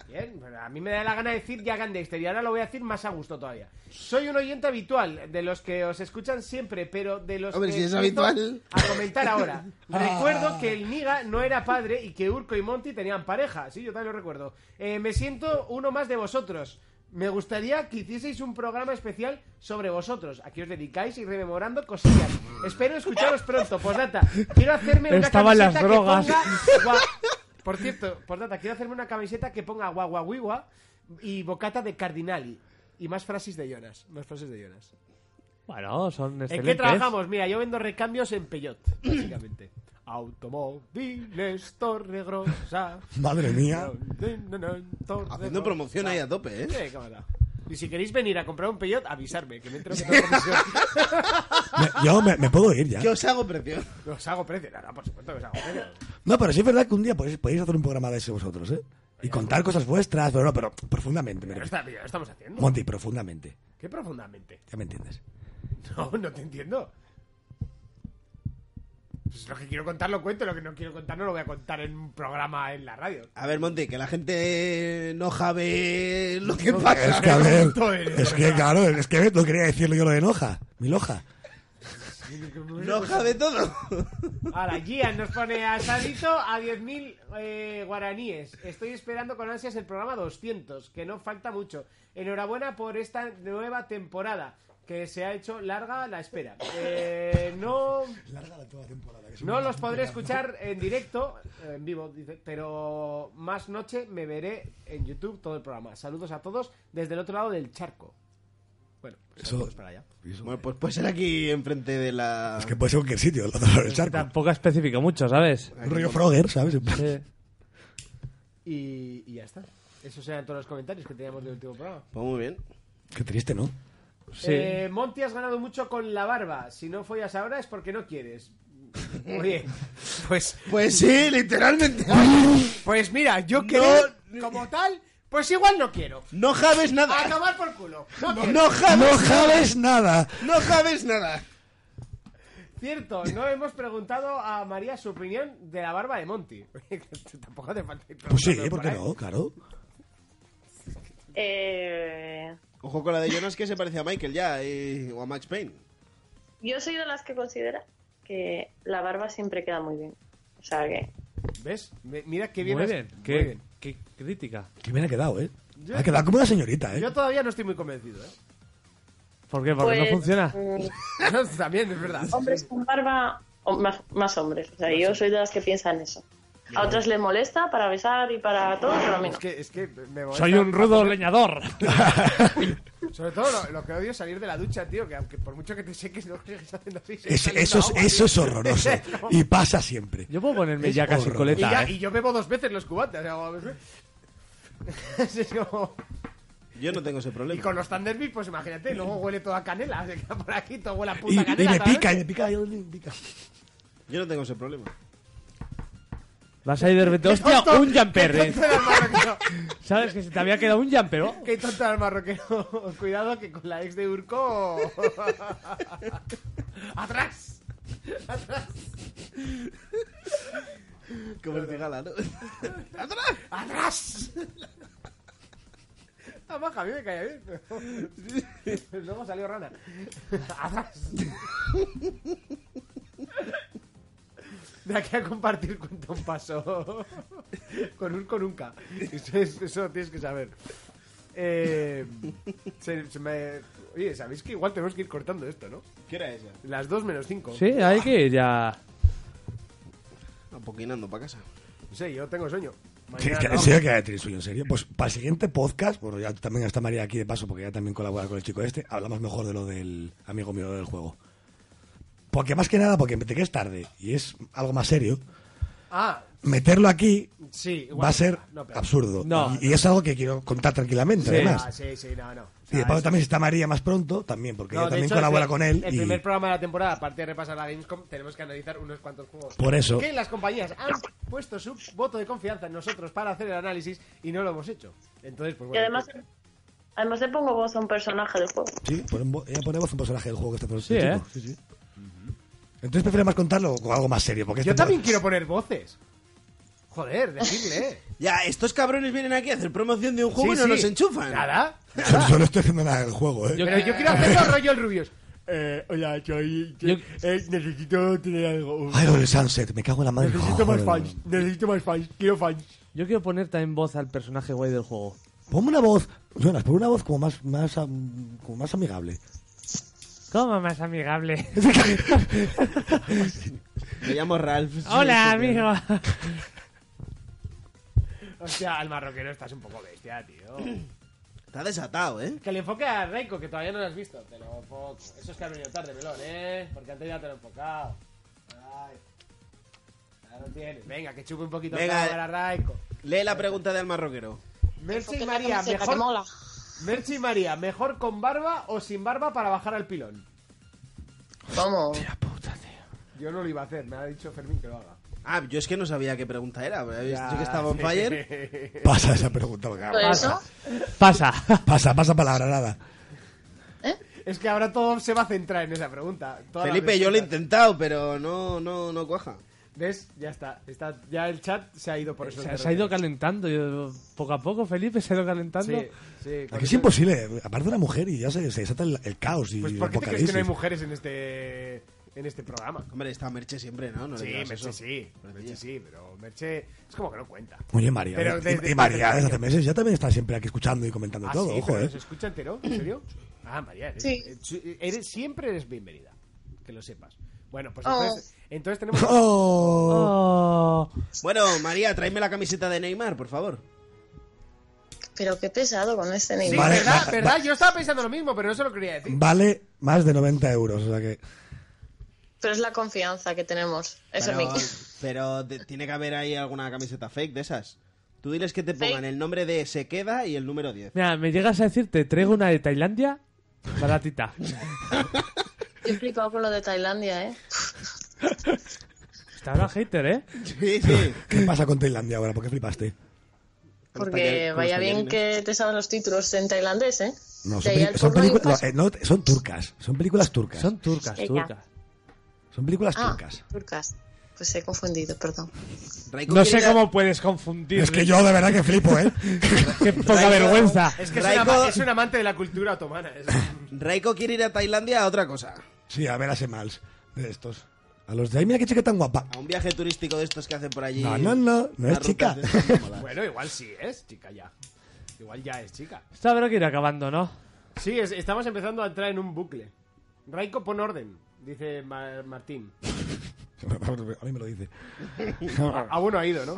[SPEAKER 1] Bien, pero a mí me da la gana de decir Jack and Dexter y ahora lo voy a decir más a gusto todavía. Soy un oyente habitual de los que os escuchan siempre, pero de los
[SPEAKER 3] Hombre,
[SPEAKER 1] que
[SPEAKER 3] si es
[SPEAKER 1] empiezo
[SPEAKER 3] habitual.
[SPEAKER 1] a comentar ahora.
[SPEAKER 3] Ah.
[SPEAKER 1] recuerdo que el Niga no era padre y que Urco y Monty tenían pareja. Sí, yo también lo recuerdo. Eh, me siento uno más de vosotros. Me gustaría que hicieseis un programa especial sobre vosotros. Aquí os dedicáis y rememorando cosillas. Espero escucharos pronto. Postdata, quiero hacerme una
[SPEAKER 4] Estaban las
[SPEAKER 1] camiseta que
[SPEAKER 4] drogas.
[SPEAKER 1] ponga gua- Por cierto, postdata, quiero hacerme una camiseta que ponga guaguaguigua y bocata de cardinali. Y más frases de Jonas. Más frases de Jonas.
[SPEAKER 4] Bueno, son
[SPEAKER 1] ¿En
[SPEAKER 4] excelentes.
[SPEAKER 1] qué trabajamos? Mira, yo vendo recambios en Peyot, básicamente. Automóviles, Torregrosa.
[SPEAKER 2] Madre mía.
[SPEAKER 1] Haciendo
[SPEAKER 3] Haciendo promoción ahí a tope, ¿eh?
[SPEAKER 1] Y si queréis venir a comprar un Peyot, avisarme, que me entro que tengo comisión.
[SPEAKER 2] Me- yo me, me puedo ir ya.
[SPEAKER 3] Que os hago precio.
[SPEAKER 1] Os hago precio. No, no, por supuesto que os hago precio.
[SPEAKER 2] No, pero sí es verdad que un día podéis, podéis hacer un programa de ese vosotros, ¿eh? Y contar cosas vuestras, pero no, pero profundamente. me
[SPEAKER 1] Pero
[SPEAKER 2] refiero.
[SPEAKER 1] está- ya lo estamos haciendo.
[SPEAKER 2] Monty, profundamente.
[SPEAKER 1] ¿Qué profundamente?
[SPEAKER 2] Ya me entiendes.
[SPEAKER 1] No, no te entiendo. Pues lo que quiero contar lo cuento, lo que no quiero contar no lo voy a contar en un programa en la radio.
[SPEAKER 3] A ver, Monty, que la gente no jabe lo que pasa.
[SPEAKER 2] Es que a ver,
[SPEAKER 1] tonto eres,
[SPEAKER 2] es que
[SPEAKER 1] ¿verdad?
[SPEAKER 2] claro, es que no quería decirlo yo lo de Loja, mi Loja.
[SPEAKER 3] No jabe todo.
[SPEAKER 1] Ahora, Gian nos pone asadito a 10.000 eh, guaraníes. Estoy esperando con ansias el programa 200, que no falta mucho. Enhorabuena por esta nueva temporada, que se ha hecho larga la espera. Eh, no,
[SPEAKER 2] Larga la toda temporada.
[SPEAKER 1] no los podré escuchar en directo, eh, en vivo, dice, pero más noche me veré en YouTube todo el programa. Saludos a todos desde el otro lado del charco. Bueno, pues
[SPEAKER 2] Eso-
[SPEAKER 1] saludos para allá.
[SPEAKER 3] Bueno, pues puede ser aquí enfrente de la.
[SPEAKER 2] Es que puede ser cualquier sitio, el otro lado del charco.
[SPEAKER 4] Tampoco especifico mucho, ¿sabes?
[SPEAKER 2] Un rollo Frogger, ¿sabes?
[SPEAKER 4] Sí.
[SPEAKER 1] Y, y ya está. Esos eran todos los comentarios que teníamos del último programa.
[SPEAKER 3] Pues muy bien.
[SPEAKER 2] Qué triste, ¿no?
[SPEAKER 4] Sí.
[SPEAKER 1] Eh, Monty, has ganado mucho con la barba. Si no follas ahora es porque no quieres. Oye, pues,
[SPEAKER 3] Pues sí, literalmente.
[SPEAKER 1] pues mira, yo quiero como tal, pues igual no quiero.
[SPEAKER 3] No jabes
[SPEAKER 1] A
[SPEAKER 3] nada.
[SPEAKER 1] acabar por culo. Ah, No, quiero.
[SPEAKER 3] No jabes.
[SPEAKER 2] No sabes nada.
[SPEAKER 3] No jabes nada.
[SPEAKER 1] Cierto, no hemos preguntado a María su opinión de la barba de Monty. Tampoco te falta. ir
[SPEAKER 2] Pues sí,
[SPEAKER 1] preguntando
[SPEAKER 2] ¿por qué
[SPEAKER 1] ahí.
[SPEAKER 2] no? Claro.
[SPEAKER 11] Eh,
[SPEAKER 3] Ojo con la de Jonas que se parece a Michael ya y- o a Max Payne.
[SPEAKER 11] yo soy de las que considera que la barba siempre queda muy bien. O sea que
[SPEAKER 1] ¿Ves? Me- Mira qué bien.
[SPEAKER 4] Muy
[SPEAKER 1] has-
[SPEAKER 4] bien,
[SPEAKER 1] muy
[SPEAKER 4] qué,
[SPEAKER 1] bien.
[SPEAKER 4] qué crítica.
[SPEAKER 2] Que bien ha quedado, ¿eh?
[SPEAKER 1] Yo-
[SPEAKER 2] Ha quedado como una señorita, ¿eh?
[SPEAKER 1] Yo todavía no estoy muy convencido, ¿eh?
[SPEAKER 4] ¿Por qué? ¿Por qué
[SPEAKER 11] Pues
[SPEAKER 4] no funciona?
[SPEAKER 1] mm, También, es verdad.
[SPEAKER 11] Hombres con barba, o más, más hombres. O sea, yo soy de las que piensan eso. A otras le molesta para besar y para todo, pero a mí no.
[SPEAKER 1] Es que, es que me molesta-
[SPEAKER 4] Soy un rudo leñador.
[SPEAKER 1] Sobre todo lo, lo que odio es salir de la ducha, tío, que aunque por mucho que te seques, no sigues haciendo así. sigue
[SPEAKER 2] Es-
[SPEAKER 1] saliendo
[SPEAKER 2] eso, es,
[SPEAKER 1] agua,
[SPEAKER 2] eso
[SPEAKER 1] tío.
[SPEAKER 2] es horroroso.
[SPEAKER 1] como-
[SPEAKER 2] Y pasa siempre.
[SPEAKER 4] Yo puedo ponerme
[SPEAKER 2] Es
[SPEAKER 4] ya casi
[SPEAKER 2] horroroso.
[SPEAKER 1] y, ya-
[SPEAKER 4] coleta,
[SPEAKER 1] y
[SPEAKER 4] ¿eh?
[SPEAKER 1] yo bebo dos veces los cubatas. hago- es como-
[SPEAKER 3] Yo no tengo ese
[SPEAKER 1] Y
[SPEAKER 3] problema.
[SPEAKER 1] con los Thunderbirds, pues imagínate, luego huele toda a canela. Se queda por aquí, todo huele a puta
[SPEAKER 2] Y, y
[SPEAKER 1] canela. ¿eh?
[SPEAKER 2] me
[SPEAKER 1] ¿sabes?
[SPEAKER 2] pica, y me pica, y me pica.
[SPEAKER 3] Yo no tengo ese problema.
[SPEAKER 4] Vas ahí de repente, hostia,
[SPEAKER 1] tonto!
[SPEAKER 4] un jumper.
[SPEAKER 1] ¡Qué
[SPEAKER 4] ¿eh?
[SPEAKER 1] tonto era el marroquero!
[SPEAKER 4] ¿Sabes que se te había quedado un jumper? oh?
[SPEAKER 1] ¡Qué tonto era el marroquero! Cuidado que con la ex de Urco... ¡Atrás! ¡Atrás!
[SPEAKER 3] Como el cigala, ¿no?
[SPEAKER 1] ¡Atrás! ¡Atrás! Ah, baja, a mí me cae bien. Luego salió rana. ¡Atrás! De aquí a compartir cuento un paso. Con un con nunca. Eso, es- eso lo tienes que saber. Eh, se- se me- Oye, ¿sabéis que igual tenemos que ir cortando esto, no?
[SPEAKER 3] ¿Qué era esa?
[SPEAKER 1] Las 2 menos 5.
[SPEAKER 4] Sí, hay que ir ya.
[SPEAKER 3] Apoquinando para casa.
[SPEAKER 1] Sí, yo tengo sueño.
[SPEAKER 2] Sí,
[SPEAKER 1] Mañana
[SPEAKER 2] que- ¿En
[SPEAKER 1] no.
[SPEAKER 2] serio que hay tres suyo? ¿En serio? Pues para el siguiente podcast, bueno, ya también está María aquí de paso, porque ya también colabora con el chico este, hablamos mejor de lo del amigo mío del juego. Porque más que nada, porque te quedas tarde y es algo más serio,
[SPEAKER 1] Ah,
[SPEAKER 2] meterlo aquí
[SPEAKER 1] sí. igual.
[SPEAKER 2] va a ser
[SPEAKER 1] No, pero-
[SPEAKER 2] absurdo.
[SPEAKER 4] No,
[SPEAKER 2] y, y es algo que quiero contar tranquilamente,
[SPEAKER 4] Sí.
[SPEAKER 2] además.
[SPEAKER 1] Ah, sí, sí, no, no.
[SPEAKER 2] Y de paso también si está María más pronto, también, porque
[SPEAKER 1] No,
[SPEAKER 2] ella
[SPEAKER 1] de
[SPEAKER 2] también
[SPEAKER 1] hecho,
[SPEAKER 2] colabora
[SPEAKER 1] el pri-
[SPEAKER 2] con él.
[SPEAKER 1] El
[SPEAKER 2] y
[SPEAKER 1] primer programa de la temporada, aparte de repasar la Gamescom, tenemos que analizar unos cuantos juegos.
[SPEAKER 2] Por eso.
[SPEAKER 1] Que las compañías han puesto su voto de confianza en nosotros para hacer el análisis y no lo hemos hecho. Entonces, pues
[SPEAKER 11] Y
[SPEAKER 1] bueno.
[SPEAKER 11] además,
[SPEAKER 2] Este
[SPEAKER 11] además le pongo voz a un personaje del juego.
[SPEAKER 2] Sí, ponen vo- ella pone voz a un personaje del juego que está por el
[SPEAKER 4] Sí, ¿eh?
[SPEAKER 2] chico. Sí, sí. Entonces prefiero más contarlo con algo más serio. Porque
[SPEAKER 1] yo
[SPEAKER 2] este-
[SPEAKER 1] también quiero poner voces. Joder, decirle, eh.
[SPEAKER 3] Ya, estos cabrones vienen aquí a hacer promoción de un
[SPEAKER 1] Sí,
[SPEAKER 3] juego y no
[SPEAKER 1] sí.
[SPEAKER 3] nos enchufan.
[SPEAKER 1] Nada.
[SPEAKER 2] Yo, yo no estoy haciendo nada del juego, ¿eh?
[SPEAKER 4] Yo-
[SPEAKER 1] Pero yo quiero hacerlo rollo el Rubius. Eh, hola, soy.
[SPEAKER 4] Yo-
[SPEAKER 1] eh, necesito tener algo.
[SPEAKER 2] Ay, lo del Sunset, me cago en la madre.
[SPEAKER 1] Necesito más
[SPEAKER 2] Joder.
[SPEAKER 1] fans. Necesito más fans. Quiero fans.
[SPEAKER 4] Yo quiero poner también voz al personaje guay del juego.
[SPEAKER 2] Ponme una voz, Jonas, pon una voz como más, más, am- como más amigable.
[SPEAKER 4] ¿Cómo más amigable?
[SPEAKER 3] Me llamo Ralph.
[SPEAKER 4] Hola,
[SPEAKER 3] Sí, sí, sí.
[SPEAKER 4] amigo.
[SPEAKER 1] O sea, al marroquero estás un poco bestia, tío.
[SPEAKER 3] Está desatado, ¿eh?
[SPEAKER 1] Que le enfoque a Reiko, que todavía no lo has visto. Te lo enfoco. Eso es que has venido tarde, Melón, ¿eh? Porque antes ya te lo he enfocado. Ay. Ya lo tienes. Venga, que chupe un poquito
[SPEAKER 3] Venga.
[SPEAKER 1] más
[SPEAKER 3] eh.
[SPEAKER 1] para Reiko.
[SPEAKER 3] Lee la pregunta del marroquero.
[SPEAKER 1] Merche y María, mejor... Merche y María, ¿mejor con barba o sin barba para bajar al pilón?
[SPEAKER 11] Vamos.
[SPEAKER 1] Yo no lo iba a hacer, me ha dicho Fermín que lo haga.
[SPEAKER 3] Ah, yo es que no sabía qué pregunta era. Había visto
[SPEAKER 1] Ya,
[SPEAKER 3] que estaba on
[SPEAKER 1] sí.
[SPEAKER 3] fire.
[SPEAKER 2] Pasa esa pregunta, porque
[SPEAKER 11] ¿Todo eso?
[SPEAKER 4] Pasa.
[SPEAKER 2] pasa, pasa palabra, nada.
[SPEAKER 1] Es que ahora todo se va a centrar en esa pregunta. Todas las
[SPEAKER 3] Felipe, yo lo he
[SPEAKER 1] respuestas.
[SPEAKER 3] intentado, pero no, no, no cuaja.
[SPEAKER 1] ¿Ves? Ya está. está. Ya el chat se ha ido por eso.
[SPEAKER 4] Se, se ha ido calentando. yo- poco a poco, Felipe se ha ido calentando.
[SPEAKER 1] Sí, sí. con
[SPEAKER 2] Aquí es
[SPEAKER 1] eso-
[SPEAKER 2] imposible, aparte de una mujer y ya se, se desata el, el caos y
[SPEAKER 1] Pues
[SPEAKER 2] el
[SPEAKER 1] ¿por qué te crees
[SPEAKER 2] apocalipsis.
[SPEAKER 1] que no hay mujeres en este en este programa?
[SPEAKER 3] Hombre, está Merche siempre, ¿no? no le
[SPEAKER 1] Sí,
[SPEAKER 3] digas
[SPEAKER 1] Merche
[SPEAKER 3] eso.
[SPEAKER 1] sí, Merche sí, pero Merche es como que no cuenta.
[SPEAKER 2] Oye, María,
[SPEAKER 1] Pero
[SPEAKER 2] y-
[SPEAKER 1] desde-
[SPEAKER 2] y,
[SPEAKER 1] desde
[SPEAKER 2] María desde
[SPEAKER 1] pequeño.
[SPEAKER 2] hace meses ya también está siempre aquí escuchando y comentando
[SPEAKER 1] Ah,
[SPEAKER 2] todo,
[SPEAKER 1] sí,
[SPEAKER 2] ojo,
[SPEAKER 1] pero
[SPEAKER 2] eh.
[SPEAKER 1] ¿se escucha entero? ¿En serio? Ah, María, eres,
[SPEAKER 11] Sí.
[SPEAKER 1] eh, sí, eres- siempre eres bienvenida, que lo sepas. Bueno, pues
[SPEAKER 11] Oh.
[SPEAKER 1] entonces, entonces tenemos...
[SPEAKER 2] Oh.
[SPEAKER 4] Oh.
[SPEAKER 3] Bueno, María, tráeme la camiseta de Neymar, por favor.
[SPEAKER 11] Pero qué pesado con este
[SPEAKER 1] Sí,
[SPEAKER 11] nivel.
[SPEAKER 2] Vale,
[SPEAKER 1] ¿verdad?
[SPEAKER 2] va-
[SPEAKER 1] ¿verdad? Yo estaba pensando lo mismo, pero no se lo quería decir.
[SPEAKER 2] Vale más de 90 euros, o sea que...
[SPEAKER 11] Pero es la confianza que tenemos. Eso
[SPEAKER 3] pero,
[SPEAKER 11] mí.
[SPEAKER 3] pero te- tiene que haber ahí alguna camiseta fake de esas. Tú diles que te pongan el nombre de Se queda y el número 10.
[SPEAKER 4] Mira, me llegas a decir, te traigo una de Tailandia baratita.
[SPEAKER 11] Yo he flipado con lo de Tailandia, ¿eh?
[SPEAKER 4] Está ahora hater, ¿eh?
[SPEAKER 3] Sí, sí.
[SPEAKER 2] ¿Qué pasa con Tailandia ahora? ¿Por qué flipaste?
[SPEAKER 11] Porque vaya bien que te sabes los títulos en tailandés, ¿eh?
[SPEAKER 2] No,
[SPEAKER 11] De
[SPEAKER 2] son,
[SPEAKER 11] ahí
[SPEAKER 2] peli-
[SPEAKER 11] al
[SPEAKER 2] son
[SPEAKER 11] porno hay un
[SPEAKER 2] películas...
[SPEAKER 11] paso.
[SPEAKER 2] no, eh, no, son turcas, son películas turcas. Son,
[SPEAKER 4] Son turcas,
[SPEAKER 11] Ella.
[SPEAKER 4] turcas.
[SPEAKER 2] películas
[SPEAKER 11] Ah,
[SPEAKER 2] turcas.
[SPEAKER 11] turcas. Pues he confundido, perdón.
[SPEAKER 3] Raiko
[SPEAKER 4] No
[SPEAKER 3] quiere ir
[SPEAKER 4] sé
[SPEAKER 3] a-
[SPEAKER 4] cómo puedes confundir.
[SPEAKER 2] Es que yo de verdad que flipo, ¿eh?
[SPEAKER 4] Qué poca vergüenza.
[SPEAKER 1] Es que es, un
[SPEAKER 3] Raiko-
[SPEAKER 1] ama- es un amante de la cultura otomana. es-
[SPEAKER 3] Raiko quiere ir a Tailandia a otra cosa.
[SPEAKER 2] Sí, a ver a Semals de estos. A los de ahí, mira qué chica tan guapa.
[SPEAKER 3] A un viaje turístico de estos que hacen por allí.
[SPEAKER 2] No, no, no, no
[SPEAKER 3] Las
[SPEAKER 2] es chica.
[SPEAKER 3] rutas de estas mómolas.
[SPEAKER 1] Bueno, igual sí es chica ya. Igual ya es chica.
[SPEAKER 4] Está, pero que ir acabando, ¿no?
[SPEAKER 1] Sí, es- estamos empezando a entrar en un bucle. Raiko, pon orden, dice Ma- Martín.
[SPEAKER 2] A mí me lo dice.
[SPEAKER 1] A uno Ah, ha ido, ¿no?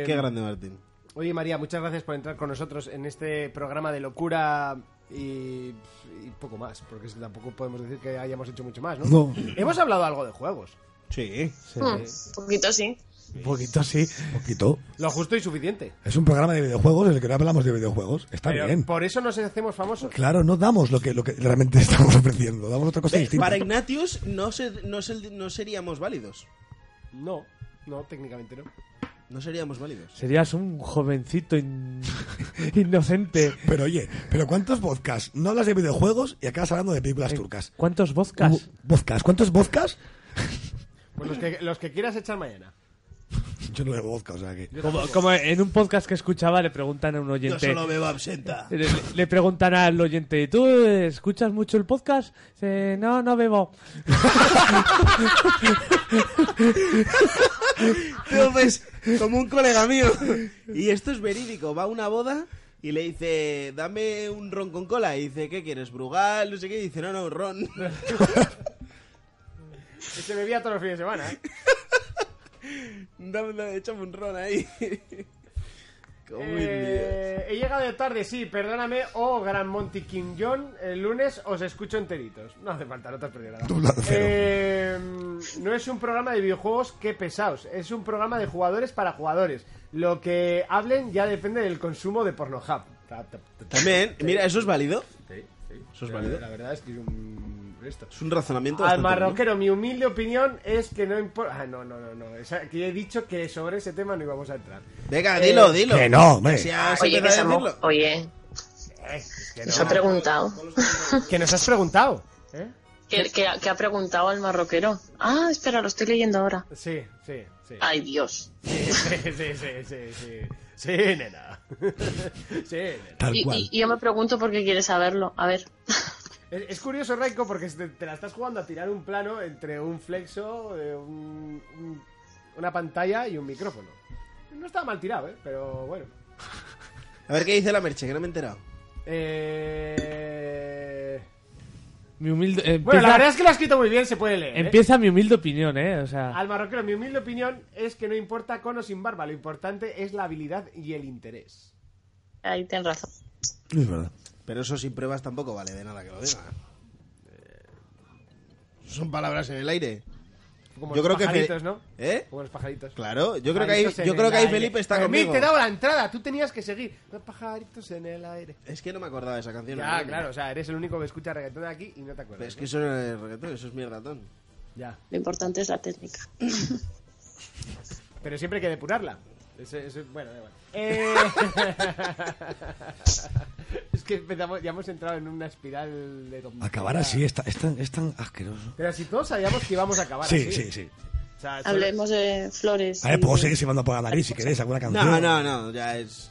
[SPEAKER 1] Eh,
[SPEAKER 3] qué grande, Martín.
[SPEAKER 1] Oye, María, muchas gracias por entrar con nosotros en este programa de locura y, y poco más, porque es- tampoco podemos decir que hayamos hecho mucho más, ¿no?
[SPEAKER 2] No.
[SPEAKER 1] Hemos hablado algo de juegos.
[SPEAKER 3] Sí.
[SPEAKER 11] Hmm, un poquito sí.
[SPEAKER 2] Un poquito sí. Un poquito.
[SPEAKER 1] Lo justo y suficiente.
[SPEAKER 2] Es un programa de videojuegos en el que no hablamos de videojuegos. Está
[SPEAKER 1] Pero
[SPEAKER 2] bien.
[SPEAKER 1] Por eso nos hacemos famosos.
[SPEAKER 2] Claro, no damos lo que, lo que realmente estamos ofreciendo. Damos otra cosa
[SPEAKER 3] Ve,
[SPEAKER 2] distinta.
[SPEAKER 3] para Ignatius no, se- no, se- no seríamos válidos.
[SPEAKER 1] No, no, técnicamente no.
[SPEAKER 3] No seríamos válidos.
[SPEAKER 4] Serías un jovencito in- inocente.
[SPEAKER 2] Pero oye, pero ¿cuántos podcasts? No hablas de videojuegos y acabas hablando de películas turcas.
[SPEAKER 4] ¿Cuántos podcasts?
[SPEAKER 2] ¿Podcasts? ¿Cuántos podcasts?
[SPEAKER 1] Pues los que, los que quieras echar mañana.
[SPEAKER 2] Yo no bebo vodka, o sea que...
[SPEAKER 4] Como, como en un podcast que escuchaba le preguntan a un oyente.
[SPEAKER 3] bebo absenta.
[SPEAKER 4] Le, le preguntan al oyente, ¿tú eh, escuchas mucho el podcast? Dice, no, no bebo.
[SPEAKER 3] Entonces, como un colega mío. Y esto es verídico. Va a una boda y le dice, dame un ron con cola. Y dice, ¿qué quieres? Brugal, no sé qué. Y dice, no, no, ron.
[SPEAKER 1] Se bebía todos los fines de semana. ¿eh?
[SPEAKER 3] dame, dame, échame un ron ahí. Como un
[SPEAKER 1] Eh, he llegado tarde, sí, perdóname. Oh, Gran Monty King John, el lunes os escucho enteritos. No hace falta, no te has perdido nada. Eh, no es un programa de videojuegos que pesaos, es un programa de jugadores para jugadores. Lo que hablen ya depende del consumo de Pornhub. Ta- ta- ta-
[SPEAKER 3] También, mira, eso es válido.
[SPEAKER 1] Sí, sí.
[SPEAKER 3] Eso es válido.
[SPEAKER 1] La verdad es que es un... esto.
[SPEAKER 3] Es un razonamiento.
[SPEAKER 1] Al
[SPEAKER 3] bastante
[SPEAKER 1] marroquero, mi humilde opinión es que no importa. Ah, no, no, no, no. Esa- que he dicho que sobre ese tema no íbamos a entrar.
[SPEAKER 3] bueno. Venga, dilo, dilo.
[SPEAKER 2] que no, hombre.
[SPEAKER 3] Si has
[SPEAKER 11] Oye, que
[SPEAKER 3] empezado a
[SPEAKER 11] se mo-
[SPEAKER 3] decirlo.
[SPEAKER 11] Oye,
[SPEAKER 1] Eh, Que
[SPEAKER 11] nos ha preguntado.
[SPEAKER 1] Que nos has preguntado. ¿eh?
[SPEAKER 11] ¿Qué, qué, ha- qué ha preguntado el marroquero? Ah, espera, lo estoy leyendo ahora.
[SPEAKER 1] Sí, sí, sí.
[SPEAKER 11] Ay, Dios.
[SPEAKER 1] Sí, sí, sí, sí, sí, sí. Sí, nena. Sí, nena.
[SPEAKER 11] y, y- y yo me pregunto por qué quieres saberlo. A ver.
[SPEAKER 1] Es, es curioso, Raiko, porque te, te la estás jugando a tirar un plano entre un flexo, eh, un- un- una pantalla y un micrófono. No está mal tirado, ¿eh? Pero bueno.
[SPEAKER 3] A ver qué dice la merche, que no me he enterado.
[SPEAKER 1] Eh...
[SPEAKER 4] Mi humilde, eh, empieza,
[SPEAKER 1] Bueno, la verdad es que lo ha escrito muy bien, se puede leer. ¿eh?
[SPEAKER 4] empieza mi humilde opinión, ¿eh? O sea,
[SPEAKER 1] Al marroquero, mi humilde opinión es que no importa con o sin barba, lo importante es la habilidad y el interés.
[SPEAKER 11] Ahí ten razón.
[SPEAKER 2] Es verdad.
[SPEAKER 3] Pero eso sin pruebas tampoco vale de nada que lo diga. ¿eh? Son palabras en el aire.
[SPEAKER 1] Como
[SPEAKER 3] Yo
[SPEAKER 1] los
[SPEAKER 3] creo que Fe-
[SPEAKER 1] pajaritos, ¿no?
[SPEAKER 3] ¿Eh?
[SPEAKER 1] Como los pajaritos.
[SPEAKER 3] Claro, yo creo que ahí,
[SPEAKER 1] Pajaritos en
[SPEAKER 3] yo creo
[SPEAKER 1] el
[SPEAKER 3] que ahí
[SPEAKER 1] aire.
[SPEAKER 3] Felipe está
[SPEAKER 1] Fermín,
[SPEAKER 3] conmigo.
[SPEAKER 1] te he dado la entrada, tú tenías que seguir. Los pajaritos en el aire.
[SPEAKER 3] Es que no me acordaba de esa canción.
[SPEAKER 1] Ya,
[SPEAKER 3] ¿no?
[SPEAKER 1] claro, o sea, eres el único que escucha reggaetón aquí y no te acuerdas.
[SPEAKER 3] Pero es que eso no es reggaetón, eso es mierdatón.
[SPEAKER 1] Ya.
[SPEAKER 11] Lo importante es la técnica.
[SPEAKER 1] Pero siempre hay que depurarla. Eso- eso- bueno, da igual. Eh, es que empezamos, ya hemos entrado en una espiral de... tontería.
[SPEAKER 2] Acabar así es tan, es tan, es tan asqueroso.
[SPEAKER 1] Pero si todos sabíamos que íbamos a acabar
[SPEAKER 2] Sí,
[SPEAKER 1] así.
[SPEAKER 2] sí, sí.
[SPEAKER 1] O sea, solo-
[SPEAKER 11] Hablemos de flores.
[SPEAKER 2] A ver, pues
[SPEAKER 11] y-
[SPEAKER 2] puedo seguir silbando por la nariz si queréis alguna canción.
[SPEAKER 3] No, no, no, ya es.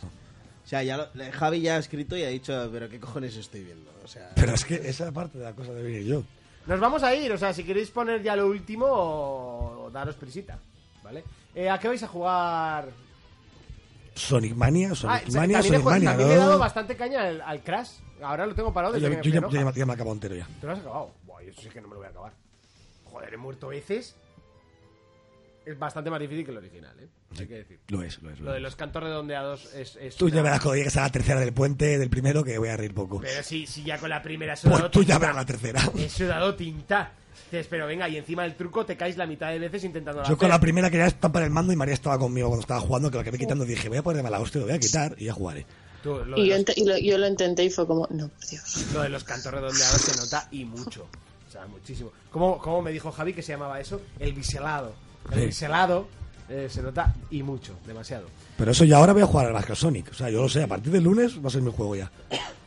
[SPEAKER 3] O sea, ya lo- Javi ya ha escrito y ha dicho, pero qué cojones estoy viendo. O sea,
[SPEAKER 2] Pero es que esa parte de la cosa de venir yo.
[SPEAKER 1] Nos vamos a ir, o sea, si queréis poner ya lo último, o daros prisita, ¿vale? Eh, ¿A qué vais a jugar?
[SPEAKER 2] Sonic Mania,
[SPEAKER 1] Ah,
[SPEAKER 2] Sonic
[SPEAKER 1] o sea, también,
[SPEAKER 2] Mania,
[SPEAKER 1] he,
[SPEAKER 2] Sonic
[SPEAKER 1] jugado-
[SPEAKER 2] Mania,
[SPEAKER 1] también le he dado
[SPEAKER 2] ¿no?
[SPEAKER 1] bastante caña al, al Crash. Ahora lo tengo parado
[SPEAKER 2] Yo,
[SPEAKER 1] desde
[SPEAKER 2] yo-
[SPEAKER 1] que
[SPEAKER 2] yo-
[SPEAKER 1] me
[SPEAKER 2] yo-
[SPEAKER 1] enoja.
[SPEAKER 2] ya me- ya me acabo entero ya.
[SPEAKER 1] ¿Te lo has acabado? Buah, yo sí que no me lo voy a acabar. Joder, he muerto veces. Es bastante más difícil que el original, ¿eh? Hay que decir.
[SPEAKER 2] Lo es, lo es. lo
[SPEAKER 1] Lo de
[SPEAKER 2] es.
[SPEAKER 1] los cantos redondeados es... es
[SPEAKER 2] Tú ya
[SPEAKER 1] una-
[SPEAKER 2] verás cuando llegues a la tercera del puente, del primero, que voy a reír poco.
[SPEAKER 1] Pero sí, sí, ya con la primera he sudado
[SPEAKER 2] Pues tú ya
[SPEAKER 1] tinta.
[SPEAKER 2] verás la tercera.
[SPEAKER 1] He sudado tinta. Dices, pero venga, y encima del truco te caes la mitad de veces intentando
[SPEAKER 2] Yo con la primera quería estampar el mando y María estaba conmigo cuando estaba jugando, que lo acabé quitando. Dije, voy a ponerme la hostia, lo voy a quitar y ya jugaré.
[SPEAKER 1] lo,
[SPEAKER 11] Y, yo,
[SPEAKER 1] de
[SPEAKER 11] ent- y lo, yo lo intenté y fue como, no, por Dios.
[SPEAKER 1] los, lo de los cantos redondeados se nota y mucho. O sea, muchísimo. ¿Cómo, cómo me dijo Javi que se llamaba eso? El biselado. El
[SPEAKER 2] Sí.
[SPEAKER 1] biselado eh, se nota y mucho, demasiado.
[SPEAKER 2] Pero eso ya ahora voy a jugar al Vasco Sonic. O sea, yo lo sé, a partir del lunes va a ser mi juego ya.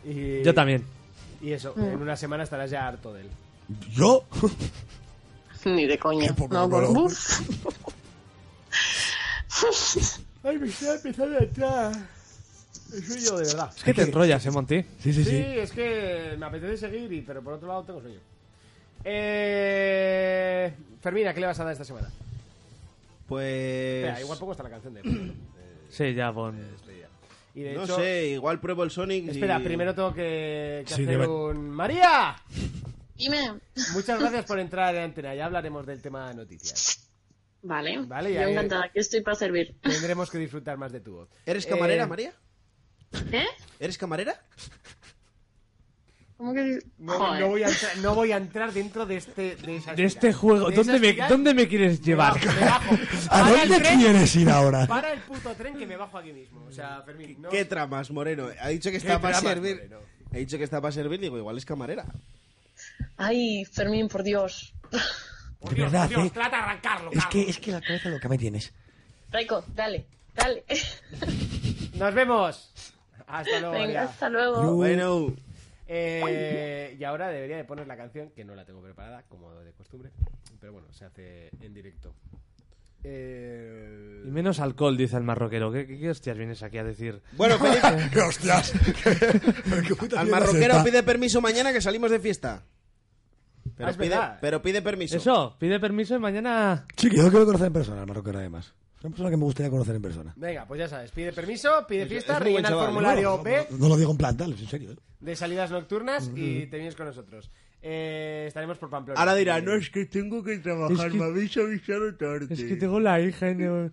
[SPEAKER 1] Y,
[SPEAKER 4] yo también.
[SPEAKER 1] Y eso, en una semana estarás ya harto de él.
[SPEAKER 2] ¿Yo?
[SPEAKER 11] Ni de coña.
[SPEAKER 2] poco
[SPEAKER 11] No, por...
[SPEAKER 2] dolor.
[SPEAKER 11] Uf.
[SPEAKER 1] Ay, me está empezando a entrar. Soy yo, de verdad.
[SPEAKER 4] Es que te enrollas, ¿eh, Monty?
[SPEAKER 2] Sí,
[SPEAKER 1] Sí,
[SPEAKER 2] sí, sí.
[SPEAKER 1] es que me apetece seguir, y, pero por otro lado tengo sueño. Eh... Fermina, ¿qué le vas a dar esta semana?
[SPEAKER 3] Pues.
[SPEAKER 1] Espera, igual pongo hasta la canción de.
[SPEAKER 4] Sí, ya, pon.
[SPEAKER 1] Y de
[SPEAKER 3] No
[SPEAKER 1] hecho-
[SPEAKER 3] sé, igual pruebo el Sonic. y-
[SPEAKER 1] Espera, primero tengo que, que
[SPEAKER 3] Sí,
[SPEAKER 1] hacer
[SPEAKER 3] debe-
[SPEAKER 1] un... ¡María!
[SPEAKER 11] Dime.
[SPEAKER 1] Muchas gracias por entrar en antena. Ya hablaremos del tema de noticias.
[SPEAKER 11] Vale.
[SPEAKER 1] Vale,
[SPEAKER 11] Yo
[SPEAKER 1] ya-
[SPEAKER 11] encantada, aquí estoy para servir.
[SPEAKER 1] Tendremos que disfrutar más de tu voz.
[SPEAKER 3] ¿Eres camarera,
[SPEAKER 1] Eh,
[SPEAKER 3] María?
[SPEAKER 11] ¿Eh?
[SPEAKER 3] ¿Eres camarera?
[SPEAKER 11] ¿Cómo que.?
[SPEAKER 1] No,
[SPEAKER 11] Joder.
[SPEAKER 1] no voy a entrar, no voy a entrar dentro de este... De, esa
[SPEAKER 4] De
[SPEAKER 1] gira.
[SPEAKER 4] este juego,
[SPEAKER 1] De
[SPEAKER 4] ¿dónde
[SPEAKER 1] esa
[SPEAKER 4] me,
[SPEAKER 1] gira-
[SPEAKER 4] ¿dónde me quieres llevar?
[SPEAKER 2] ¿A
[SPEAKER 1] Para el
[SPEAKER 2] dónde
[SPEAKER 1] tren-
[SPEAKER 2] quieres ir ahora?
[SPEAKER 1] Para el puto tren que me bajo aquí mismo. O sea, Fermín, no...
[SPEAKER 3] ¿Qué tramas, Moreno? Ha dicho que
[SPEAKER 1] ¿Qué
[SPEAKER 3] está para
[SPEAKER 1] tramas,
[SPEAKER 3] servir.
[SPEAKER 1] Moreno?
[SPEAKER 3] Ha dicho que está para servir, digo, igual es camarera.
[SPEAKER 11] Ay, Fermín, por Dios.
[SPEAKER 2] De verdad,
[SPEAKER 1] Dios,
[SPEAKER 2] ¿eh?
[SPEAKER 1] trata de arrancarlo,
[SPEAKER 2] Es que, es que la cabeza lo que me tienes.
[SPEAKER 11] Raiko, dale, dale.
[SPEAKER 1] Nos vemos. Hasta luego,
[SPEAKER 11] Venga,
[SPEAKER 1] María.
[SPEAKER 11] hasta luego.
[SPEAKER 4] Uh.
[SPEAKER 3] Bueno.
[SPEAKER 1] Eh, y ahora debería de poner la canción, que no la tengo preparada, como de costumbre. Pero bueno, se hace en directo. Eh,
[SPEAKER 4] Y menos alcohol, dice el marroquero. ¿Qué, qué- qué hostias vienes aquí a decir?
[SPEAKER 3] Bueno, feliz-
[SPEAKER 2] ¡Qué hostias!
[SPEAKER 3] Al
[SPEAKER 2] mierda
[SPEAKER 3] marroquero
[SPEAKER 2] está.
[SPEAKER 3] pide permiso mañana que salimos de fiesta. Pero,
[SPEAKER 4] Ah, es
[SPEAKER 3] pide,
[SPEAKER 4] verdad.
[SPEAKER 3] pero pide permiso.
[SPEAKER 4] Eso, pide permiso y mañana...
[SPEAKER 2] Sí, que yo lo quiero conocer en persona, el marroquero, además. Es una persona que me gustaría conocer en persona.
[SPEAKER 1] Venga, pues ya sabes, pide permiso, pide fiesta,
[SPEAKER 2] es muy
[SPEAKER 1] rellena el
[SPEAKER 2] buen chaval,
[SPEAKER 1] formulario
[SPEAKER 2] ¿no?
[SPEAKER 1] B
[SPEAKER 2] No lo digo en plan, dale, en serio. ¿eh?
[SPEAKER 1] de salidas nocturnas y
[SPEAKER 2] Mm.
[SPEAKER 1] te vienes con nosotros. Eh, estaremos por Pamplona.
[SPEAKER 2] Ahora dirá, no,
[SPEAKER 1] es que tengo que trabajar,
[SPEAKER 2] Es que- me
[SPEAKER 1] habéis avisado tarde.
[SPEAKER 4] Es que tengo la hija y no-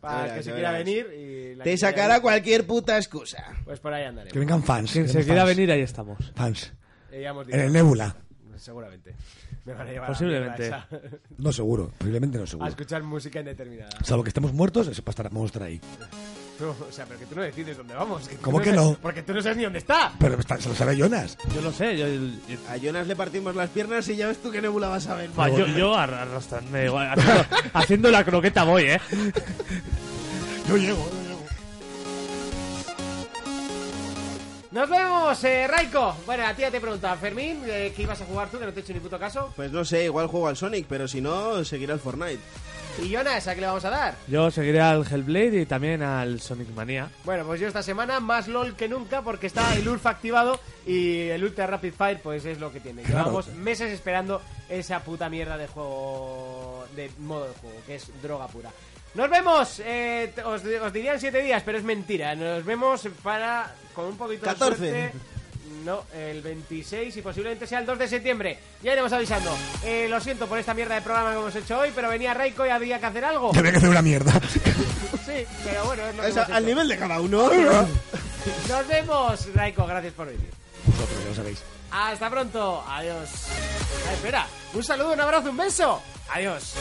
[SPEAKER 1] Para el
[SPEAKER 3] Verás,
[SPEAKER 1] que se
[SPEAKER 3] ya
[SPEAKER 1] quiera
[SPEAKER 3] verás.
[SPEAKER 1] venir y la
[SPEAKER 3] Te
[SPEAKER 1] que quiera
[SPEAKER 3] sacará
[SPEAKER 1] venir,
[SPEAKER 3] cualquier puta excusa.
[SPEAKER 1] Pues por ahí andaremos.
[SPEAKER 2] Que vengan fans.
[SPEAKER 4] Quien
[SPEAKER 2] que
[SPEAKER 4] se
[SPEAKER 2] vengan
[SPEAKER 4] quiera
[SPEAKER 2] fans.
[SPEAKER 4] venir, ahí estamos.
[SPEAKER 2] Fans.
[SPEAKER 1] Eh, ya hemos
[SPEAKER 2] En el
[SPEAKER 1] dicho. pues
[SPEAKER 2] Nebula.
[SPEAKER 1] Seguramente. Me van a llevar a la
[SPEAKER 4] Posiblemente.
[SPEAKER 1] mierda esa.
[SPEAKER 2] No seguro, posiblemente no
[SPEAKER 1] a
[SPEAKER 3] Ah,
[SPEAKER 2] seguro.
[SPEAKER 1] escuchar música indeterminada.
[SPEAKER 2] Salvo que estemos muertos, eso pasará, vamos a estar ahí.
[SPEAKER 1] Tú, o sea, pero que tú no decides dónde vamos. tú
[SPEAKER 2] ¿Cómo que
[SPEAKER 1] sabes-
[SPEAKER 2] no?
[SPEAKER 1] Porque tú no sabes ni dónde está.
[SPEAKER 2] Pero está- se lo sabe Jonas.
[SPEAKER 4] Yo lo sé, yo... yo-
[SPEAKER 3] A Jonas le partimos las piernas y ya ves tú qué nebula vas a ver.
[SPEAKER 4] Buah, yo, yo ar- arrastrarme, igual, haciendo, haciendo la croqueta voy, ¿eh?
[SPEAKER 2] Yo llego.
[SPEAKER 1] Nos vemos, eh, Raiko. Bueno, a ti ya te preguntaba, Fermín, eh, ¿qué ibas a jugar tú? Que no te he hecho ni puto caso.
[SPEAKER 3] Pues no sé, igual juego al Sonic, pero si no, seguirá al Fortnite.
[SPEAKER 1] Y Jonas, ¿a qué le vamos a dar?
[SPEAKER 4] Yo seguiré al Hellblade y también al Sonic Mania.
[SPEAKER 1] Bueno, pues yo esta semana más LOL que nunca porque está el URF activado y el Ultra Rapid Fire pues es lo que tiene.
[SPEAKER 2] Claro.
[SPEAKER 1] Llevamos meses esperando esa puta mierda de juego, de modo de juego, que es droga pura. Nos vemos, eh, t- os, os diría en 7 días, pero es mentira. Nos vemos para, con un poquito
[SPEAKER 3] 14.
[SPEAKER 1] de suerte... No, el 26 y posiblemente sea el 2 de septiembre. Ya iremos avisando. Eh, lo siento por esta mierda de programa que hemos hecho hoy, pero venía Raiko y había que hacer algo.
[SPEAKER 2] Tendría que hacer una mierda.
[SPEAKER 1] Sí, pero bueno, es lo que
[SPEAKER 3] Es a-
[SPEAKER 1] hemos hecho.
[SPEAKER 3] al nivel de cada uno.
[SPEAKER 1] Nos vemos, Raiko, gracias por venir.
[SPEAKER 2] Vosotros ya lo sabéis.
[SPEAKER 1] Hasta pronto, adiós. Ah, espera, un saludo, un abrazo, un beso. Adiós.